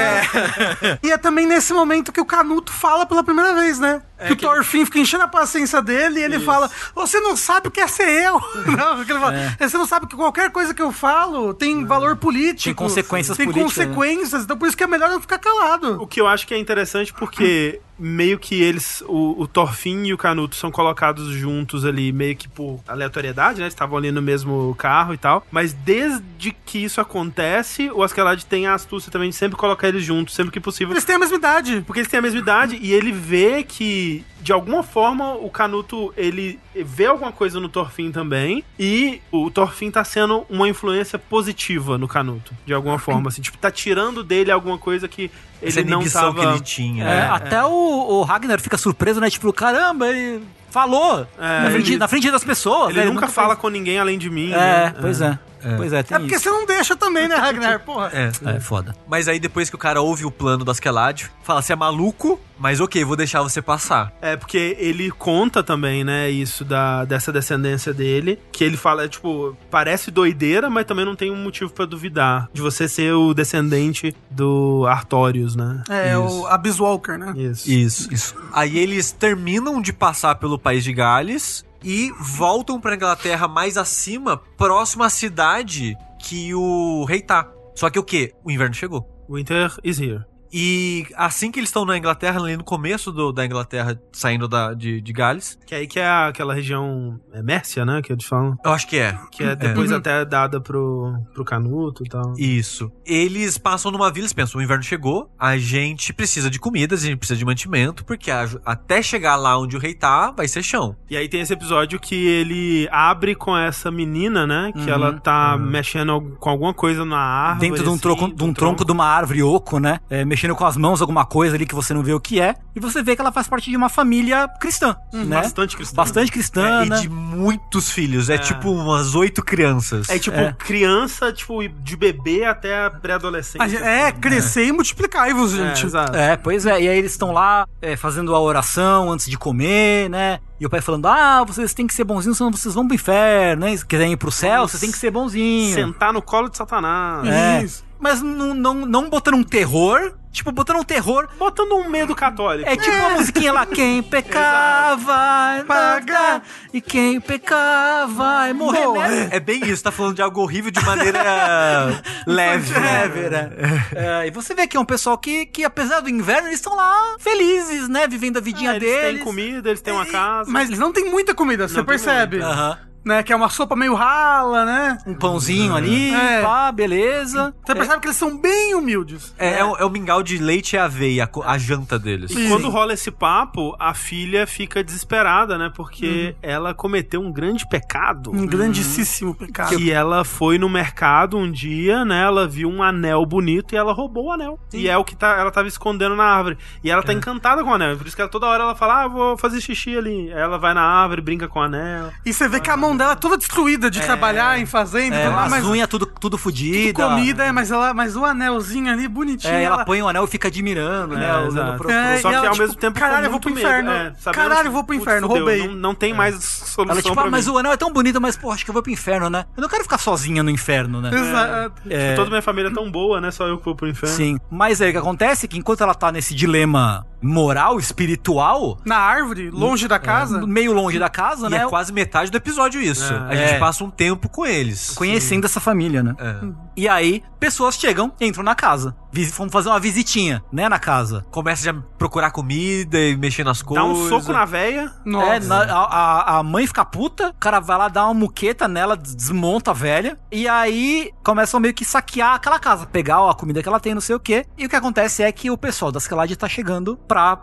S2: E é também nesse momento que o Canuto fala pela primeira vez, né?
S3: É
S2: que, o Thorfinn fica enchendo a paciência dele e ele fala: Você não sabe o que é ser eu. Não, porque ele fala, Você não sabe que qualquer coisa que eu falo tem valor político.
S3: É. Tem consequências
S2: Tem
S3: políticas, né?
S2: consequências, então por isso que é melhor eu ficar calado.
S4: O que eu acho que é interessante porque meio que eles, o, o Torfin e o Canuto são colocados juntos ali meio que por aleatoriedade, né? Eles estavam ali no mesmo carro e tal. Mas desde que isso acontece, o Askeladd tem a astúcia também de sempre colocar eles juntos, sempre que possível.
S2: Eles têm a mesma idade.
S4: Porque eles têm a mesma idade e ele vê que, de alguma forma, o Canuto, ele vê alguma coisa no Torfin também. E o Torfin tá sendo uma influência positiva no Canuto, de alguma forma. Assim, tipo, tá tirando dele alguma coisa que ele
S5: Essa
S4: não
S5: inibição
S4: tava...
S5: que ele tinha.
S3: É,
S5: né?
S3: até O, o Ragnar fica surpreso, né? Tipo, caramba, ele falou na, frente,
S4: ele-
S3: na frente das pessoas.
S4: Ele
S5: é
S3: né?
S4: nunca fala
S3: fez-
S4: com ninguém além de mim.
S3: É,
S4: né?
S3: pois é. Pois é, tem
S2: É porque
S3: isso.
S2: você não deixa também, né, Ragnar? Porra.
S5: É.
S3: É foda.
S5: Mas aí depois que o cara ouve o plano do Askeladd, fala, você é maluco, mas ok, vou deixar você passar.
S4: É, porque ele conta também, né, isso da, dessa descendência dele, que ele fala, é, tipo, parece doideira, mas também não tem um motivo pra duvidar de você ser o descendente do Artorius, né?
S2: É,
S4: Isso.
S2: o Abyss Walker, né?
S4: Isso.
S5: Isso. Isso. Aí eles terminam de passar pelo país de Gales e voltam pra Inglaterra mais acima, próximo à cidade que o rei tá. Só que o quê? O inverno chegou.
S4: Winter is here.
S5: E assim que eles estão na Inglaterra, ali no começo do- da Inglaterra, saindo da, de, de Gales,
S4: Que aí que é aquela região é Mércia, né, que eles falam.
S5: eu acho que é.
S4: Que é depois
S3: Uhum.
S4: até dada pro, pro Canuto e tal.
S5: Isso. Eles passam numa vila, eles pensam, o inverno chegou, a gente precisa de comidas, a gente precisa de mantimento, porque a- até chegar lá onde o rei tá, vai ser chão.
S4: E aí tem esse episódio que ele abre com essa menina, né? Que ela tá mexendo al- com alguma coisa na árvore.
S3: Uhum. Dentro de um,
S4: assim,
S3: troco, de um tronco de uma árvore oco, né? É, mexendo com as mãos alguma coisa ali que você não vê o que é. E você vê que ela faz parte de uma família cristã, né?
S4: Bastante cristão.
S3: Bastante cristã,
S5: É,
S3: né?
S5: e de muitos filhos, é, tipo umas oito crianças.
S4: É tipo, criança, tipo, de bebê até pré-adolescente. assim, né?
S2: A gente- É, crescer e multiplicar-vos,
S4: É,
S2: gente.
S4: exato.
S3: É, pois é. E aí eles estão lá é, fazendo a oração antes de comer, né? E o pai falando: Ah, vocês têm que ser bonzinhos, senão vocês vão pro inferno, né? Se quiserem ir pro céu, vocês têm que ser bonzinho.
S4: Sentar no colo de Satanás.
S3: É.
S2: Isso.
S3: Mas não, não, não botando um terror. Tipo, botando um terror.
S4: Botando um medo católico.
S3: É tipo uma musiquinha lá, quem pecar vai pagar, e quem pecar vai morrer. né?
S5: É bem isso, tá falando de algo horrível de maneira leve. né?
S3: É, é, e você vê que é um pessoal que, que apesar do inverno, eles estão lá felizes, né? Vivendo a vidinha
S4: eles
S3: deles.
S4: têm comida, eles
S3: é,
S4: têm uma casa.
S2: Mas eles não têm muita comida, você
S4: tem
S2: percebe.
S3: Aham.
S2: Né, que é uma sopa meio rala, né?
S3: Um pãozinho ali,
S2: É.
S3: pá, beleza.
S2: Você percebe que eles são bem humildes.
S5: É, é, o, é o mingau de leite e aveia, a, co- a janta deles.
S4: E quando rola esse papo, a filha fica desesperada, né? Porque ela cometeu um grande pecado.
S2: Uhum.
S3: Uhum.
S2: Um grandíssimo pecado.
S4: Que ela foi no mercado um dia, né? Ela viu um anel bonito e ela roubou o anel. E é o que tá, ela tava escondendo na árvore. E ela tá
S2: É.
S4: encantada com o anel. Por isso que ela, toda hora ela fala, ah, vou fazer xixi ali. Aí Ela vai na árvore, brinca com o anel.
S2: E você vê que a mão dela é toda destruída de trabalhar em fazenda,
S3: É,
S2: então, ah,
S3: as
S2: mas
S3: unhas tudo, tudo fodida.
S2: comida, é, mas, ela, mas o anelzinho ali bonitinho.
S3: É, ela põe o anel e fica admirando, né? olhando
S4: exato.
S3: pro-
S2: É,
S4: Só
S2: e
S4: que
S2: ela,
S4: ao
S2: tipo,
S4: mesmo tempo.
S2: caralho,
S4: com
S2: eu vou pro
S4: muito medo,
S2: inferno.
S4: é, sabendo
S2: Caralho,
S4: que,
S2: eu vou pro
S4: putz,
S2: inferno,
S4: fudeu,
S2: roubei. É.
S4: Não, não tem mais solução.
S3: Ela, tipo,
S4: pra
S3: ah, mas
S4: mim.
S3: o anel é tão bonito, mas, pô, acho que eu vou pro inferno, né? Eu não quero ficar sozinha no inferno, né?
S2: Exato.
S3: É.
S4: Toda minha família é tão boa, né? Só eu que vou pro inferno.
S3: Sim. Mas aí o que acontece é que enquanto ela tá nesse dilema moral, espiritual,
S2: Na árvore, longe
S3: É.
S2: da casa.
S3: meio longe da casa,
S5: E
S3: né?
S5: é quase metade do episódio isso. a gente
S3: É.
S5: passa um tempo com eles.
S3: Conhecendo essa família, né?
S5: É.
S3: E aí, pessoas chegam, entram na casa. Visi- Vamos fazer uma visitinha, né, na casa.
S5: Começa já a procurar comida e mexer nas
S4: Dá
S5: coisas.
S4: um soco na véia.
S2: Nossa.
S3: É, na- a, a- a mãe fica puta, o cara vai lá dar uma muqueta nela, des- desmonta a velha. E aí começam meio que saquear aquela casa, pegar a comida que ela tem, não sei o quê. E o que acontece é que o pessoal da Escalade tá chegando pra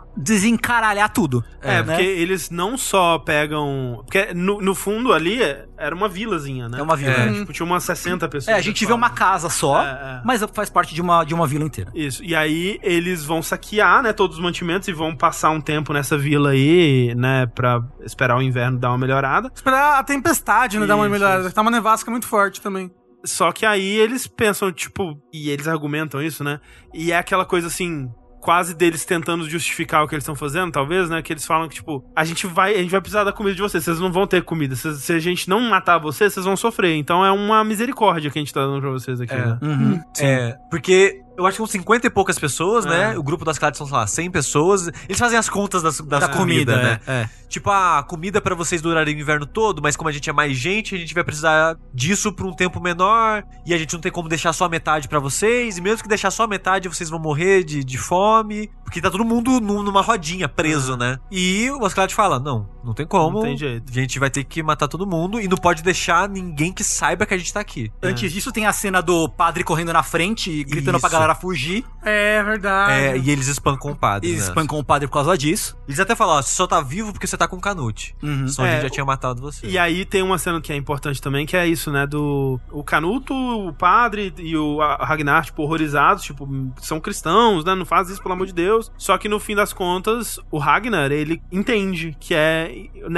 S3: desencaralhar tudo.
S4: É,
S3: né?
S4: porque eles não só pegam. Porque no, no fundo ali é, era uma vilazinha, né?
S3: É uma vila.
S5: É.
S3: né?
S4: Tipo, tinha umas 60 pessoas.
S3: É, a gente vê
S4: fala.
S3: uma casa só,
S4: É, é.
S3: mas faz parte de uma, de uma vila inteira.
S4: Isso. E aí eles vão saquear, né, todos os mantimentos e vão passar um tempo nessa vila aí, né, pra esperar o inverno dar uma melhorada.
S2: Esperar a tempestade, né? dar uma
S4: Isso,
S2: melhorada.
S4: isso.
S2: Tá uma nevasca muito forte também.
S4: Só que aí eles pensam, tipo, e eles argumentam isso, né? E é aquela coisa assim, quase deles tentando justificar o que eles estão fazendo, talvez, né? Que eles falam que, tipo, a gente vai, a gente vai precisar da comida de vocês, vocês não vão ter comida. Se, se a gente não matar vocês, vocês vão sofrer. Então é uma misericórdia que a gente tá dando pra vocês aqui,
S5: É.
S4: né?
S3: Uhum.
S5: É, porque eu acho que uns 50 e poucas pessoas,
S4: É.
S5: né? O grupo das Clades são, sei lá, 100 pessoas. Eles fazem as contas das, das
S3: Da comida,
S5: né?
S3: né? É.
S5: Tipo, ah, a comida pra vocês duraria o inverno todo, mas como a gente é mais gente, a gente vai precisar disso por um tempo menor. E a gente não tem como deixar só a metade pra vocês. E mesmo que deixar só a metade, vocês vão morrer de, de fome. Porque tá todo mundo num- numa rodinha, preso, né? E o Ascalad fala: não, não tem como.
S4: Uhum. Não tem jeito.
S5: A gente vai ter que matar todo mundo e não pode deixar ninguém que saiba que a gente tá aqui.
S4: É.
S3: Antes disso tem a cena do padre correndo na frente e gritando pra
S5: Isso.
S3: galera fugir.
S2: É verdade.
S5: É, e eles espancam o padre.
S3: Eles
S5: né?
S3: espancam o padre por causa disso.
S5: Eles até falam, ó, você só tá vivo porque você tá com canute. Senão a
S4: É,
S5: gente já tinha matado você.
S4: E aí tem uma cena que é importante também, que é isso, né? Do o Canuto, o padre e o a- Ragnar, tipo, horrorizados, tipo, são cristãos, né? Não faz isso, pelo amor de Deus. Só que no fim das contas, o Ragnar, ele entende que é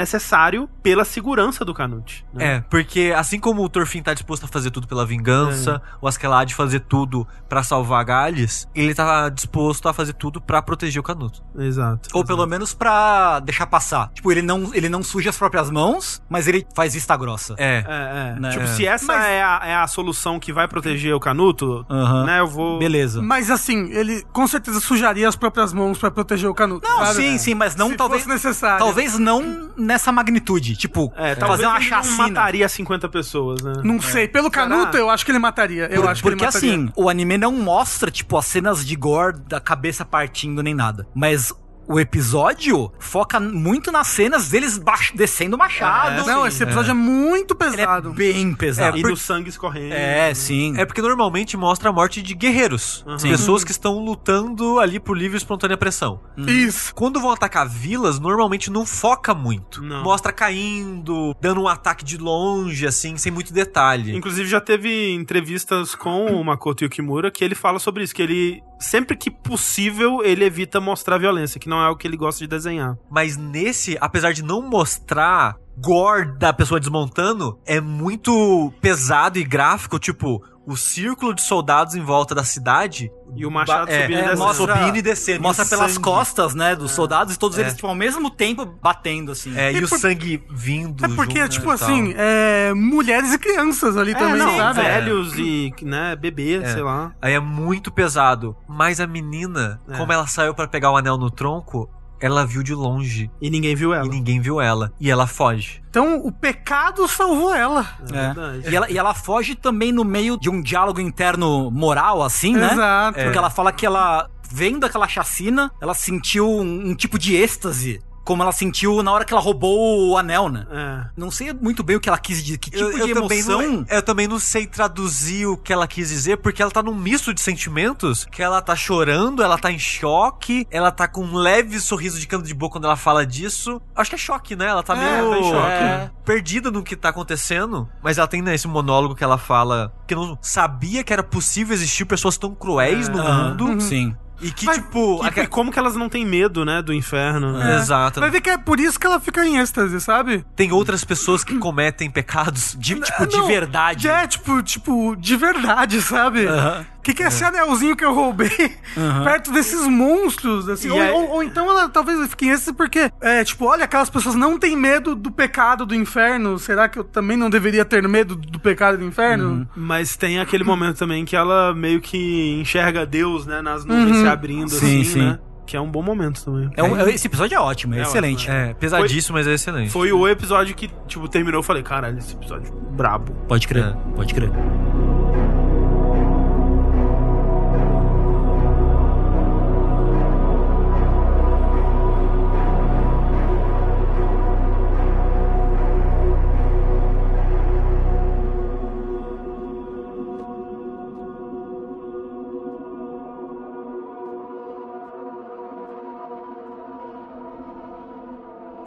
S4: necessário pela segurança do Canute. né?
S5: É, porque assim como o Thorfinn tá disposto a fazer tudo pela vingança,
S4: É.
S5: o Askeladd fazer tudo pra salvar Gales, ele tá disposto a fazer tudo pra proteger o Canuto.
S3: É.
S4: Exato.
S3: Ou pelo menos pra deixar passar. Tipo, ele não, ele não suja as próprias mãos, mas ele faz vista grossa.
S5: É.
S4: É, é.
S3: Né?
S4: Tipo,
S3: É.
S4: se essa é, a, é a solução que vai proteger o Canuto,
S3: Aham.
S4: né? Eu vou.
S3: Beleza.
S2: Mas assim, ele com certeza sujaria as próprias mãos pra proteger o canudo.
S3: Não,
S2: sabe? É.
S3: sim, sim, mas não
S2: né? Se
S3: talvez.
S2: fosse necessário.
S3: Talvez não nessa magnitude. Tipo,
S4: É, talvez
S3: fazer uma
S4: ele não
S3: chacina.
S4: mataria 50 pessoas, né?
S2: Não sei. Pelo canuto, eu acho que ele mataria. Eu
S3: Por-
S2: acho que ele
S3: porque
S2: mataria.
S3: assim, o anime não mostra, tipo, as cenas de gore da cabeça partindo nem nada. Mas o episódio foca muito nas cenas deles baix- descendo o machado.
S2: Não, esse episódio é, muito
S3: Ele é
S2: pesado.
S3: bem pesado.
S4: E
S3: É,
S4: do sangue escorrendo.
S3: sim.
S5: É porque normalmente mostra a morte de guerreiros.
S4: Hum. Uhum.
S5: Pessoas que estão lutando ali por livre e espontânea pressão.
S4: Hum.
S2: Isso.
S5: Quando vão atacar vilas, normalmente não foca muito.
S4: Não.
S5: Mostra caindo, dando um ataque de longe, assim, sem muito detalhe.
S4: Inclusive já teve entrevistas com o Makoto Yukimura que ele fala sobre isso, que ele sempre que possível ele evita mostrar violência, que não é o que ele gosta de desenhar.
S5: Mas nesse, apesar de não mostrar gore da pessoa desmontando, é muito pesado e gráfico, tipo, o círculo de soldados em volta da cidade.
S4: E o machado
S5: é,
S4: subindo e
S5: é,
S4: descendo.
S5: mostra- subindo e descendo.
S3: Mostra
S5: e o
S3: pelas
S5: sangue.
S3: costas, né, dos soldados, e todos
S5: É.
S3: eles, tipo, ao mesmo tempo batendo, assim.
S5: É, e,
S2: E
S5: o
S2: por-
S5: sangue vindo.
S2: É porque,
S5: junto né,
S2: tipo
S5: e tal.
S2: assim, é, mulheres e crianças ali também,
S4: É, não,
S2: É, sabe?
S4: velhos e, né, bebê, sei lá.
S5: Aí é muito pesado. Mas a menina,
S4: É.
S5: como ela saiu pra pegar o anel no tronco, ela viu de longe
S4: E ninguém viu ela.
S5: e ninguém viu ela. E ela foge.
S2: Então, o pecado salvou ela.
S3: É.
S4: verdade.
S3: E ela, e ela foge também no meio de um diálogo interno moral, assim, né?
S2: Exato.
S3: Porque ela fala que ela, vendo aquela chacina, ela sentiu um, um tipo de êxtase. Como ela sentiu na hora que ela roubou o anel, né?
S4: É.
S3: Não sei muito bem o que ela quis dizer, que tipo
S5: Eu- eu
S3: de
S5: também
S3: emoção.
S5: não- é, eu também não sei traduzir o que ela quis dizer, porque ela tá num misto de sentimentos, que ela tá chorando, ela tá em choque, ela tá com um leve sorriso de canto de boca quando ela fala disso. Acho que é choque, né? Ela tá meio
S4: tá em choque.
S5: é, perdida no que tá acontecendo, mas ela tem né, esse monólogo que ela fala que não sabia que era possível existir pessoas tão cruéis no
S3: Ah,
S5: mundo
S3: Sim.
S5: e que,
S4: Mas
S5: tipo...
S4: E,
S5: aque-
S4: e como que elas não têm medo, né, do inferno? né?
S5: Exato.
S2: Vai ver que é por isso que ela fica em êxtase, sabe?
S5: Tem outras pessoas que cometem pecados
S3: De, tipo, de
S2: não,
S3: verdade.
S2: É, tipo, tipo, de verdade, sabe?
S3: Aham.
S2: Que que é esse anelzinho que eu roubei perto desses monstros, assim?
S4: E
S2: Ou,
S4: aí-
S2: ou- ou então ela talvez fique em êxtase porque, é, tipo, olha, aquelas pessoas não têm medo do pecado do inferno. Será que eu também não deveria ter medo do pecado do inferno?
S4: Mas tem aquele momento também que ela meio que enxerga Deus, né, nas nuvens se abrindo,
S3: Sim,
S4: assim,
S3: sim.
S4: né? Que é um bom momento também.
S3: É um- é- esse episódio é ótimo, é,
S4: É
S3: excelente.
S5: É, pesadíssimo, mas é excelente.
S4: Foi o episódio que, tipo, terminou, eu falei, caralho, esse episódio brabo.
S3: Pode crer,
S5: É.
S3: pode crer.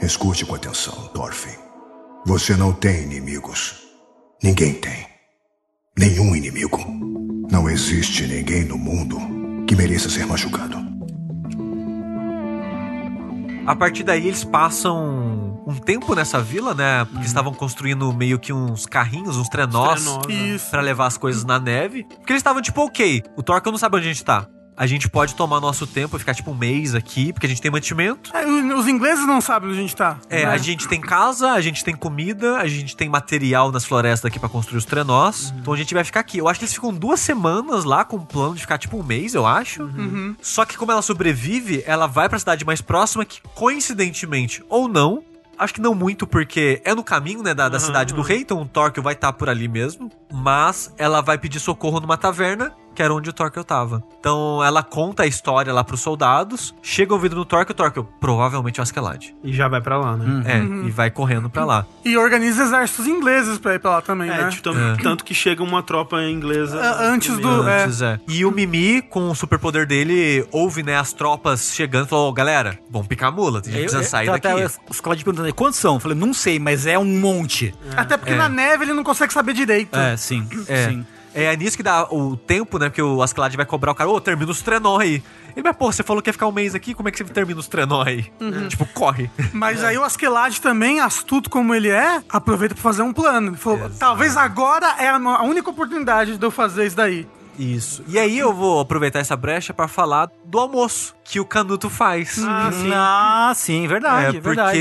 S7: Escute com atenção, Thorfinn. Você não tem inimigos. Ninguém tem. Nenhum inimigo. Não existe ninguém no mundo que mereça ser machucado.
S5: A partir daí eles passam um tempo nessa vila, né?
S4: Uhum.
S5: Porque estavam construindo meio que uns carrinhos, uns trenós,
S4: Trenós, né?
S2: Isso.
S5: pra levar as coisas na neve. Porque eles estavam tipo, ok, o Torque não sabe onde a gente tá. A gente pode tomar nosso tempo e ficar tipo um mês aqui, porque a gente tem mantimento.
S2: É, os ingleses não sabem onde a gente tá.
S5: É, a gente tem casa, a gente tem comida, a gente tem material nas florestas aqui pra construir os trenós. Então a gente vai ficar aqui. Eu acho que eles ficam duas semanas lá com o plano de ficar tipo um mês, eu acho. Só que como ela sobrevive, ela vai pra cidade mais próxima que coincidentemente ou não, acho que não muito porque é no caminho, né, da, da tá cidade do rei, então o Torquil vai estar por ali mesmo, mas ela vai pedir socorro numa taverna que era onde o Torkel tava. Então ela conta a história lá pros soldados, chega ouvido no Torkel, o Torkel provavelmente é o Askeladd.
S4: E já vai pra lá, né?
S5: É, e vai correndo pra lá.
S2: E organiza exércitos ingleses pra ir pra lá também,
S4: É,
S2: né?
S4: tipo, tam- tanto que chega uma tropa inglesa.
S2: Ah, antes do-
S4: também, né?
S2: é.
S5: Antes, é. E o Mimi, com o superpoder dele, ouve, né, as tropas chegando e falou, "Ô, galera, vão picar a mula, a gente precisa sair daqui.
S3: Os colegas perguntando aí, quantos são? Eu falei, não sei, mas é um monte.
S2: Até porque na neve ele não consegue saber direito.
S3: É, sim.
S5: É.
S3: Sim.
S5: É, é nisso que dá o tempo, né? Porque o Askeladd vai cobrar o cara, ô, termina os trenó aí. Ele, mas pô, você falou que ia ficar um mês aqui, como é que você termina os trenó aí? Tipo, corre.
S2: Mas aí o Askeladd também, astuto como ele é, aproveita pra fazer um plano. Ele falou, talvez agora é a, no- a única oportunidade de eu fazer isso daí.
S5: Isso. E aí eu vou aproveitar essa brecha pra falar do almoço que o Canuto faz.
S4: Ah, sim.
S3: Ah, sim,
S5: É,
S3: verdade,
S5: porque
S3: verdade.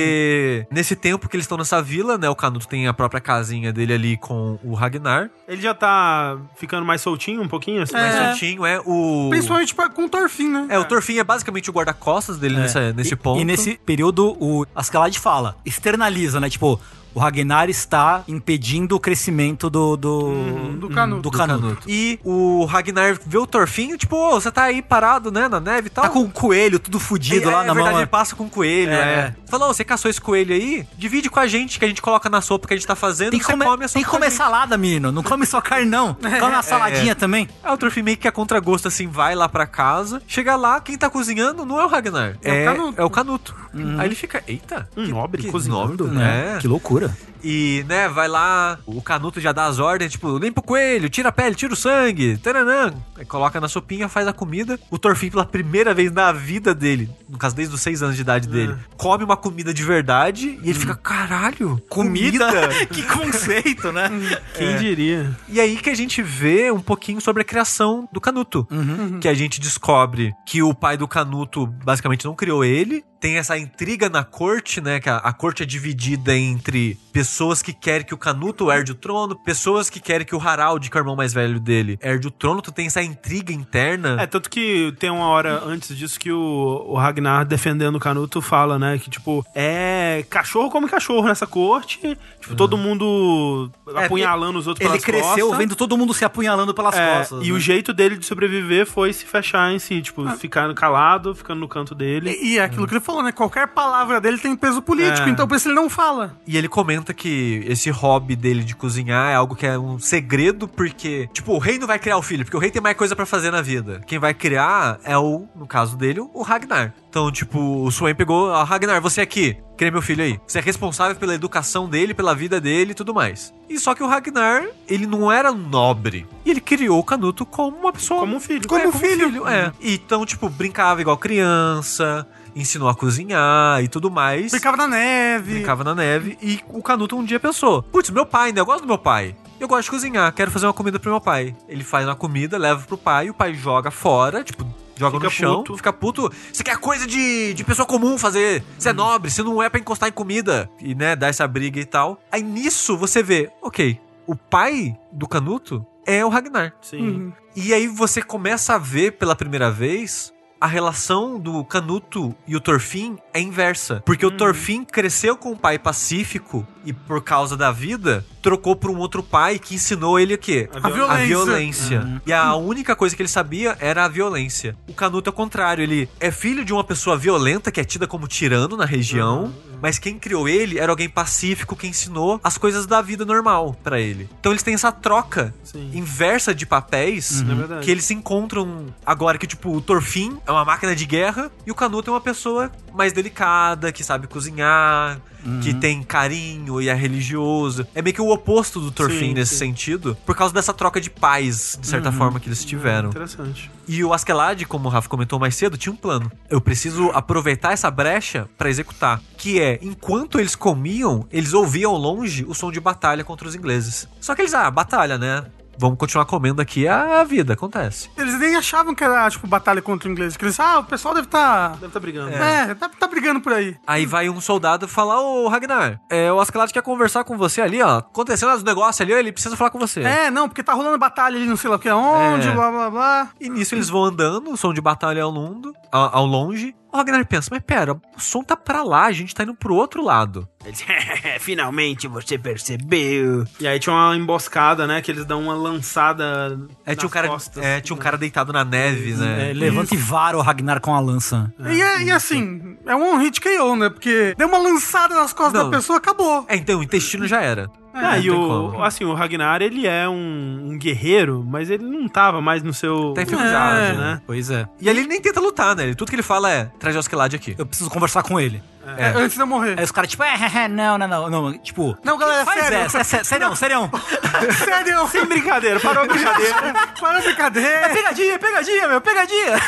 S5: nesse tempo que eles estão nessa vila, né? O Canuto tem a própria casinha dele ali com o Ragnar.
S4: Ele já tá ficando mais soltinho um pouquinho, assim, mais
S5: Mas
S4: soltinho.
S5: soltinho é o.
S2: Principalmente pra- com o Torfin, né?
S5: É, o Torfin é basicamente o guarda-costas dele nessa- nesse
S3: É. E-
S5: ponto.
S3: E nesse período, o Askeladd fala, externaliza, né? Tipo, o Ragnar está impedindo o crescimento do. do,
S2: do Canuto.
S3: do Canuto.
S5: E o Ragnar vê o Torfinho, tipo, ô, você tá aí parado, né, na neve e tal.
S3: Tá com o coelho tudo fudido
S5: É,
S3: lá
S5: é
S3: na
S5: verdade,
S3: mão.
S5: ele passa com um coelho,
S3: É,
S5: é.
S3: é.
S5: Fala, ô, você caçou esse coelho aí? Divide com a gente, que a gente coloca na sopa que a gente tá fazendo
S3: Tem
S5: e
S3: que,
S5: você
S3: comer,
S5: come a sopa
S3: tem que comer
S5: com a gente."
S3: salada, menino. Não come só carne, não. Come uma saladinha também.
S5: Aí o Torfinho meio que a contragosto, assim, vai lá pra casa. Chega lá, quem tá cozinhando não é o Ragnar.
S2: É o Canuto.
S5: É o Canuto.
S3: Uhum.
S5: Aí ele fica, eita.
S4: Um nobre
S5: que
S4: cozinhando,
S5: nobre,
S3: né?
S5: né?
S3: Que loucura.
S5: E, né, vai lá, o Canuto já dá as ordens, tipo, limpa o coelho, tira a pele, tira o sangue, taranã. Aí coloca na sopinha, faz a comida. O Torfin, pela primeira vez na vida dele, no caso, desde os seis anos de idade dele, come uma comida de verdade e ele fica, caralho, comida?
S3: que conceito, né?
S4: Quem diria?
S5: E aí que a gente vê um pouquinho sobre a criação do Canuto. Uhum. Que a gente descobre que o pai do Canuto basicamente não criou ele. Tem essa intriga na corte, né? Que a, a corte é dividida entre pessoas que querem que o Canuto herde o trono, pessoas que querem que o Harald, que é o irmão mais velho dele, herde o trono. Tu tem essa intriga interna.
S4: É, tanto que tem uma hora antes disso que o, o Ragnar, defendendo o Canuto, fala, né? Que, tipo, é cachorro come cachorro nessa corte. Tipo, todo mundo apunhalando os outros
S3: Ele
S4: pelas
S3: cresceu
S4: costas.
S3: vendo todo mundo se apunhalando pelas
S4: É,
S3: costas. né?
S4: e o jeito dele de sobreviver foi se fechar em si, tipo,
S1: Ah.
S4: ficando calado, ficando no canto dele.
S2: E, e é aquilo que ele falou, né? Qualquer palavra dele tem peso político,
S4: É.
S2: então por isso ele não fala.
S5: E ele comenta que esse hobby dele de cozinhar é algo que é um segredo, porque, tipo, o rei não vai criar o filho, porque o rei tem mais coisa pra fazer na vida. Quem vai criar é o, no caso dele, o Ragnar. Então, tipo, o Swain pegou, ah, Ragnar, você aqui, cria meu filho aí. Você é responsável pela educação dele, pela vida dele e tudo mais. E só que o Ragnar, ele não era nobre. E ele criou o Canuto como uma pessoa.
S4: Como um filho.
S5: Como, filho. É. Então, tipo, brincava igual criança, ensinou a cozinhar e tudo mais.
S2: Ficava na neve.
S5: Brincava na neve e o Canuto um dia pensou: Putz, meu pai, né? Eu gosto do meu pai. Eu gosto de cozinhar, quero fazer uma comida pro meu pai. Ele faz uma comida, leva pro pai, o pai joga fora, tipo, joga
S4: Fica
S5: no chão,
S4: puto.
S5: fica puto. Isso aqui é coisa de, de pessoa comum fazer. Você é
S4: Uhum.
S5: nobre, você não é pra encostar em comida. E, né, dá essa briga e tal. Aí nisso você vê, ok, o pai do Canuto é o Ragnar.
S4: Sim.
S1: Uhum.
S5: E aí você começa a ver pela primeira vez a relação do Canuto e o Torfin é inversa. Porque o Torfin cresceu com um pai pacífico e por causa da vida, trocou por um outro pai que ensinou ele o quê?
S4: A
S2: violência.
S5: A violência.
S4: Uhum.
S5: E a única coisa que ele sabia era a violência. O Canuto é o contrário, ele é filho de uma pessoa violenta que é tida como tirano na região,
S4: Uhum.
S5: mas quem criou ele era alguém pacífico que ensinou as coisas da vida normal pra ele. Então eles têm essa troca
S4: Sim.
S5: inversa de papéis
S4: É verdade.
S5: que eles se encontram agora que, tipo, o Torfin é uma máquina de guerra e o Canuto é uma pessoa mais delicada, que sabe cozinhar, que
S4: Uhum.
S5: tem carinho e é religioso. É meio que o oposto do Torfin
S4: Sim,
S5: nesse
S4: sim.
S5: sentido, por causa dessa troca de pais, de certa forma, que eles tiveram.
S4: Uhum. Interessante.
S5: E o Askeladd, como o Rafa comentou mais cedo, tinha um plano. Eu preciso aproveitar essa brecha pra executar. Que é, enquanto eles comiam, eles ouviam ao longe o som de batalha contra os ingleses. Só que eles, ah, batalha, né? Vamos continuar comendo aqui, é a vida acontece.
S2: Eles nem achavam que era, tipo, batalha contra o inglês. Que eles, ah, o pessoal deve estar.
S4: Deve tá brigando.
S2: É, tá, tá brigando por aí.
S5: Aí vai um soldado falar, ô Ragnar, é, o Askeladd quer conversar com você ali, ó. Acontecendo os negócios ali, ó, ele precisa falar com você.
S2: É, não, porque tá rolando batalha ali, não sei lá o que, onde,
S5: É.
S2: blá blá blá.
S5: E nisso eles vão andando, o som de batalha ao, lundo, ao, ao longe. O Ragnar pensa, mas pera, o som tá pra lá, a gente tá indo pro outro lado.
S1: É. Finalmente você percebeu.
S4: E aí tinha uma emboscada, né? Que eles dão uma lançada.
S5: É, tinha um
S4: nas
S5: cara,
S4: costas. assim, né?
S5: é, tinha um cara deitado na neve, né?
S3: É, levanta e vara o Ragnar com a lança.
S2: E, é- e assim, é um hit KO, né? Porque deu uma lançada nas costas
S5: Não.
S2: da pessoa, acabou.
S5: É, então, o intestino já era.
S4: É, e
S5: tem
S4: o,
S5: como.
S4: assim, o Ragnar, ele é um, um guerreiro, mas ele não tava mais no seu.
S5: Tá enferrujado,
S4: É,
S5: né?
S3: Pois é.
S5: E ali ele nem tenta lutar, né? Ele- Tudo que ele fala é, traz o Askeladd aqui.
S3: Eu preciso conversar com ele.
S5: É.
S2: Antes de eu morrer.
S3: Aí os caras, tipo, é, é, não, não, não, não. Tipo,
S2: Não, galera,
S3: faz
S2: sério.
S3: essa, é, sé- sério, sério.
S2: Sério? é
S4: Sem brincadeira, parou a brincadeira.
S2: Para a brincadeira,
S3: É pegadinha, pegadinha, meu, pegadinha.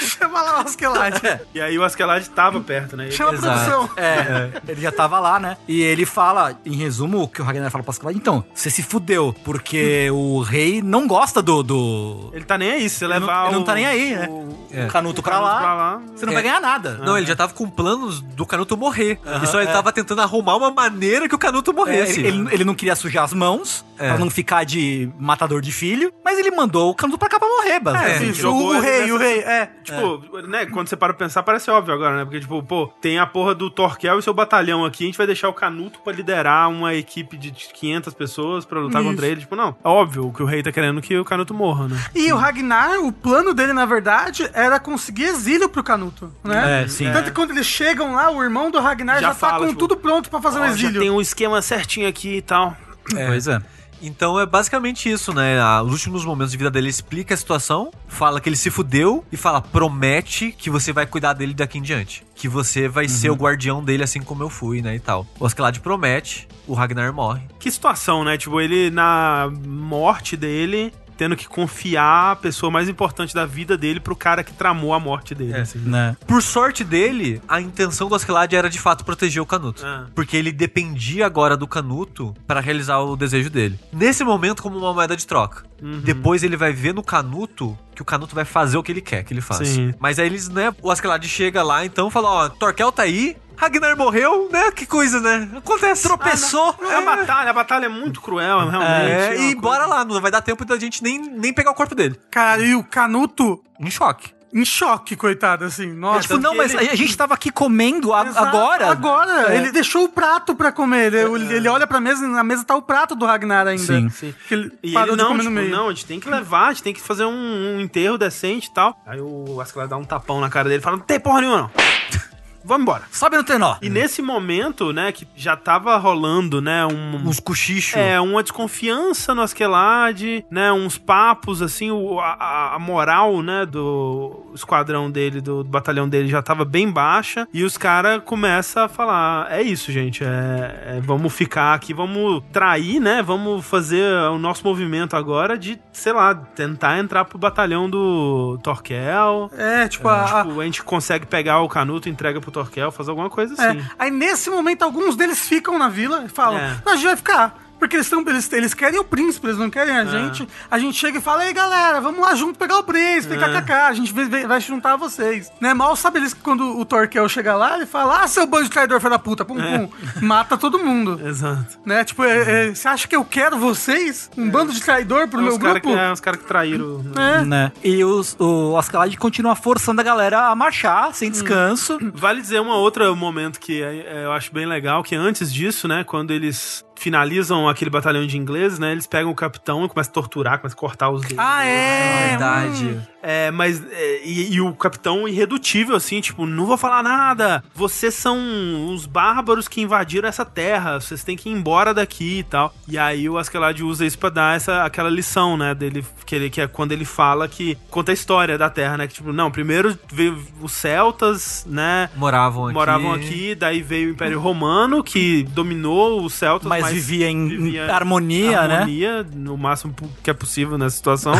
S2: chama lá o Askelad.
S4: e aí o Askeladd tava perto, né? Ele-
S2: Chama a produção.
S3: É, ele já tava lá, né? E ele fala, em resumo, o que o Ragnar fala pra Ascalad, então, você se fudeu, porque o rei não gosta do... do...
S4: Ele tá nem aí, se você
S3: Ele,
S4: levar
S3: não, ele não
S4: o-
S3: tá nem aí, né?
S4: o-
S3: O canuto pra lá,
S4: pra lá.
S3: você não vai ganhar nada.
S5: Não, ele já tava com planos do Canuto morrer. e só ele tava tentando arrumar uma maneira que o Canuto
S3: É,
S5: morresse.
S3: ele, ele- ele não queria sujar as mãos,
S4: É.
S3: pra não ficar de matador de filho, mas ele mandou o canuto pra cá pra morrer, basicamente.
S4: sim,
S3: né?
S2: O,
S4: jogou
S2: o
S4: É, ele
S2: rei,
S4: nessa-
S2: o rei, é.
S4: Tipo, né, quando você para pra pensar, parece óbvio agora, né? Porque, tipo, pô, tem a porra do Torquel e seu batalhão aqui, a gente vai deixar o Canuto pra liderar uma equipe de 500 pessoas pra lutar
S2: Isso.
S4: contra ele. Tipo, não, é óbvio que o rei tá querendo que o Canuto morra, né?
S2: E o Ragnar, o plano dele, na verdade, era conseguir exílio pro Canuto, né?
S3: É, sim.
S2: Tanto que quando eles chegam lá, o irmão do Ragnar já,
S4: Já
S2: tá
S4: fala,
S2: com
S4: tipo,
S2: tudo pronto pra fazer o exílio.
S4: um esquema certinho aqui e tal.
S3: Pois é.
S5: Então é basicamente isso, né? Ah, Os últimos momentos de vida dele ele explica a situação, fala que ele se fudeu e fala: promete que você vai cuidar dele daqui em diante. Que você vai ser
S3: Uhum.
S5: o guardião dele assim como eu fui, né? E tal. O Askeladd promete, o Ragnar morre.
S4: Que situação, né? Tipo, ele na morte dele, tendo que confiar a pessoa mais importante da vida dele pro cara que tramou a morte dele.
S5: É.
S4: assim.
S3: Né?
S5: Por sorte dele, a intenção do Askeladd era de fato proteger o Canuto.
S4: Ah.
S5: Porque ele dependia agora do Canuto pra realizar o desejo dele. Nesse momento, como uma moeda de troca.
S4: Uhum.
S5: Depois ele vai ver no Canuto que o Canuto vai fazer o que ele quer que ele faça.
S4: Sim.
S5: Mas aí eles, né? O Askeladd chega lá então e fala: Ó, Torquel tá aí, Ragnar morreu, né? Que coisa, né? Acontece. Ah, Tropeçou.
S4: É a batalha, a batalha é muito cruel, realmente.
S5: É,
S4: É uma
S5: e
S4: coisa-
S5: bora lá, não vai dar tempo da gente nem, nem pegar o corpo dele.
S2: Cara, e o Canuto
S5: um Em choque.
S2: em choque, coitado, assim.
S3: É,
S2: Nossa.
S3: tipo, não,
S4: que
S3: mas
S4: ele-
S3: a gente tava aqui comendo a-
S2: Exato,
S3: agora.
S2: Agora.
S3: É.
S2: Ele deixou o prato pra comer. Ele, ele olha pra mesa e na mesa tá o prato do Ragnar ainda.
S3: Sim.
S2: Que ele
S4: E
S2: parou
S4: ele
S2: de
S4: não,
S2: comer
S4: tipo,
S2: no meio.
S4: não, a gente tem que levar, a gente tem que fazer um, um enterro decente e tal. Aí o Asclar dá um tapão na cara dele, fala, não tem porra nenhuma não. Vamos embora.
S3: Sobe no trenó.
S4: E nesse momento, né, que já tava rolando, né, um...
S5: Uns cochichos.
S4: É, uma desconfiança no Askeladd, né, uns papos, assim, o- a- a, a moral, né, do esquadrão dele, do, do batalhão dele já tava bem baixa, e os caras começam a falar, é isso, gente, é, é, vamos ficar aqui, vamos trair, né, vamos fazer o nosso movimento agora de, sei lá, tentar entrar pro batalhão do Torquel...
S2: É, tipo,
S5: Ah,
S2: a, a-
S4: Tipo, a gente consegue pegar o Canuto, entrega pro Torquel, fazer alguma coisa
S2: É,
S4: assim.
S2: Aí nesse momento, alguns deles ficam na vila e falam:
S4: É.
S2: Não, a gente vai ficar. Porque eles, tão, eles, eles querem o príncipe, eles não
S4: É.
S2: querem a gente. A gente chega e fala: Ei, galera, vamos lá junto pegar o
S4: É.
S2: príncipe, kkk, a gente vê- vê- vai juntar vocês. Né? Mal sabe eles que quando o Torquel chega lá, ele fala: Ah, seu bando de traidor, filho da puta, pum,
S4: É.
S2: pum. Mata todo mundo.
S4: Exato.
S2: Né? Tipo, é, é, você acha que eu quero vocês? Um bando de traidor pro
S4: É
S2: meu
S4: os caras
S2: grupo?
S4: que, é, os cara que traíram. né?
S2: É.
S3: Né? E os, o Askeladd continua forçando a galera a marchar sem descanso.
S4: Vale dizer uma outra momento que é, é, eu acho bem legal, que antes disso, né, quando eles finalizam aquele batalhão de ingleses, né, eles pegam o capitão e começam a torturar, começam a cortar os dedos.
S2: Ah, é!
S5: Verdade.
S4: É, mas é, e, e o capitão irredutível assim, tipo, não vou falar nada. Vocês são uns bárbaros que invadiram essa terra. Vocês têm que ir embora daqui e tal. E aí o Askeladd usa isso pra dar essa aquela lição, né, dele que ele que é quando ele fala que conta a história da terra, né, que tipo, não, primeiro veio os celtas, né,
S5: Moravam aqui.
S4: moravam aqui, daí veio o Império Romano, que dominou os celtas,
S3: Mas, vivia em, em
S4: vivia
S3: harmonia, né?
S4: harmonia, no máximo que é possível nessa situação.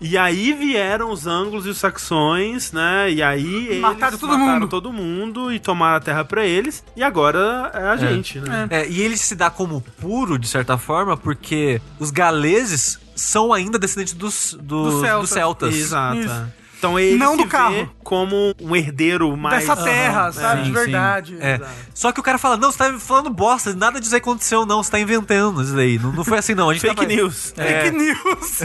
S4: e aí vieram os anglos e os saxões, né? E aí eles
S2: Mataram todo
S4: mataram
S2: mundo.
S4: todo mundo e tomaram a terra pra eles. E agora é a gente, né?
S5: É, e ele se dá como puro, de certa forma, porque os galeses são ainda descendentes dos, dos,
S2: Dos celtas.
S5: dos celtas.
S4: Exato.
S2: Isso.
S4: é. Então ele
S2: Não
S4: se
S2: do carro.
S4: vê como um herdeiro mais...
S2: Dessa terra, sabe?
S3: sim,
S2: de
S3: sim.
S2: verdade.
S5: É. Só que o cara fala, não, você tá falando bosta, nada disso aí
S3: É,
S4: É.
S5: aconteceu, não, você tá inventando isso daí. Não, não foi assim, não. A gente
S4: Fake
S5: tava-
S4: news.
S2: Fake news.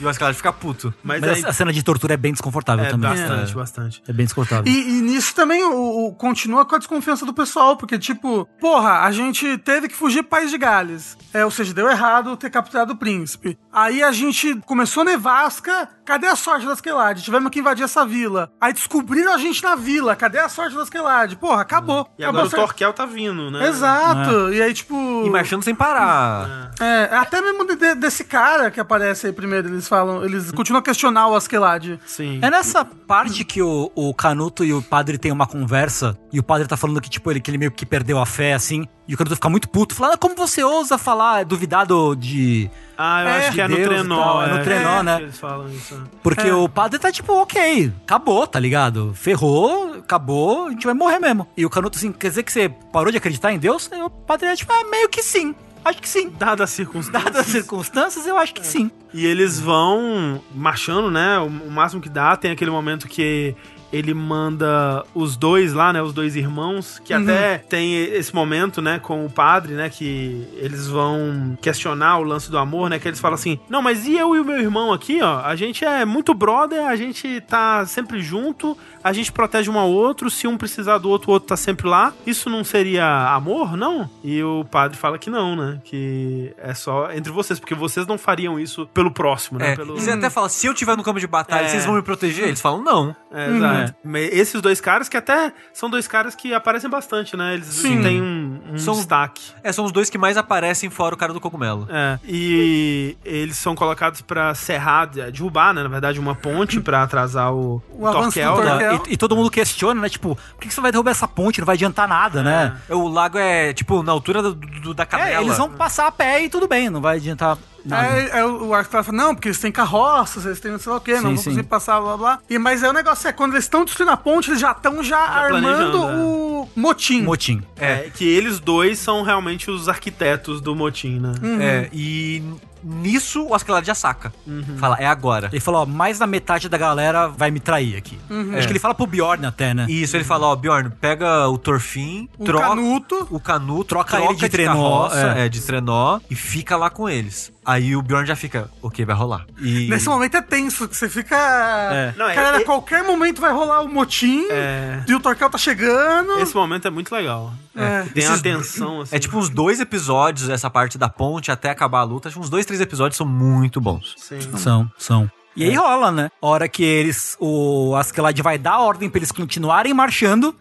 S5: E o Ascalad fica puto.
S4: Mas,
S3: Mas
S4: aí.
S3: a- a cena de tortura é bem desconfortável
S4: É,
S3: também.
S4: bastante, bastante.
S3: É. É bem desconfortável.
S2: E, e nisso também o, o- continua com a desconfiança do pessoal, porque, tipo, porra, a gente teve que fugir pro País de Gales. É, ou seja, deu errado ter capturado o príncipe. Aí a gente começou nevasca, cadê a sorte da Esquelade? Tivemos que invadir essa vila. Aí descobriram a gente na vila, cadê a sorte da Esquelade? Porra, acabou.
S4: E
S2: acabou
S4: agora
S2: a
S4: o
S2: sorte-
S4: Torquel tá vindo, né?
S2: Exato. E aí, tipo.
S5: E marchando sem parar.
S2: É, até mesmo de- desse cara que aparece aí primeiro, eles falam, eles continuam a questionar o Askelad.
S4: Sim.
S3: É nessa parte que o, o Canuto e o padre têm uma conversa e o padre tá falando que, tipo, ele, que ele meio que perdeu a fé, assim, e o Canuto fica muito puto, falando, "Ah, como você ousa falar, duvidado de...
S4: Ah, eu
S2: É,
S4: acho que é
S3: Deus
S4: no
S3: e tal,
S4: Trenó.
S3: é no Trenó, né?
S4: Eles falam isso. né?
S3: Porque o padre tá tipo, ok, acabou, tá ligado? Ferrou, acabou, a gente vai morrer mesmo. E o Canuto, assim, quer dizer que você parou de acreditar em Deus? E o padre é tipo, ah, meio que sim, acho que sim.
S4: Dada a circunstância.
S3: Dadas as circunstâncias, eu acho que sim.
S4: E eles vão marchando, né? O, o máximo que dá. Tem aquele momento que ele manda os dois lá, né? Os dois irmãos. Que até tem esse momento, né? Com o padre, né? Que eles vão questionar o lance do amor, né? Que eles falam assim: Não, mas e eu e o meu irmão aqui, ó? A gente é muito brother, a gente tá sempre junto, a gente protege um ao outro. Se um precisar do outro, o outro tá sempre lá. Isso não seria amor, não? E o padre fala que não, né? Que é só entre vocês, porque vocês não fariam isso pelo próximo, né?
S5: É.
S4: Pelo...
S5: E Você até fala, se eu tiver no campo de batalha,
S4: É.
S5: vocês vão me proteger? Eles falam, não.
S4: É,
S2: Uhum.
S4: exato. Me- Esses dois caras que até são dois caras que aparecem bastante, né? Eles têm um, um
S5: São-
S4: destaque.
S5: É, são os dois que mais aparecem fora o cara do cogumelo.
S4: É. E eles são colocados pra serrar, de- derrubar, né? Na verdade, uma ponte pra atrasar o,
S2: O avanço do
S4: né?
S2: Torquel.
S3: E, e todo mundo questiona, né? Tipo, por que que você vai derrubar essa ponte? Não vai adiantar nada, né?
S5: O lago é, tipo, na altura do, do- da canela.
S3: É, eles vão passar a pé e tudo bem, não vai adiantar nada.
S2: É, é, o Arthur fala, não, porque eles têm carroças, eles têm não sei lá o quê, não
S3: Sim,
S2: vão
S3: sim.
S2: conseguir passar, blá blá. E, mas aí o negócio é, quando eles estão destruindo a ponte, eles já estão já, armando
S4: planejando, é.
S2: o motim.
S3: Motim.
S4: É, que eles dois são realmente os arquitetos do motim, né?
S5: É, e nisso o Ascalad já saca. Fala, é agora.
S3: Ele falou, ó, mais da metade da galera vai me trair aqui. Acho que ele fala pro Bjorn até, né?
S5: E isso ele fala, ó, Bjorn, pega o Torfin,
S2: O
S5: troca
S2: canuto.
S5: o canuto,
S3: Troca ele de trenó,
S5: carroça,
S3: é.
S5: é. de trenó e fica lá com eles. Aí o Bjorn já fica, ok, vai rolar. E
S2: Nesse momento é tenso, que você fica...
S4: Não, é-
S2: Cara, a
S4: é-
S2: qualquer momento vai rolar o motim,
S4: É.
S2: e o Torquel tá chegando.
S4: Esse momento é muito legal.
S2: É.
S4: Tem uma tensão, assim.
S5: é tipo uns dois episódios essa parte da ponte até acabar a luta. Acho que uns dois, três episódios são muito bons.
S4: Sim.
S3: São, são. E aí rola, né? A hora que eles. O Askeladd vai dar a ordem pra eles continuarem marchando.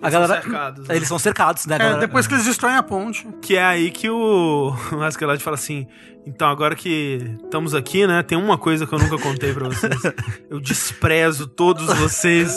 S3: A galera.
S4: cercados, né?
S3: Eles são cercados, né? a
S2: Uhum. É,
S3: galera-
S2: depois que eles destroem a ponte.
S4: Que é aí que o o Askeladd fala assim: então, agora que estamos aqui, né? Tem uma coisa que eu nunca contei pra vocês. Eu desprezo todos vocês.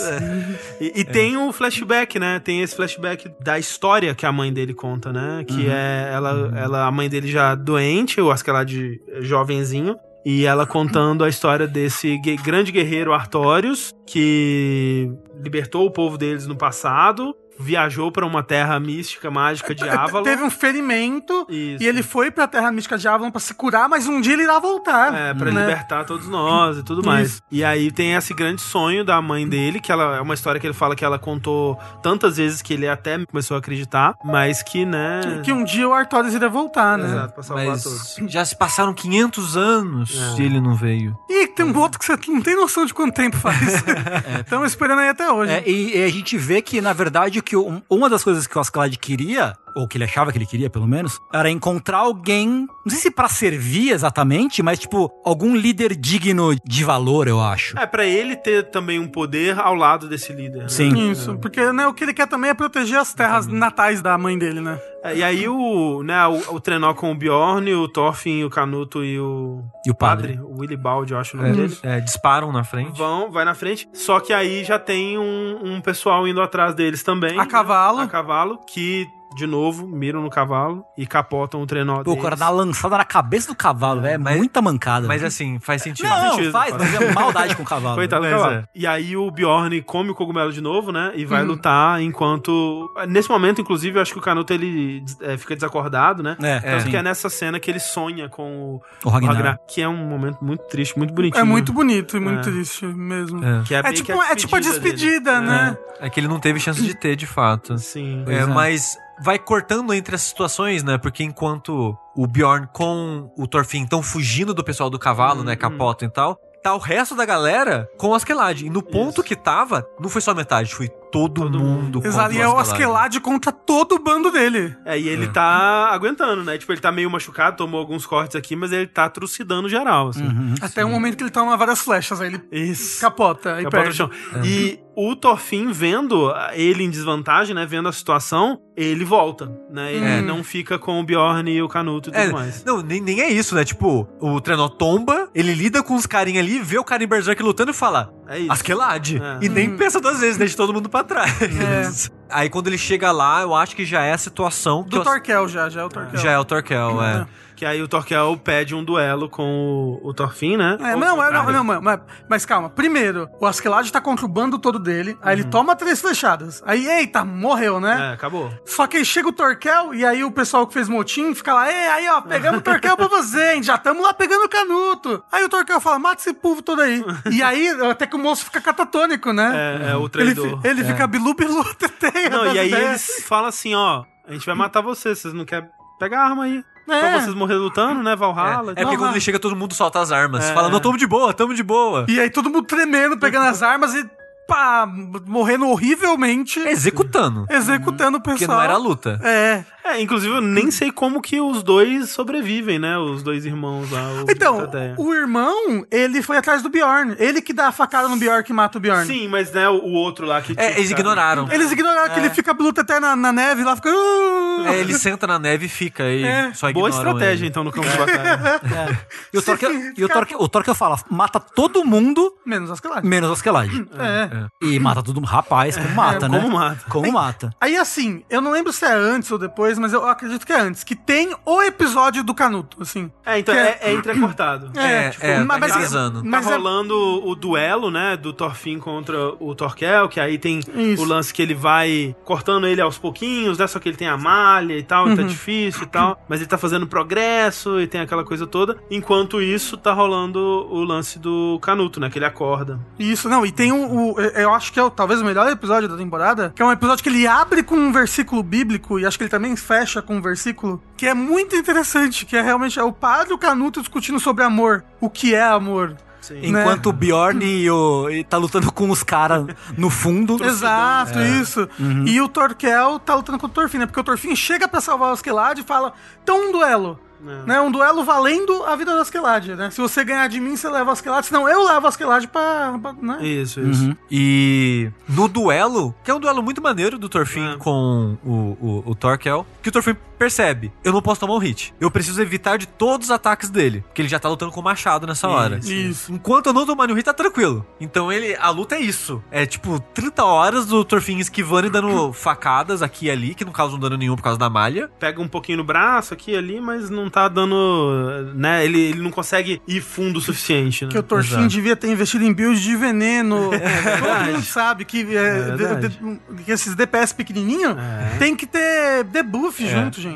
S4: E, e tem o flashback, né? Tem esse flashback da história que a mãe dele conta, né? Que é ela, ela, a mãe dele já doente, o Askeladd jovenzinho. E ela contando a história desse gue- grande guerreiro Artorius, que libertou o povo deles no passado, viajou pra uma terra mística, mágica de Avalon.
S2: Teve um ferimento,
S4: Isso.
S2: e ele foi pra Terra Mística de Avalon pra se curar, mas um dia ele irá voltar.
S4: É, pra
S2: né?
S4: libertar todos nós e tudo mais. E aí tem esse grande sonho da mãe dele, que ela é uma história que ele fala que ela contou tantas vezes que ele até começou a acreditar, mas que, né... é
S2: Que um dia o Artorias iria voltar, né?
S4: Exato, pra salvar todos.
S5: Mas já se passaram 500 anos
S4: É.
S5: e ele não veio.
S2: Ih, tem
S4: Uhum.
S2: um outro que você não tem noção de quanto tempo faz.
S4: É.
S2: Estamos esperando aí até hoje.
S3: É, e, e a gente vê que, na verdade, que um- uma das coisas que o Askeladd queria, ou que ele achava que ele queria, pelo menos, era encontrar alguém, não sei se pra servir exatamente, mas tipo, algum líder digno de valor, eu acho.
S4: É, pra ele ter também um poder ao lado desse líder. né?
S3: Sim.
S2: Isso, porque né, o que ele quer também é proteger as terras
S4: Uhum.
S2: natais da mãe dele, né?
S4: É, e aí o, né, o, o Trenó com o Bjorn, o Thorfinn, o Canuto e o
S3: E o padre.
S4: padre, o Willibald, eu acho o nome dele.
S5: É, é, disparam na frente.
S4: Vão, vai na frente. Só que aí já tem um, um pessoal indo atrás deles também.
S2: A cavalo.
S4: A cavalo, que, de novo, miram no cavalo e capotam o trenó
S3: Pô, o
S4: deles.
S3: cara dá uma lançada na cabeça do cavalo, velho. É muita mancada.
S5: Mas
S3: velho.
S5: assim, faz sentido.
S3: não,
S4: sentido,
S3: faz,
S4: faz.
S3: mas é maldade com o cavalo.
S4: Coitado do
S5: Pois
S4: cavalo.
S5: é.
S4: E aí o Bjorn come o cogumelo de novo, né? E vai lutar enquanto... Nesse momento, inclusive, eu acho que o Canuto, ele eh, fica desacordado, né?
S3: É,
S4: Tanto
S3: sim.
S4: que é nessa cena que ele sonha com o
S3: O Ragnar.
S4: Ragnar, que é um momento muito triste, muito bonitinho. né?
S2: É muito bonito e muito
S4: É.
S2: triste mesmo. É,
S5: É.
S4: Que é, meio
S2: tipo,
S4: que a
S2: é tipo a
S4: dele.
S2: despedida, né?
S5: É que ele não teve chance de ter, de fato.
S4: Sim.
S5: É, Mas vai cortando entre as situações, né? Porque enquanto o Bjorn com o Thorfinn estão fugindo do pessoal do cavalo,
S2: Uhum.
S5: né? Capota e tal. Tá o resto da galera com o Askeladd. E no ponto que tava, não foi só metade, foi todo, mundo com
S2: Exato, e é o Askeladd contra todo o bando dele.
S4: É, e ele tá aguentando, né? Tipo, ele tá meio machucado, tomou alguns cortes aqui, mas ele tá trucidando geral, assim.
S2: Até o momento que ele toma várias flechas, aí ele
S4: Isso.
S2: capota e
S4: Capota
S2: perde.
S4: no chão. E o Torfin vendo ele em desvantagem, né? Vendo a situação, ele volta, né? Ele
S2: É.
S4: não fica com o Bjorn e o Canuto e tudo
S5: É,
S4: mais.
S5: não, nem, nem é isso, né? Tipo, o Trenó tomba, ele lida com os carinha ali, vê o cara em Berserk lutando e fala,
S4: É isso.
S5: Askeladd.
S4: É.
S5: E
S2: Uhum.
S5: nem pensa duas vezes, deixa todo mundo pra trás. Aí quando ele chega lá, eu acho que já é a situação...
S2: É.
S5: que
S2: Do Uhum.
S5: o-
S2: Torquel já, já é o Torquel.
S5: Já é o Torquel, é.
S4: Que aí o Torquel pede um duelo com o, o Torfin, né?
S2: É, não, é, não, não, mas, mas- mas calma. Primeiro, o Askeladd tá contra o bando todo dele, aí ele toma três flechadas. Aí, eita, morreu, né?
S4: Uhum. É, acabou.
S2: Só que aí chega o Torquel, e aí o pessoal que fez motim fica lá, ei, aí ó, pegamos o Torquel pra você, hein? Já tamo lá pegando o canuto. Aí o Torquel fala, mata esse povo todo aí. E aí, até que o moço fica catatônico, né?
S4: É, é o
S2: Ele,
S4: traidor.
S2: fi- ele fica bilu-bilu, teteia.
S4: Não,
S2: das
S4: e aí
S2: ideias.
S4: eles falam assim, ó, a gente vai matar vocês, vocês não querem pegar a arma aí. Pra
S2: É.
S4: vocês morrerem lutando, né, Valhalla. e
S5: É
S4: tal.
S5: porque quando ele chega, todo mundo solta as armas.
S4: É.
S5: Fala, não, tamo de boa, tamo de boa.
S2: E aí todo mundo tremendo, pegando as armas e pá, morrendo horrivelmente,
S5: Executando.
S2: executando o
S5: Porque
S2: pessoal.
S5: não era a luta.
S2: É.
S4: É, inclusive eu nem sei como que os dois sobrevivem, né, os dois irmãos lá. o
S2: Então,
S4: Tateia.
S2: o irmão, ele foi atrás do Bjorn. Ele que dá a facada no Bjorn que mata o Bjorn.
S4: Sim, mas né, o o outro lá que...
S5: É, eles ignoraram.
S2: Eles ignoraram que ele fica luta até na, na neve lá, fica. "Uh".
S5: É, ele senta na neve e fica aí.
S2: É,
S5: só
S4: Boa
S5: ignoram
S4: estratégia,
S5: ele.
S4: então, no campo de batalha.
S3: E o
S2: Sim,
S3: Torquel, e o
S2: cara.
S3: Torquel, o Torquel fala, mata todo mundo,
S2: Menos Askeladd.
S3: menos o Askeladd.
S2: É.
S3: E mata todo mundo. Rapaz, como mata, né?
S4: como mata.
S3: Como mata.
S2: Aí assim, eu não lembro se é antes ou depois, mas eu acredito que é antes, que tem o episódio do Canuto, assim.
S4: É, então,
S2: Que tipo,
S4: é, é entrecortado.
S5: É, é, tá
S2: mas,
S5: engasando.
S2: mas
S4: tá
S2: é-
S4: rolando o duelo, né, do Torfin contra o Torquel, que aí tem
S2: Isso.
S4: o lance que ele vai cortando ele aos pouquinhos, né, só que ele tem a malha e tal, e
S2: Uhum.
S4: tá difícil e tal, mas ele tá fazendo progresso e tem aquela coisa toda. Enquanto isso, tá rolando o lance do Canuto, né, que ele acorda.
S2: Isso, não, e tem o, o- Eu acho que é o, talvez o melhor episódio da temporada, que é um episódio que ele abre com um versículo bíblico, e acho que ele também fecha com um versículo, que é muito interessante, que é realmente é o padre e o Canuto discutindo sobre amor. O que é amor?
S4: Sim.
S3: Enquanto o Bjorn e o, e tá lutando com os caras no fundo.
S2: Exato, isso. E o Torquel tá lutando contra o Torfin, né? Porque o Torfin chega pra salvar o Askeladd e fala: então um duelo.
S5: É.
S2: Né, um duelo valendo a vida do Askeladd, né? Se você ganhar de mim, você leva o Askeladd, senão eu levo o Askeladd pra... pra- né?
S4: Isso, isso.
S5: Uhum. E no duelo, que é um duelo muito maneiro do Thorfinn
S4: É.
S5: com o, o, o Torquel, que o Thorfinn percebe, eu não posso tomar um hit. Eu preciso evitar de todos os ataques dele, porque ele já tá lutando com o machado nessa hora.
S2: Isso.
S5: Enquanto eu não tomar nenhum hit, tá tranquilo. Então ele, a luta é isso. É tipo 30 horas do Thorfinn esquivando e dando facadas aqui e ali, que não causam dano nenhum por causa da malha.
S4: Pega um pouquinho no braço aqui e ali, mas não tá dando, né, ele, ele não consegue ir fundo o suficiente, né?
S2: Que o Torfin
S5: Exato.
S2: devia ter investido em builds de veneno. Todo mundo sabe que, é, de-
S4: verdade.
S2: de- que esses DPS pequenininho tem que ter debuff junto, gente.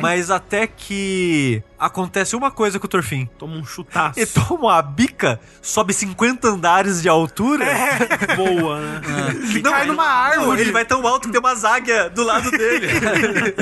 S5: Mas até que acontece uma coisa com o Thorfinn.
S4: Toma um chutaço.
S5: E toma a bica, sobe 50 andares de altura.
S4: Boa, né?
S5: Que cai numa árvore. ele vai tão alto que tem uma águia do lado dele.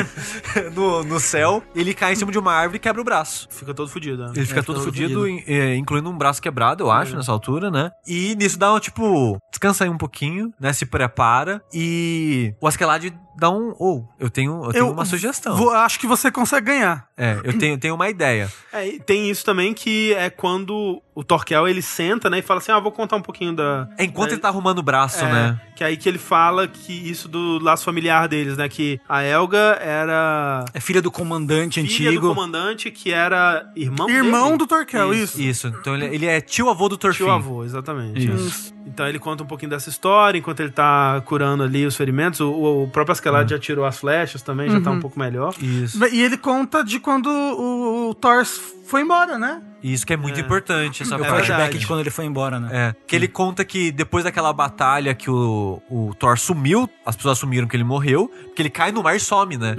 S5: no, no céu. Ele cai em cima de uma árvore e quebra o braço.
S4: Fica todo fudido, né?
S5: Ele fica todo, fudido, in- é, incluindo um braço quebrado, eu acho, nessa altura, né? E nisso dá um, tipo, descansa aí um pouquinho, né? Se prepara. E o Askeladd dá um... Ou, eu tenho, eu tenho uma sugestão.
S2: vou- acho que você consegue ganhar.
S5: É, eu tenho, tenho uma ideia.
S4: É, e tem isso também que é quando o Torquel ele senta, né, e fala assim: "Ah, vou contar um pouquinho da
S5: É enquanto
S4: É.
S5: ele tá arrumando o braço,
S4: É,
S5: né?
S4: Que aí que ele fala que isso do laço familiar deles, né, que a Elga era
S3: É filha do comandante
S4: filha do
S3: antigo.
S4: comandante que era irmão
S2: Irmão
S4: dele?
S2: do Torquel, isso.
S5: Isso. Então ele, ele é tio-avô do Torfin.
S4: Tio avô, exatamente.
S5: Isso.
S4: é. Então ele conta um pouquinho dessa história, enquanto ele tá curando ali os ferimentos. O, o próprio Askeladd já tirou as flechas também, já tá um pouco melhor.
S5: É. Uhum. Isso.
S2: E ele conta de quando o, o Thors foi embora, né?
S5: Isso que é muito importante, um essa
S3: É o
S5: parte.
S3: flashback
S4: verdade.
S3: de quando ele foi embora, né?
S5: É, que ele conta que depois daquela batalha que o, o Thor sumiu, as pessoas assumiram que ele morreu, porque ele cai no mar e some, né?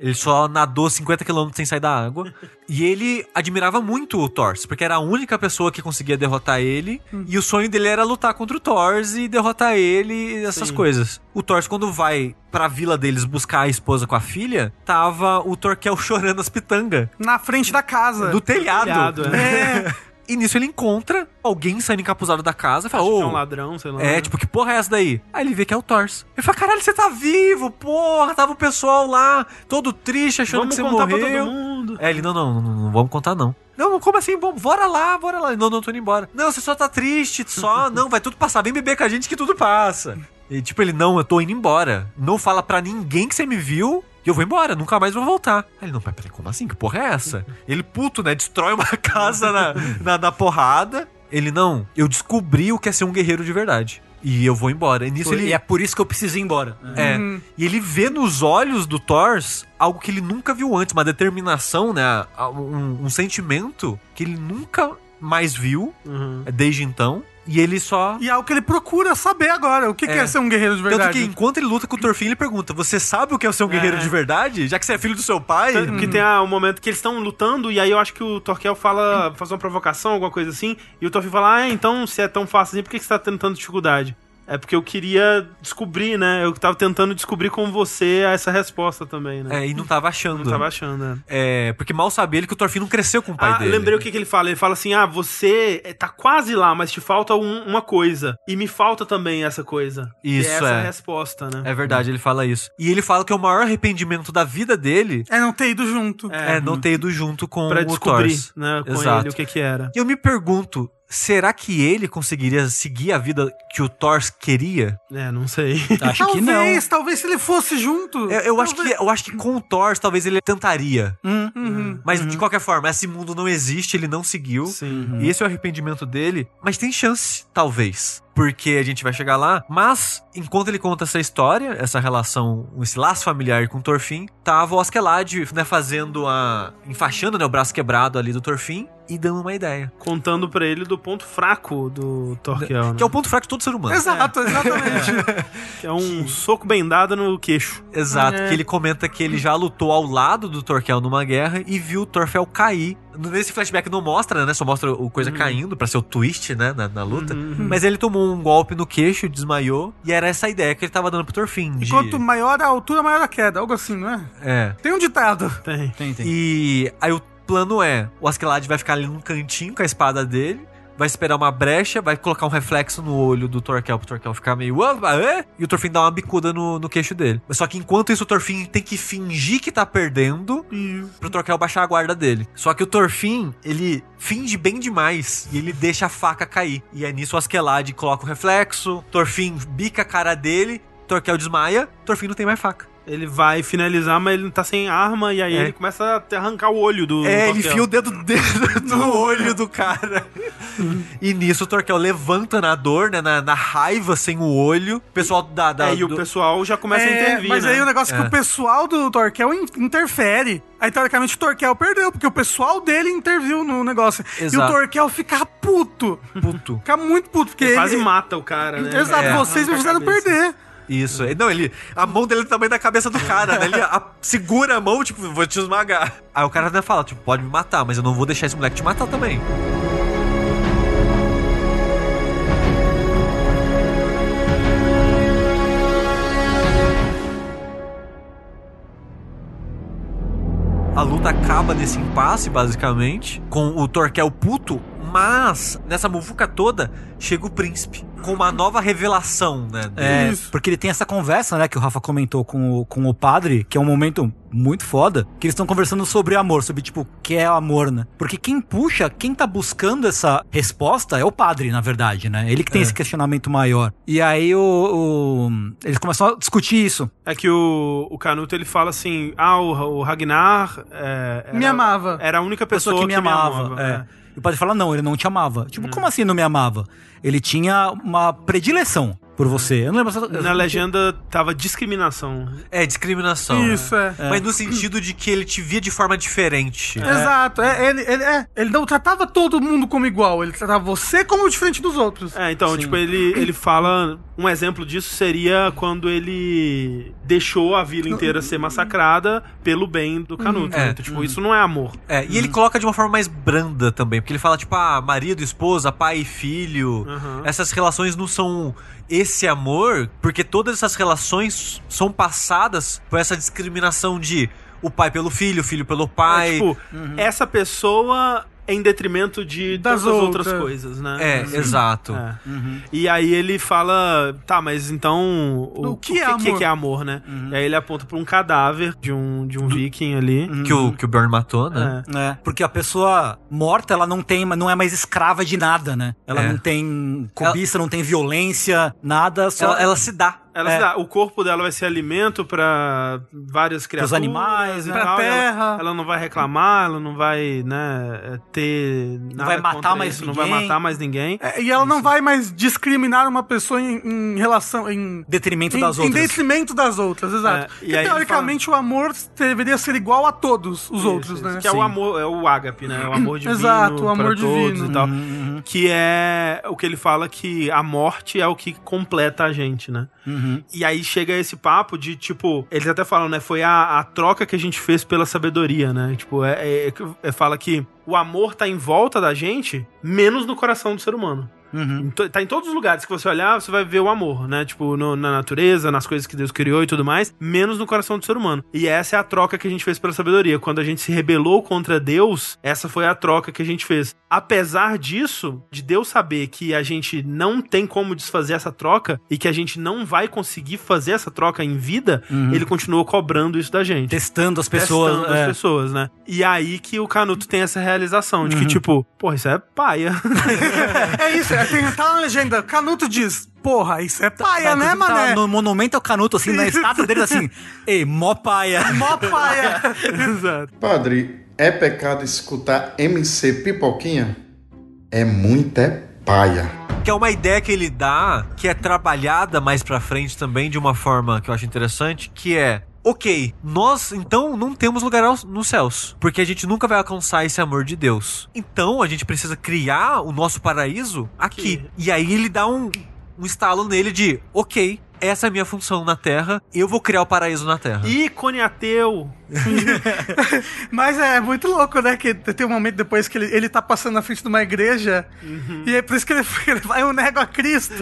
S5: Ele só nadou 50 quilômetros sem sair da água. e ele admirava muito o Thors, porque era a única pessoa que conseguia derrotar ele. E o sonho dele era lutar contra o Thors e derrotar ele e essas coisas. O Thors, quando vai pra vila deles buscar a esposa com a filha, tava o Torquel chorando as pitangas
S2: Na frente da casa.
S5: do telhado.
S4: telhado,
S5: É. E nisso ele encontra alguém saindo encapuzado da casa e fala:
S4: Acho
S5: Ô,
S4: que é um ladrão, sei lá.
S5: é,
S4: né?
S5: tipo, que porra é essa daí? Aí ele vê que é o Thors. Ele fala, caralho, você tá vivo, porra, tava o pessoal lá, todo triste, achando
S4: Vamos
S5: que você
S4: contar pra todo
S5: morreu.
S4: mundo.
S5: É, ele, não, não, não, não vamos contar não. Não, como assim? Bom, bora lá, bora lá. Não, não, tô indo embora. Não, você só tá triste, só, não, vai tudo passar. Vem beber com a gente que tudo passa. E tipo, ele, não, eu tô indo embora. Não fala pra ninguém que você me viu. E eu vou embora, nunca mais vou voltar. Aí ele, não, mas peraí, como assim? Que porra é essa? Ele, puto, né? Destrói uma casa na, na, na porrada. Ele, não, eu descobri o que é ser um guerreiro de verdade. E eu vou embora. E nisso ele.
S3: E é por isso que eu preciso ir embora. né?
S5: É.
S4: Hum.
S5: E ele vê nos olhos do Thors algo que ele nunca viu antes, uma determinação, né? a- Um, um sentimento que ele nunca mais viu
S4: Uhum.
S5: desde então. E ele só.
S2: E é o que ele procura saber agora. O que que é, ser um guerreiro de
S5: Tanto
S2: verdade?
S5: que enquanto ele luta com o Thorfinn, ele pergunta: Você sabe o que é o seu guerreiro de verdade? Já que você é filho do seu pai?
S4: Tanto que tem ah, um momento que eles estão lutando e aí eu acho que o Torquel fala, faz uma provocação, alguma coisa assim, e o Torfin fala, ah, então se é tão fácil assim, por que que você tá tendo tanta dificuldade? É porque eu queria descobrir, né? Eu tava tentando descobrir com você essa resposta também, né?
S5: É, e não tava achando.
S4: Não tava achando, né?
S5: É, porque mal sabia ele que o Thorfinn não cresceu com o pai
S4: Ah,
S5: dele.
S4: lembrei o que, que ele fala. Ele fala assim: ah, você eh, tá quase lá, mas te falta um- uma coisa. E me falta também essa coisa.
S5: Isso,
S4: e essa é
S5: é.
S4: a resposta, né?
S5: É verdade, ele fala isso. E ele fala que o maior arrependimento da vida dele
S2: É não ter ido junto.
S5: é, não ter ido junto com
S4: Pra
S5: o
S4: descobrir,
S5: Thors.
S4: né, com
S5: um Exato.
S4: ele o que que era.
S5: E eu me pergunto, será que ele conseguiria seguir a vida que o Thor queria?
S4: É, não sei.
S3: Acho que
S2: talvez,
S3: não.
S2: talvez se ele fosse junto.
S5: Eu, eu acho que, eu acho que com o Thor talvez ele tentaria.
S2: Uhum.
S5: Mas de qualquer forma, esse mundo não existe, ele não seguiu.
S4: Sim.
S5: E esse é o arrependimento dele. Mas tem chance, talvez. Porque a gente vai chegar lá. Mas, enquanto ele conta essa história, essa relação, esse laço familiar com o Torfin, tava o Askeladd, né, fazendo a. enfaixando né, o braço quebrado ali do Torfin e dando uma ideia.
S4: Contando pra ele do ponto fraco do Torquel, né?
S5: Que é o ponto fraco de todo ser humano.
S2: Exato, exatamente.
S4: Que é um soco bem dado no queixo.
S5: Exato, que ele comenta que ele já lutou ao lado do Torquel numa guerra e viu o Torfel cair. Nesse flashback não mostra, né? Só mostra o coisa caindo pra ser o twist, né? Na, na luta. Mas ele tomou um golpe no queixo, desmaiou. E era essa a ideia que ele tava dando pro Torfin. De...
S2: Quanto maior a altura, maior a queda. Algo assim, não é?
S5: É.
S2: Tem um ditado.
S4: Tem.
S3: Tem, tem.
S5: E aí o plano é: o Askeladd vai ficar ali num cantinho com a espada dele. Vai esperar uma brecha, vai colocar um reflexo no olho do Torquel pro Torquel ficar meio. "Opa, é?" E o Torfin dá uma bicuda no, no queixo dele. Mas só que enquanto isso, o Torfin tem que fingir que tá perdendo pro Torquel baixar a guarda dele. Só que o Torfin, ele finge bem demais e ele deixa a faca cair. E é nisso o Askeladd coloca o reflexo, Torfin bica a cara dele, Torquel desmaia, Torfin não tem mais faca.
S4: Ele vai finalizar, mas ele tá sem arma, e aí
S5: É.
S4: ele começa a te- arrancar o olho do.
S5: É,
S4: do
S5: ele
S4: Torquel.
S5: enfia o dedo dentro do olho do cara. e nisso o Torquel levanta na dor, né? Na, na raiva sem o olho. O pessoal da. da
S4: É, e o
S5: do-
S4: pessoal já começa a
S2: É,
S4: intervir.
S2: mas
S4: né?
S2: aí o negócio é que
S5: É.
S2: o pessoal do Torquel in- interfere. Aí, teoricamente, o Torquel perdeu, porque o pessoal dele interviu no negócio. E o
S5: Exato.
S2: Torquel fica puto.
S5: Puto.
S2: Fica muito puto, porque
S4: Ele
S2: ele...
S4: quase mata o cara, né?
S2: Exato,
S4: É.
S2: vocês me
S4: Arranca a
S2: fizeram
S4: cabeça.
S2: perder.
S5: Isso. Não, ele. A mão dele é do tamanho da cabeça do cara, né? Ele a- segura a mão, tipo, vou te esmagar. Aí o cara ainda fala, tipo, pode me matar, mas eu não vou deixar esse moleque te matar também. A luta acaba nesse impasse, basicamente, com o Torquel puto, mas nessa muvuca toda chega o príncipe com uma nova revelação, né?
S3: É,
S2: Isso.
S3: porque ele tem essa conversa, né, que o Rafa comentou com o, com o padre, que é um momento muito foda, que eles estão conversando sobre amor, sobre, tipo, o que é o amor, né? Porque quem puxa, quem tá buscando essa resposta é o padre, na verdade, né? Ele que tem esse questionamento maior. E aí o, o- eles começam a discutir isso.
S4: É que o, o Canuto ele fala assim: ah, o, o Ragnar. é, era,
S2: Me amava.
S4: Era a única pessoa,
S3: que me amava. é. Hum. E o padre fala, não, ele não te amava. Tipo, como assim não me amava? Ele tinha uma predileção por por você. Eu não lembro. se-
S4: é. Na legenda tava discriminação.
S5: É discriminação.
S2: Isso, é.
S5: Mas no sentido de que ele te via de forma diferente.
S2: Exato, é, ele, ele, é, ele não tratava todo mundo como igual, ele tratava você como diferente dos outros.
S4: É, então, tipo, ele, ele fala. Um exemplo disso seria quando ele deixou a vila inteira ser massacrada pelo bem do Canuto. né?
S5: É.
S4: Então, tipo, isso não é amor.
S5: É, e ele coloca de uma forma mais branda também, porque ele fala, tipo, ah, marido, esposa, pai e filho. Essas relações não são esse amor, porque todas essas relações são passadas por essa discriminação de o pai pelo filho, o filho pelo
S4: É,
S5: pai.
S4: tipo, essa pessoa em detrimento de das
S2: Das
S4: todas as outras
S2: outras.
S4: coisas, né?
S5: é, exato.
S4: É.
S2: Uhum.
S4: E aí ele fala, tá, mas então o,
S2: O que
S4: o
S2: é amor? Uhum.
S4: que é amor, né? E aí ele aponta pra um cadáver de um, de um viking ali.
S2: Uhum.
S5: Que, o, que o Bjorn matou, né?
S4: É.
S3: É, porque a pessoa morta, ela não tem, não é mais escrava de nada, né? Ela
S5: É.
S3: não tem cobiça, não tem violência, nada, só
S5: Ela, ela se dá.
S4: Ela se
S3: É.
S4: dá- o corpo dela vai ser alimento pra várias criaturas,
S3: animais, né?
S4: e
S2: pra
S4: tal, e ela-
S2: terra.
S4: Ela, não vai reclamar, ela não vai, né, é, ter nada
S3: vai matar
S4: contra
S3: mais
S4: isso, não vai
S3: ninguém.
S4: matar mais ninguém.
S2: É, e ela não vai mais discriminar uma pessoa em, em relação. Em,
S3: detrimento
S2: em,
S3: das
S2: em
S3: outras.
S2: detrimento das outras, exato.
S4: É, e
S2: Porque,
S4: aí ele
S2: teoricamente o amor deveria ser igual a todos os
S4: Isso,
S2: outros,
S4: isso,
S2: né?
S4: Que é o amor, é o ágape, né? O amor divino
S2: Exato, o
S4: pra
S2: amor
S4: todos
S2: divino. Uhum.
S4: e tal.
S3: Uhum,
S4: Que é o que ele fala que a morte é o que completa a gente, né?
S3: uhum,
S4: E aí chega esse papo de, tipo, eles até falam, né? Foi a, a troca que a gente fez pela sabedoria, né? Tipo, é, é- é que- é- fala que o amor tá em volta da gente, menos no coração do ser humano.
S3: uhum.
S4: Em to- Tá em todos os lugares que você olhar, você vai ver o amor, né? Tipo, no- na natureza, nas coisas que Deus criou e tudo mais, menos no coração do ser humano. E essa é a troca que a gente fez pela sabedoria. Quando a gente se rebelou contra Deus, essa foi a troca que a gente fez. Apesar disso, de Deus saber que a gente não tem como desfazer essa troca e que a gente não vai conseguir fazer essa troca em vida, ele continuou cobrando isso da gente
S3: Uhum. Testando as pessoas.
S4: testando
S3: é.
S4: as pessoas, né? E aí que o Canuto tem essa realização
S3: Uhum.
S4: de que, tipo, porra, isso é paia.
S2: É isso, é, tem, tá na legenda. Canuto diz: Porra, isso é paia,
S3: Tá,
S2: né,
S3: inclusive, tá
S2: mané?
S3: no monumento ao Canuto, assim, na estátua dele, assim, ei, mó paia.
S2: Mó paia.
S4: Exato.
S8: Padre, é pecado escutar MC Pipoquinha? É muita é paia.
S5: Que é uma ideia que ele dá, que é trabalhada mais pra frente também de uma forma que eu acho interessante, que é. Ok, nós então não temos lugar aos- nos céus, porque a gente nunca vai alcançar esse amor de Deus. Então a gente precisa criar o nosso paraíso aqui.
S4: Aqui.
S5: E aí ele dá um, um estalo nele de: ok, essa é a minha função na Terra, eu vou criar o paraíso na Terra.
S4: Ícone ateu.
S2: Mas é muito louco, né? Que tem um momento depois que ele, ele tá passando na frente de uma igreja e é por isso que ele, ele vai, eu nego a Cristo.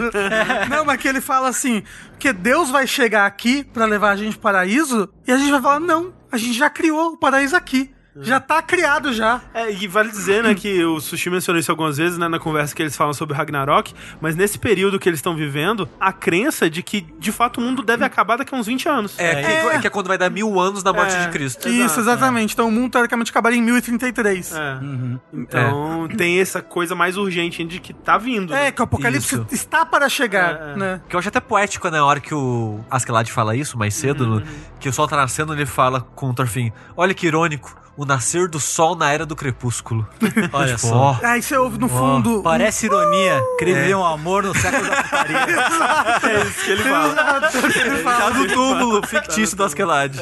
S2: Não, mas que ele fala assim, que Deus vai chegar aqui pra levar a gente pro paraíso e a gente vai falar, não, a gente já criou o paraíso aqui. Já tá criado já.
S4: É, e vale dizer, né, que o Sushi mencionou isso algumas vezes, né, na conversa que eles falam sobre o Ragnarok, mas nesse período que eles estão vivendo, a crença de que, de fato, o mundo deve acabar daqui a uns 20 anos.
S5: É, Que, que é quando vai dar mil anos da morte
S4: É.
S5: de Cristo.
S2: Isso, exatamente. Então o mundo teoricamente acabaria em 1033. É.
S4: É. Então, tem essa coisa mais urgente de que tá vindo. né?
S3: É.
S2: É, que o apocalipse
S5: Isso.
S2: está para chegar,
S4: É, é.
S2: né?
S5: Que eu acho até poético na hora que o Askeladd fala isso mais cedo, no- que o sol tá nascendo, ele fala com o Thorfinn: Olha que irônico, o nascer do sol na era do crepúsculo.
S3: Olha
S5: Tipo,
S3: só.
S5: ó,
S2: Aí você ouve no fundo. um-
S3: Parece ironia. Queria viver um amor no século da putaria.
S4: É isso que ele fala.
S5: ele tá no túmulo fictício do Askeladd.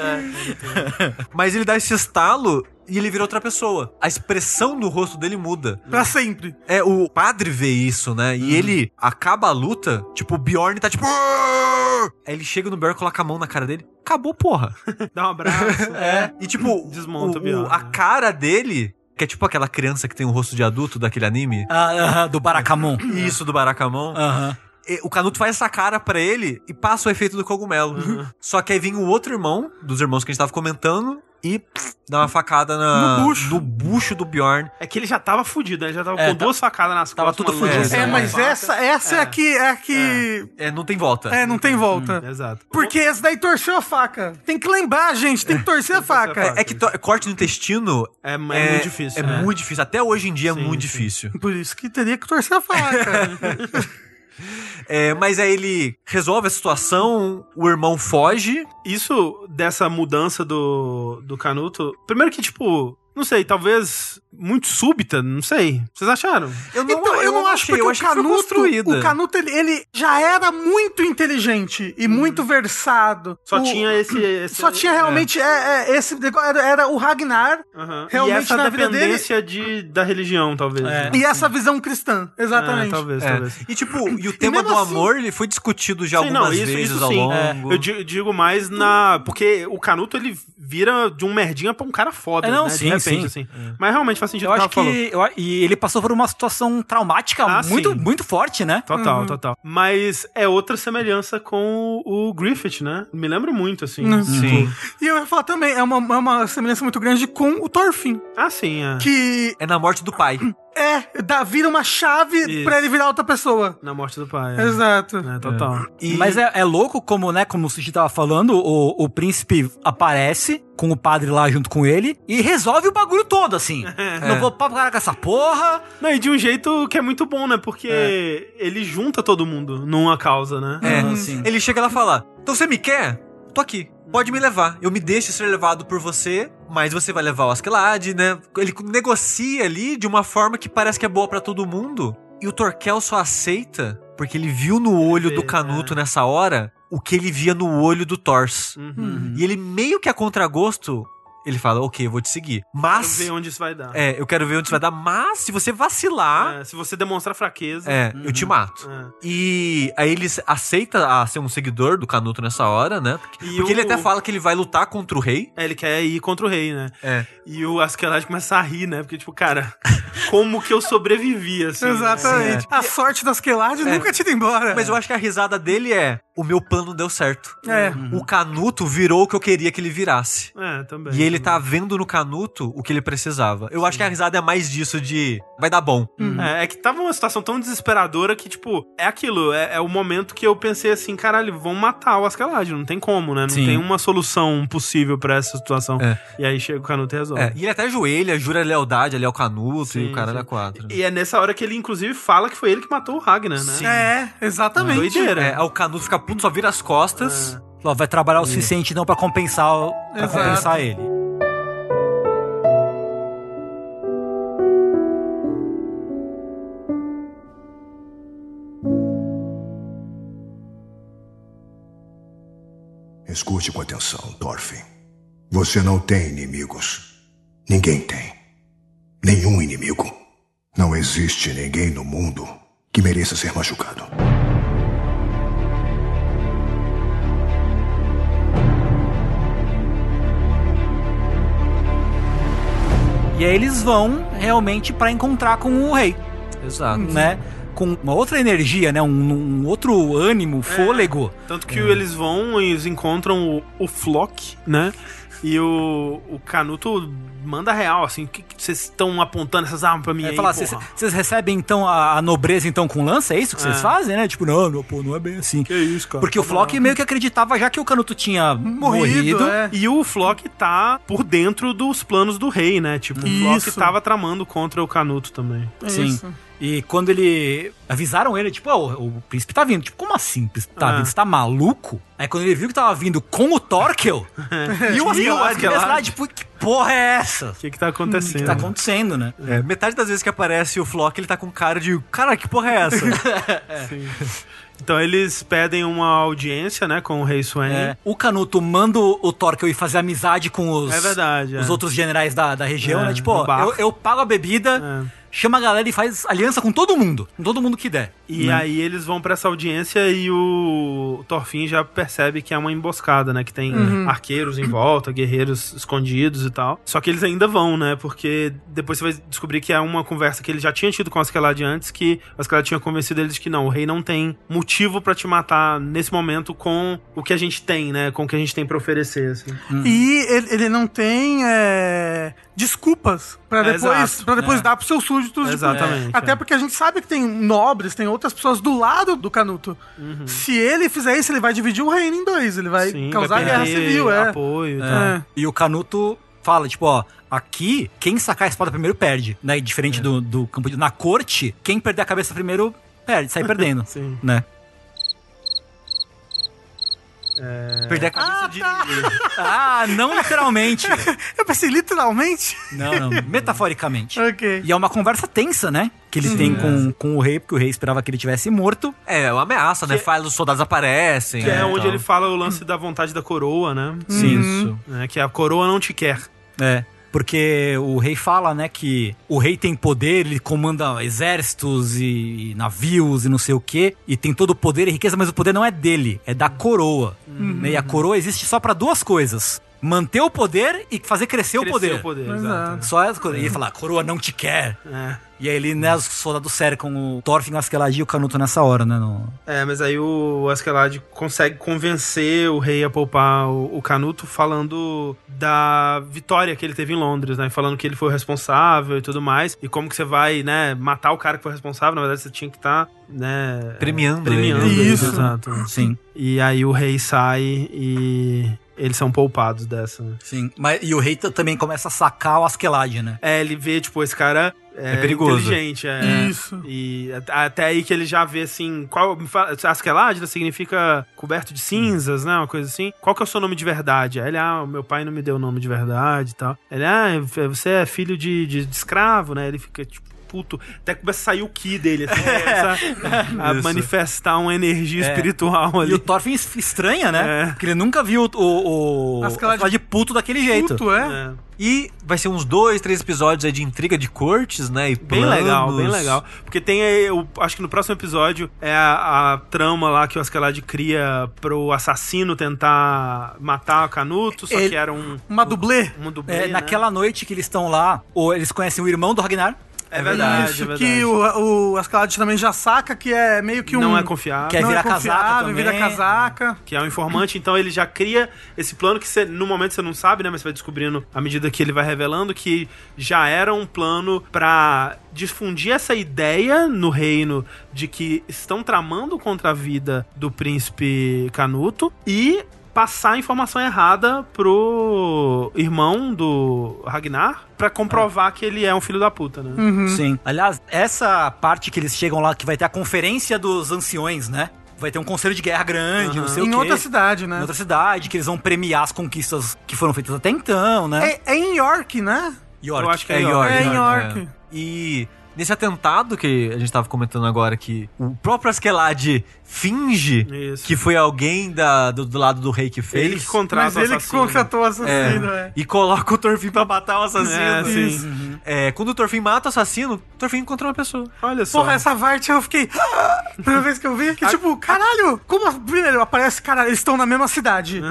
S5: Mas ele dá esse estalo e ele vira outra pessoa. A expressão no rosto dele muda.
S2: Pra sempre.
S5: É, o padre vê isso, né? E ele acaba a luta, tipo, o Bjorn tá tipo. "Arr!" Aí ele chega no Bjorn e coloca a mão na cara dele. Acabou, porra.
S4: Dá um abraço.
S5: É. E tipo,
S4: Desmonta
S5: o-
S4: o Bjorn,
S5: o- a
S4: né?
S5: cara dele, que é tipo aquela criança que tem um rosto de adulto daquele anime.
S3: Ah, ah, do Baracamon.
S5: Isso do Baracamon.
S3: Aham.
S5: E O Canuto faz essa cara pra ele e passa o efeito do cogumelo. Só que aí vem o outro irmão, dos irmãos que a gente tava comentando, e pff, dá uma facada na-
S2: No bucho.
S5: bucho do Bjorn.
S4: É que ele já tava fudido, né? Ele já tava
S3: É,
S4: com
S3: tá-
S4: duas facadas nas
S3: tava
S4: costas. né.
S3: tudo
S4: uma lança,
S5: fudido.
S2: É,
S4: uma
S2: mas
S4: faca.
S2: essa, essa é a que. É, a que
S5: É, não tem volta.
S2: é. não tem volta.
S4: Exato.
S2: Porque essa daí torceu a faca. Tem que lembrar, gente, tem que torcer a faca.
S5: É, é que to- corte no intestino
S4: É, é muito difícil.
S5: É,
S4: né?
S5: muito difícil. Até hoje em dia é
S4: Sim,
S5: muito
S4: sim.
S5: difícil.
S2: Por isso que teria que torcer a faca.
S5: É, mas aí ele resolve a situação, o irmão foge.
S4: isso dessa mudança do, do Canuto. Primeiro que, tipo, não sei, talvez muito súbita, não sei. Vocês acharam?
S5: Eu
S2: então, eu, não acho
S5: achei,
S2: porque
S5: eu
S2: o
S5: achei que foi
S2: Canuto,
S5: construída.
S2: o Canuto ele, ele já era muito inteligente e muito versado.
S4: Só
S2: O-
S4: tinha esse, esse-
S2: só tinha
S4: é.
S2: realmente é, é, esse negócio era, era o Ragnar
S4: Aham.
S2: realmente
S4: e essa
S2: na vida dele-
S4: dependência de, da religião, talvez. né?
S2: e essa visão cristã, exatamente.
S4: É, talvez,
S5: É.
S4: talvez.
S5: E tipo, e o tema
S2: mesmo
S5: do
S2: assim-
S5: amor, ele foi discutido já
S4: Sim,
S5: algumas
S4: não, isso-
S5: vezes
S4: isso
S5: ao
S4: sim. É.
S5: longo.
S4: Eu di- digo mais na. Porque o Canuto ele vira de um merdinha pra um cara foda.
S3: É, não,
S4: né?
S3: sim,
S4: de repente,
S3: sim.
S4: assim.
S5: É.
S4: Mas realmente faz sentido
S3: Eu
S4: o que
S3: acho
S4: ela
S3: que.
S4: falou.
S3: eu- e ele passou por uma situação traumática
S4: Ah,
S3: muito,
S4: sim.
S3: muito forte, né?
S2: Uhum.
S4: Total, total. Mas é outra semelhança com o o Griffith, né? Me lembra muito, assim.
S2: Uhum.
S5: Sim.
S2: E eu ia falar também, é uma, é uma semelhança muito grande com o Thorfinn,
S4: Ah, sim, é.
S2: que
S5: É na morte do pai.
S2: é, dá, vira uma chave
S4: Isso.
S2: pra ele virar outra pessoa.
S4: Na morte do pai. É.
S2: Exato.
S4: É, total.
S5: E-
S3: Mas é, é louco como, né, como o Sushi tava falando, o, o príncipe aparece com o padre lá junto com ele e resolve o bagulho todo, assim.
S4: É.
S3: Não vou parar com essa porra.
S4: Não, e de um jeito que é muito bom, né? Porque ele junta todo mundo numa causa, né?
S5: É,
S3: Uhum, sim.
S5: ele chega lá e fala: Então você me quer? Tô aqui. Pode me levar. Eu me deixo ser levado por você, mas você vai levar o Askeladd, né? Ele negocia ali de uma forma que parece que é boa pra todo mundo. E o Torquel só aceita porque ele viu no olho do
S4: É.
S5: Canuto nessa hora o que ele via no olho do Thors.
S4: Uhum.
S5: E ele meio que a contragosto, ele fala: Ok, eu vou te seguir.
S4: Quero
S5: Mas.
S4: ver onde isso vai dar.
S5: É, eu quero ver onde isso vai dar, mas se você vacilar,
S4: É, se você demonstrar fraqueza.
S5: é, eu te mato.
S4: É.
S5: E aí ele aceita a ser um seguidor do Canuto nessa hora, né? Porque,
S4: E o-
S5: porque ele até fala que ele vai lutar contra o rei.
S4: É, ele quer ir contra o rei, né?
S5: É.
S4: E o Askeladd começa a rir, né? Porque, tipo, cara, como que eu sobrevivi, assim? né?
S2: Exatamente. A sorte das Quelades nunca te embora.
S5: É. Mas eu acho que a risada dele é: o meu plano deu certo.
S2: É.
S5: O Canuto virou o que eu queria que ele virasse.
S4: É, também.
S5: E ele tá vendo no Canuto o que ele precisava. Eu acho que a risada é mais disso de vai dar bom.
S4: É, é que tava uma situação tão desesperadora que, tipo, é aquilo. É, é o momento que eu pensei assim, caralho, vão matar o Askeladd. Não tem como, né? Não
S5: Sim.
S4: tem uma solução possível pra essa situação.
S5: É.
S4: E aí chega o Canuto e resolve.
S5: É, e ele até ajoelha, jura lealdade ali ao Canuto
S4: Então.
S5: e
S4: Sim,
S5: o caralho
S4: sim.
S5: é quatro.
S4: E é nessa hora que ele, inclusive, fala que foi ele que matou o Ragnar, né?
S5: Sim.
S2: É, exatamente.
S4: Doideira.
S5: É, aí o Canuto fica puto, só vira as costas.
S3: Ó, vai
S4: É.
S3: trabalhar o suficiente não pra compensar, o- pra
S2: Exato.
S3: compensar ele.
S7: Escute com atenção, Thorfinn. Você não tem inimigos. Ninguém tem. Nenhum inimigo. Não existe ninguém no mundo que mereça ser machucado.
S3: E aí eles vão realmente pra encontrar com o rei,
S5: Exato.
S3: né? Com uma outra energia, né? Um, um outro
S4: É.
S3: ânimo, fôlego.
S4: Tanto
S5: É.
S4: que eles vão e eles encontram o, o Flock, né? E o, o Canuto manda real, assim, o que que vocês estão apontando essas armas pra mim
S3: É,
S4: aí,
S3: falar,
S4: porra?"
S3: vocês vocês recebem então a, a nobreza então com lança? É isso que vocês
S4: É.
S3: fazem, né? Tipo, não, não, pô, não é bem assim.
S4: Que isso, cara.
S3: Porque o Flock meio que acreditava já que o Canuto tinha morrido.
S2: Morrido, é.
S4: E o Flock tá por dentro dos planos do rei, né? Tipo, o Flock
S2: Isso.
S4: tava tramando contra o Canuto também.
S3: Sim.
S2: Isso.
S3: E quando ele. Avisaram ele, tipo, ó, o, o príncipe tá vindo. Tipo, como assim? O príncipe tá
S4: Ah.
S3: vindo? Você tá maluco? Aí quando ele viu que tava vindo com o Torkel. e o
S4: É. E o
S3: Askeladd,
S4: Askeladd.
S3: Askeladd, tipo, que porra é essa?
S4: O que que tá
S3: O que
S4: acontecendo?
S3: tá acontecendo, né?
S5: É, metade das vezes que aparece o Flock, ele tá com cara de. Cara, que porra é essa?
S4: Então eles pedem uma audiência, né, com o rei Swain.
S3: É, o Canuto manda o Torkel ir fazer amizade com os,
S4: É verdade, é.
S3: os outros generais da, da região,
S4: É,
S3: né? Tipo,
S4: no
S3: ó,
S4: bar.
S3: eu, eu pago a bebida, chama a galera e faz aliança com todo mundo, com todo mundo que der.
S4: E aí eles vão pra essa audiência e o Torfin já percebe que é uma emboscada, né? Que tem
S2: Uhum.
S4: arqueiros em volta, guerreiros escondidos e tal. Só que eles ainda vão, né? Porque depois você vai descobrir que é uma conversa que ele já tinha tido com o Askeladd antes, que o Askeladd tinha convencido eles de que não, o rei não tem motivo pra te matar nesse momento com o que a gente tem, né? Com o que a gente tem pra oferecer, assim.
S2: E ele, ele não tem é, desculpas pra
S4: É,
S2: depois,
S4: exato.
S2: pra depois
S3: É.
S2: dar pros seus súditos. de-
S4: Exatamente,
S2: Até
S4: é.
S2: porque a gente sabe que tem nobres, tem outras pessoas do lado do Canuto. Se ele fizer isso, ele vai dividir o reino em dois. Ele vai causar
S4: vai
S2: guerra
S4: perder
S2: civil, é.
S4: Apoio e tal.
S2: É.
S3: Então, E o Canuto fala, tipo, ó, aqui, quem sacar a espada primeiro perde, né? E
S4: É.
S3: Diferente do, do campo de... Na corte, quem perder a né? cabeça primeiro perde, sai perdendo,
S4: Sim.
S3: né?
S4: É.
S3: Perder a cabeça de.
S4: tá.
S3: Ah, não literalmente.
S2: Eu pensei, literalmente?
S3: Não, não, metaforicamente.
S2: Ok.
S3: E é uma conversa tensa, né? Que eles
S4: é.
S3: têm com, com o rei, porque o rei esperava que ele tivesse morto.
S5: É, uma ameaça, né? Fala, os soldados aparecem.
S4: Que é,
S5: né,
S4: onde
S5: então.
S4: ele fala o lance da vontade da coroa, né?
S2: Hum.
S3: Sim. Isso.
S4: É, que a coroa não te quer.
S3: É. Porque o rei fala, né, que o rei tem poder, ele comanda exércitos e navios e não sei o quê, e tem todo o poder e riqueza, mas o poder não é dele, é da coroa. né? E a coroa existe só pra duas coisas: manter o poder e fazer crescer, o
S4: Crescer
S3: poder.
S4: o poder,
S2: Exato.
S4: exato.
S3: Só as coisas. E ele fala, a coroa não te quer.
S4: É.
S3: E aí ele, né, os soldados cercam o Thorfinn, Askeladd e o Canuto nessa hora, né? no-
S4: É, mas aí o Askeladd consegue convencer o rei a poupar o, o Canuto falando da vitória que ele teve em Londres, né? Falando que ele foi o responsável e tudo mais. E como que você vai, né, matar o cara que foi responsável. Na verdade, você tinha que estar, né...
S5: Premiando.
S4: Premiando.
S5: ele. né?
S4: ele,
S2: Isso.
S4: Exato.
S3: Sim,
S4: E aí o rei sai e eles são poupados dessa, né?
S3: sim. Mas, e o rei t- também começa a sacar o Askeladd, né?
S4: É, ele vê, tipo, esse cara... É,
S5: É perigoso.
S4: Inteligente, é.
S2: Isso.
S4: E at- até aí que ele já vê assim. Qual, me fala- Askeládida significa coberto de cinzas, né? Uma coisa assim. Qual que é o seu nome de verdade? Aí ele, ah, o meu pai não me deu nome de verdade e tal. Ele, ah, você é filho de, de- de escravo, né? Ele fica tipo. Puto, até começa a sair o ki dele, assim, começa a
S5: Isso.
S4: manifestar uma energia espiritual ali.
S3: É. E o Thorfinn es- estranha, né?
S4: É.
S3: Porque ele nunca viu o, o, o
S2: Askeladd
S3: Askeladd puto daquele jeito.
S2: Puto, é?
S4: É.
S5: E vai ser uns dois, três episódios aí de intriga de cortes, né? E
S4: Bem
S5: planos.
S4: legal, bem legal. Porque tem aí, eu acho que no próximo episódio é a, a trama lá que o Askeladd cria pro assassino tentar matar o Canuto, só
S2: Ele-
S4: que era um,
S2: Uma dublê?
S4: um dublê,
S3: É,
S4: né?
S3: naquela noite que eles estão lá, ou eles conhecem o irmão do Ragnar,
S4: É verdade,
S2: Isso,
S4: é verdade.
S2: que o, o Askeladd também já saca que é meio que um...
S4: Não é confiável.
S3: Que é
S2: não
S3: virar
S2: confiável,
S3: casaca também.
S2: vira casaca.
S4: que é o informante, então ele já cria esse plano que você, no momento você não sabe, né, mas você vai descobrindo à medida que ele vai revelando que já era um plano pra difundir essa ideia no reino de que estão tramando contra a vida do príncipe Canuto e passar a informação errada pro irmão do Ragnar pra comprovar que ele é um filho da puta, né?
S2: Uhum.
S3: Sim. Aliás, essa parte que eles chegam lá, que vai ter a conferência dos anciões, né? Vai ter um conselho de guerra grande, não sei o
S2: Uhum. Em
S3: quê.
S2: outra cidade, né?
S3: Em outra cidade, que eles vão premiar as conquistas que foram feitas até então, né?
S2: É, é em York, né?
S3: York.
S4: eu acho que é
S3: é
S4: York.
S3: York.
S2: É em
S5: York, né?
S2: York.
S5: E nesse atentado que a gente tava comentando agora, que o próprio Askeladd finge
S4: Isso.
S5: que foi alguém da, do, do lado do rei que fez.
S4: Ele que contrata
S2: Mas
S4: o
S2: ele que
S4: assassino.
S2: contratou o
S5: É,
S2: assassino, é.
S5: E coloca o Torfin pra matar o assassino.
S4: É, sim.
S5: Isso. É, quando o Torfin mata o assassino, o Torfin encontra uma pessoa.
S4: Olha só.
S2: Porra, essa parte eu fiquei. "Ah!" Primeira vez que eu vi. Que tipo, caralho, como. Primeiro, aparece, cara, eles estão na mesma cidade.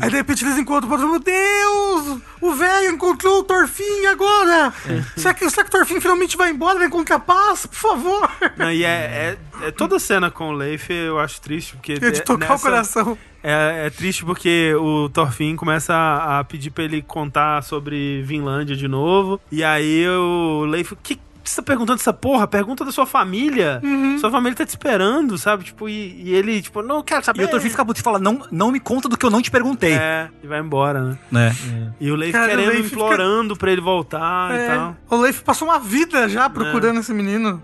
S2: Aí de repente eles encontram o outro. Meu Deus! O velho encontrou o Torfin agora! Será, que, será que o Torfin finalmente vai embora? Vai encontrar paz? Por favor!
S4: Não, e é, é- é toda cena com o Leif eu acho triste, porque.
S2: Eu ia te
S4: de-
S2: tocar o
S4: nessa-
S2: coração.
S4: É, é triste porque o Thorfinn começa a, a pedir pra ele contar sobre Vinlândia de novo. E aí o Leif. O que você tá perguntando essa porra? Pergunta da sua família.
S2: Uhum.
S4: Sua família tá te esperando, sabe? Tipo, e, e ele, tipo, não quero saber.
S3: E
S2: é.
S3: o Torfin fica puto e fala, não, não me conta do que eu não te perguntei.
S4: É, e vai embora, né?
S3: Né?
S4: E o Leif
S2: Cara, o
S4: querendo,
S2: Leif fica-
S4: implorando pra ele voltar e
S2: É,
S4: tal.
S2: o Leif passou uma vida
S4: É.
S2: já procurando esse menino.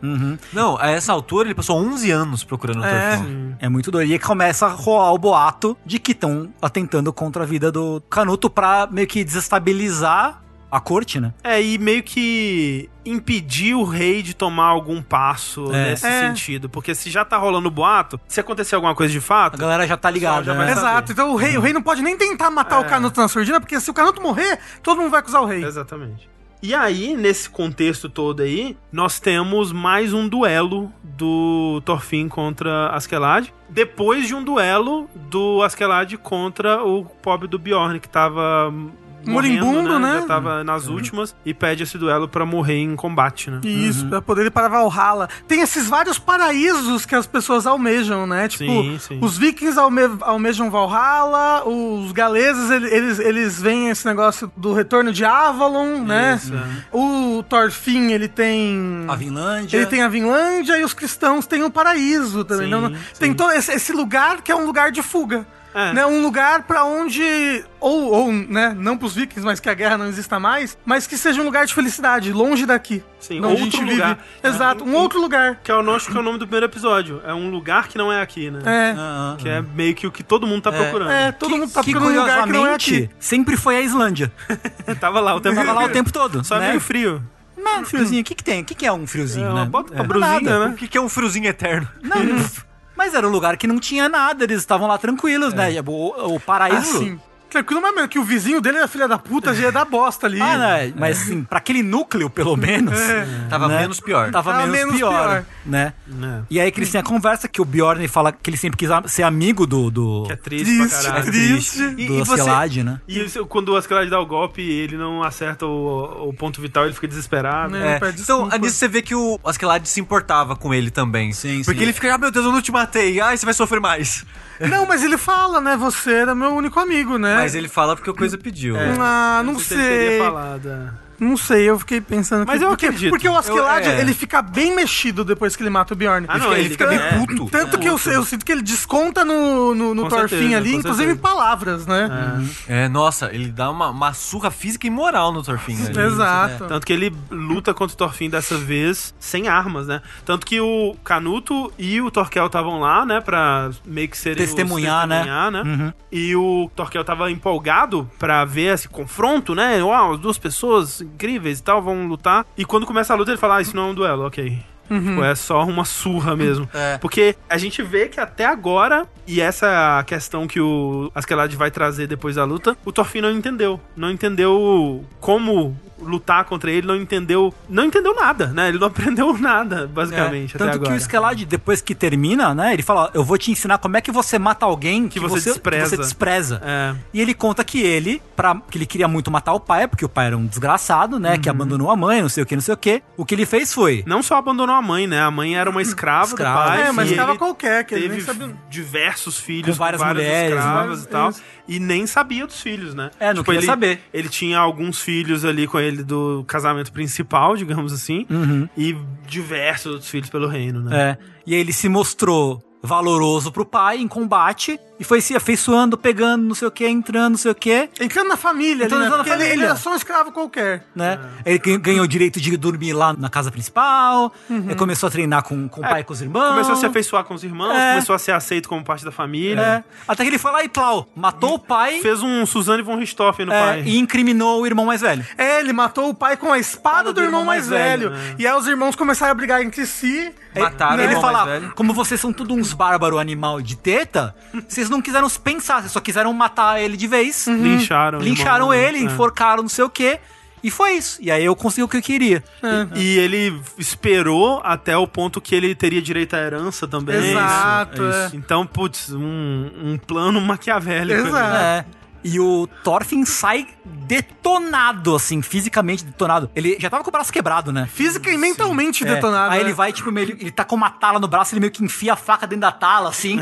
S5: Não, a essa altura ele passou 11 anos procurando
S2: É.
S5: o Torfin.
S3: É muito doido. E aí começa a rolar o boato de que estão atentando contra a vida do Canuto pra meio que desestabilizar a corte, né?
S4: É, e meio que impedir o rei de tomar algum passo
S3: É.
S4: nesse
S2: É.
S4: sentido. Porque se já tá rolando boato, se acontecer alguma coisa de
S3: A
S4: fato,
S3: galera já tá ligada.
S4: já
S3: né?
S4: vai saber.
S2: Exato, então o rei, o rei não pode nem tentar matar
S4: É.
S2: o Canuto na surdina, porque se o Canuto morrer, todo mundo vai acusar o rei.
S4: Exatamente. E aí, nesse contexto todo aí, nós temos mais um duelo do Thorfinn contra Askeladd, depois de um duelo do Askeladd contra o pobre do Bjorn, que tava morrendo,
S2: Moribundo, né?
S4: Já tava nas últimas e pede esse duelo pra morrer em combate, né?
S2: Isso, pra poder ir para Valhalla. Tem esses vários paraísos que as pessoas almejam, né? Tipo,
S4: Sim, sim.
S2: os vikings alme- almejam Valhalla, os galeses, ele- eles, eles veem esse negócio do retorno de Avalon, né?
S4: Isso, é.
S2: O Thorfinn, ele tem...
S3: A Vinlândia.
S2: Ele tem a Vinlândia e os cristãos têm o paraíso também.
S4: Sim,
S2: não- não-
S4: sim.
S2: Tem todo esse, esse lugar que é um lugar de fuga.
S4: É.
S2: né? Um lugar pra onde ou, ou, né, não pros vikings, mas que a guerra não exista mais, mas que seja um lugar de felicidade, longe daqui.
S4: Sim,
S2: onde a
S4: outro
S2: gente
S4: lugar. É,
S2: Exato, um
S4: um-
S2: outro lugar.
S4: Que é o nosso que é o nome do primeiro episódio. É um lugar que não é aqui, né?
S2: É.
S4: Que é meio que o que todo mundo tá procurando.
S2: É, todo
S3: que,
S2: mundo tá
S3: ah, que,
S2: procurando um lugar que não é
S3: curiosamente
S2: aqui.
S3: sempre foi a Islândia.
S4: Tava lá o tempo
S3: Tava lá o
S4: inteiro.
S3: tempo todo.
S4: Só é
S3: né?
S4: meio frio.
S3: Mas um friozinho, o que, que tem? O que, que é um friozinho,
S4: É
S3: né?
S4: uma bota
S3: É.
S4: uma brusinha,
S3: Nada.
S4: né?
S5: O que, que é um friozinho eterno?
S3: Não, não- mas era um lugar que não tinha nada, eles estavam lá
S2: É.
S3: tranquilos, né? O, o paraíso.
S2: Assim. Tranquilo, mas mesmo que o vizinho dele é filha da puta, já ia dar bosta ali.
S3: Ah, né? Mas sim, pra aquele núcleo,
S2: É.
S3: pelo menos.
S5: Tava
S3: né?
S5: menos pior.
S3: Tava
S2: Tava
S3: menos,
S2: menos
S3: pior,
S2: pior.
S3: né?
S4: É.
S3: E aí que eles têm a conversa que o Bjorn fala que ele sempre quis a- ser amigo do... do...
S4: Que é triste, pra caralho.
S2: triste.
S4: E,
S3: do
S4: e você...
S3: Acelad, né?
S4: E isso, quando o Askeladd dá o golpe e ele não acerta o, o ponto vital, ele fica desesperado.
S2: É.
S5: É.
S2: pede
S5: Então,
S2: desculpa.
S5: nisso você vê que o Askeladd se importava com ele também.
S3: Sim,
S5: Porque
S3: sim.
S5: ele fica, ah, meu Deus, eu não te matei. Ai, você vai sofrer mais.
S2: Não, mas ele fala, né? Você era meu único amigo, né?
S5: Mas ele fala porque a coisa pediu.
S4: é.
S2: Ah, não
S4: Ele teria
S2: sei.
S4: falado. é.
S2: Não sei, eu fiquei pensando.
S4: Mas
S2: que,
S4: eu
S2: porque,
S4: acredito.
S2: Porque o Askeladd,
S5: Eu- é.
S2: ele fica bem mexido depois que ele mata o Bjorn.
S4: Ah, não,
S5: Ele
S4: ele
S5: fica
S4: bem
S5: meio
S4: puto.
S5: puto.
S2: Tanto que eu, eu sinto que ele desconta no, no, no
S4: Com
S2: Thorfinn
S4: certeza,
S2: ali,
S4: com
S2: inclusive em
S4: certeza. Ah,
S2: palavras, né?
S5: É, nossa, ele dá uma, uma surra física e moral no né? Thorfinn. ali.
S2: Exato.
S4: Tanto que ele luta contra o Thorfinn dessa vez sem armas, né? Tanto que o Canuto e o Torquel estavam lá, né? Pra meio que serem os
S3: Testemunhar, né?
S4: testemunhar, né? E o Torquel tava empolgado pra ver esse confronto, né? Uau, as duas pessoas incríveis e tal vão lutar. E quando começa a luta, ele fala: ah, isso não é um duelo, ok.
S3: Uhum.
S4: Tipo, é só uma surra mesmo.
S3: É.
S4: Porque a gente vê que até agora, e essa é a questão que o Askeladd vai trazer depois da luta, o Thorfinn não entendeu. Não entendeu como lutar contra ele, não entendeu. Não entendeu nada, né? Ele não aprendeu nada, basicamente, até
S3: É, Tanto
S4: agora.
S3: que o Escalade, depois que termina, né? Ele fala: Eu vou te ensinar como é que você mata alguém que,
S4: você despreza."
S3: que você despreza.
S4: É.
S3: E ele conta que ele, pra, que ele queria muito matar o pai, porque o pai era um desgraçado, né?
S4: Uhum.
S3: Que abandonou a mãe, não sei o que, não sei o que. O que ele fez foi.
S4: Não só abandonou a mãe, né? A mãe era uma escrava,
S3: Escrava.
S4: do pai.
S2: É, mas
S4: e
S2: estava
S4: ele
S2: qualquer, que ele
S4: Teve
S2: nem sabia.
S4: diversos filhos
S3: Com várias mulheres,
S4: escravas
S2: né?
S4: e tal.
S2: Isso.
S4: E nem sabia dos filhos, né?
S3: É, não queria
S4: ele,
S3: saber.
S4: Ele tinha alguns filhos ali com ele do casamento principal, digamos assim. E diversos outros filhos pelo reino, né?
S3: Uhum. É, e aí ele se mostrou valoroso pro pai em combate e foi se afeiçoando, pegando, não sei o que, entrando, não sei o que,
S2: Entrando na família,
S3: Entrando
S2: ali,
S3: na
S2: né? Porque ele- Ele,
S3: família.
S2: era só um escravo qualquer.
S3: né?
S4: É.
S3: Ele gan- ganhou o direito de dormir lá na casa principal, ele começou a treinar com, com o pai e com os irmãos.
S4: Uhum. É, Começou a se afeiçoar com os irmãos,
S3: É.
S4: começou a ser aceito como parte da
S3: É,
S4: família.
S3: até que ele foi lá e plau, matou o pai
S4: Fez um Suzanne von Richthofen no
S3: é,
S4: pai.
S3: e incriminou o irmão mais velho.
S2: É, ele matou o pai com a espada do, irmão mais velho. E aí os irmãos começaram a brigar entre si.
S5: Mataram
S2: Né?
S5: o
S3: ele
S5: irmão
S3: fala,
S5: mais velho.
S3: como vocês são tudo uns bárbaro animal de teta, vocês não quiseram pensar, vocês só quiseram matar ele de vez.
S4: Uhum. Lincharam. o irmão,
S3: Lincharam
S4: né?
S3: ele, enforcaram não sei o quê. E foi isso. E aí eu consegui o que eu queria.
S4: E ele esperou até o ponto que ele teria direito à herança também.
S2: Exato, é.
S4: Então, putz, um, um plano maquiavélico. ali, né?
S2: Exato.
S3: É. E o Thorfinn sai detonado, assim, fisicamente detonado. Ele já tava com o braço quebrado, né?
S2: Física e mentalmente
S3: É.
S2: detonado.
S3: Aí
S2: né?
S3: ele vai, tipo, meio, ele tá com uma tala no braço, ele meio que enfia a faca dentro da tala, assim.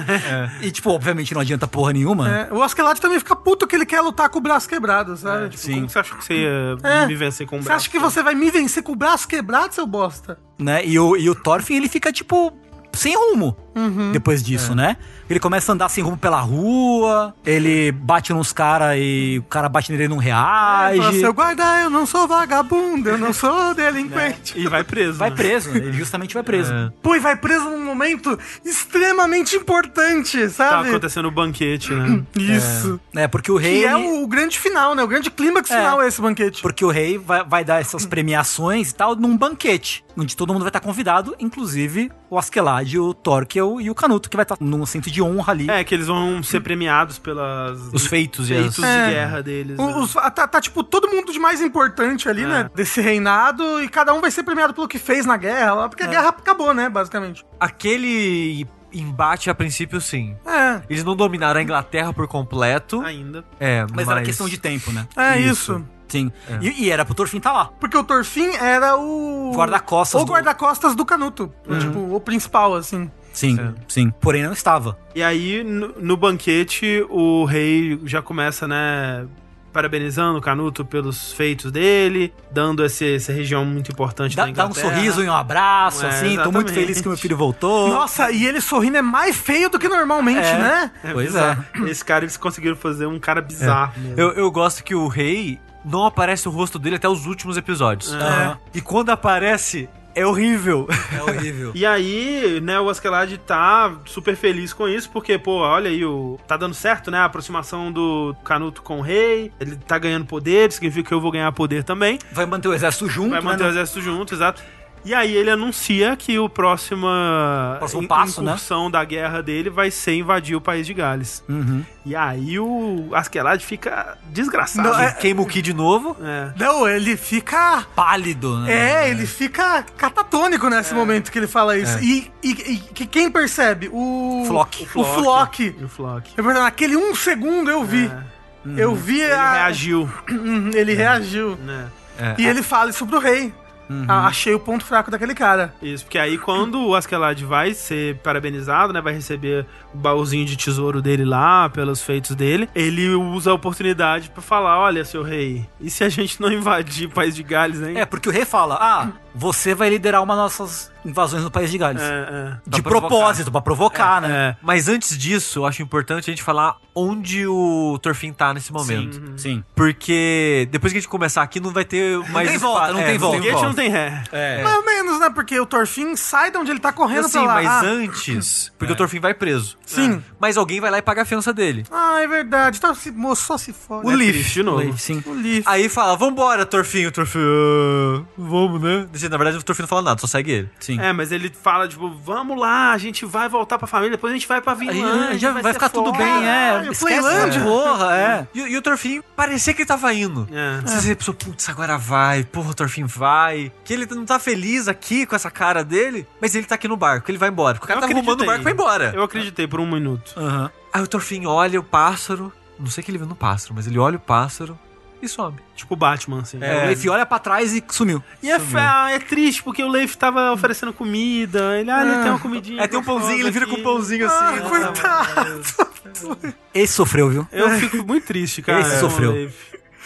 S3: E, tipo, obviamente não adianta porra nenhuma.
S2: É, o Askeladd também fica puto que ele quer lutar com o braço quebrado, sabe? Tipo,
S4: Como que você acha que você ia me vencer com o
S2: Você
S4: braço?
S2: acha que você vai me vencer com o braço quebrado, seu bosta?
S3: Né? E o, e o Thorfinn, ele fica, tipo, sem rumo
S2: Uhum.
S3: depois
S2: É.
S3: disso, né? Ele começa a andar sem rumo pela rua, ele bate nos caras e o cara bate nele e não reage.
S2: É, Fala, seu guarda, eu não sou vagabundo, eu não sou delinquente.
S4: E vai preso.
S3: Vai
S4: né?
S3: preso, ele justamente vai preso.
S2: Pô, e vai preso num momento extremamente importante,
S4: Tá
S2: sabe?
S4: acontecendo o banquete, né?
S2: Isso.
S3: É, porque o
S2: Que
S3: rei.
S2: é
S3: ele-
S2: o, o grande final, né? O grande clímax final é esse banquete.
S3: Porque o rei vai, vai dar essas premiações e tal num banquete, onde todo mundo vai estar convidado, inclusive o Askeladd, o Torquil e o Canuto, que vai estar num centro de honra ali.
S4: É, que eles vão ser premiados pelas
S5: Os feitos, e as-
S4: feitos
S2: É.
S4: de guerra deles. né?
S2: O- os- tá, tá, tipo todo mundo de mais importante ali, né? Desse reinado, e cada um vai ser premiado pelo que fez na guerra, lá, porque a guerra acabou, né? Basicamente.
S5: Aquele embate, a princípio, sim.
S2: É.
S5: Eles não dominaram a Inglaterra por completo.
S4: Ainda.
S5: É,
S3: Mas, era questão de tempo, né?
S2: É
S5: Isso.
S2: isso.
S3: Sim. E, e era pro Torfin estar lá.
S2: Porque o Torfin era o.
S3: Guarda-costas
S2: O
S3: do-
S2: guarda-costas do Canuto. Tipo, o principal, assim.
S3: Sim, sim. Porém não estava.
S4: E aí, no, no banquete, o rei já começa, né? parabenizando o Canuto pelos feitos dele, dando esse- essa região muito importante
S3: Dá,
S4: da
S3: dá um
S4: Tipo, Inglaterra.
S3: sorriso e um abraço,
S4: É,
S3: assim. Tô muito
S4: exatamente.
S3: feliz que meu filho voltou.
S2: Nossa, e ele sorrindo é mais feio do que normalmente,
S3: É.
S2: né?
S3: pois
S4: bizarro. Esse cara, eles conseguiram fazer um cara bizarro. mesmo.
S5: Eu, eu gosto que o rei não aparece o rosto dele até os últimos episódios.
S3: Aham.
S5: E quando aparece, é horrível.
S3: É horrível.
S4: E aí, né, o Askeladd tá super feliz com isso, porque, pô, olha aí, o... tá dando certo, né, a aproximação do Canuto com o rei, ele tá ganhando poder, significa que eu vou ganhar poder também,
S3: Vai manter o exército junto,
S4: vai manter o
S3: né?
S4: exército junto, exato. E aí ele anuncia que o próxima
S3: Próximo passo, né?
S4: incursão da guerra dele vai ser invadir o país de Gales.
S3: Uhum.
S4: E aí o Askeladd fica
S3: Tá,
S4: desgraçado.
S2: Não, é-
S5: Queima o Ki de novo.
S4: É.
S2: Não, ele fica.
S3: Pálido, né?
S2: É, ele fica catatônico nesse momento que ele fala isso. E, e- e que- quem percebe? O.
S3: Flock.
S2: O Flock.
S4: E o Flock.
S2: Eu percebi, Naquele um segundo eu vi. Eu vi
S4: Ele
S2: a.
S4: reagiu,
S2: Uhum, ele reagiu.
S4: né?
S2: E ele fala isso pro rei. Ah, achei o ponto fraco daquele cara.
S4: Isso, porque aí quando o Askeladd vai ser parabenizado, né, vai receber o baúzinho de tesouro dele lá, pelos feitos dele, ele usa a oportunidade pra falar, olha, seu rei, e se a gente não invadir o país de Gales, hein?
S3: É, porque o rei fala: Ah, você vai liderar uma das nossas invasões no país de Gales.
S4: É,
S3: De
S5: Pra provocar.
S3: propósito, pra provocar, né?
S4: é.
S5: Mas antes disso, eu acho importante a gente falar onde o Torfin tá nesse momento.
S3: Sim.
S5: Porque depois que a gente começar aqui, não vai ter mais. É,
S3: tem volta, não tem volta.
S4: Foguete não tem ré.
S3: É.
S2: Mais ou menos, né? Porque o Thorfinn sai de onde ele tá correndo
S5: Assim,
S2: pra lá.
S5: mas
S2: Ah,
S5: antes.
S3: É.
S5: Porque o Torfin vai preso.
S2: Sim.
S5: É. Mas alguém vai lá e paga a fiança dele.
S2: Ah, é verdade. Então, esse moço só se fode.
S4: O Leaf, de novo.
S3: Sim.
S2: O Leaf.
S5: Aí fala, vambora, Torfinho, Torfinho. ah, Vamos, né? Na verdade, o Torfinho não fala nada, só segue ele.
S3: Sim.
S4: É, mas ele fala, tipo, vamos lá, a gente vai voltar pra família, depois a gente É, vai pra
S3: Aí,
S4: Vinlândia,
S3: ah, já vai,
S4: ser
S3: ficar tudo
S4: foda.
S3: bem, é.
S2: Caralho,
S3: Esquece
S2: Playlândia.
S3: essa porra, é.
S5: E, e o Torfinho parecia que ele tava indo.
S4: É.
S5: Você pensou, putz, agora vai, porra, o Torfinho vai. Que ele não tá feliz aqui com essa cara dele, mas ele tá aqui no barco, ele vai embora. Porque o cara
S4: Eu
S5: tá arrumando o
S4: acreditei.
S5: barco e vai embora.
S4: Eu acreditei por um minuto.
S3: Aham.
S5: Aí o Torfinho olha o pássaro, não sei o que ele viu no pássaro, mas ele olha o pássaro e some.
S4: Tipo Batman, assim.
S3: O Leif olha pra trás e sumiu.
S4: E é, fe- é triste, porque o Leif tava oferecendo comida. Ele, ah, ele tem uma comidinha.
S5: Aí tem um pãozinho, ele vira com um
S4: gostosa aqui.
S5: pãozinho assim.
S2: Ah, coitado.
S3: Esse sofreu, viu?
S4: Eu fico muito triste, cara.
S3: Esse
S4: com o
S3: sofreu.
S4: Leif.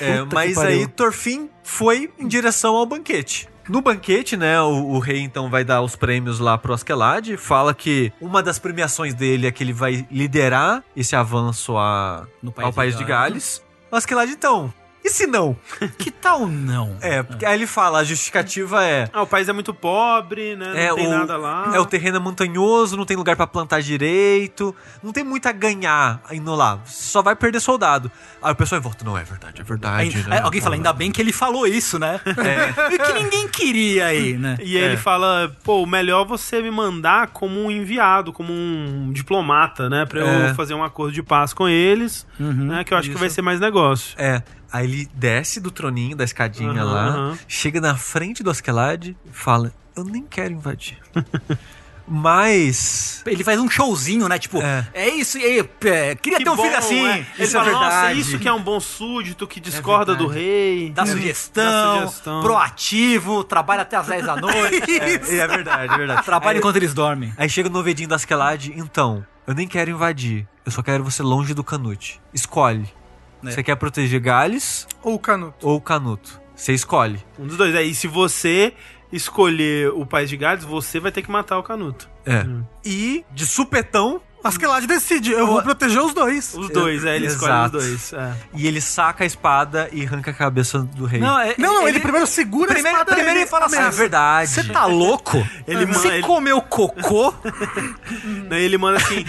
S5: É,
S3: Puta que
S5: mas
S3: pariu.
S5: aí Torfin foi em direção ao banquete. No banquete, né, o, o rei então vai dar os prêmios lá pro Askeladd, fala que uma das premiações dele é que ele vai liderar esse avanço a,
S3: No
S5: ao País de Gales. O Askeladd, então, e se não?
S3: Que tal não?
S5: É, porque aí ele fala, a justificativa é...
S4: Ah, o país é muito pobre, né? Não
S5: É,
S4: tem
S5: o,
S4: nada lá.
S5: é o terreno é montanhoso, não tem lugar pra plantar direito, não tem muito a ganhar indo lá, só vai perder soldado. Aí o pessoal em volta, não, é verdade, é verdade.
S3: Ainda-
S5: né?
S3: é, alguém fala, ainda bem que ele falou isso, né? É. que ninguém queria aí, né?
S4: E
S5: é.
S4: ele fala, pô, melhor é você me mandar como um enviado, como um diplomata, né? Pra
S5: É.
S4: eu fazer um acordo de paz com eles,
S5: Uhum.
S4: né? Que eu acho que vai ser mais negócio.
S5: É. Aí ele desce do troninho, da escadinha
S4: Aham,
S5: lá,
S4: aham.
S5: chega na frente do Askeladd e fala: Eu nem quero invadir. Mas.
S3: Ele faz um showzinho, né? Tipo, é,
S5: É.
S3: isso, e, é, queria
S5: Então,
S3: ter um filho assim.
S4: é. Ele
S3: Isso é
S4: fala, nossa,
S3: verdade.
S4: isso que é um bom súdito
S5: É
S4: que discorda do rei.
S3: Dá sugestão,
S4: Dá sugestão.
S3: proativo, trabalha até as 10 da noite.
S5: É, é verdade, é verdade.
S3: Trabalha
S5: aí,
S3: enquanto eles dormem.
S5: aí chega no novedinho do Askeladd: Então, eu nem quero invadir. Eu só quero você longe do Canute. Escolhe.
S3: É.
S5: Você quer proteger Gales
S2: Ou o Canuto.
S5: ou Canuto? Você escolhe.
S4: Um dos dois. Aí, se você escolher o país de Gales, você vai ter que matar o Canuto.
S5: É. E, de supetão,
S2: Askeladd decide, eu vou proteger os dois.
S4: Os dois, é, ele escolhe os
S5: Exato.
S4: dois. É.
S5: e ele saca a espada e arranca a cabeça do rei.
S3: é-
S2: Não, não, ele, primeiro segura a
S3: Primeiro,
S2: espada
S3: primeiro
S2: dele.
S3: ele fala assim,
S5: é verdade.
S3: você tá louco?
S4: Ele
S3: você
S4: manda- ele-
S3: comeu cocô?
S4: Daí ele manda assim.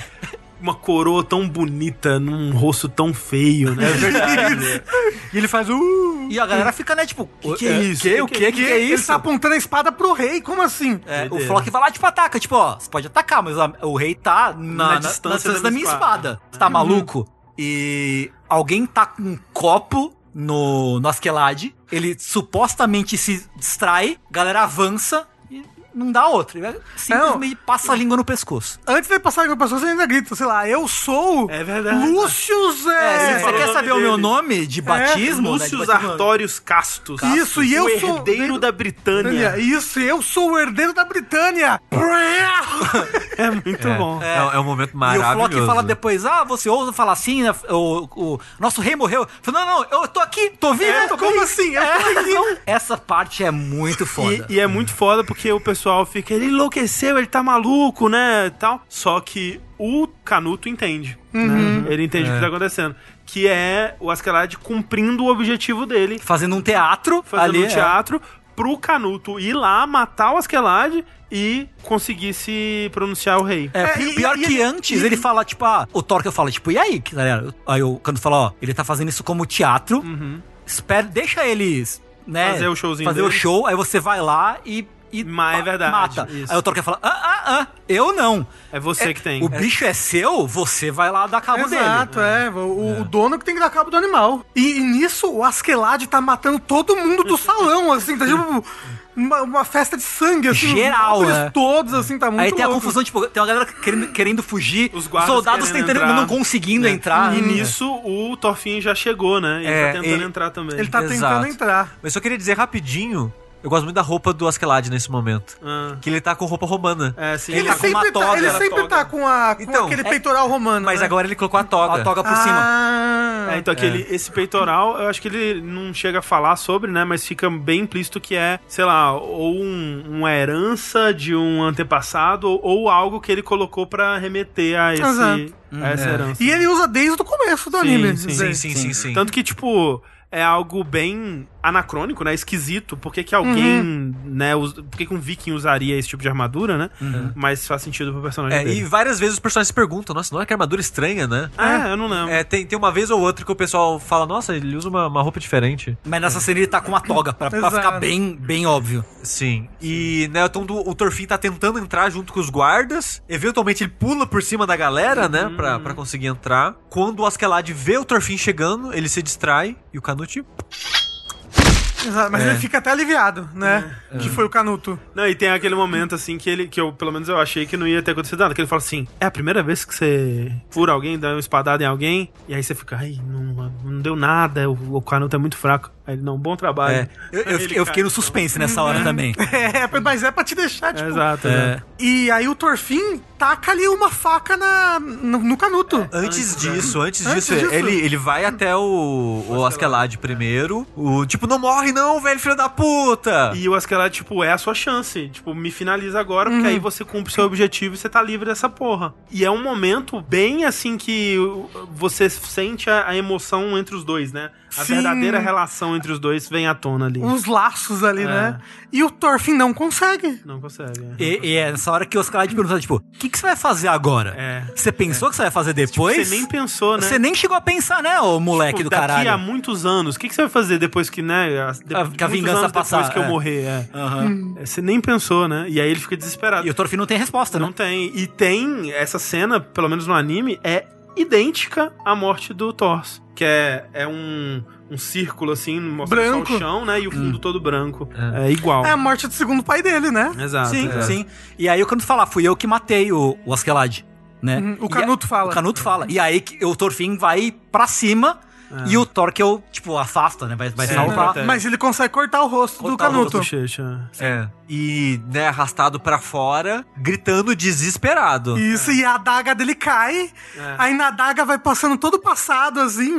S4: Uma coroa tão bonita num rosto tão feio, né?
S3: É um
S5: E ele faz. Uh,
S3: e a galera fica, né, tipo, que, que é isso?
S4: Que,
S3: o que, que é
S2: Ele
S3: isso?
S2: tá apontando a espada pro rei, como assim?
S3: É, o
S4: Doideira.
S3: Flock vai lá, tipo, ataca. Tipo, ó, você pode atacar, mas a- o rei tá na,
S4: Na
S3: na- na distância,
S4: distância
S3: da,
S4: da
S3: minha
S4: minha
S3: espada. Você tá maluco? E alguém tá com um copo no, no Askeladd. Ele supostamente se distrai, a galera avança e não dá outra. Ele simplesmente passa a língua no pescoço.
S2: Antes de passar com pessoa, você ainda grita, sei lá, eu sou
S4: É verdade.
S2: Lúcio
S3: É,
S2: Zé.
S3: você
S4: falou
S3: quer
S4: o nome
S3: saber o meu
S4: dele.
S3: nome de batismo? né, de
S4: Lúcio
S3: batismo?
S4: Artórios Castos.
S2: Isso, e eu
S4: o
S2: sou-
S4: é herdeiro da Britânia.
S2: Isso, eu sou o herdeiro da Britânia!
S4: É muito bom.
S5: É, é um momento maravilhoso. né?
S3: E o Flock fala depois, ah, você ousa falar assim, né? o, o nosso rei morreu. Fala, não, não, eu tô aqui, tô vivo.
S2: É,
S3: tô
S2: como
S3: bem."
S2: assim? Eu
S3: É,
S2: tô aqui.
S3: não, Essa parte é muito foda.
S4: Então, E, e é muito foda porque o pessoal fica, ele enlouqueceu, ele tá maluco, né, e tal. Só que o Canuto entende, né? Ele entende o que tá acontecendo. Que é o Askelad cumprindo o objetivo dele,
S3: Fazendo um teatro
S4: fazendo
S3: ali. é.
S4: um teatro, pro Canuto ir lá matar o Askelad e conseguir se pronunciar o rei.
S3: É,
S2: É,
S3: pi-
S2: e-
S3: pior
S2: e-
S3: que
S2: e-
S3: antes,
S2: e-
S3: ele fala, tipo, ah, o Thor que eu falo, tipo, e aí, galera? Aí eu, quando fala, ó, ele tá fazendo isso como teatro, espera, deixa eles, né?
S4: Uhum. Fazer o showzinho
S3: Fazer o
S4: deles.
S3: show, aí você vai lá e. e
S4: Mas é
S3: ma-
S4: verdade,
S3: Mata.
S4: isso.
S3: Aí o Thor que fala, ah, ah, ah, eu não.
S4: É você que tem.
S3: O bicho é seu, você vai lá dar cabo dele.
S2: Exato, é. O, o dono que tem que dar cabo do animal. E, e nisso, o Askeladd tá matando todo mundo do salão, assim, tá tipo uma, uma festa de sangue, assim. os
S3: Geral,
S2: nobres
S3: né?
S2: todos, assim, tá muito
S3: Aí tem a
S2: louco.
S3: confusão, tipo, tem uma galera querendo, querendo fugir,
S4: Os guardas
S3: soldados
S4: querendo
S3: tentando,
S4: entrar, É.
S3: não conseguindo entrar.
S4: Ah, E nisso o Thorfinn já chegou, né? E
S5: É,
S4: ele tá tentando
S5: ele-
S4: entrar também.
S2: Ele tá
S5: Exato.
S2: tentando entrar.
S5: Mas só queria dizer rapidinho, eu gosto muito da roupa do Askeladd nesse momento.
S4: Ah,
S5: Que ele tá com roupa romana.
S4: é, sim.
S3: Ele
S2: Ele,
S3: tá com uma
S2: sempre, tá,
S3: toga,
S2: ele
S3: era
S2: sempre
S4: toga.
S2: tá com, a, com
S5: Então,
S2: aquele
S5: é-
S2: peitoral romano.
S5: Mas
S2: né?
S5: agora tá ele colocou a toga.
S3: A toga por
S2: ah,
S3: cima.
S4: É, então aquele, esse peitoral, eu acho que ele não chega a falar sobre, né? Mas fica bem implícito que é, sei lá, ou um- uma herança de um antepassado ou, ou algo que ele colocou pra remeter a, esse,
S2: Exato.
S4: a
S5: Uhum.
S4: essa herança.
S2: E ele usa desde o começo do anime.
S4: sim,
S5: Sim,
S2: dizer.
S5: sim, É. sim, sim.
S4: Tanto que, tipo, é algo bem anacrônico, né? Esquisito. Por que, que alguém,
S2: Uhum.
S4: né? us- Por que, que um viking usaria esse tipo de armadura, né? Mas faz sentido pro personagem
S5: Uhum. É, e
S4: dele.
S5: várias vezes os personagens se perguntam, nossa, não é que armadura estranha, né?
S4: Ah, eu não lembro.
S5: É, tem, tem uma vez ou outra que o pessoal fala, nossa, ele usa uma, uma roupa diferente.
S3: Mas nessa cena ele tá com uma toga, pra, pra
S2: Exato.
S3: ficar bem, bem óbvio.
S5: Sim. E, né, então do- o Torfin tá tentando entrar junto com os guardas. Eventualmente ele pula por cima da galera, né, pra, pra conseguir entrar. Quando o Askeladd vê o Torfin chegando, ele se distrai e o Canute...
S2: Exato, Mas ele fica até aliviado, né? Que foi o Canuto.
S4: Não, e tem aquele momento assim que ele, que eu, pelo menos eu achei que não ia ter acontecido nada, que ele fala assim: é a primeira vez que você fura alguém, dá uma espadada em alguém, e aí você fica, ai, não, não deu nada, o, o canuto é muito fraco. Aí ele, não, bom trabalho.
S3: É. Eu, eu
S4: Ele
S3: fiquei- eu
S4: cai.
S3: fiquei no suspense nessa
S2: Uhum.
S3: hora também.
S2: É, mas é pra te deixar,
S4: É,
S2: tipo...
S4: Exato, é.
S2: E aí o Torfin taca ali uma faca na, no, no Canuto.
S5: Antes disso, antes
S2: Antes
S5: disso,
S2: disso.
S5: Ele, ele vai até o, o Askeladd primeiro. O tipo, não morre não, velho, filho da puta!
S4: E o Askelad, tipo, é a sua chance. Tipo, me finaliza agora,
S3: Uhum.
S4: porque aí você cumpre seu objetivo e você tá livre dessa porra. E é um momento bem assim que uh, você sente a, a emoção entre os dois, né? A
S2: Sim.
S4: verdadeira relação entre os dois vem à tona ali.
S3: Um
S2: Uns laços ali, né?
S3: É.
S2: E o Torfin não consegue.
S4: Não consegue. é.
S3: E, e é nessa hora que o Oscar te pergunta, tipo, o que, que você vai fazer agora?
S4: É.
S3: Você pensou que você vai fazer depois?
S4: Você nem pensou, né? Tipo,
S3: Você nem chegou a pensar, né, ô moleque do
S4: daqui
S3: caralho?
S4: a muitos anos, o que, que você vai fazer depois que, né? a- de-
S3: a
S4: muitos
S3: vingança
S4: anos
S3: passar,
S4: Depois que eu
S3: é.
S4: morrer, é.
S3: Aham.
S2: Uhum.
S4: É, Você nem pensou, né? E aí ele fica desesperado.
S3: E o Torfin não tem resposta,
S4: Não
S3: né?
S4: tem. E tem essa cena, pelo menos no anime, é idêntica à morte do Thor. Que é, é um, um círculo, assim, mostrando só
S2: Branco.
S4: o chão, né? E o
S3: Hum.
S4: fundo todo branco. É, igual.
S2: É a morte do segundo pai dele, né?
S4: Exato.
S3: sim,
S4: é.
S3: sim. E aí eu quando falar, fui eu que matei o, o Askeladd, né?
S2: Uhum, o
S3: E
S2: Canuto
S3: a-
S2: fala.
S3: O Canuto fala. E aí que- o Torfin vai pra cima e o Torquil, tipo, afasta, né? Vai, vai
S4: É. Sim,
S3: salvar.
S4: protege.
S2: Mas ele consegue cortar o rosto do
S3: Cortar o
S2: Canuto.
S4: Bochecha.
S5: É. E, né, arrastado pra fora, gritando desesperado.
S3: é.
S2: Isso, e a adaga dele cai. Aí na adaga vai passando todo o passado, assim.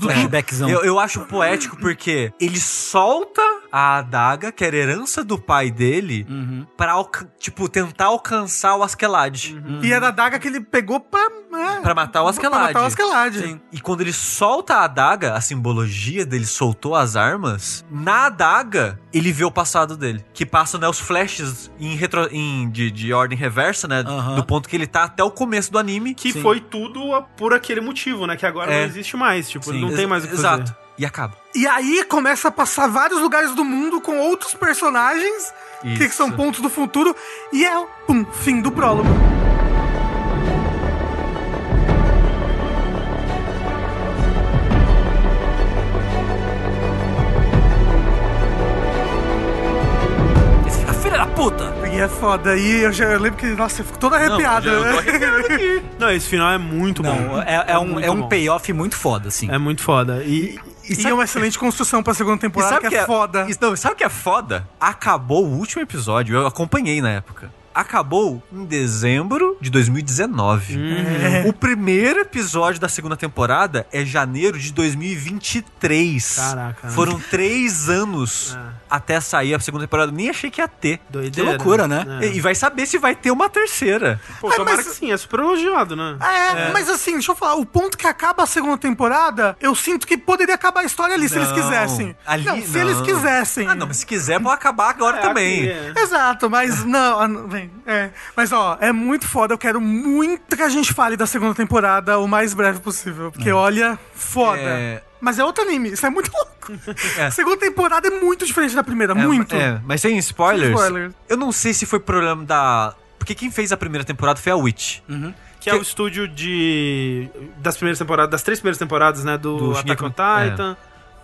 S3: Flashbackzão.
S5: Eu, eu acho poético porque ele solta a adaga, que era herança do pai dele,
S3: Uhum.
S5: pra, alca- tipo, tentar alcançar o Askeladd.
S2: E era a adaga que ele pegou pra. né,
S5: Pra matar o
S2: Uhum. pra
S5: Askeladd.
S2: matar o Askeladd.
S5: E quando ele solta a adaga, a simbologia dele soltou as armas, na adaga ele vê o passado dele. Que passam né, os flashes em retro, em, de, de ordem reversa, né?
S3: Aham.
S5: Do ponto que ele tá até o começo do anime.
S4: Que
S3: Sim.
S4: foi tudo a- por aquele motivo, né? Que agora
S5: É.
S4: não existe mais. Tipo,
S5: Sim.
S4: não tem mais o que
S5: Exato.
S4: fazer.
S5: E acaba.
S2: E aí começa a passar vários lugares do mundo com outros personagens, que
S5: Isso.
S2: são pontos do futuro, e é o pum, fim do prólogo.
S3: Esse fica, filha da puta!
S2: E é foda. E eu já eu lembro que, nossa, eu fico todo arrepiado.
S5: eu já- eu tô
S2: né?
S4: Não, esse final é muito bom.
S3: Não, é, é um,
S4: muito
S3: é um
S4: bom.
S3: payoff muito foda, assim.
S4: É muito foda. E,
S2: E é uma excelente construção pra segunda temporada, que, é, foda.
S5: Isso, não, sabe o que é foda? Acabou o último episódio, eu acompanhei na época. acabou em dezembro de 2019. O primeiro episódio da segunda temporada é janeiro de 2023.
S4: Caraca.
S5: Foram três anos até sair a segunda temporada. Nem achei que ia ter.
S4: Doideira,
S5: Que loucura, né?
S4: É.
S5: E e vai saber se vai ter uma terceira.
S4: Pô,
S2: Mas-
S4: tomara
S2: mas-
S4: que sim, é super elogiado, né?
S2: É, mas assim, deixa eu falar, o ponto que acaba a segunda temporada, eu sinto que poderia acabar a história ali, se eles
S5: Não,
S2: quisessem.
S5: ali
S2: não, se
S5: não.
S2: eles quisessem.
S5: Ah, não, mas se quiser, pode acabar agora também.
S4: aqui, é.
S2: Exato, mas não, ah, não, bem, é. Mas ó, é muito foda, eu quero muito que a gente fale da segunda temporada o mais breve possível, porque olha, foda.
S5: É.
S2: Mas é outro anime, isso é muito louco.
S5: É.
S2: A segunda temporada é muito diferente da primeira,
S5: É,
S2: muito.
S5: É, mas sem spoilers.
S2: Sem spoilers.
S5: Eu não sei se foi problema da. Porque quem fez a primeira temporada foi a Witch.
S4: Que, é o estúdio de. das primeiras temporadas, das três primeiras temporadas, né? Do,
S5: Do
S4: Attack on
S5: Shingeki-
S4: Titan.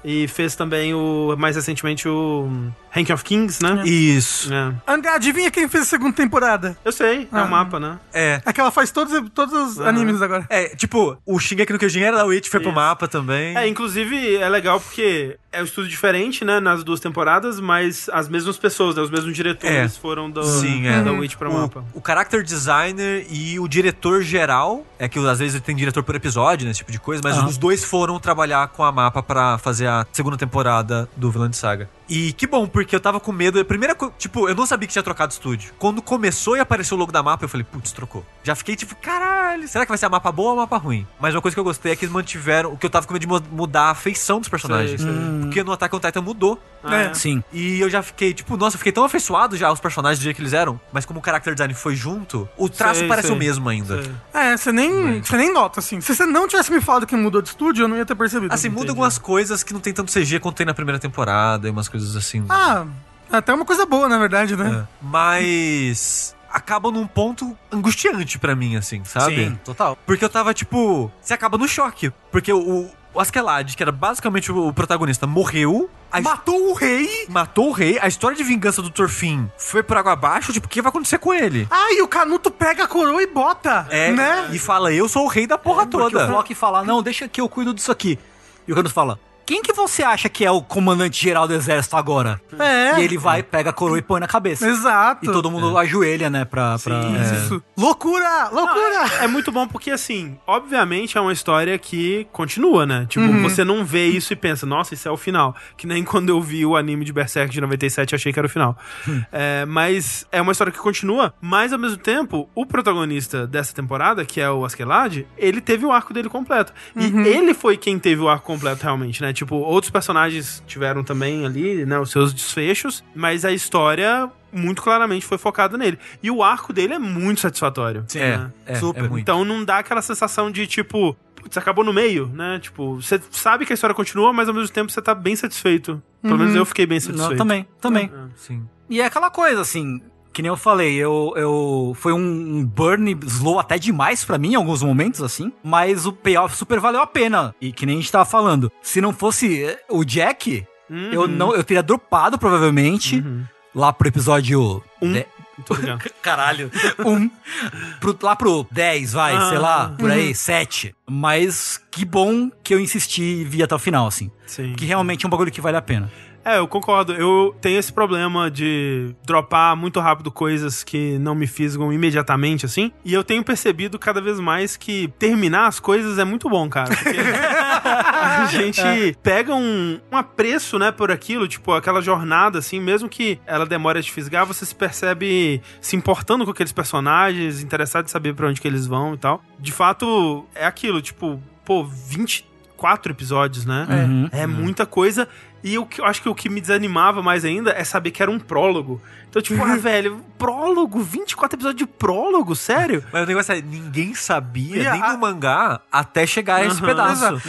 S4: E fez também o. Mais recentemente o. Rank of Kings, né?
S5: Isso.
S4: É.
S2: André, adivinha quem fez a segunda temporada?
S4: Eu sei, é o
S2: Ah.
S4: mapa, né?
S5: É.
S2: É que ela faz todos, todos os animes agora.
S5: É, tipo, o Shingeki no Kyojin era da Witch, foi pro
S4: Isso.
S5: mapa também.
S4: É, inclusive é legal porque é um estúdio diferente, né? Nas duas temporadas, mas as mesmas pessoas, né? Os mesmos diretores
S5: É.
S4: foram do,
S5: Sim, é.
S4: da Witch pra mapa.
S5: o, o character designer e o diretor geral, é que às vezes tem diretor por episódio, né, esse tipo de coisa, mas os dois foram trabalhar com a mapa pra fazer a segunda temporada do Vilã de Saga. E que bom, porque eu tava com medo, a primeira coisa, tipo, eu não sabia que tinha trocado estúdio. Quando começou e apareceu o logo da mapa, eu falei, putz, trocou. Já fiquei tipo, caralho, será que vai ser a mapa boa ou a mapa ruim? Mas uma coisa que eu gostei é que eles mantiveram, o que eu tava com medo de mu- mudar a feição dos personagens.
S4: Sei, sei.
S5: Porque no Attack on Titan mudou.
S4: Ah, é.
S3: Sim.
S5: E eu já fiquei, tipo, nossa, eu fiquei tão afeiçoado já aos personagens do jeito que eles eram, mas como o character design foi junto, o traço
S4: Sei,
S5: parece
S4: sei.
S5: o mesmo ainda.
S4: Sei.
S2: É, você nem, você nem nota, assim. Se você não tivesse me falado que mudou de estúdio, eu não ia ter percebido.
S5: Assim, muda algumas coisas que não tem tanto CG quanto tem na primeira temporada e umas coisas assim.
S2: Ah, até uma coisa boa, na verdade, né?
S5: É. Mas acabam num ponto angustiante pra mim, assim, sabe?
S3: Sim, total.
S5: Porque eu tava, tipo, você acaba no choque. Porque o, o Askeladd, que era basicamente o o protagonista, morreu. A
S2: Matou o rei.
S5: Matou o rei, a história de vingança do Torfin foi por água abaixo, tipo, o que vai acontecer com ele?
S2: Ah, e o Canuto pega a coroa e bota,
S5: É,
S2: né? É,
S5: E fala, eu sou o rei da porra
S3: É, Porque o
S5: toda.
S3: Flock fala, não, deixa que eu cuido disso aqui. E o Canuto fala, quem que você acha que é o comandante geral do exército agora?
S2: É.
S3: E ele vai, pega a coroa e põe na cabeça.
S2: Exato.
S3: E todo mundo ajoelha, né, pra... pra- é.
S2: Isso. Loucura! Loucura!
S4: É muito bom porque, assim, obviamente é uma história que continua, né? Tipo,
S5: Uhum.
S4: você não vê isso e pensa, nossa, isso é o final. Que nem quando eu vi o anime de Berserk de 97 achei que era o final.
S5: Hum.
S4: É, mas é uma história que continua, mas ao mesmo tempo, o protagonista dessa temporada, que é o Askeladd, ele teve o arco dele completo. E
S5: Uhum.
S4: ele foi quem teve o arco completo realmente, né? Tipo, outros personagens tiveram também ali, né, os seus desfechos, mas a história muito claramente foi focada nele. E o arco dele é muito satisfatório.
S5: Sim,
S4: né?
S5: é, é,
S4: super.
S5: é muito.
S4: então não dá aquela sensação de tipo, putz, acabou no meio, né? Tipo, você sabe que a história continua, mas ao mesmo tempo você tá bem satisfeito. Pelo menos eu fiquei bem satisfeito.
S3: Não, também, também.
S5: Sim.
S3: E é aquela coisa, assim, que nem eu falei, eu, eu foi um, um burn slow até demais pra mim em alguns momentos, assim, mas o payoff super valeu a pena. E que nem a gente tava falando, se não fosse eh, o Jack,
S4: Uhum.
S3: eu não eu teria dropado provavelmente
S4: Uhum.
S3: lá pro episódio
S4: Um.
S3: de-
S4: Muito legal.
S3: Caralho. Um. Pro- lá pro 10, vai,
S4: Ah.
S3: sei lá, por aí, 7. Mas que bom que eu insisti e vi até o final, assim.
S4: Sim.
S3: Que realmente é um bagulho que vale a pena.
S4: É, eu concordo. Eu tenho esse problema de dropar muito rápido coisas que não me fisgam imediatamente, assim. E eu tenho percebido cada vez mais que terminar as coisas é muito bom, cara. Porque a gente pega um, um apreço, né, por aquilo. Tipo, aquela jornada, assim, mesmo que ela demore a te fisgar, você se percebe se importando com aqueles personagens, interessado em saber pra onde que eles vão e tal. De fato, é aquilo, tipo, pô, 24 episódios, né?
S3: Uhum.
S4: É muita coisa. E o que, eu acho que o que me desanimava mais ainda é saber que era um prólogo. Então, tipo, ah, velho, prólogo? 24 episódios de prólogo? Sério?
S5: Mas o negócio é, ninguém sabia,
S2: E
S5: nem
S2: a-
S5: no mangá, até chegar a esse
S4: Aham.
S5: pedaço.
S2: Exato.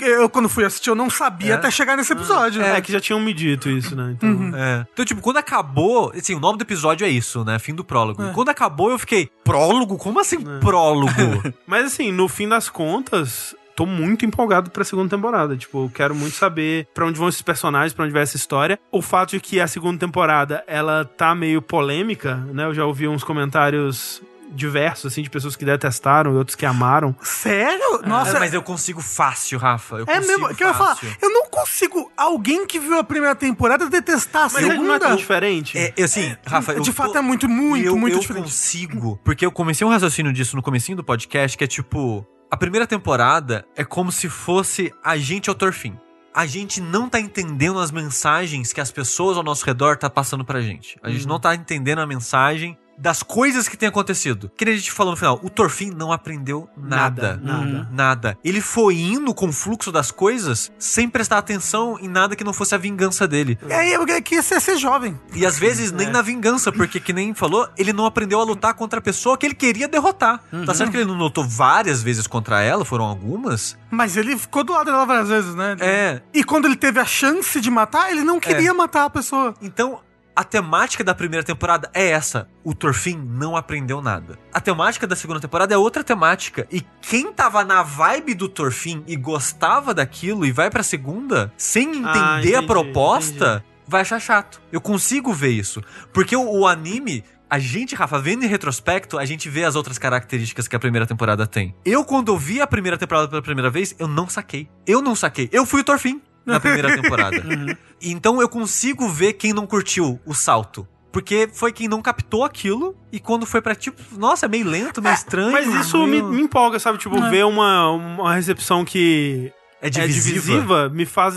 S2: E Eu, quando fui assistir, eu não sabia
S5: Ah, É.
S2: até chegar nesse episódio. né?
S4: É, que já tinham me dito isso, né? Então,
S5: É. Então, tipo, quando acabou, assim, o nome do episódio é isso, né? Fim do prólogo.
S2: É.
S5: E Quando acabou, eu fiquei, prólogo? Como assim prólogo?
S4: Mas assim, no fim das contas, tô muito empolgado pra segunda temporada. Tipo, eu quero muito saber pra onde vão esses personagens, pra onde vai essa história. O fato de que a segunda temporada, ela tá meio polêmica, né? Eu já ouvi uns comentários diverso, assim, de pessoas que detestaram e outros que amaram.
S2: Sério? Nossa,
S5: Nossa, É, mas eu consigo fácil, Rafa. Eu
S2: é
S5: consigo
S2: mesmo. Que eu ia falar,
S5: fácil.
S2: eu não consigo alguém que viu a primeira temporada detestar a
S4: Mas ele não é
S2: segunda.
S4: tão diferente?
S5: É, eu, assim, Rafa, eu
S2: de fato
S5: tô-
S2: é muito, muito,
S5: eu,
S2: muito
S5: eu
S2: diferente.
S5: consigo, porque eu comecei um raciocínio disso no comecinho do podcast, que é tipo, a primeira temporada é como se fosse a gente ao torfim. A gente não tá entendendo as mensagens que as pessoas ao nosso redor tá passando pra gente. A gente
S2: Uhum.
S5: não tá entendendo a mensagem das coisas que tem acontecido. Que nem a gente falou no final, o Torfin não aprendeu nada. Uhum.
S1: Nada.
S5: Nada. Ele foi indo com o fluxo das coisas sem prestar atenção em nada que não fosse a vingança dele.
S2: É, eu- é que esse é ser jovem.
S5: E às vezes
S4: É.
S5: nem na vingança, porque que nem falou, ele não aprendeu a lutar contra a pessoa que ele queria derrotar.
S4: Uhum.
S5: Tá certo que ele não lutou várias vezes contra ela, foram algumas.
S2: Mas ele ficou do lado dela várias vezes, né?
S5: É.
S2: E quando ele teve a chance de matar, ele não queria matar a pessoa.
S5: Então, a temática da primeira temporada é essa. O Torfin não aprendeu nada. A temática da segunda temporada é outra temática. E quem tava na vibe do Torfin e gostava daquilo e vai pra segunda, sem entender
S4: Ah,
S5: a
S4: entendi,
S5: proposta, vai achar chato. Eu consigo ver isso. Porque o, o anime. A gente, Rafa, vendo em retrospecto, a gente vê as outras características que a primeira temporada tem. Eu, quando eu vi a primeira temporada pela primeira vez, eu não saquei. Eu não saquei. Eu fui o Torfin na primeira temporada.
S2: Uhum.
S5: Então eu consigo ver quem não curtiu o salto. Porque foi quem não captou aquilo e quando foi pra tipo, nossa, é meio lento, meio estranho.
S4: Mas isso me,
S5: meio-
S4: me empolga, sabe? Tipo,
S5: Ah.
S4: ver uma, uma recepção que
S5: é
S4: é
S5: divisiva.
S4: divisiva me faz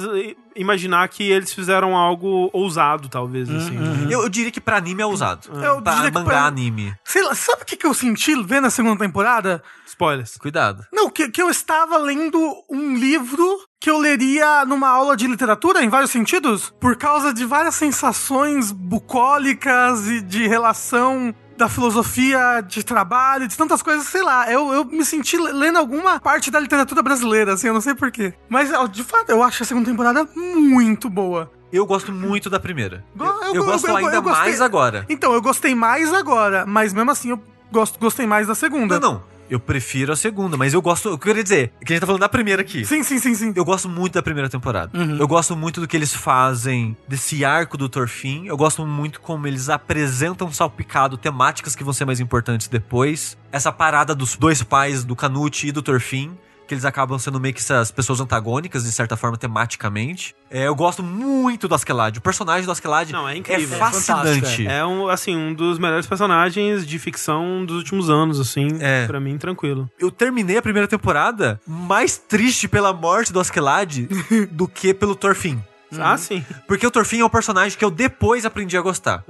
S4: imaginar que eles fizeram algo ousado, talvez,
S5: Hum,
S4: assim.
S5: Eu, eu diria que pra anime é usado.
S2: Eu
S5: pra
S2: diria que
S5: mangá
S2: pra-
S5: anime.
S2: Sei lá, sabe o que, que eu senti vendo a segunda temporada?
S4: Spoilers.
S5: Cuidado.
S2: Não, que, que eu estava lendo um livro que eu leria numa aula de literatura, em vários sentidos, por causa de várias sensações bucólicas e de relação da filosofia, de trabalho, de tantas coisas, sei lá. Eu, eu me senti lendo alguma parte da literatura brasileira, assim, eu não sei porquê. Mas, ó, de fato, eu acho a segunda temporada muito boa.
S5: Eu gosto muito da primeira.
S2: Go-
S5: Eu,
S2: eu-
S5: eu gosto
S2: eu- eu- eu
S5: ainda
S2: gostei-
S5: mais agora.
S2: Então, eu gostei mais agora, mas mesmo assim eu gosto, gostei mais da segunda.
S5: Não, não. Eu prefiro a segunda, mas eu gosto. Eu queria dizer, que a gente tá falando da primeira aqui.
S2: Sim, sim, sim, sim.
S5: Eu gosto muito da primeira temporada.
S4: Uhum.
S5: Eu gosto muito do que eles fazem desse arco do Torfin. Eu gosto muito como eles apresentam salpicado temáticas que vão ser mais importantes depois. Essa parada dos dois pais, do Canute e do Torfin. Que eles acabam sendo meio que essas pessoas antagônicas, de certa forma, tematicamente. É, eu gosto muito do Askeladd. O personagem do Askeladd
S4: Não, é incrível. É
S5: fascinante.
S4: É um, assim, um dos melhores personagens de ficção dos últimos anos, assim.
S5: É.
S4: Pra mim, tranquilo.
S5: eu terminei a primeira temporada mais triste pela morte do Askeladd do que pelo Torfin.
S4: Ah, sim.
S5: Porque o Torfin é um personagem que eu depois aprendi a gostar.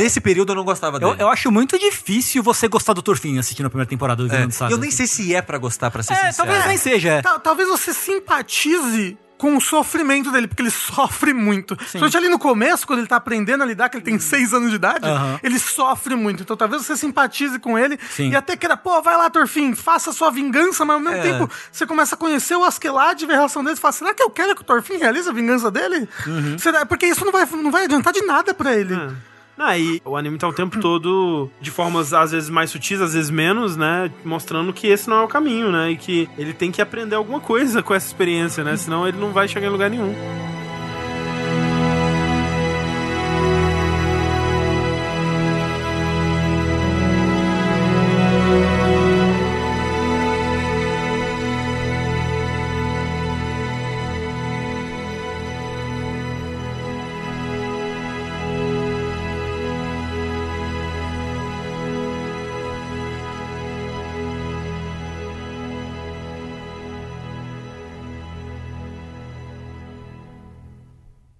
S5: Nesse período eu não gostava dele.
S3: Eu, eu acho muito difícil você gostar do Turfin assistindo a primeira temporada do
S5: É,
S3: Vinland Saga.
S5: eu nem sei se é pra gostar, pra ser
S3: É,
S5: sincero.
S3: talvez nem seja. é.
S2: Tal- talvez você simpatize com o sofrimento dele, porque ele sofre muito. Principalmente ali no começo, quando ele tá aprendendo a lidar, que ele tem seis anos de idade,
S3: Hum. Aham.
S2: ele sofre muito. Então talvez você simpatize com ele
S3: Sim.
S2: e até queira, pô, vai lá, Torfin, faça sua vingança, mas ao mesmo
S5: É.
S2: tempo você começa a conhecer o Askeladd, ver a relação dele e fala, será que eu quero que o Torfin realize a vingança dele?
S3: Uhum.
S2: Será? Porque isso não vai, não vai adiantar de nada pra ele.
S4: É. Ah, e o anime tá o tempo todo de formas às vezes mais sutis, às vezes menos, né? Mostrando que esse não é o caminho, né? E que ele tem que aprender alguma coisa com essa experiência, né? Senão ele não vai chegar em lugar nenhum.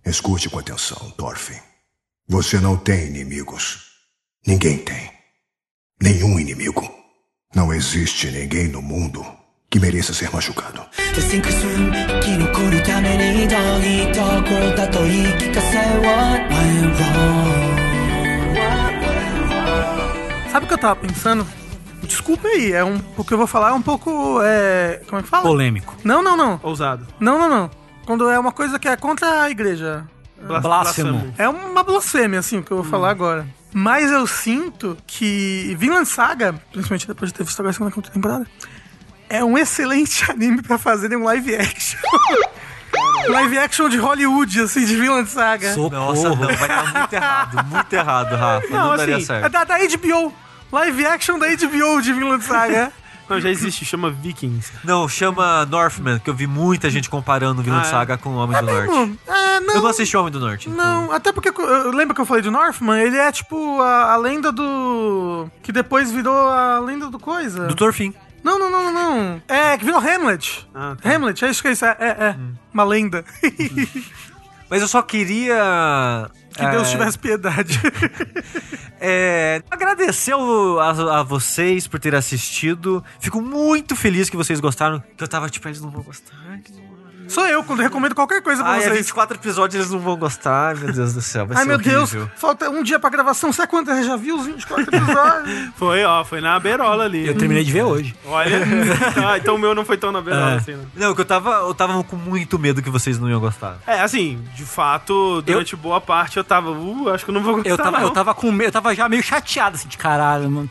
S7: Escute com atenção, Thorfinn. Você não tem inimigos. Ninguém tem. Nenhum inimigo. Não existe ninguém no mundo que mereça ser machucado.
S9: 生き残るためにどういとこだと言い聞かせ What went wrong
S2: Sabe o que eu tava pensando? Desculpa aí, é um, o que eu vou falar é um pouco. É, como é que fala?
S3: Polêmico.
S2: Não, não, não.
S4: Ousado.
S2: Não, não, não. Quando é uma coisa que é contra a igreja.
S4: Blas-
S3: Blasfemo.
S2: É uma blasfêmia, assim, o que eu
S5: Hum.
S2: vou falar agora. Mas eu sinto que Vinland Saga, principalmente depois de ter visto agora a segunda temporada, é um excelente anime pra fazerem um live action. live action de Hollywood, assim, de Vinland Saga.
S3: Socorro.
S5: Nossa, não, vai dar muito errado, muito errado, Rafa. Não,
S4: Não,
S5: daria
S4: assim,
S2: É
S5: certo.
S2: da, da HBO. Live action da HBO de Vinland Saga.
S4: Não, já existe, chama Vikings.
S5: Não, chama Northman, que eu vi muita gente comparando o Vinland
S4: Ah, é.
S5: Saga com o Homem do Norte.
S2: Hum, é, não.
S5: Eu não assisti o Homem do Norte. então.
S2: Não, até porque eu- eu- lembra que eu falei de Northman? Ele é tipo a, a lenda do. que depois virou a lenda do coisa.
S5: Do Thorfinn.
S2: Não, não, não, não, não. É, que virou Hamlet.
S4: Ah, tá.
S2: Hamlet, é isso que é isso. É, é, é.
S5: Hum.
S2: uma lenda.
S5: Mas eu só queria.
S2: que Deus tivesse piedade.
S5: É, agradecer ao- a, a vocês por ter assistido. Fico muito feliz que vocês gostaram. Que eu tava tipo, eles não vão gostar. que não-
S2: Sou eu quando recomendo qualquer coisa pra
S5: Ai, é
S2: vocês.
S5: 24 episódios, eles não vão gostar. Meu Deus do céu, vai
S2: Ai,
S5: ser
S2: meu
S5: horrível.
S2: Deus, falta um dia pra gravação. Sabe quanto? Eu já vi os 24 episódios.
S4: Foi, ó, foi na beirola ali.
S3: Eu terminei de ver hoje.
S4: Olha. Ah, então o meu não foi tão na beirola
S5: É.
S4: assim, né?
S5: Não, que eu tava, eu tava com muito medo que vocês não iam gostar.
S4: É, assim, de fato, durante boa parte eu tava, uh, acho que eu não vou gostar
S3: Eu tava,
S4: não.
S3: eu tava com medo, eu tava já meio chateado assim, de caralho, mano.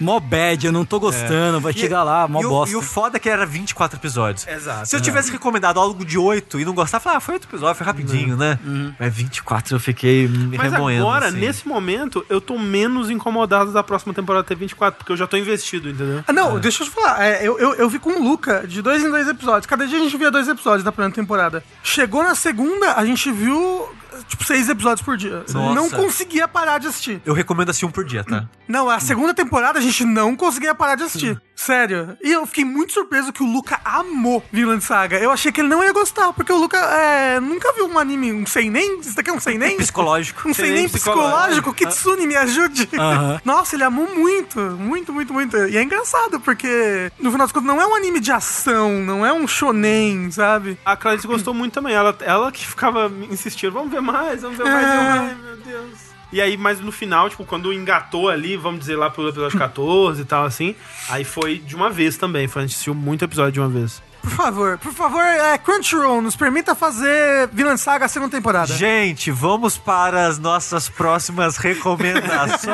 S3: Mó bad, eu não tô gostando, vai chegar lá, mó
S5: É. e, o-
S3: bosta.
S5: e o foda é que era 24 episódios.
S4: Exato.
S5: Se eu tivesse recomendado algo de 8 e não gostar, eu falava, ah, foi 8 episódios, foi
S3: Uhum.
S5: rapidinho, né? Mas 24 eu fiquei me
S4: Mas
S5: remoendo.
S4: agora,
S5: assim.
S4: nesse momento, eu tô menos incomodado da próxima temporada ter 24, porque eu já tô investido, entendeu?
S2: Ah, não, deixa eu te falar. É, eu, eu, eu vi com o Luca de dois em dois episódios. Cada dia a gente via dois episódios da primeira temporada. Chegou na segunda, a gente viu, tipo, seis episódios por dia.
S5: Nossa.
S2: Não conseguia parar de assistir.
S5: Eu recomendo assim um por dia, tá?
S2: Não, a segunda temporada a gente não conseguia parar de assistir. Sério. E eu fiquei muito surpreso que o Luca amou Vinland Saga. Eu achei que ele não ia gostar, porque o Luca é, nunca viu um anime, um sem nem. Isso daqui é um sem nem?
S5: Psicológico.
S2: Um sem nem psicológico? Kitsune, me ajude.
S3: Aham.
S2: Nossa, ele amou muito. Muito, muito, muito. E é engraçado, porque no final das contas não é um anime de ação, não é um shonen, sabe?
S4: A Clarice gostou muito também. Ela, ela que ficava insistindo, vamos ver mais, vamos ver mais.
S2: É.
S4: Eu, ai, meu Deus. E aí, mas no final, tipo, quando engatou ali, vamos dizer, lá pelo episódio 14 e tal, assim, aí foi de uma vez também. Foi, a gente assistiu muito episódio de uma vez.
S2: Por favor, por favor, é, Crunchyroll, nos permita fazer Vinland Saga a segunda temporada.
S5: Gente, vamos para as nossas próximas recomendações.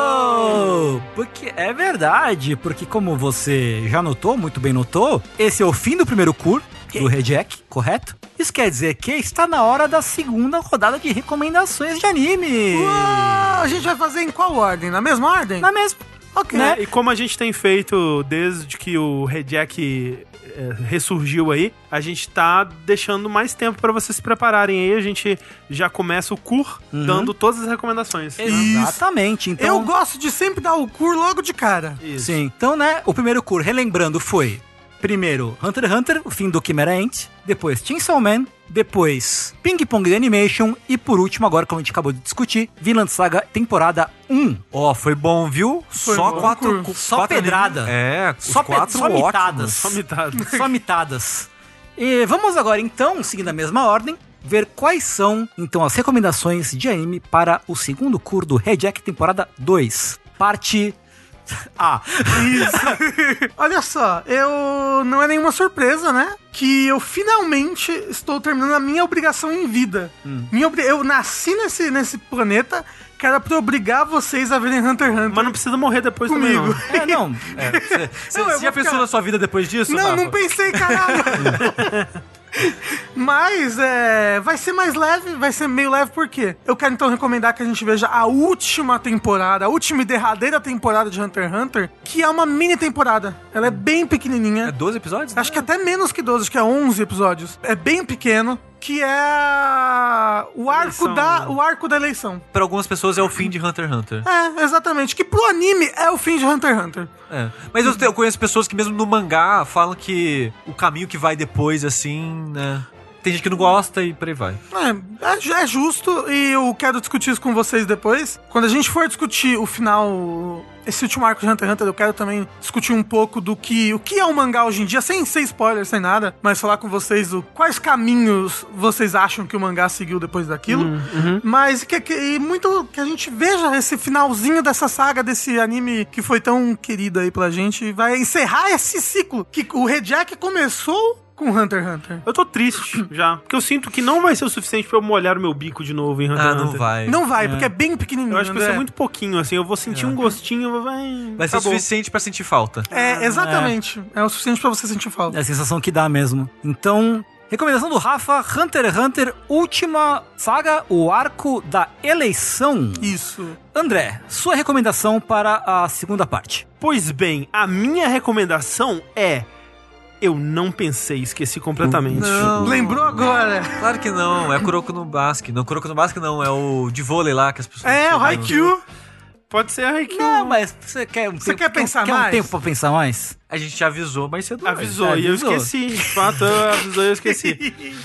S3: Uou! Porque é verdade, porque como você já notou, muito bem notou, esse é o fim do primeiro cur do Rejack, correto? Isso quer dizer que está na hora da segunda rodada de recomendações de anime.
S2: Ah, a gente vai fazer em qual ordem? Na mesma ordem?
S3: Na mesma.
S2: Ok.
S3: né?
S4: E como a gente tem feito desde que o Red Jack eh, ressurgiu aí, a gente tá deixando mais tempo pra vocês se prepararem aí. A gente já começa o cur dando todas as recomendações.
S3: É Exatamente. Então,
S2: Eu gosto de sempre dar o cur logo de cara.
S4: Isso.
S3: Sim. Então, né, o primeiro cur, relembrando, foi primeiro Hunter x Hunter, o fim do Chimera Ant, depois Chainsaw Man, depois Ping Pong The Animation e por último, agora como a gente acabou de discutir, Vinland Saga temporada 1.
S5: Ó, foi bom, viu? só
S2: bom.
S5: quatro, cu-
S3: Só
S5: quatro
S3: pedrada.
S5: anime- É,
S3: Só
S5: só
S3: pe-
S5: quatro
S3: só
S5: ótimos.
S3: mitadas.
S4: Só mitado.
S3: Só mitadas. E vamos agora então, seguindo a mesma ordem, ver quais são então as recomendações de anime para o segundo cur do Rejack temporada 2. Parte A.
S2: Olha só, eu. Não é nenhuma surpresa, né? Que eu finalmente estou terminando a minha obrigação em vida.
S4: Hum.
S2: Minha obri- Eu nasci nesse, nesse planeta que era pra obrigar vocês a verem Hunter x Hunter.
S4: Mas não precisa morrer depois
S2: Comigo.
S4: também, não.
S3: É, não.
S5: Você
S2: Não, eu
S5: você já
S2: vou
S5: pensou
S2: ficar-
S5: na sua vida depois disso?
S2: Não,
S5: Rafa?
S2: não pensei, caralho. Mas é, vai ser mais leve, vai ser meio leve por quê? Eu quero então recomendar que a gente veja a última temporada, a última e derradeira temporada de Hunter x Hunter, que é uma mini temporada. Ela é bem pequenininha.
S5: É 12 episódios?
S2: Acho que até menos que 12, acho que é 11 episódios. É bem pequeno, que é o arco,
S4: Eleição,
S2: da,
S4: né?
S2: o arco da eleição.
S5: Pra algumas pessoas é o fim de Hunter x Hunter.
S2: É, exatamente. Que pro anime é o fim de Hunter x Hunter.
S5: É. Mas eu, eu conheço pessoas que mesmo no mangá falam que o caminho que vai depois, assim, né? Tem gente que não gosta e por aí vai.
S2: É, é ju- é justo e eu quero discutir isso com vocês depois. Quando a gente for discutir o final, esse último arco de Hunter x Hunter, eu quero também discutir um pouco do que o que é o mangá hoje em dia, sem ser spoiler, sem nada, mas falar com vocês o, quais caminhos vocês acham que o mangá seguiu depois daquilo.
S4: Hum, uhum.
S2: Mas que, que- e muito que a gente veja esse finalzinho dessa saga, desse anime que foi tão querido aí pela gente, e vai encerrar esse ciclo que o Red Jack começou com Hunter x Hunter.
S4: Eu tô triste já. Porque eu sinto que não vai ser o suficiente pra eu molhar o meu bico de novo em Hunter
S5: Ah,
S4: x
S5: não
S4: Hunter.
S5: vai.
S2: Não vai, porque é bem pequenininho.
S4: Eu acho que vai
S2: André.
S4: ser muito pouquinho, assim. Eu vou sentir um gostinho, eu vou- vai.
S5: É. Vai ser
S4: acabou.
S5: suficiente pra sentir falta.
S2: É, exatamente. É, o suficiente pra você sentir
S3: É
S2: falta.
S3: a sensação que dá mesmo. Então, Recomendação do Rafa, Hunter x Hunter, última saga, o arco da eleição.
S2: Isso.
S3: André, sua recomendação para a segunda parte.
S4: Pois bem, a minha recomendação é. Eu não pensei, esqueci completamente.
S5: Não.
S2: Lembrou agora?
S5: Claro que não, é Kuroko no Basque. Não, Kuroko no Basque não, é o de vôlei lá que as pessoas.
S2: É, o Haikyuu.
S4: Pode ser a Haikyuu.
S5: Ah,
S3: Não, mas você quer um
S2: Você
S3: tempo,
S2: quer pensar
S3: quer um
S2: mais?
S3: tempo pra pensar mais?
S5: A gente te avisou, mas cedo.
S4: Avisou,
S3: é,
S4: e eu
S3: avisou.
S4: esqueci. De fato, eu avisou e eu esqueci.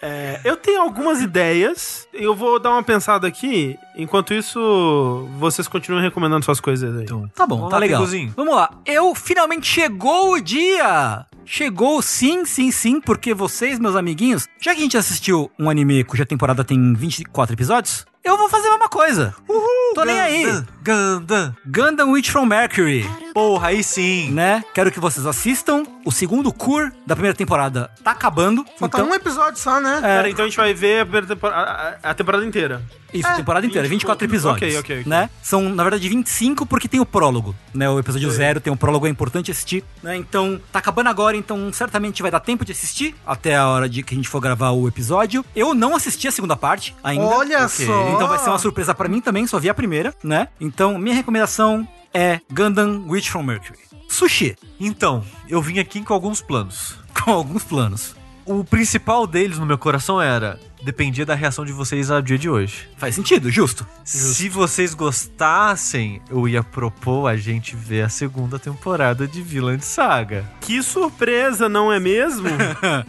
S4: É, eu tenho algumas ideias. Eu vou dar uma pensada aqui. Enquanto isso, vocês continuam recomendando suas coisas aí.
S2: Então.
S3: Tá bom,
S5: Vamos
S3: tá
S5: lá,
S3: legal.
S5: Picozinho.
S3: Vamos lá. Eu finalmente chegou o dia. Chegou sim, sim, sim, porque vocês, meus amiguinhos, já que a gente assistiu um anime cuja temporada tem 24 episódios, eu vou fazer a mesma coisa. Uhul! Tô nem aí.
S5: Gandan.
S3: Gundam Witch from Mercury,
S5: Porra, aí sim.
S3: né? Quero que vocês assistam. O segundo cur da primeira temporada tá acabando.
S2: Falta um episódio só, né?
S4: Cara, então a gente vai ver a, primeira temporada, a- a- a temporada inteira.
S3: Isso, temporada inteira, 24
S4: tipo,
S3: episódios.
S4: ok, ok, ok.
S3: Né? São, na verdade, 25 porque tem o prólogo, né? O episódio zero tem o prólogo, é importante assistir, né? Então, tá acabando agora, então certamente vai dar tempo de assistir até a hora de que a gente for gravar o episódio. Eu não assisti a segunda parte ainda.
S2: Olha só!
S3: Então vai ser uma surpresa pra mim também, só vi a primeira, né? Então, minha recomendação é Gundam Witch from Mercury. Sushi,
S5: Então, eu vim aqui com alguns planos.
S3: com alguns planos.
S5: O principal deles no meu coração era. Dependia da reação de vocês ao dia de hoje.
S3: Faz sentido, justo.
S5: Se vocês gostassem, eu ia propor a gente ver a segunda temporada de Villain Saga.
S4: Que surpresa, não é mesmo?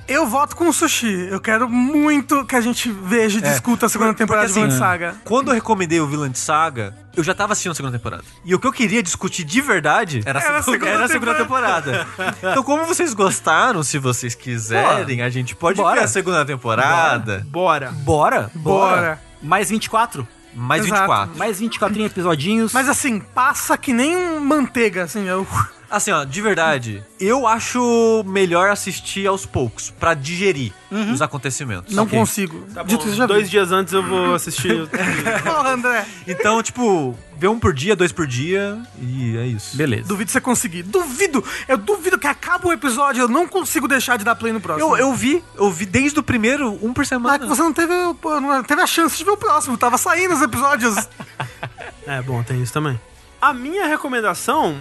S2: Eu voto com o Sushi. Eu quero muito que a gente veja e discuta a segunda temporada
S5: assim,
S2: de Vinland
S5: é.
S2: Saga.
S5: Quando eu recomendei o Villain Saga, eu já tava assistindo a segunda temporada. E o que eu queria discutir de verdade era
S2: Era a segunda
S5: era a segunda temporada. então, como vocês gostaram, se vocês quiserem, a gente pode
S3: Bora.
S5: ver a segunda temporada.
S4: Bora.
S3: Bora?
S2: Bora.
S3: Mais 24?
S5: Mais
S2: Exato.
S5: 24.
S3: Mais 24 episodinhos.
S2: Mas assim, passa que nem um manteiga, assim. Eu...
S5: Assim, ó, de verdade, eu acho melhor assistir aos poucos, pra digerir os acontecimentos.
S2: Uhum. Não
S5: Ok?
S2: consigo.
S4: Tá bom,
S2: Dito isso, já
S4: dois
S2: vi.
S4: dias antes eu vou assistir.
S2: Porra, André.
S5: Então, tipo, vê um por dia, dois por dia, e é isso.
S3: Beleza.
S2: Duvido você conseguir. Duvido. Eu duvido que acaba o episódio. Eu não consigo deixar de dar play no próximo.
S5: Eu, eu vi, eu vi desde o primeiro, um por
S2: Ah,
S5: semana.
S2: que você não teve, pô, não teve a chance de ver o próximo. Tava saindo os episódios.
S4: É, bom, tem isso também. A minha recomendação,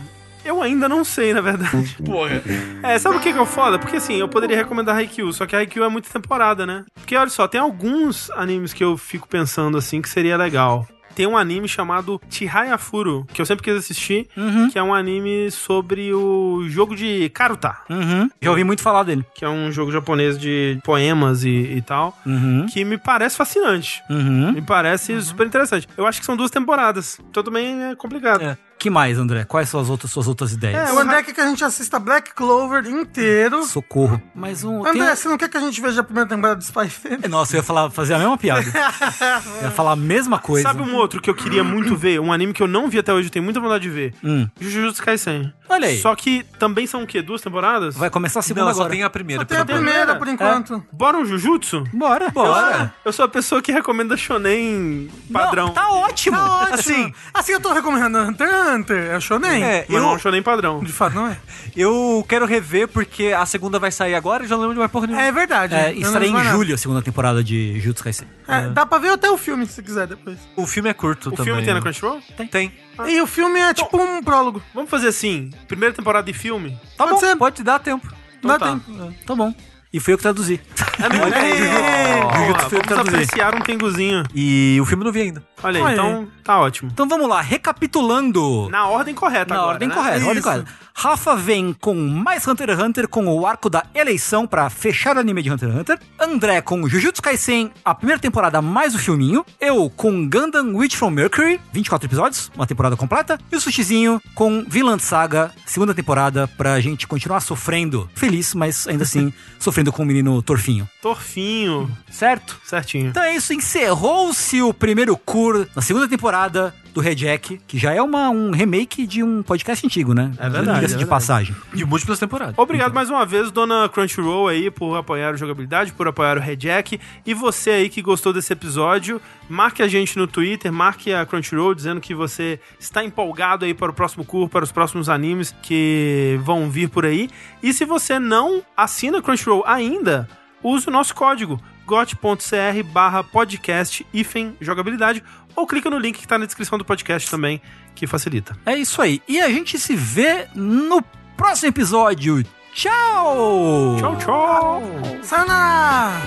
S4: eu ainda não sei, na verdade. Porra. É, sabe o que que é foda? Porque assim, eu poderia recomendar Haikyuu, só que Haikyuu é muita temporada, né? Porque olha só, tem alguns animes que eu fico pensando assim que seria legal. Tem um anime chamado Chihaya Furu, que eu sempre quis assistir, que é um anime sobre o jogo de Karuta,
S3: Uhum. Já ouvi muito falar dele.
S4: que é um jogo japonês de poemas e, e tal,
S3: Uhum.
S4: que me parece fascinante.
S3: Uhum.
S4: Me parece super interessante. Eu acho que são duas temporadas, então também é complicado.
S3: É. Que mais, André? Quais são as outras suas outras ideias?
S4: É,
S2: o André quer que a gente assista Black Clover inteiro.
S3: Socorro. Mais um. tem-
S2: É.
S3: um-
S2: André, você não quer que a gente veja a primeira temporada de Spy Family?
S3: Nossa, eu ia falar, fazer a mesma piada. Eu ia falar a mesma coisa.
S4: Sabe um outro que eu queria muito ver? Um anime que eu não vi até hoje, eu tenho muita vontade de ver.
S3: Hum.
S4: Jujutsu Kaisen.
S3: Olha aí.
S4: Só que também são o quê? Duas temporadas?
S3: Vai começar a
S2: tá
S3: segunda
S5: Não, só
S3: agora.
S5: tem a primeira.
S2: Tem a
S5: pelo menos.
S2: primeira, por enquanto.
S4: Bora um Jujutsu?
S3: Bora. Bora.
S4: Eu sou a pessoa que recomenda shonen
S3: Não,
S4: padrão.
S3: tá ótimo.
S2: Tá ótimo.
S3: Assim,
S2: Assim, assim eu tô recomendando Hunter x Hunter. É o Shonen.
S5: É,
S4: Mas não é um
S5: eu,
S4: shonen padrão.
S2: De fato, não é?
S5: eu quero rever porque a segunda vai sair agora e já não lembro de mais porra nenhuma.
S2: É verdade.
S3: é,
S2: Eu não
S3: estarei
S2: lembro
S3: em
S2: mais nada.
S3: julho a segunda temporada de Jutsu Kaisen.
S2: É, Dá pra ver até o filme, se quiser, depois.
S5: O filme é curto
S4: O
S5: também.
S4: filme
S3: né?
S4: tem na Crunchyroll?
S5: Tem. Tem.
S2: E o filme é tipo um prólogo.
S4: Vamos fazer assim, primeira temporada de filme.
S5: Tá
S2: Pode
S5: bom,
S2: ser.
S5: pode dar tempo.
S2: Dá
S4: tá.
S2: tempo.
S3: Tá bom. E fui eu que traduzi.
S4: É mesmo?
S3: Jujutsu foi o que
S4: Vamos
S3: traduzi.
S4: apreciar um tenguzinho.
S5: E o filme eu não vi ainda.
S4: Olha aí,
S2: Olha aí.
S4: então tá ótimo.
S3: Então vamos lá, recapitulando.
S4: Na ordem correta
S3: Na
S4: agora,
S3: ordem
S4: né?
S3: correta, na ordem
S2: Isso.
S3: correta. Rafa vem com mais Hunter x Hunter com o arco da eleição pra fechar o anime de Hunter x Hunter. André com Jujutsu Kaisen, a primeira temporada mais o filminho. Eu com Gundam Witch from Mercury, 24 episódios, uma temporada completa. E o Sushizinho com Vinland Saga, segunda temporada, pra gente continuar sofrendo. Feliz, mas ainda assim sofrendo com o menino Torfinho,
S4: Torfinho,
S3: certo?
S4: certinho.
S3: Então é isso, encerrou-se o primeiro cur na segunda temporada do Rejack, que já é uma, um remake de um podcast antigo, né?
S4: É verdade,
S3: Diga-se
S4: é
S3: de
S4: verdade.
S3: passagem.
S5: De múltiplas temporadas.
S4: Obrigado mais uma vez, dona Crunchyroll aí, por apoiar o Jogabilidade, por apoiar o Rejack. E você aí que gostou desse episódio, marque a gente no Twitter, marque a Crunchyroll, dizendo que você está empolgado aí para o próximo curso, para os próximos animes que vão vir por aí. E se você não assina a Crunchyroll ainda, use o nosso código got.cr barra podcast hífen jogabilidade ou clica no link que tá na descrição do podcast também, que facilita.
S3: É isso aí. E a gente se vê no próximo episódio. Tchau!
S4: Tchau, tchau!
S2: Sayonara!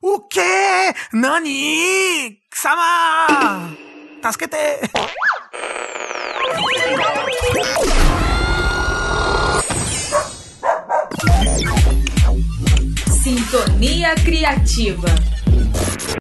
S2: O quê? É, Nani! Sama! Tasquete!
S10: Sintonia Criativa.